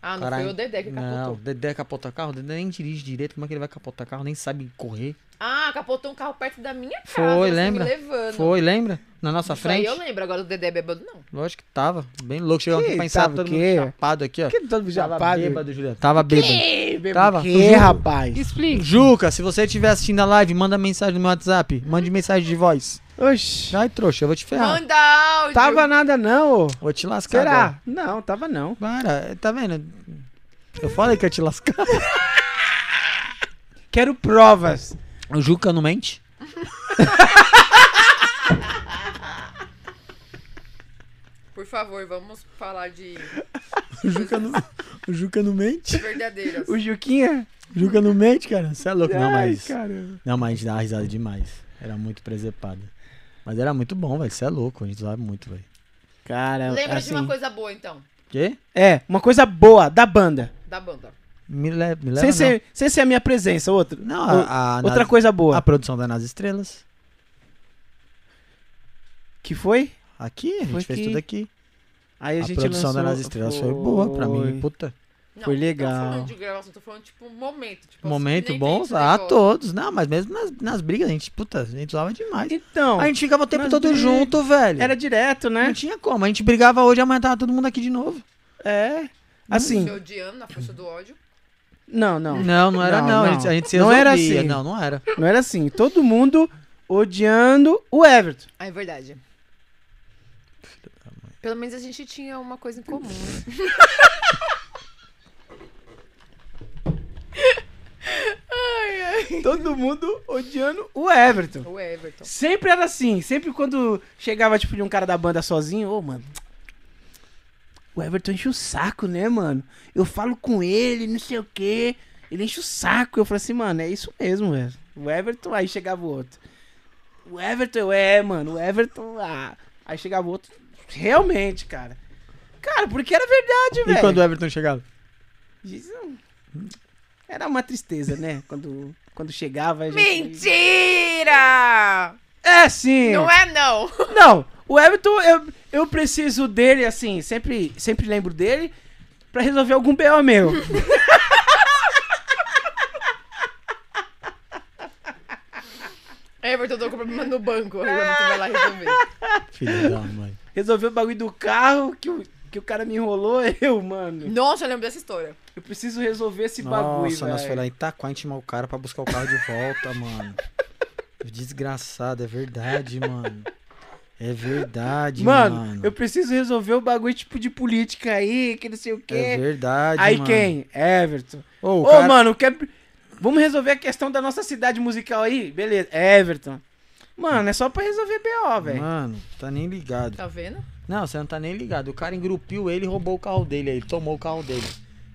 Speaker 3: Ah, não
Speaker 5: Caralho.
Speaker 3: foi o Dedé que
Speaker 5: não,
Speaker 3: capotou.
Speaker 5: o Dedé capotou carro. O Dedé nem dirige direito. Como é que ele vai capotar carro? Nem sabe correr.
Speaker 3: Ah, capotou um carro perto da minha casa.
Speaker 5: Foi,
Speaker 3: você me
Speaker 5: lembra?
Speaker 3: levando.
Speaker 5: Foi, lembra? Na nossa
Speaker 3: Isso aí
Speaker 5: frente.
Speaker 3: eu lembro. Agora o Dedé bêbado, não.
Speaker 5: Lógico que tava. Bem louco. Chegamos
Speaker 1: Que
Speaker 5: aqui pra ensaiar
Speaker 1: tava
Speaker 5: todo
Speaker 1: o
Speaker 5: mundo
Speaker 1: quê?
Speaker 5: chapado aqui, ó.
Speaker 1: Que todo
Speaker 5: Tava
Speaker 1: japado.
Speaker 5: bêbado, Juliano. é Tava bêbado. Tava.
Speaker 1: Tava. Que,
Speaker 5: Juro.
Speaker 1: rapaz?
Speaker 2: Explica.
Speaker 5: Juca, se você estiver assistindo a live, manda mensagem no meu WhatsApp. Mande mensagem de voz.
Speaker 1: Oxi.
Speaker 5: Ai, trouxa, eu vou te ferrar.
Speaker 3: Manda áudio.
Speaker 1: Tava nada não, ô.
Speaker 5: Vou te lascar.
Speaker 1: Será? Não, tava não.
Speaker 5: agora. Para, tá vendo? Eu falei que ia te lascar.
Speaker 1: Quero provas.
Speaker 5: O Juca não mente?
Speaker 3: Por favor, vamos falar de
Speaker 5: O Juca não, o Juca não mente?
Speaker 3: verdadeiras.
Speaker 1: O Juquinha?
Speaker 5: O Juca não mente, cara. Você é louco. Não,
Speaker 1: Ai,
Speaker 5: mas.
Speaker 1: caramba.
Speaker 5: Não, mas dá risada demais. Era muito presepada. Mas era muito bom, velho. Você é louco. A gente zoava muito, velho.
Speaker 1: Cara,
Speaker 3: Lembra
Speaker 1: assim,
Speaker 3: de uma coisa boa, então,
Speaker 5: Quê?
Speaker 1: É, uma coisa boa da banda.
Speaker 3: da banda.
Speaker 5: Me, le me leva.
Speaker 1: sem,
Speaker 5: não.
Speaker 1: ser, sem ser a minha presença, outra.
Speaker 5: Não,
Speaker 1: Ou-
Speaker 5: a, a,
Speaker 1: outra
Speaker 5: nas-
Speaker 1: coisa boa.
Speaker 5: a produção da Nas Estrelas.
Speaker 1: Que foi?
Speaker 5: Aqui, a gente
Speaker 1: Foi
Speaker 5: fez
Speaker 1: que-
Speaker 5: tudo aqui.
Speaker 1: Aí a,
Speaker 5: a
Speaker 1: gente
Speaker 5: produção da Nas
Speaker 1: lançou-
Speaker 5: Estrelas foi boa pra mim,
Speaker 1: foi.
Speaker 5: puta.
Speaker 3: Não,
Speaker 1: Foi
Speaker 3: Não tô
Speaker 1: legal.
Speaker 3: falando de gravação, tô falando, tipo, um momento. Tipo, assim,
Speaker 5: Momento
Speaker 3: nem
Speaker 5: bom,
Speaker 3: tem esse
Speaker 5: ah,
Speaker 3: negócio.
Speaker 5: todos. Não, mas mesmo nas, nas brigas, a gente, puta, a gente zoava demais.
Speaker 1: Então,
Speaker 5: a gente ficava o tempo
Speaker 1: nas
Speaker 5: todo
Speaker 1: brigas.
Speaker 5: junto, velho.
Speaker 1: era direto,
Speaker 5: Não
Speaker 1: né?
Speaker 5: tinha como. A gente brigava hoje, amanhã tava todo mundo aqui de novo.
Speaker 1: É. Assim,
Speaker 3: Se odiando na força do ódio.
Speaker 1: não, não.
Speaker 5: Não, não era
Speaker 1: Não,
Speaker 5: não.
Speaker 1: não.
Speaker 5: A, gente, a gente se
Speaker 1: Não era
Speaker 5: resolvia.
Speaker 1: assim.
Speaker 5: Não, não era.
Speaker 1: Não era assim. Todo mundo odiando o Everton.
Speaker 3: Ah, é verdade. Pelo menos a gente tinha uma coisa em comum.
Speaker 1: Todo mundo odiando o Everton.
Speaker 3: o Everton.
Speaker 1: Sempre era assim. Sempre quando chegava, tipo, de um cara da banda sozinho, ô, mano. O Everton enche o saco, né, mano? Eu falo com ele, não sei o quê. Ele enche o saco. Eu falei assim, mano, é isso mesmo, velho. O Everton, aí chegava o outro. O Everton, eu, é, mano, o Everton. Ah. Aí chegava o outro. Realmente, cara. Cara, porque era verdade, velho.
Speaker 5: E quando é? o Everton chegava?
Speaker 1: Diz, "Hum, Era uma tristeza, né? Quando, quando chegava. A gente...
Speaker 3: Mentira!
Speaker 1: É, sim!
Speaker 3: Não é, não.
Speaker 1: Não, o Everton, eu, eu preciso dele, assim, sempre, sempre lembro dele pra resolver algum B.O. meu.
Speaker 3: Everton, eu tô com problema no banco. Aí o Everton vai lá resolver.
Speaker 5: Filho da mãe.
Speaker 1: Resolver o bagulho do carro que o, que o cara me enrolou, eu, mano.
Speaker 3: Nossa, eu lembro dessa história.
Speaker 1: Eu preciso resolver esse bagulho,
Speaker 5: Nossa, nós
Speaker 1: velho.
Speaker 5: foi lá em Itaquá intimar o cara pra buscar o carro de volta, mano. Desgraçado, é verdade, mano. É verdade,
Speaker 1: Mano,
Speaker 5: mano. É
Speaker 1: eu preciso resolver o bagulho tipo de política aí, que não sei o quê.
Speaker 5: É verdade,
Speaker 1: aí
Speaker 5: mano.
Speaker 1: quem? Everton.
Speaker 5: Ô,
Speaker 1: Ô,
Speaker 5: o cara-
Speaker 1: mano, quer... vamos resolver a questão da nossa cidade musical aí? Beleza, Everton. Mano, é só pra resolver BO, velho.
Speaker 5: Mano, tá nem ligado.
Speaker 3: Tá vendo?
Speaker 5: Não, você não tá nem ligado. O cara engrupiu ele e roubou o carro dele. Ele tomou o carro dele.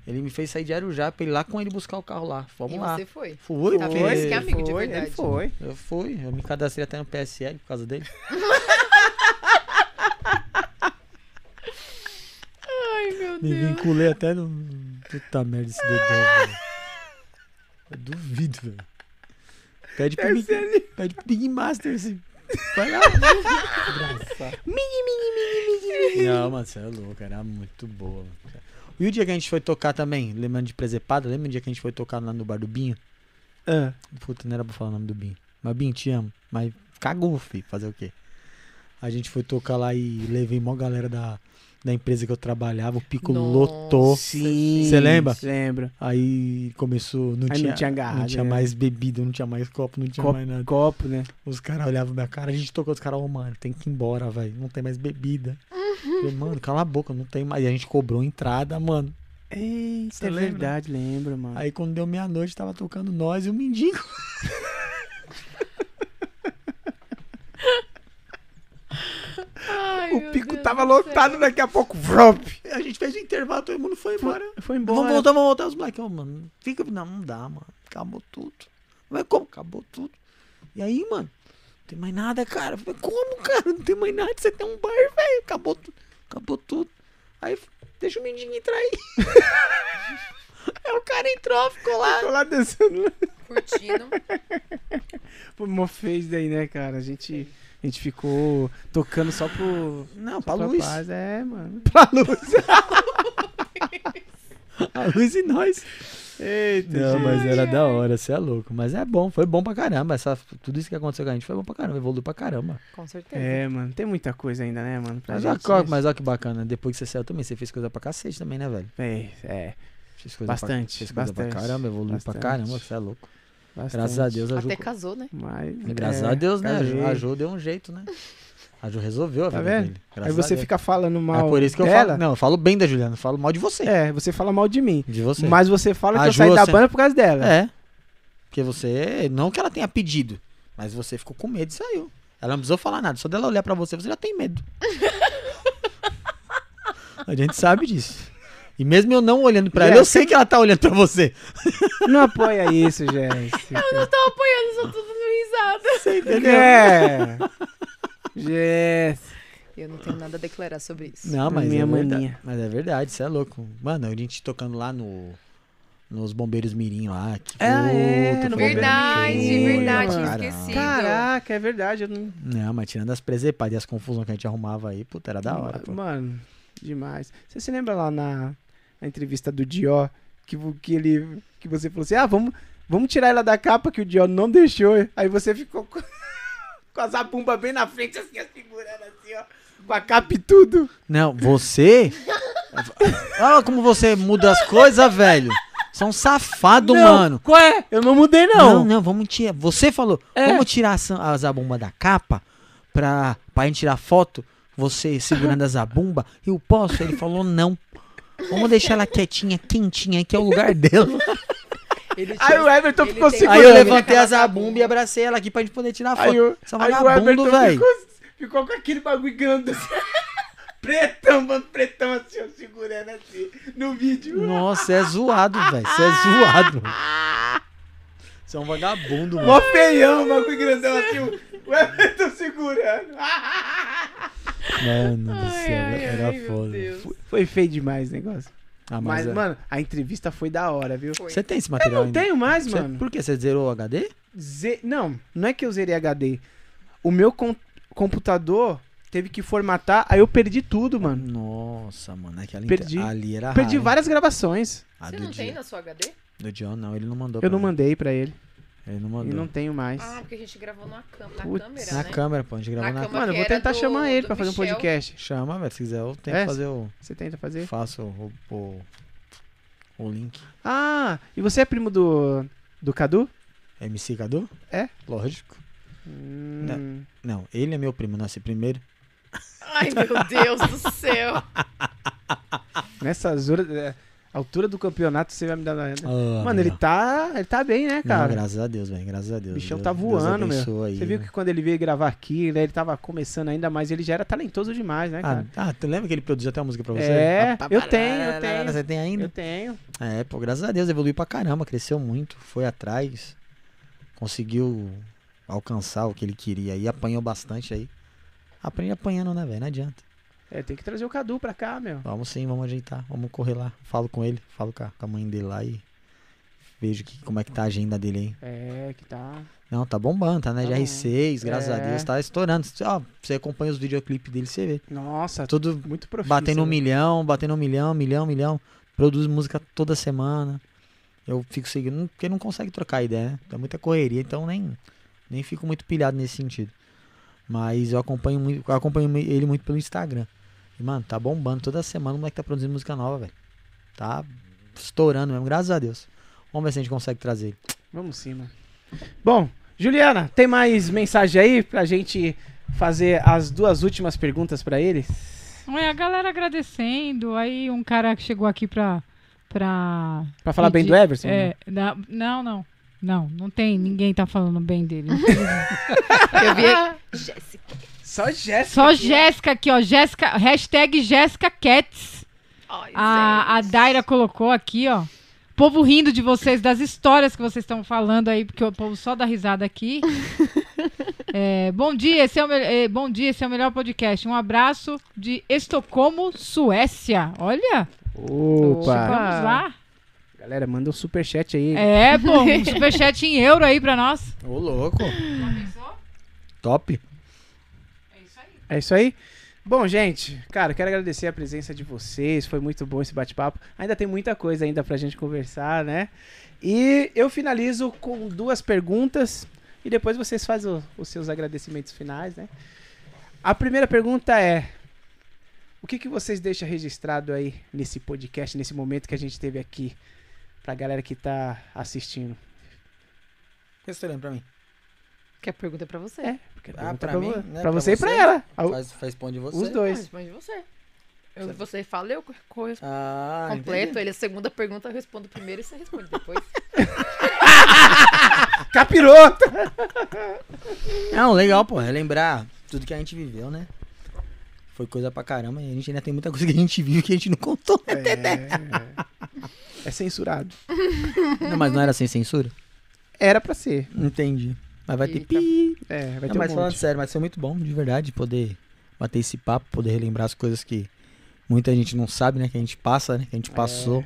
Speaker 5: Ele me fez sair de Arujá pra ir lá com ele buscar o carro lá. Vamos
Speaker 3: e
Speaker 5: lá.
Speaker 3: você foi.
Speaker 5: Fui,
Speaker 3: Tá
Speaker 5: porque-
Speaker 3: vendo? Esse que é amigo de
Speaker 1: foi, ele
Speaker 3: verdade. né?
Speaker 1: foi.
Speaker 5: Eu fui. Eu me cadastrei até no PSL por causa dele.
Speaker 3: Ai, meu
Speaker 5: Me
Speaker 3: Deus.
Speaker 5: vinculei até no. Puta merda, esse dedão, velho. Eu duvido, velho. Pede pro,
Speaker 3: é
Speaker 5: Big, pede pro Big Master esse. Vai lá. Não, mano, você é louco, era muito boa. Mano. E o dia que a gente foi tocar também, lembrando de Presepada, lembra o dia que a gente foi tocar lá no bar do Binho?
Speaker 1: Ah.
Speaker 5: Puta, não era pra falar o nome do Binho. Mas Binho, te amo. Mas cagou, filho. Fazer o quê? A gente foi tocar lá e levei mó galera da, da empresa que eu trabalhava. O Pico
Speaker 3: Nossa.
Speaker 5: lotou.
Speaker 1: Sim.
Speaker 5: Você lembra?
Speaker 1: Lembro.
Speaker 5: Aí começou. Não
Speaker 1: Aí
Speaker 5: tinha, é.
Speaker 1: não tinha garrafa.
Speaker 5: não tinha mais bebida, não tinha mais copo, não tinha
Speaker 1: copo,
Speaker 5: mais nada.
Speaker 1: copo, né?
Speaker 5: Os caras olhavam minha cara, a gente tocou os caras, ô mano, tem que ir embora, velho. Não tem mais bebida. Falei, mano, cala a boca, não tem mais. E a gente cobrou entrada, mano.
Speaker 1: Eita,
Speaker 5: Você
Speaker 1: é
Speaker 5: lembra?
Speaker 1: verdade, lembro, mano.
Speaker 5: Aí quando deu meia-noite, tava tocando nós e o mendigo.
Speaker 3: Ai,
Speaker 1: o
Speaker 10: o pico tava lotado, daqui a pouco, vrop. A gente fez o intervalo, todo mundo foi embora.
Speaker 1: Foi
Speaker 10: Vamos voltar, vamos voltar. Os moleques, ô, mano, fica. Não, não dá, mano. Acabou tudo. Mas como? Acabou tudo. E aí, mano, não tem mais nada, cara. Eu falei, como, cara? Não tem mais nada. Você tem um bar, velho. Acabou tudo. Acabou tudo. Aí, deixa o mendigo entrar aí. aí o cara entrou, ficou lá.
Speaker 1: Tô lá dançando.
Speaker 3: Curtindo.
Speaker 1: Pô, mó fez daí, né, cara? A gente, a gente ficou tocando só pro.
Speaker 10: Não, pra
Speaker 1: Pra
Speaker 10: luz.
Speaker 1: paz. É, mano.
Speaker 10: Pra luz. A luz e nós.
Speaker 1: Eita,
Speaker 5: Não,
Speaker 1: gente.
Speaker 5: mas era da hora, você é louco. Mas é bom, foi bom pra caramba. Essa, tudo isso que aconteceu com a gente foi bom pra caramba, evoluiu pra caramba.
Speaker 3: Com certeza.
Speaker 1: É, mano, tem muita coisa ainda, né, mano? Pra
Speaker 5: Mas,
Speaker 1: gente,
Speaker 5: olha, co-
Speaker 1: né?
Speaker 5: mas olha que bacana, depois que você saiu também, você fez coisa pra cacete também, né, velho?
Speaker 1: Fez, é,
Speaker 5: Fez coisa
Speaker 1: Bastante,
Speaker 5: pra, fez coisa
Speaker 1: bastante,
Speaker 5: pra caramba, evoluiu
Speaker 1: bastante.
Speaker 5: pra caramba, você é louco.
Speaker 1: bastante.
Speaker 5: Graças a Deus, a Ju...
Speaker 3: Até casou, né?
Speaker 1: Mas,
Speaker 5: Graças
Speaker 1: é,
Speaker 5: a Deus, né? A Ju, a
Speaker 1: casei.
Speaker 5: Ju deu um jeito, né? A Ju resolveu a
Speaker 1: Tá
Speaker 5: vida
Speaker 1: vendo?
Speaker 5: dele.
Speaker 1: Aí
Speaker 5: graças a
Speaker 1: você
Speaker 5: Deus.
Speaker 1: fica falando mal.
Speaker 5: É por isso que eu
Speaker 1: dela.
Speaker 5: falo. Não, eu falo bem da Juliana, eu falo mal de você.
Speaker 1: É, você fala mal de mim.
Speaker 5: De você.
Speaker 1: Mas você fala
Speaker 5: A
Speaker 1: que eu
Speaker 5: Ju,
Speaker 1: saí da
Speaker 5: você-
Speaker 1: banda por causa dela.
Speaker 5: É. Porque você. Não que ela tenha pedido, mas você ficou com medo e saiu. Ela não precisou falar nada. Só dela olhar pra você, você já tem medo. A gente sabe disso. E mesmo eu não olhando pra ela, eu
Speaker 1: Jéssica.
Speaker 5: sei que ela tá olhando pra você.
Speaker 1: Não apoia isso, Jéssica.
Speaker 3: Tô apoiando, só tô dando risada.
Speaker 1: É. Jéssica.
Speaker 3: Eu não tenho nada a declarar sobre isso.
Speaker 5: Não, mas
Speaker 1: Minha
Speaker 5: é verdade.
Speaker 1: maninha.
Speaker 5: Mas é verdade, você é louco. Mano, a gente tocando lá no. Nos bombeiros mirim lá. Que
Speaker 1: É, é,
Speaker 5: puta,
Speaker 1: no
Speaker 5: foi um
Speaker 3: Ah, Verdade,
Speaker 5: bombeiro mirim,
Speaker 3: verdade,
Speaker 5: mano.
Speaker 3: tinha esquecido.
Speaker 5: Caralho.
Speaker 1: Caraca, é verdade. Eu não...
Speaker 5: Não, mas tirando as presepadas e as confusões que a gente arrumava aí, puta, era da hora, pô.
Speaker 1: Mano, demais. Você se lembra lá na, na entrevista do Dior que, vo- que ele que você falou assim: "Ah, vamos vamos tirar ela da capa que o Dior não deixou". Aí você ficou com, com a zabumba bem na frente assim, as figurando assim, ó, com a capa e tudo.
Speaker 5: Não, você. Olha como você muda as coisas, velho. Você é um safado, mano.
Speaker 1: Qual é? Eu não mudei
Speaker 5: Não,
Speaker 1: não.
Speaker 5: não, vamos tirar. Você falou, vamos tirar a, sa- a zabumba da capa pra, pra gente tirar foto. Você segurando a zabumba. Eu posso? Ele falou, não. Vamos deixar ela quietinha, quentinha, que é o lugar dela.
Speaker 3: Ele
Speaker 1: Aí o Everton
Speaker 3: Ele
Speaker 1: ficou
Speaker 3: tem-
Speaker 1: segurando.
Speaker 5: Aí eu
Speaker 3: Segurando.
Speaker 5: levantei a zabumba e abracei ela aqui pra gente poder tirar a foto.
Speaker 1: Aí o,
Speaker 5: Só
Speaker 1: aí o
Speaker 5: vagabundo,
Speaker 1: Everton
Speaker 5: velho.
Speaker 1: ficou, ficou com aquele bagulho grande assim. Pretão, mano, pretão assim, ó, segurando assim, no vídeo.
Speaker 5: Nossa, é zoado, velho. Você é zoado. Você é um vagabundo, mano.
Speaker 1: Mó feião, o bagulho grandão assim, o- o Everton segurando. Ah!
Speaker 5: Mano do
Speaker 3: Ai,
Speaker 5: céu,
Speaker 3: ai,
Speaker 5: era
Speaker 3: ai, meu
Speaker 5: foda.
Speaker 3: Deus.
Speaker 1: Foi feio demais o negócio.
Speaker 5: Ah,
Speaker 1: Mas,
Speaker 5: mas, é-
Speaker 1: mano, a entrevista foi da hora, viu?
Speaker 3: Foi.
Speaker 5: você tem esse material
Speaker 1: Não
Speaker 5: ainda?
Speaker 1: tenho mais,
Speaker 5: Você-
Speaker 1: mano.
Speaker 5: Por quê? Você zerou o HD?
Speaker 1: Ze- Não, não é que eu zerei HD. O meu com- computador teve que formatar, aí eu perdi tudo, mano.
Speaker 5: Nossa, mano, aquela
Speaker 1: Perdi.
Speaker 5: inter- ali era
Speaker 1: Perdi
Speaker 5: raiva.
Speaker 1: várias gravações.
Speaker 5: A
Speaker 3: Você
Speaker 5: do,
Speaker 3: não tem
Speaker 5: John,
Speaker 3: na sua HD?
Speaker 5: do John, não, ele não mandou.
Speaker 1: Eu
Speaker 5: pra
Speaker 1: não
Speaker 5: mim.
Speaker 1: mandei pra ele.
Speaker 5: Ele não
Speaker 1: E
Speaker 5: mandou.
Speaker 1: não tenho mais.
Speaker 3: Ah, porque a gente gravou na, cam na
Speaker 1: Putz.
Speaker 3: câmera,
Speaker 5: Na
Speaker 3: né?
Speaker 5: câmera, pô, a gente gravou
Speaker 3: Na
Speaker 5: na
Speaker 3: câmera.
Speaker 5: câmera.
Speaker 1: Mano, eu vou
Speaker 3: Era
Speaker 1: tentar
Speaker 3: do-
Speaker 1: chamar ele
Speaker 3: do
Speaker 1: pra fazer um
Speaker 3: Michel.
Speaker 1: podcast.
Speaker 5: Chama, velho, se quiser, eu tento
Speaker 1: É?
Speaker 5: fazer o...
Speaker 1: Você tenta fazer?
Speaker 5: Faço o, o, o link.
Speaker 1: Ah, e você é primo do. do Cadu?
Speaker 5: MC Cadu?
Speaker 1: É?
Speaker 5: Lógico.
Speaker 1: Hum.
Speaker 5: Não, ele é meu primo, nasci primeiro.
Speaker 3: Ai, meu Deus do céu.
Speaker 1: Nessa altura, altura do campeonato você vai me dar. na-
Speaker 5: Ah,
Speaker 1: Mano, ele
Speaker 5: meu.
Speaker 1: tá. Ele tá bem, né,
Speaker 5: Não,
Speaker 1: cara?
Speaker 5: graças a Deus, velho, graças a Deus.
Speaker 1: o bichão
Speaker 5: Deus-
Speaker 1: tá
Speaker 5: Deus
Speaker 1: voando, meu.
Speaker 5: abençoa aí,
Speaker 1: você viu
Speaker 5: né?
Speaker 1: que quando ele veio gravar aqui, né, ele tava começando ainda mais, ele já era talentoso demais, né,
Speaker 5: Ah,
Speaker 1: cara?
Speaker 5: ah, tu lembra que ele produziu até uma música pra você?
Speaker 1: É,
Speaker 3: Tá
Speaker 5: Pá, pá,
Speaker 1: eu
Speaker 5: pá,
Speaker 1: tenho, eu
Speaker 5: lá, lá,
Speaker 1: tenho.
Speaker 5: Você tem ainda?
Speaker 1: Eu tenho.
Speaker 5: É, pô, graças a Deus evoluiu pra caramba, cresceu muito, foi atrás, conseguiu alcançar o que ele queria e apanhou bastante aí. Aprende apanhando, né, velho? Não adianta.
Speaker 1: É, tem que trazer o Cadu pra cá, meu.
Speaker 5: Vamos sim, vamos ajeitar, vamos correr lá. Falo com ele, falo com a, com a mãe dele lá e vejo que, como é que tá a agenda dele aí.
Speaker 1: É, que tá.
Speaker 5: Não, tá bombando, tá na
Speaker 1: Tá bom.
Speaker 5: GR6, graças a
Speaker 1: É.
Speaker 5: Deus, tá estourando. Ó, você acompanha os videoclipes dele, você vê.
Speaker 1: Nossa,
Speaker 5: Tudo
Speaker 1: muito né? profissional.
Speaker 5: batendo um milhão, batendo um milhão, milhão, milhão. Produz música toda semana. Eu fico seguindo, porque não consegue trocar ideia, né? É muita correria, então nem, nem fico muito pilhado nesse sentido. Mas eu acompanho, muito, eu acompanho me- ele muito pelo Instagram. E, mano, tá bombando. Toda semana o moleque tá produzindo música nova, velho. Tá estourando mesmo, graças a Deus. Vamos ver se a gente consegue trazer ele.
Speaker 1: Vamos sim, mano. Bom, Juliana, tem mais mensagem aí pra gente fazer as duas últimas perguntas pra ele?
Speaker 2: Ué, É, a galera agradecendo. Aí um cara que chegou aqui pra. pra
Speaker 1: Pra falar bem do
Speaker 2: pedir-
Speaker 1: Everson?
Speaker 2: É, na- não, não. Não, não tem. Ninguém tá falando bem dele.
Speaker 3: Eu vi. Jéssica.
Speaker 1: Só Jéssica.
Speaker 2: Só
Speaker 1: aqui, ó.
Speaker 2: Jéssica aqui, ó. Jéssica, hashtag Jéssica Cats.
Speaker 3: Ai,
Speaker 2: A, a
Speaker 3: gente.
Speaker 2: Daira colocou aqui, ó. O povo rindo de vocês, das histórias que vocês estão falando aí, porque o povo só dá risada aqui. É, bom dia, esse é o me- é, bom dia, esse é o melhor podcast. Um abraço de Estocolmo, Suécia. Olha,
Speaker 1: Opa.
Speaker 3: Opa.
Speaker 2: vamos lá.
Speaker 1: Galera, manda um superchat aí.
Speaker 2: É, bom, um superchat em euro aí pra nós.
Speaker 5: Ô, louco. Top.
Speaker 1: É isso aí? Bom, gente, cara, quero agradecer a presença de vocês. Foi muito bom esse bate-papo. Ainda tem muita coisa ainda pra gente conversar, né? E eu finalizo com duas perguntas e depois vocês fazem o- os seus agradecimentos finais, né? A primeira pergunta é: o que, que vocês deixam registrado aí nesse podcast, nesse momento que a gente teve aqui, pra galera que tá assistindo?
Speaker 5: Você olhando pra mim.
Speaker 3: Que a pergunta é pra você.
Speaker 1: É, porque a
Speaker 5: Ah,
Speaker 1: pergunta
Speaker 5: pra
Speaker 1: é pra,
Speaker 5: mim,
Speaker 1: vo-
Speaker 5: né?
Speaker 1: pra
Speaker 5: Pra
Speaker 1: você, e
Speaker 5: você?
Speaker 1: pra ela. A-
Speaker 5: Faz, faz pão de você.
Speaker 1: Os
Speaker 3: Ah,
Speaker 1: dois.
Speaker 3: responde você. Eu, você fala, eu corro,
Speaker 5: Ah,
Speaker 3: completo.
Speaker 5: entendi.
Speaker 3: Ele a segunda pergunta, eu respondo primeiro e você responde depois.
Speaker 1: Ah, Capirou!
Speaker 5: Não, legal, pô. Relembrar tudo que a gente viveu, né? Foi coisa pra caramba. E a gente ainda tem muita coisa que a gente viu que a gente não contou.
Speaker 1: É censurado.
Speaker 5: Não, mas não era sem censura?
Speaker 1: Era pra ser.
Speaker 5: Entendi. Mas vai ter
Speaker 3: Eita.
Speaker 5: pi.
Speaker 1: É, vai
Speaker 5: Não,
Speaker 1: ter
Speaker 5: mas
Speaker 1: um
Speaker 5: falando
Speaker 1: monte.
Speaker 5: sério, mas foi muito bom, de verdade, poder bater esse papo, poder relembrar as coisas que muita gente não sabe, né? Que a gente passa, né? Que a gente passou,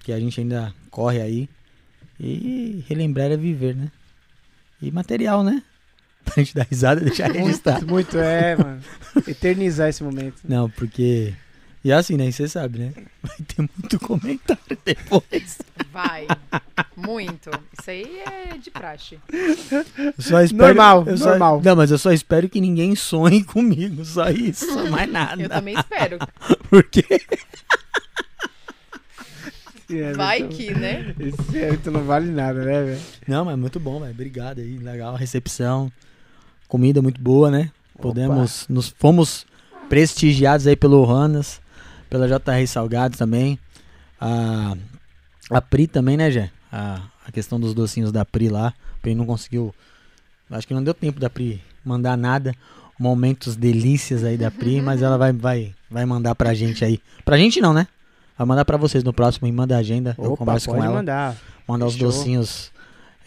Speaker 5: que a gente ainda corre aí. E relembrar é viver, né? E material, né? Pra gente dar risada e deixar registrado.
Speaker 1: Muito, muito, é, mano. Eternizar esse momento.
Speaker 5: Não, porque. E assim, né? Você sabe, né? Vai ter muito comentário depois.
Speaker 3: Vai. Muito. Isso aí é de praxe.
Speaker 5: Eu Só espero,
Speaker 1: Normal,
Speaker 5: eu só-
Speaker 1: normal.
Speaker 5: Não, mas eu só espero que ninguém sonhe comigo. Só isso, mais
Speaker 3: Eu
Speaker 5: nada.
Speaker 3: também espero.
Speaker 5: Porque
Speaker 1: É,
Speaker 3: Vai
Speaker 1: então,
Speaker 3: que, né?
Speaker 1: Esse evento não vale nada, né, velho?
Speaker 5: Não, mas é muito bom, velho. Obrigado aí, legal. a Recepção, comida muito boa, né? Podemos, nos fomos prestigiados aí pelo Ronas, pela JR Salgados também. A, a Pri também, né, Jé? A, a questão dos docinhos da Pri lá. A Pri não conseguiu. Acho que não deu tempo da Pri mandar nada. Momentos delícias aí da Pri, mas ela vai, vai, vai mandar pra gente aí. Pra gente não, né? Vai mandar pra vocês no próximo e manda a agenda. eu converso com ela.
Speaker 1: mandar.
Speaker 5: Mandar os
Speaker 1: Fechou.
Speaker 5: docinhos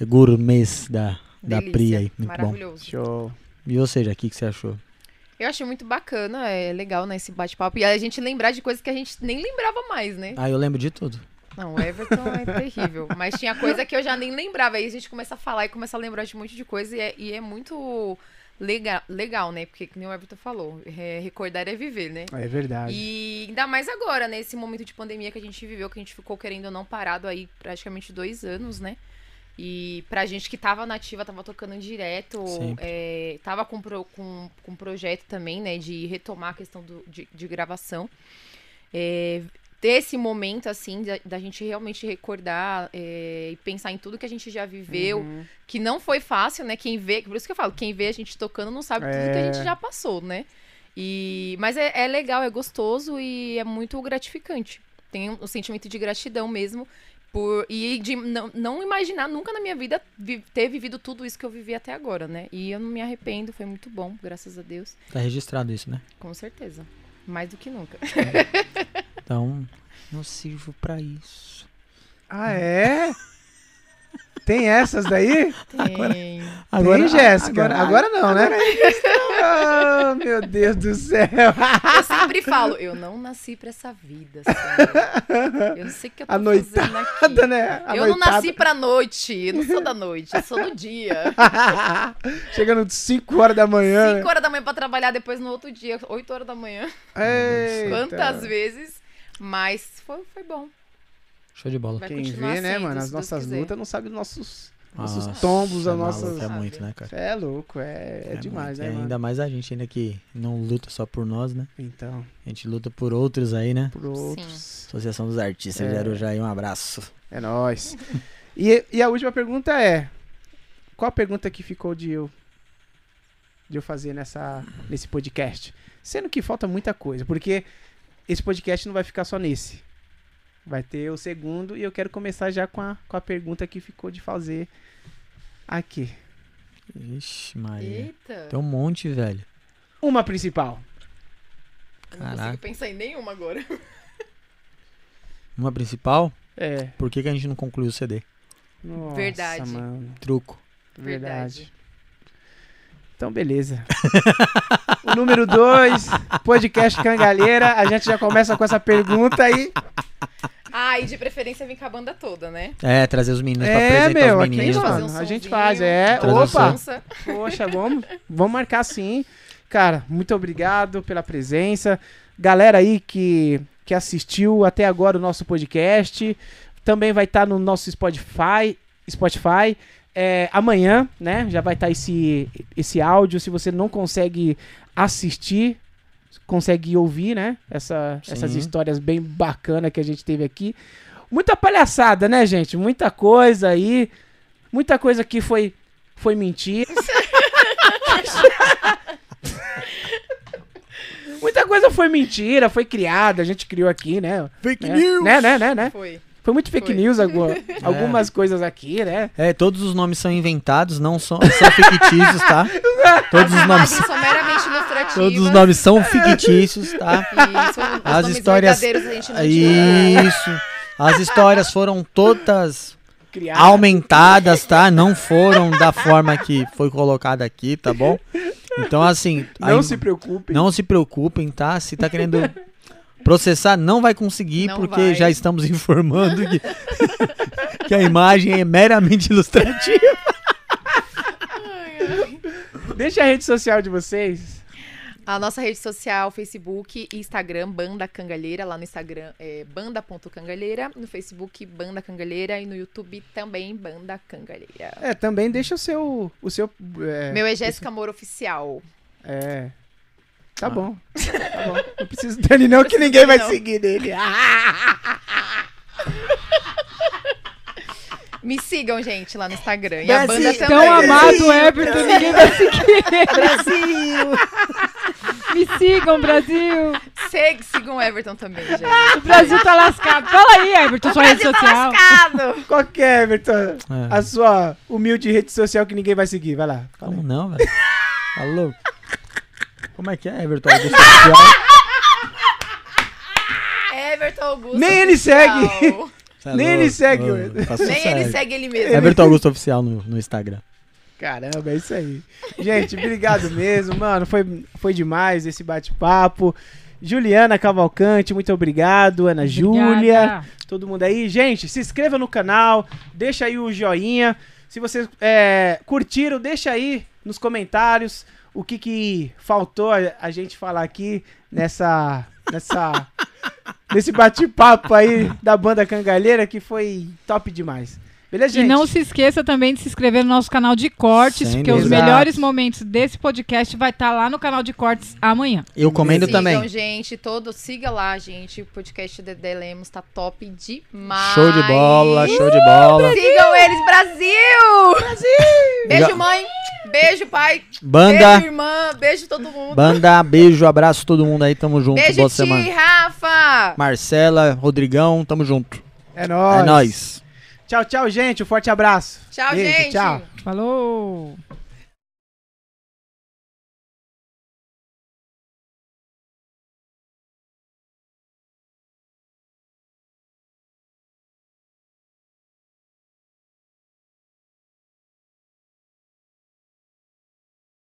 Speaker 5: gourmets da, da
Speaker 3: Delícia.
Speaker 5: Pri aí. Muito bom.
Speaker 3: Maravilhoso.
Speaker 1: Show.
Speaker 5: E ou seja, o que, que você achou?
Speaker 3: Eu achei muito bacana, é legal, né, esse bate-papo. E a gente lembrar de coisas que a gente nem lembrava mais, né?
Speaker 5: Ah, eu lembro de tudo.
Speaker 3: Não, o Everton é terrível. Mas tinha coisa que eu já nem lembrava. Aí a gente começa a falar e começa a lembrar de um monte de coisa. E é, e é muito lega, legal, né? Porque, como o Everton falou, é, recordar é viver, né?
Speaker 1: É verdade.
Speaker 3: E ainda mais agora, né? Esse momento de pandemia que a gente viveu, que a gente ficou querendo ou não parado aí praticamente dois anos, né? E pra gente que tava nativa, tava tocando direto,
Speaker 5: Sempre.
Speaker 3: é, tava com, pro, com, com projeto também, né? De retomar a questão do, de, de gravação. É, ter esse momento, assim, da, da gente realmente recordar é, e pensar em tudo que a gente já viveu,
Speaker 1: Uhum.
Speaker 3: que não foi fácil, né? Quem vê, por isso que eu falo, quem vê a gente tocando não sabe tudo que a
Speaker 1: É.
Speaker 3: gente já passou, né? E, mas é, é legal, é gostoso e é muito gratificante. Tem um, um sentimento de gratidão mesmo. Por, e de não, não imaginar nunca na minha vida vi- ter vivido tudo isso que eu vivi até agora, né? E eu não me arrependo, foi muito bom, graças a Deus.
Speaker 5: Tá registrado isso, né?
Speaker 3: Com certeza. Mais do que nunca.
Speaker 5: Então, não sirvo pra isso.
Speaker 1: Ah, é? Tem essas daí?
Speaker 3: Tem-
Speaker 1: Tem, Jéssica. Agora, não, né?
Speaker 5: é
Speaker 1: Ah, meu Deus do céu.
Speaker 3: Eu sempre falo, eu não nasci pra essa vida, sabe? Eu sei que eu tô
Speaker 1: A noitada,
Speaker 3: fazendo aqui.
Speaker 1: né? A
Speaker 3: eu não
Speaker 1: noitada.
Speaker 3: nasci pra noite. Eu não sou da noite, eu sou do dia.
Speaker 1: Chegando 5 horas da manhã.
Speaker 3: 5 horas da manhã pra trabalhar, depois no outro dia, 8 horas da manhã.
Speaker 1: Eita.
Speaker 3: Quantas vezes. Mas foi, foi bom.
Speaker 5: Show de bola.
Speaker 3: Vai
Speaker 1: Quem
Speaker 3: continuar
Speaker 1: vê, né,
Speaker 3: sendo,
Speaker 1: mano?
Speaker 3: se
Speaker 1: As
Speaker 3: Deus
Speaker 1: nossas
Speaker 3: quiser.
Speaker 1: lutas não sabe dos nossos,
Speaker 5: Nossa,
Speaker 1: nossos tombos, as
Speaker 5: é maluco,
Speaker 1: nossas.
Speaker 5: É muito, né, cara?
Speaker 1: É louco, é, é demais,
Speaker 5: muito.
Speaker 1: né,
Speaker 5: E
Speaker 1: mano?
Speaker 5: Ainda mais a gente, ainda que não luta só por nós, né?
Speaker 1: Então,
Speaker 5: A gente luta por outros aí, né?
Speaker 1: por outros.
Speaker 5: Associação dos Artistas
Speaker 1: É.
Speaker 5: de Arujá aí, um abraço.
Speaker 1: É nóis. E, e a última pergunta é: qual a pergunta que ficou de eu, de eu fazer nessa, nesse podcast? Sendo que falta muita coisa, porque esse podcast não vai ficar só nesse. Vai ter o segundo e eu quero começar já com a, com a pergunta que ficou de fazer aqui.
Speaker 5: Ixi, Maria.
Speaker 3: Eita.
Speaker 5: Então, Tem um monte, velho.
Speaker 1: Uma principal.
Speaker 3: Eu Não
Speaker 5: Caraca.
Speaker 3: consigo pensar em nenhuma agora.
Speaker 5: Uma principal,
Speaker 1: É.
Speaker 5: por que, que a gente não concluiu o CD?
Speaker 1: Nossa,
Speaker 3: Verdade.
Speaker 1: mano.
Speaker 5: Truco.
Speaker 1: Verdade. Então, beleza. o número 2, podcast Cangalheira. A gente já começa com essa pergunta aí.
Speaker 3: Ah, e de preferência vem com a banda toda, né?
Speaker 5: É, trazer os meninos pra
Speaker 1: É,
Speaker 5: apresentar
Speaker 1: meu,
Speaker 5: os
Speaker 1: aqui,
Speaker 5: meninos.
Speaker 3: Fazer
Speaker 1: mano,
Speaker 3: um
Speaker 1: a gente
Speaker 3: sonzinho,
Speaker 1: faz, é.
Speaker 5: Tradução.
Speaker 1: Opa,
Speaker 3: Dança.
Speaker 1: poxa, vamos, vamos marcar sim. Cara, muito obrigado pela presença. Galera aí que, que assistiu até agora o nosso podcast, também vai estar no nosso Spotify, Spotify. É, amanhã, né, já vai estar esse, esse áudio, se você não consegue assistir, consegue ouvir, né, essa, essas
Speaker 5: Sim.
Speaker 1: histórias bem bacanas que a gente teve aqui. Muita palhaçada, né, gente? Muita coisa aí, muita coisa que foi, foi mentira. Muita coisa foi mentira, foi criada, a gente criou aqui, né?
Speaker 5: Fake
Speaker 1: Né, né, né, né, né?
Speaker 3: Foi.
Speaker 1: Foi muito fake
Speaker 3: Foi.
Speaker 1: news algu- algumas coisas aqui, né?
Speaker 5: É, todos os nomes são inventados, não são, são fictícios, tá? Todos os nomes,
Speaker 3: Imagens Ah, são meramente ilustrativas.
Speaker 5: todos os nomes são fictícios, tá?
Speaker 3: E são os
Speaker 5: As
Speaker 3: nomes
Speaker 5: histórias-
Speaker 3: verdadeiros a gente não tira.
Speaker 5: Isso. As histórias foram todas
Speaker 1: Criada.
Speaker 5: aumentadas, tá? Não foram da forma que foi colocada aqui, tá bom? Então, assim.
Speaker 1: Não
Speaker 5: aí-
Speaker 1: se preocupe.
Speaker 5: Não se preocupem, tá? Se tá querendo processar, não vai conseguir,
Speaker 3: Não
Speaker 5: porque
Speaker 3: vai.
Speaker 5: já estamos informando que, que a imagem é meramente ilustrativa.
Speaker 1: Deixa a rede social de vocês.
Speaker 3: A nossa rede social, Facebook e Instagram, Banda Cangalheira. Lá no Instagram é banda.cangalheira. No Facebook, Banda Cangalheira. E no YouTube também, Banda Cangalheira.
Speaker 1: É, também deixa o seu. O seu é,
Speaker 3: Meu é Jéssica Amor Oficial.
Speaker 1: é. Tá bom. Tá bom. Não preciso dele, não, que ninguém vai
Speaker 3: Não.
Speaker 1: seguir dele.
Speaker 3: Me sigam, gente, lá no Instagram. E a
Speaker 5: Brasil,
Speaker 3: banda também.
Speaker 2: Tão amado Everton, ninguém vai seguir. Me sigam, Brasil.
Speaker 3: Se- Sigam o Everton também, gente.
Speaker 2: O Brasil tá lascado. Fala aí, Everton, sua rede social.
Speaker 3: Lascado!
Speaker 1: Qual que é, Everton?
Speaker 5: É.
Speaker 1: A sua humilde rede social que ninguém vai seguir. Vai lá.
Speaker 5: Como não, velho? Alô? Como é que é, Everton? Augusto Oficial?
Speaker 3: Everton Augusto.
Speaker 1: Nem ele
Speaker 3: oficial.
Speaker 5: Cê é
Speaker 1: Nem
Speaker 5: louco,
Speaker 1: ele segue,
Speaker 5: ô,
Speaker 1: velho.
Speaker 5: não faço
Speaker 3: Nem
Speaker 5: isso,
Speaker 3: ele
Speaker 5: velho.
Speaker 3: segue ele mesmo.
Speaker 5: Everton Augusto Oficial no, no Instagram.
Speaker 1: Caramba, é isso aí. Gente, obrigado mesmo, mano. Foi, foi demais esse bate-papo. Juliana Cavalcante, muito obrigado. Ana Júlia.
Speaker 2: Obrigada.
Speaker 1: todo mundo aí. Gente, se inscreva no canal, deixa aí o joinha. Se vocês é, curtiram, deixa aí nos comentários o que, que faltou a, a gente falar aqui nessa. nessa nesse bate-papo aí da banda cangalheira que foi top demais. Beleza,
Speaker 2: E
Speaker 1: gente?
Speaker 2: não se esqueça também de se inscrever no nosso canal de cortes,
Speaker 5: Sem
Speaker 2: porque os
Speaker 5: dúvida.
Speaker 2: melhores momentos desse podcast vai estar lá no canal de cortes amanhã.
Speaker 5: Eu comendo também.
Speaker 3: Sigam, gente, todo, siga lá, gente. O podcast Dedé Lemos tá top demais.
Speaker 5: Show de bola, show de bola.
Speaker 3: Sigam eles, Brasil! Brasil! Beijo,
Speaker 5: Ga-
Speaker 3: mãe. Beijo, pai. Beijo,
Speaker 5: Banda,
Speaker 3: irmã. Beijo todo mundo.
Speaker 5: banda, beijo, abraço todo mundo aí, tamo junto.
Speaker 3: Beijo,
Speaker 5: Boa
Speaker 3: Ti,
Speaker 5: semana.
Speaker 3: Rafa.
Speaker 5: Marcela, Rodrigão, tamo junto.
Speaker 1: É nóis.
Speaker 5: É nóis.
Speaker 1: Tchau, tchau, gente. Um forte abraço.
Speaker 3: Tchau,
Speaker 1: Beijo,
Speaker 3: gente.
Speaker 1: Tchau.
Speaker 2: Falou!